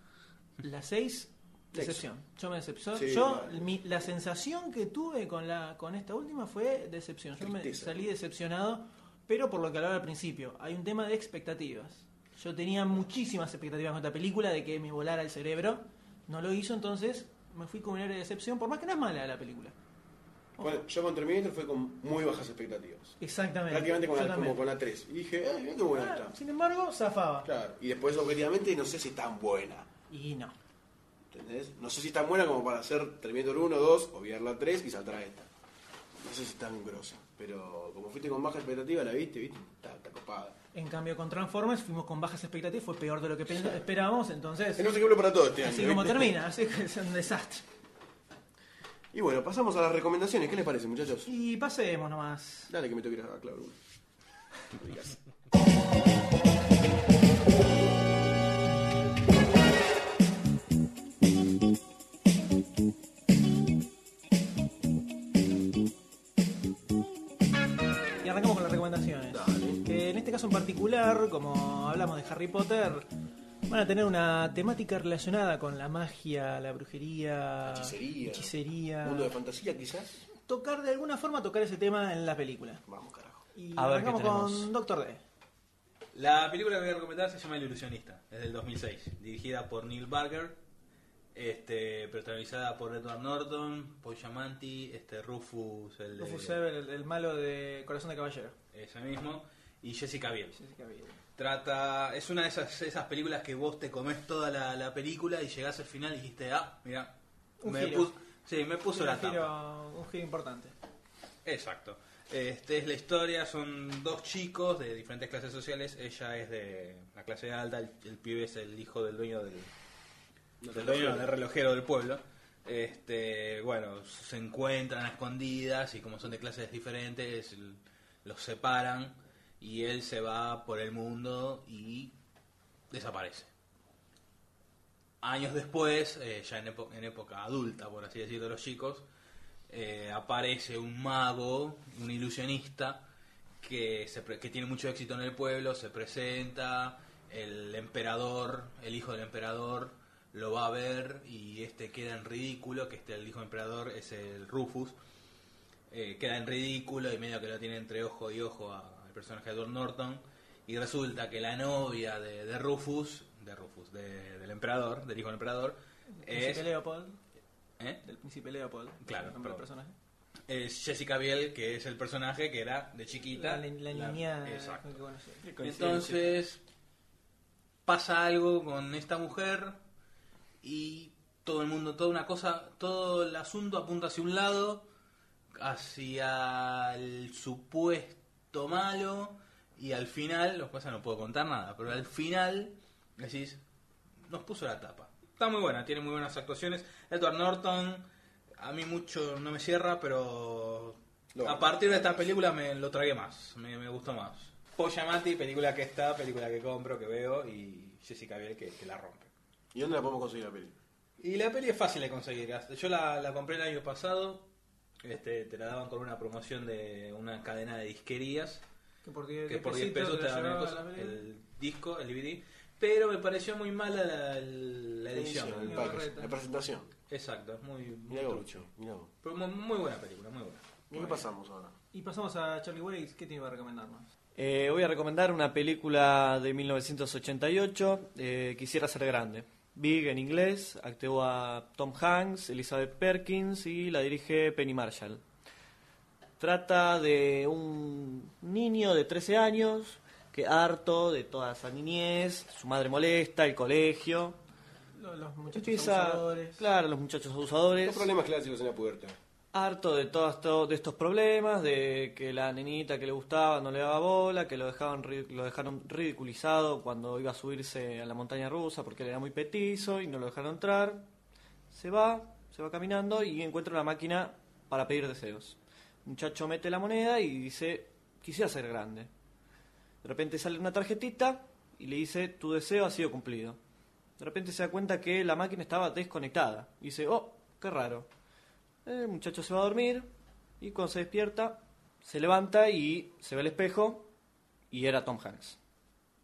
Speaker 2: La 6,
Speaker 5: Texto.
Speaker 2: decepción. Yo me decepcioné.
Speaker 5: Sí,
Speaker 2: yo,
Speaker 5: vale.
Speaker 2: mi- la sensación que tuve con, la, con esta última fue decepción. Yo me
Speaker 4: Tristeza.
Speaker 2: salí decepcionado, pero por lo que hablaba al principio, hay un tema de expectativas. Yo tenía muchísimas expectativas con esta película de que me volara el cerebro. No lo hizo, entonces me fui con un aire de decepción, por más que no es mala la película. "Oh".
Speaker 4: Bueno, yo con Terminator fue con muy bajas expectativas.
Speaker 2: Exactamente.
Speaker 4: Prácticamente con
Speaker 2: Yo
Speaker 4: la,
Speaker 2: también.
Speaker 4: como con la 3. Y dije, ay, mira qué buena
Speaker 2: Ah,
Speaker 4: está.
Speaker 2: sin embargo, zafaba.
Speaker 4: Claro. Y después, objetivamente, no sé si es tan buena.
Speaker 2: Y no.
Speaker 4: ¿Entendés? No sé si es tan buena como para hacer Terminator 1, 2, obviar la 3 y saltar a esta. No sé si es tan grosa. Pero como fuiste con baja expectativa, la viste, viste, está, está copada.
Speaker 2: En cambio, con Transformers fuimos con bajas expectativas, fue peor de lo que pe- esperábamos, entonces.
Speaker 4: Es un ejemplo para todos este año.
Speaker 2: Así como
Speaker 4: ¿viste?
Speaker 2: termina, así que es un desastre.
Speaker 4: Y bueno, pasamos a las recomendaciones. ¿Qué les parece, muchachos?
Speaker 2: Y pasemos nomás.
Speaker 4: Dale que me tengo que ir a clavar una. No digas.
Speaker 2: Y arrancamos con las recomendaciones. Que en este caso en particular, como hablamos de Harry Potter, van a tener una temática relacionada con la magia, la brujería,
Speaker 4: Hechicería.
Speaker 2: hechicería.
Speaker 4: Mundo de fantasía, quizás.
Speaker 2: tocar de alguna forma tocar ese tema en la película.
Speaker 4: Vamos, carajo.
Speaker 2: Y
Speaker 6: A ver qué
Speaker 2: arrancamos con
Speaker 6: tenemos.
Speaker 2: Doctor D.
Speaker 5: La película que voy a recomendar se llama El Ilusionista, es del 2006, dirigida por Neil Barger, este, protagonizada por Edward Norton, Paul Giamatti, este, Rufus, el de-
Speaker 2: Rufus Sever, el, el malo de Corazón de Caballero.
Speaker 5: ese mismo, y Jessica Biel. Trata, es una de esas, esas películas que vos te comés toda la, la película y llegás al final y dijiste, ah, mira,
Speaker 2: Un
Speaker 5: me,
Speaker 2: giro.
Speaker 5: pus- sí, me puso
Speaker 2: un
Speaker 5: la tapa.
Speaker 2: giro, un giro importante.
Speaker 5: Exacto. Este es la historia, son dos chicos de diferentes clases sociales. Ella es de la clase alta, el, el pibe es el hijo del dueño del, del dueño del relojero del pueblo. Este, bueno, se encuentran a escondidas y como son de clases diferentes, l- los separan y él se va por el mundo y desaparece. Años después, eh, ya en, epo- en época adulta, por así decirlo, de los chicos, eh, aparece un mago, un ilusionista, que, se pre- que tiene mucho éxito en el pueblo, se presenta, el emperador, el hijo del emperador, lo va a ver y este queda en ridículo, que este el hijo del emperador es el Rufus, eh, queda en ridículo y medio que lo tiene entre ojo y ojo a- al personaje de Edward Norton, y resulta que la novia de, de Rufus, de Rufus, de- del emperador, del hijo del emperador, es...
Speaker 2: Príncipe Leopold.
Speaker 5: ¿Eh?
Speaker 2: Del Príncipe Leopold.
Speaker 5: Claro,
Speaker 2: el nombre del
Speaker 5: pero-
Speaker 2: personaje.
Speaker 5: es Jessica Biel, que es el personaje que era de chiquita.
Speaker 2: La, la- la niña.
Speaker 5: Exacto.
Speaker 2: que conoce.
Speaker 5: Entonces pasa algo con esta mujer y todo el mundo, toda una cosa, todo el asunto apunta hacia un lado, hacia el supuesto malo y al final, los cosas no puedo contar nada, pero al final decís, nos puso la tapa. Está muy buena, tiene muy buenas actuaciones. Edward Norton, a mí mucho no me cierra, pero a partir de esta película me lo tragué más, me, me gustó más. Paul Giamatti, película que está, película que compro, que veo, y Jessica Biel que, que la rompe.
Speaker 4: ¿Y dónde la podemos conseguir la peli?
Speaker 5: Y la peli es fácil de conseguir. Yo la, la compré el año pasado, este, te la daban con una promoción de una cadena de disquerías
Speaker 2: Que por 10
Speaker 5: que por 10 pesos te
Speaker 2: la
Speaker 5: daban el,
Speaker 2: llevaba
Speaker 5: coso-
Speaker 2: a la película.
Speaker 5: el disco, el DVD, pero me pareció muy mala la, la edición.
Speaker 4: el package, la presentación.
Speaker 5: Exacto, es muy, muy
Speaker 4: Mirá vos,
Speaker 5: trucho.
Speaker 4: mirá vos.
Speaker 5: Pero mu- muy buena película, muy buena.
Speaker 4: ¿Y qué pasamos ahora?
Speaker 2: Y pasamos a Charlie Waits. ¿Qué te iba a recomendarnos?
Speaker 6: Eh, voy a recomendar una película de 1988, eh, Quisiera ser grande. Big en inglés, actuó a Tom Hanks, Elizabeth Perkins y la dirige Penny Marshall. Trata de un niño de 13 años que harto de toda esa niñez, su madre molesta, el colegio.
Speaker 2: Lo- Los, muchachos
Speaker 6: Empieza,
Speaker 2: abusadores.
Speaker 6: claro, los muchachos abusadores.
Speaker 4: Los problemas clásicos en la pubertad.
Speaker 6: Harto de todos esto- de estos problemas, de que la nenita que le gustaba no le daba bola, que lo dejaban ri- lo dejaron ridiculizado cuando iba a subirse a la montaña rusa porque él era muy petizo y no lo dejaron entrar. Se va, se va caminando y encuentra una máquina para pedir deseos. El muchacho mete la moneda y dice, quisiera ser grande. De repente sale una tarjetita y le dice, tu deseo ha sido cumplido. De repente se da cuenta que la máquina estaba desconectada. Y dice, oh, qué raro. El muchacho se va a dormir y cuando se despierta, se levanta y se ve al espejo y era Tom Hanks.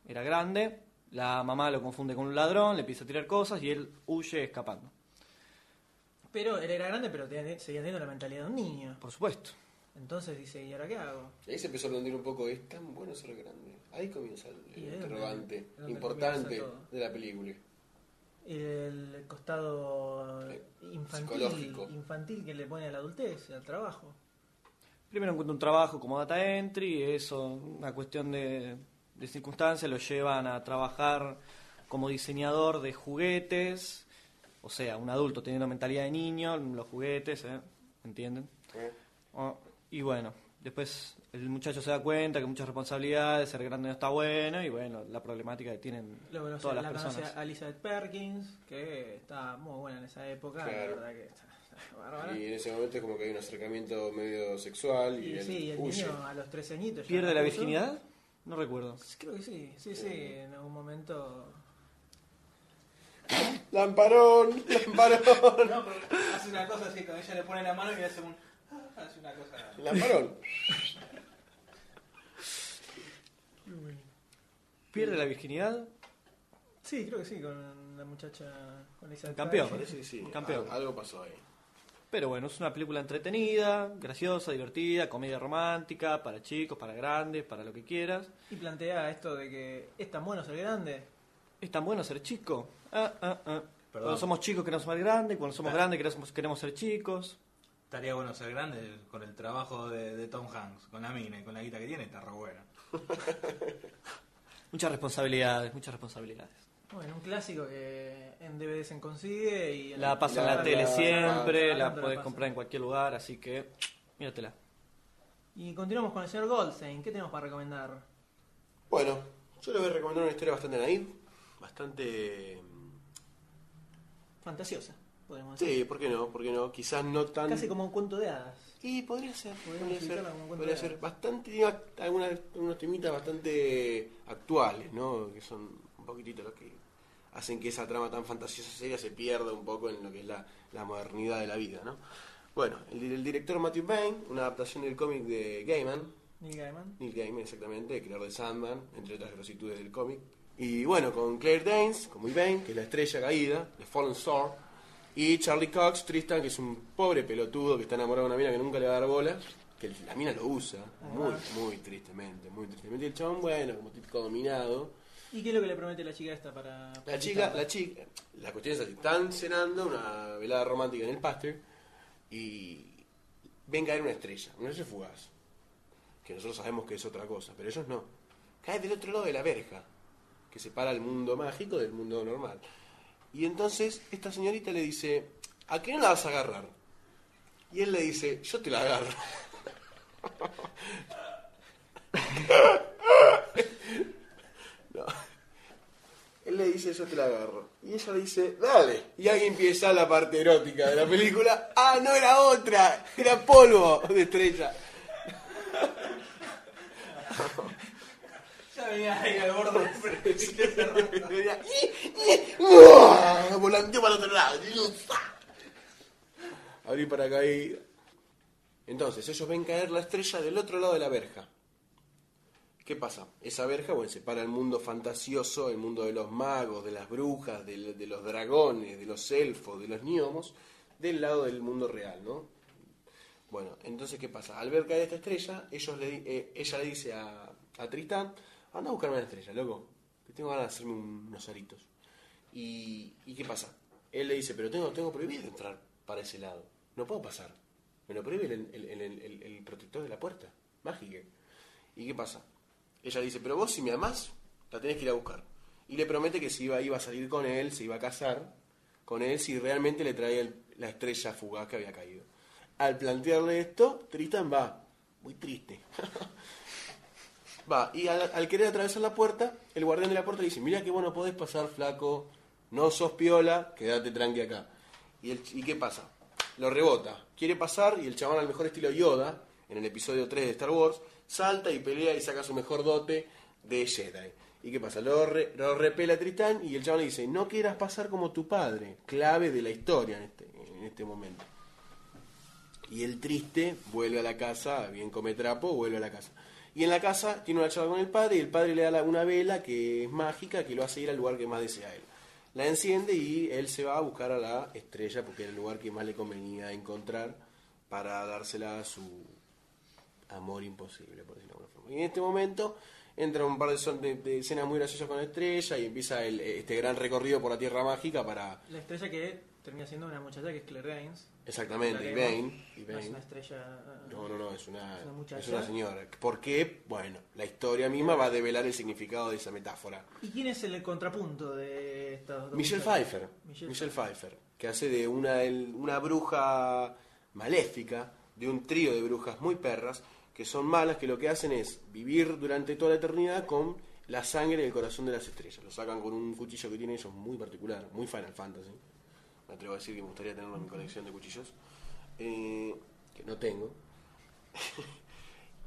Speaker 6: Era grande, la mamá lo confunde con un ladrón, le empieza a tirar cosas y él huye escapando.
Speaker 2: Pero él era grande, pero tenía- seguía teniendo la mentalidad de un niño.
Speaker 6: Por supuesto.
Speaker 2: Entonces dice, ¿y ahora qué hago?
Speaker 4: Ahí se empezó a plantear un poco, es tan bueno ser grande. Ahí comienza el
Speaker 2: Y ahí es donde-
Speaker 4: interrogante
Speaker 2: es donde
Speaker 4: importante
Speaker 2: comienza todo.
Speaker 4: de la película.
Speaker 2: El costado infantil,
Speaker 4: psicológico.
Speaker 2: infantil que le pone a la adultez, al trabajo.
Speaker 6: Primero encuentra un trabajo como data entry, eso, una cuestión de, de circunstancias, lo llevan a trabajar como diseñador de juguetes, o sea, un adulto teniendo mentalidad de niño, los juguetes, ¿eh? ¿entienden? Oh, y bueno, después el muchacho se da cuenta que muchas responsabilidades, ser grande no está bueno, y bueno, la problemática que tienen
Speaker 2: Luego conoce-
Speaker 6: todas las
Speaker 2: la conoce
Speaker 6: personas.
Speaker 2: a Elizabeth Perkins, que está muy buena en esa época,
Speaker 4: Claro.
Speaker 2: la verdad que está, está bárbara.
Speaker 4: Y en ese momento es como que hay un acercamiento medio sexual y,
Speaker 2: Y
Speaker 4: él
Speaker 2: sí, el
Speaker 4: huye.
Speaker 2: niño a los 13 añitos. ya
Speaker 6: ¿Pierde la
Speaker 2: puso.
Speaker 6: virginidad? Oh. No recuerdo.
Speaker 2: Creo que sí, sí, sí, en algún momento.
Speaker 4: ¡Lamparón! ¡Lamparón!
Speaker 5: No, pero hace una cosa así, cuando ella le pone la mano y hace un... ah, Hace una cosa...
Speaker 4: ¡Lamparón!
Speaker 6: ¿Pierde la virginidad?
Speaker 2: Sí, creo que sí, con la muchacha. Con Elizabeth
Speaker 6: Campeón.
Speaker 2: Perkins.
Speaker 4: Sí, sí,
Speaker 6: Campeón.
Speaker 4: al- Ah, Algo pasó ahí.
Speaker 6: Pero bueno, es una película entretenida, graciosa, divertida, comedia romántica, para chicos, para grandes, para lo que quieras.
Speaker 2: Y plantea esto de que es tan bueno ser grande.
Speaker 6: ¿Es tan bueno ser chico? Ah, ah, ah.
Speaker 5: Perdón.
Speaker 6: Cuando somos chicos queremos ser grandes, cuando somos
Speaker 5: Claro.
Speaker 6: grandes queremos, queremos ser chicos.
Speaker 5: Estaría bueno ser grande con el trabajo de, de Tom Hanks, con la mina y con la guita que tiene, está re bueno.
Speaker 6: Muchas responsabilidades, muchas responsabilidades.
Speaker 2: Bueno, un clásico que en DVD se consigue y... en
Speaker 6: La paso en la, tele siempre, la,
Speaker 2: siempre
Speaker 6: puedes
Speaker 2: pasan.
Speaker 6: comprar en cualquier lugar, así que míratela.
Speaker 2: Y continuamos con el señor Goldstein. ¿Qué tenemos para recomendar?
Speaker 4: Bueno, yo les voy a recomendar una historia bastante naive, bastante... mm,
Speaker 2: Fantasiosa, podemos decir.
Speaker 4: Sí, ¿por qué no? ¿Por qué no? Quizás no tan...
Speaker 2: Casi como un cuento de hadas.
Speaker 4: Y podría ser,
Speaker 2: Podríamos
Speaker 4: Podría ser,
Speaker 2: ubicarla como un cuento
Speaker 4: podría
Speaker 2: de
Speaker 4: ser
Speaker 2: hadas.
Speaker 4: bastante, tiene algunas, unos temitas bastante actuales, ¿no? Que son un poquitito los que hacen que esa trama tan fantasiosa y seria se pierda un poco en lo que es la, la modernidad de la vida, ¿no? Bueno, el, di- el director Matthew Bain, una adaptación del cómic de Gaiman,
Speaker 2: Neil Gaiman.
Speaker 4: Neil Gaiman exactamente, el creador de Sandman, entre otras grositudes del cómic. Y bueno, con Claire Danes, como Bane, que es la estrella caída, de Fallen Star, y Charlie Cox, Tristan, que es un pobre pelotudo que está enamorado de una mina que nunca le va a dar bola, que el- la mina lo usa, muy, muy tristemente, muy tristemente. Y el chabón, bueno, como típico dominado.
Speaker 2: ¿Y qué es lo que le promete la chica esta para...
Speaker 4: La chica, la chica, la cuestión es así, están cenando una velada romántica en el pastel y ven caer una estrella, una estrella fugaz, que nosotros sabemos que es otra cosa, pero ellos no. Cae del otro lado de la verja, que separa el mundo mágico del mundo normal. Y entonces esta señorita le dice, ¿a qué no la vas a agarrar? Y él le dice, yo te la agarro. No. Él le dice, yo te la agarro. Y ella le dice, dale. Y ahí empieza la parte erótica de la película. Ah, no era otra, era polvo de estrella.
Speaker 2: Ya venía ahí al borde.
Speaker 4: ¡Uah! Volanteó para el otro lado. Abrí para caer. Entonces, ellos ven caer la estrella del otro lado de la verja. ¿Qué pasa? Esa verja, bueno, separa el mundo fantasioso, el mundo de los magos, de las brujas, de, de los dragones, de los elfos, de los gnomos, del lado del mundo real, ¿no? Bueno, entonces, ¿qué pasa? Al ver caer esta estrella, ellos le, di- eh, ella le dice a, a Tristán, anda a buscarme una estrella, loco, que tengo ganas de hacerme un- unos aritos. Y, ¿y qué pasa? Él le dice, pero tengo, tengo prohibido entrar para ese lado, no puedo pasar. Me lo prohíbe el, el- el- el- el protector de la puerta, mágica. ¿Y qué pasa? Ella le dice, pero vos si me amás, la tenés que ir a buscar. Y le promete que si iba, iba a salir con él, se iba a casar con él, si realmente le traía el- la estrella fugaz que había caído. Al plantearle esto, Tristan va, muy triste. va, y al, al querer atravesar la puerta, el guardián de la puerta le dice, mira que vos no podés pasar, flaco, no sos piola, quédate tranqui acá. ¿Y, el ch- ¿Y qué pasa? Lo rebota. Quiere pasar y el chabón al mejor estilo Yoda, en el episodio 3 de Star Wars, salta y pelea y saca su mejor dote de Jedi. ¿Y qué pasa? Lo, re- lo repela Tristán y el chabón le dice, no quieras pasar como tu padre, clave de la historia en este, en este momento. Y el triste vuelve a la casa, bien come trapo, vuelve a la casa. Y en la casa tiene una charla con el padre y el padre le da la- una vela que es mágica, que lo hace ir al lugar que más desea él. La enciende y él se va a buscar a la estrella porque era el lugar que más le convenía encontrar para dársela a su amor imposible, por decirlo de alguna forma. Y en este momento entra un par de, son- de- de escenas muy graciosas con la estrella y empieza el- este gran recorrido por la Tierra Mágica para...
Speaker 2: La estrella que termina siendo una muchacha que es Claire Danes.
Speaker 4: Exactamente,
Speaker 2: La
Speaker 4: y
Speaker 2: que
Speaker 4: Bane.
Speaker 2: no-
Speaker 4: y
Speaker 2: No es
Speaker 4: Bane.
Speaker 2: una estrella... eh,
Speaker 4: No, no, no, es una,
Speaker 2: Es una muchacha.
Speaker 4: es una señora. ¿Por qué? Bueno, la historia misma va a develar el significado de esa metáfora.
Speaker 2: ¿Y quién es el contrapunto de estos dos?
Speaker 4: Michelle
Speaker 2: muchachos?
Speaker 4: Pfeiffer,
Speaker 2: Michelle
Speaker 4: Michelle, Pfeiffer, que hace de una, el- una bruja maléfica, de un trío de brujas muy perras, que son malas, que lo que hacen es vivir durante toda la eternidad con la sangre del corazón de las estrellas. Lo sacan con un cuchillo que tienen ellos muy particular, muy Final Fantasy. Me atrevo a decir que me gustaría tenerlo en mi colección de cuchillos, eh, que no tengo.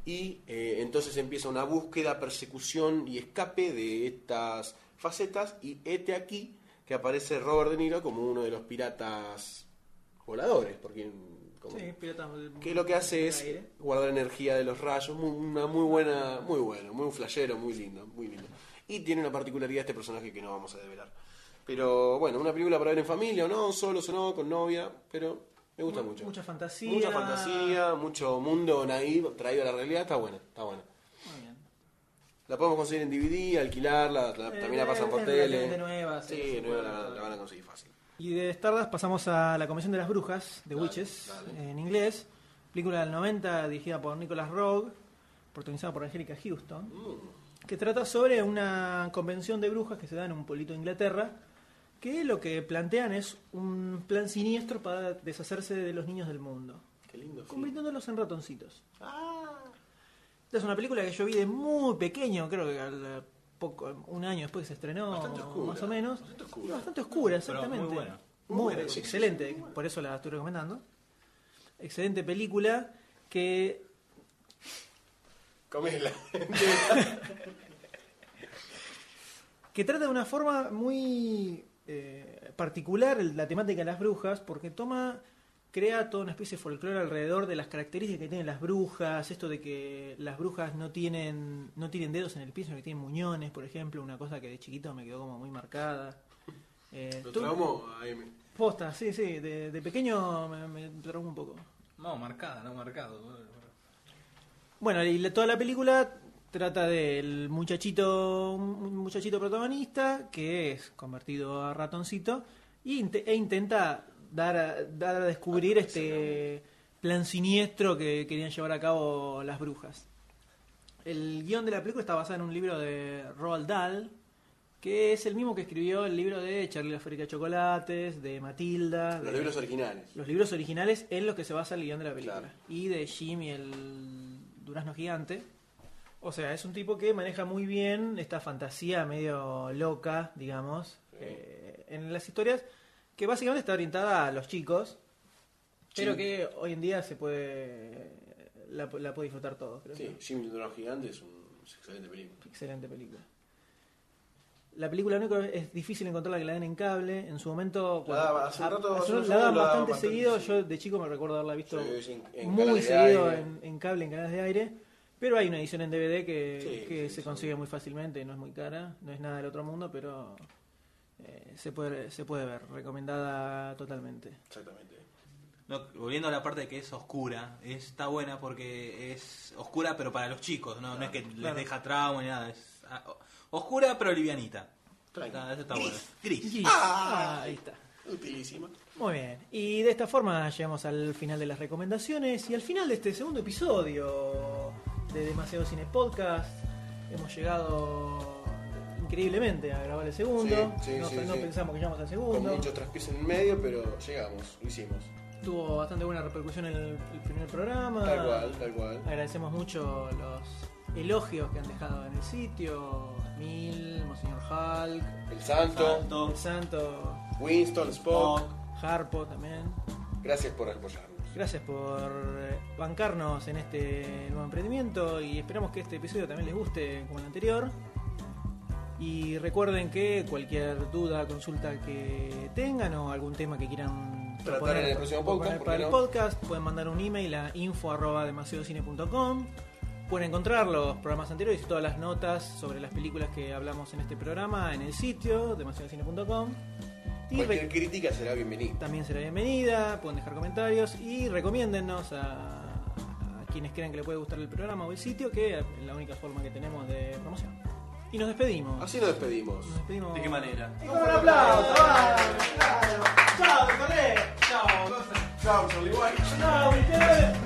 Speaker 4: Y eh, entonces empieza una búsqueda, persecución y escape de estas facetas. Y este aquí que aparece Robert De Niro como uno de los piratas voladores, porque como-
Speaker 2: Sí, pirata del-
Speaker 4: que lo que hace
Speaker 2: del
Speaker 4: es
Speaker 2: aire.
Speaker 4: guardar energía de los rayos, muy, una muy buena, muy bueno, muy flashero, muy lindo, muy lindo. Y tiene una particularidad este personaje que no vamos a develar. Pero bueno, una película para ver en familia o no, solos o no, con novia, pero me gusta
Speaker 2: Mu-
Speaker 4: mucho.
Speaker 2: Mucha fantasía.
Speaker 4: Mucha fantasía, mucho mundo naive traído a la realidad, está buena, está buena.
Speaker 2: Muy bien.
Speaker 4: La podemos conseguir en DVD, alquilarla, la-
Speaker 2: Eh,
Speaker 4: también la pasan por
Speaker 2: es
Speaker 4: tele.
Speaker 2: relativamente nueva, sí,
Speaker 4: sí,
Speaker 2: se puede
Speaker 4: nueva la,
Speaker 2: ver.
Speaker 4: la van a conseguir fácil.
Speaker 2: Y de Stardust pasamos a La Convención de las Brujas, de
Speaker 4: Dale,
Speaker 2: Witches, en inglés. Película del 90 dirigida por Nicholas Rogue, protagonizada por Angélica Houston.
Speaker 4: Mm.
Speaker 2: Que trata sobre una convención de brujas que se da en un pueblito de Inglaterra. Que lo que plantean es un plan siniestro para deshacerse de los niños del mundo.
Speaker 4: Qué lindo. Ah. film.
Speaker 2: Convirtiéndolos en ratoncitos. Esta es una película que yo vi de muy pequeño, creo que al eh, poco, un año después que se estrenó,
Speaker 4: Bastante oscura,
Speaker 2: más o menos.
Speaker 4: bastante oscura.
Speaker 2: Y bastante oscura,
Speaker 4: Pero muy
Speaker 2: exactamente.
Speaker 4: buena.
Speaker 2: Muy
Speaker 4: Muy buena,
Speaker 2: ex-
Speaker 4: sí.
Speaker 2: excelente, por eso la estoy recomendando. Excelente película que
Speaker 4: Comela.
Speaker 2: que trata de una forma muy eh, particular el- la temática de las brujas, porque toma, crea toda una especie de folclore alrededor de las características que tienen las brujas, esto de que las brujas no tienen, no tienen dedos en el pie, sino que tienen muñones, por ejemplo, una cosa que de chiquito me quedó como muy marcada. Eh,
Speaker 4: Lo
Speaker 2: tú-
Speaker 4: traumó a M.
Speaker 2: Posta, sí, sí, de, de pequeño me, me traumó un poco.
Speaker 5: No, marcada, no marcado.
Speaker 2: Bueno, y la- toda la película trata del muchachito, un muchachito protagonista que es convertido a ratoncito y inte- e intenta dar a, dar a descubrir este plan siniestro que querían llevar a cabo las brujas. El guión de la película está basado en un libro de Roald Dahl, que es el mismo que escribió el libro de Charlie la fábrica de chocolates, de Matilda.
Speaker 4: Los
Speaker 2: de-
Speaker 4: libros originales.
Speaker 2: los libros originales en los que se basa el guión de la película. Y de Jimmy, el durazno gigante. O sea, es un tipo que maneja muy bien esta fantasía medio loca, digamos, eh, en las historias, que básicamente está orientada a los chicos, pero
Speaker 4: Jim-
Speaker 2: que hoy en día se puede la, la puede disfrutar todos, creo.
Speaker 4: Sí, Jim de los Gigantes es un es excelente película.
Speaker 2: Excelente película. La película único es difícil encontrarla que la den en cable. En su momento,
Speaker 4: La daban hace un rato,
Speaker 2: hace
Speaker 4: hace
Speaker 2: un-
Speaker 4: unos
Speaker 2: la daban
Speaker 4: años la daban
Speaker 2: bastante
Speaker 4: bastante,
Speaker 2: seguido. Yo de chico me recuerdo haberla visto
Speaker 4: Sí, sí, en- en
Speaker 2: muy
Speaker 4: canales de
Speaker 2: seguido
Speaker 4: aire.
Speaker 2: en, en cable, en canales de aire. Pero hay una edición en DVD que,
Speaker 4: Sí,
Speaker 2: que
Speaker 4: sí,
Speaker 2: se consigue muy fácilmente, no es muy cara, no es nada del otro mundo, pero eh, se, puede, se puede ver, recomendada totalmente.
Speaker 4: Exactamente.
Speaker 5: No, volviendo a la parte de que es oscura, está buena porque es oscura pero para los chicos, no, no es que les
Speaker 2: claro.
Speaker 5: deja trauma ni nada, es ah, o- oscura pero livianita. Está, eso está bueno. Gris.
Speaker 2: Gris. Ah, ahí está.
Speaker 4: Utilísima.
Speaker 2: Muy bien, y de esta forma llegamos al final de las recomendaciones y al final de este segundo episodio de Demasiado Cine Podcast. Hemos llegado increíblemente a grabar el segundo.
Speaker 4: Sí, sí,
Speaker 2: no
Speaker 4: sí,
Speaker 2: no
Speaker 4: sí.
Speaker 2: pensamos que llegamos al
Speaker 4: Con
Speaker 2: segundo.
Speaker 4: muchos traspiés en el medio, pero llegamos, lo hicimos.
Speaker 2: Tuvo bastante buena repercusión en el, el primer programa.
Speaker 4: Tal cual, tal cual.
Speaker 2: Agradecemos mucho los elogios que han dejado en el sitio. Mil, Monseñor Hulk,
Speaker 4: El Santo.
Speaker 2: el Santo,
Speaker 4: Winston, Spock.
Speaker 2: Harpo también.
Speaker 4: Gracias por apoyarnos.
Speaker 2: Gracias por eh, bancarnos en este nuevo emprendimiento y esperamos que este episodio también les guste como el anterior. Y recuerden que cualquier duda, consulta que tengan o algún tema que quieran
Speaker 4: Tratar en el próximo podcast,
Speaker 2: proponer
Speaker 4: ¿por
Speaker 2: para
Speaker 4: qué
Speaker 2: el
Speaker 4: no?
Speaker 2: podcast, pueden mandar un email a info@demasiadocine.com. Pueden encontrar los programas anteriores y todas las notas sobre las películas que hablamos en este programa en el sitio demasiadocine.com. Y re-
Speaker 4: Cualquier crítica será bienvenida.
Speaker 2: también será bienvenida, pueden dejar comentarios y recomiéndennos a, a quienes crean que les puede gustar el programa o el sitio, que es la única forma que tenemos de promoción. Y nos despedimos.
Speaker 4: Así nos despedimos.
Speaker 2: Nos despedimos.
Speaker 5: ¿De qué manera?
Speaker 2: Y con un aplauso. ¡vamos! ¡Claro! ¡Chao, Nicolás!
Speaker 4: Chao, Charlie White.
Speaker 2: ¡Chao, Michelle!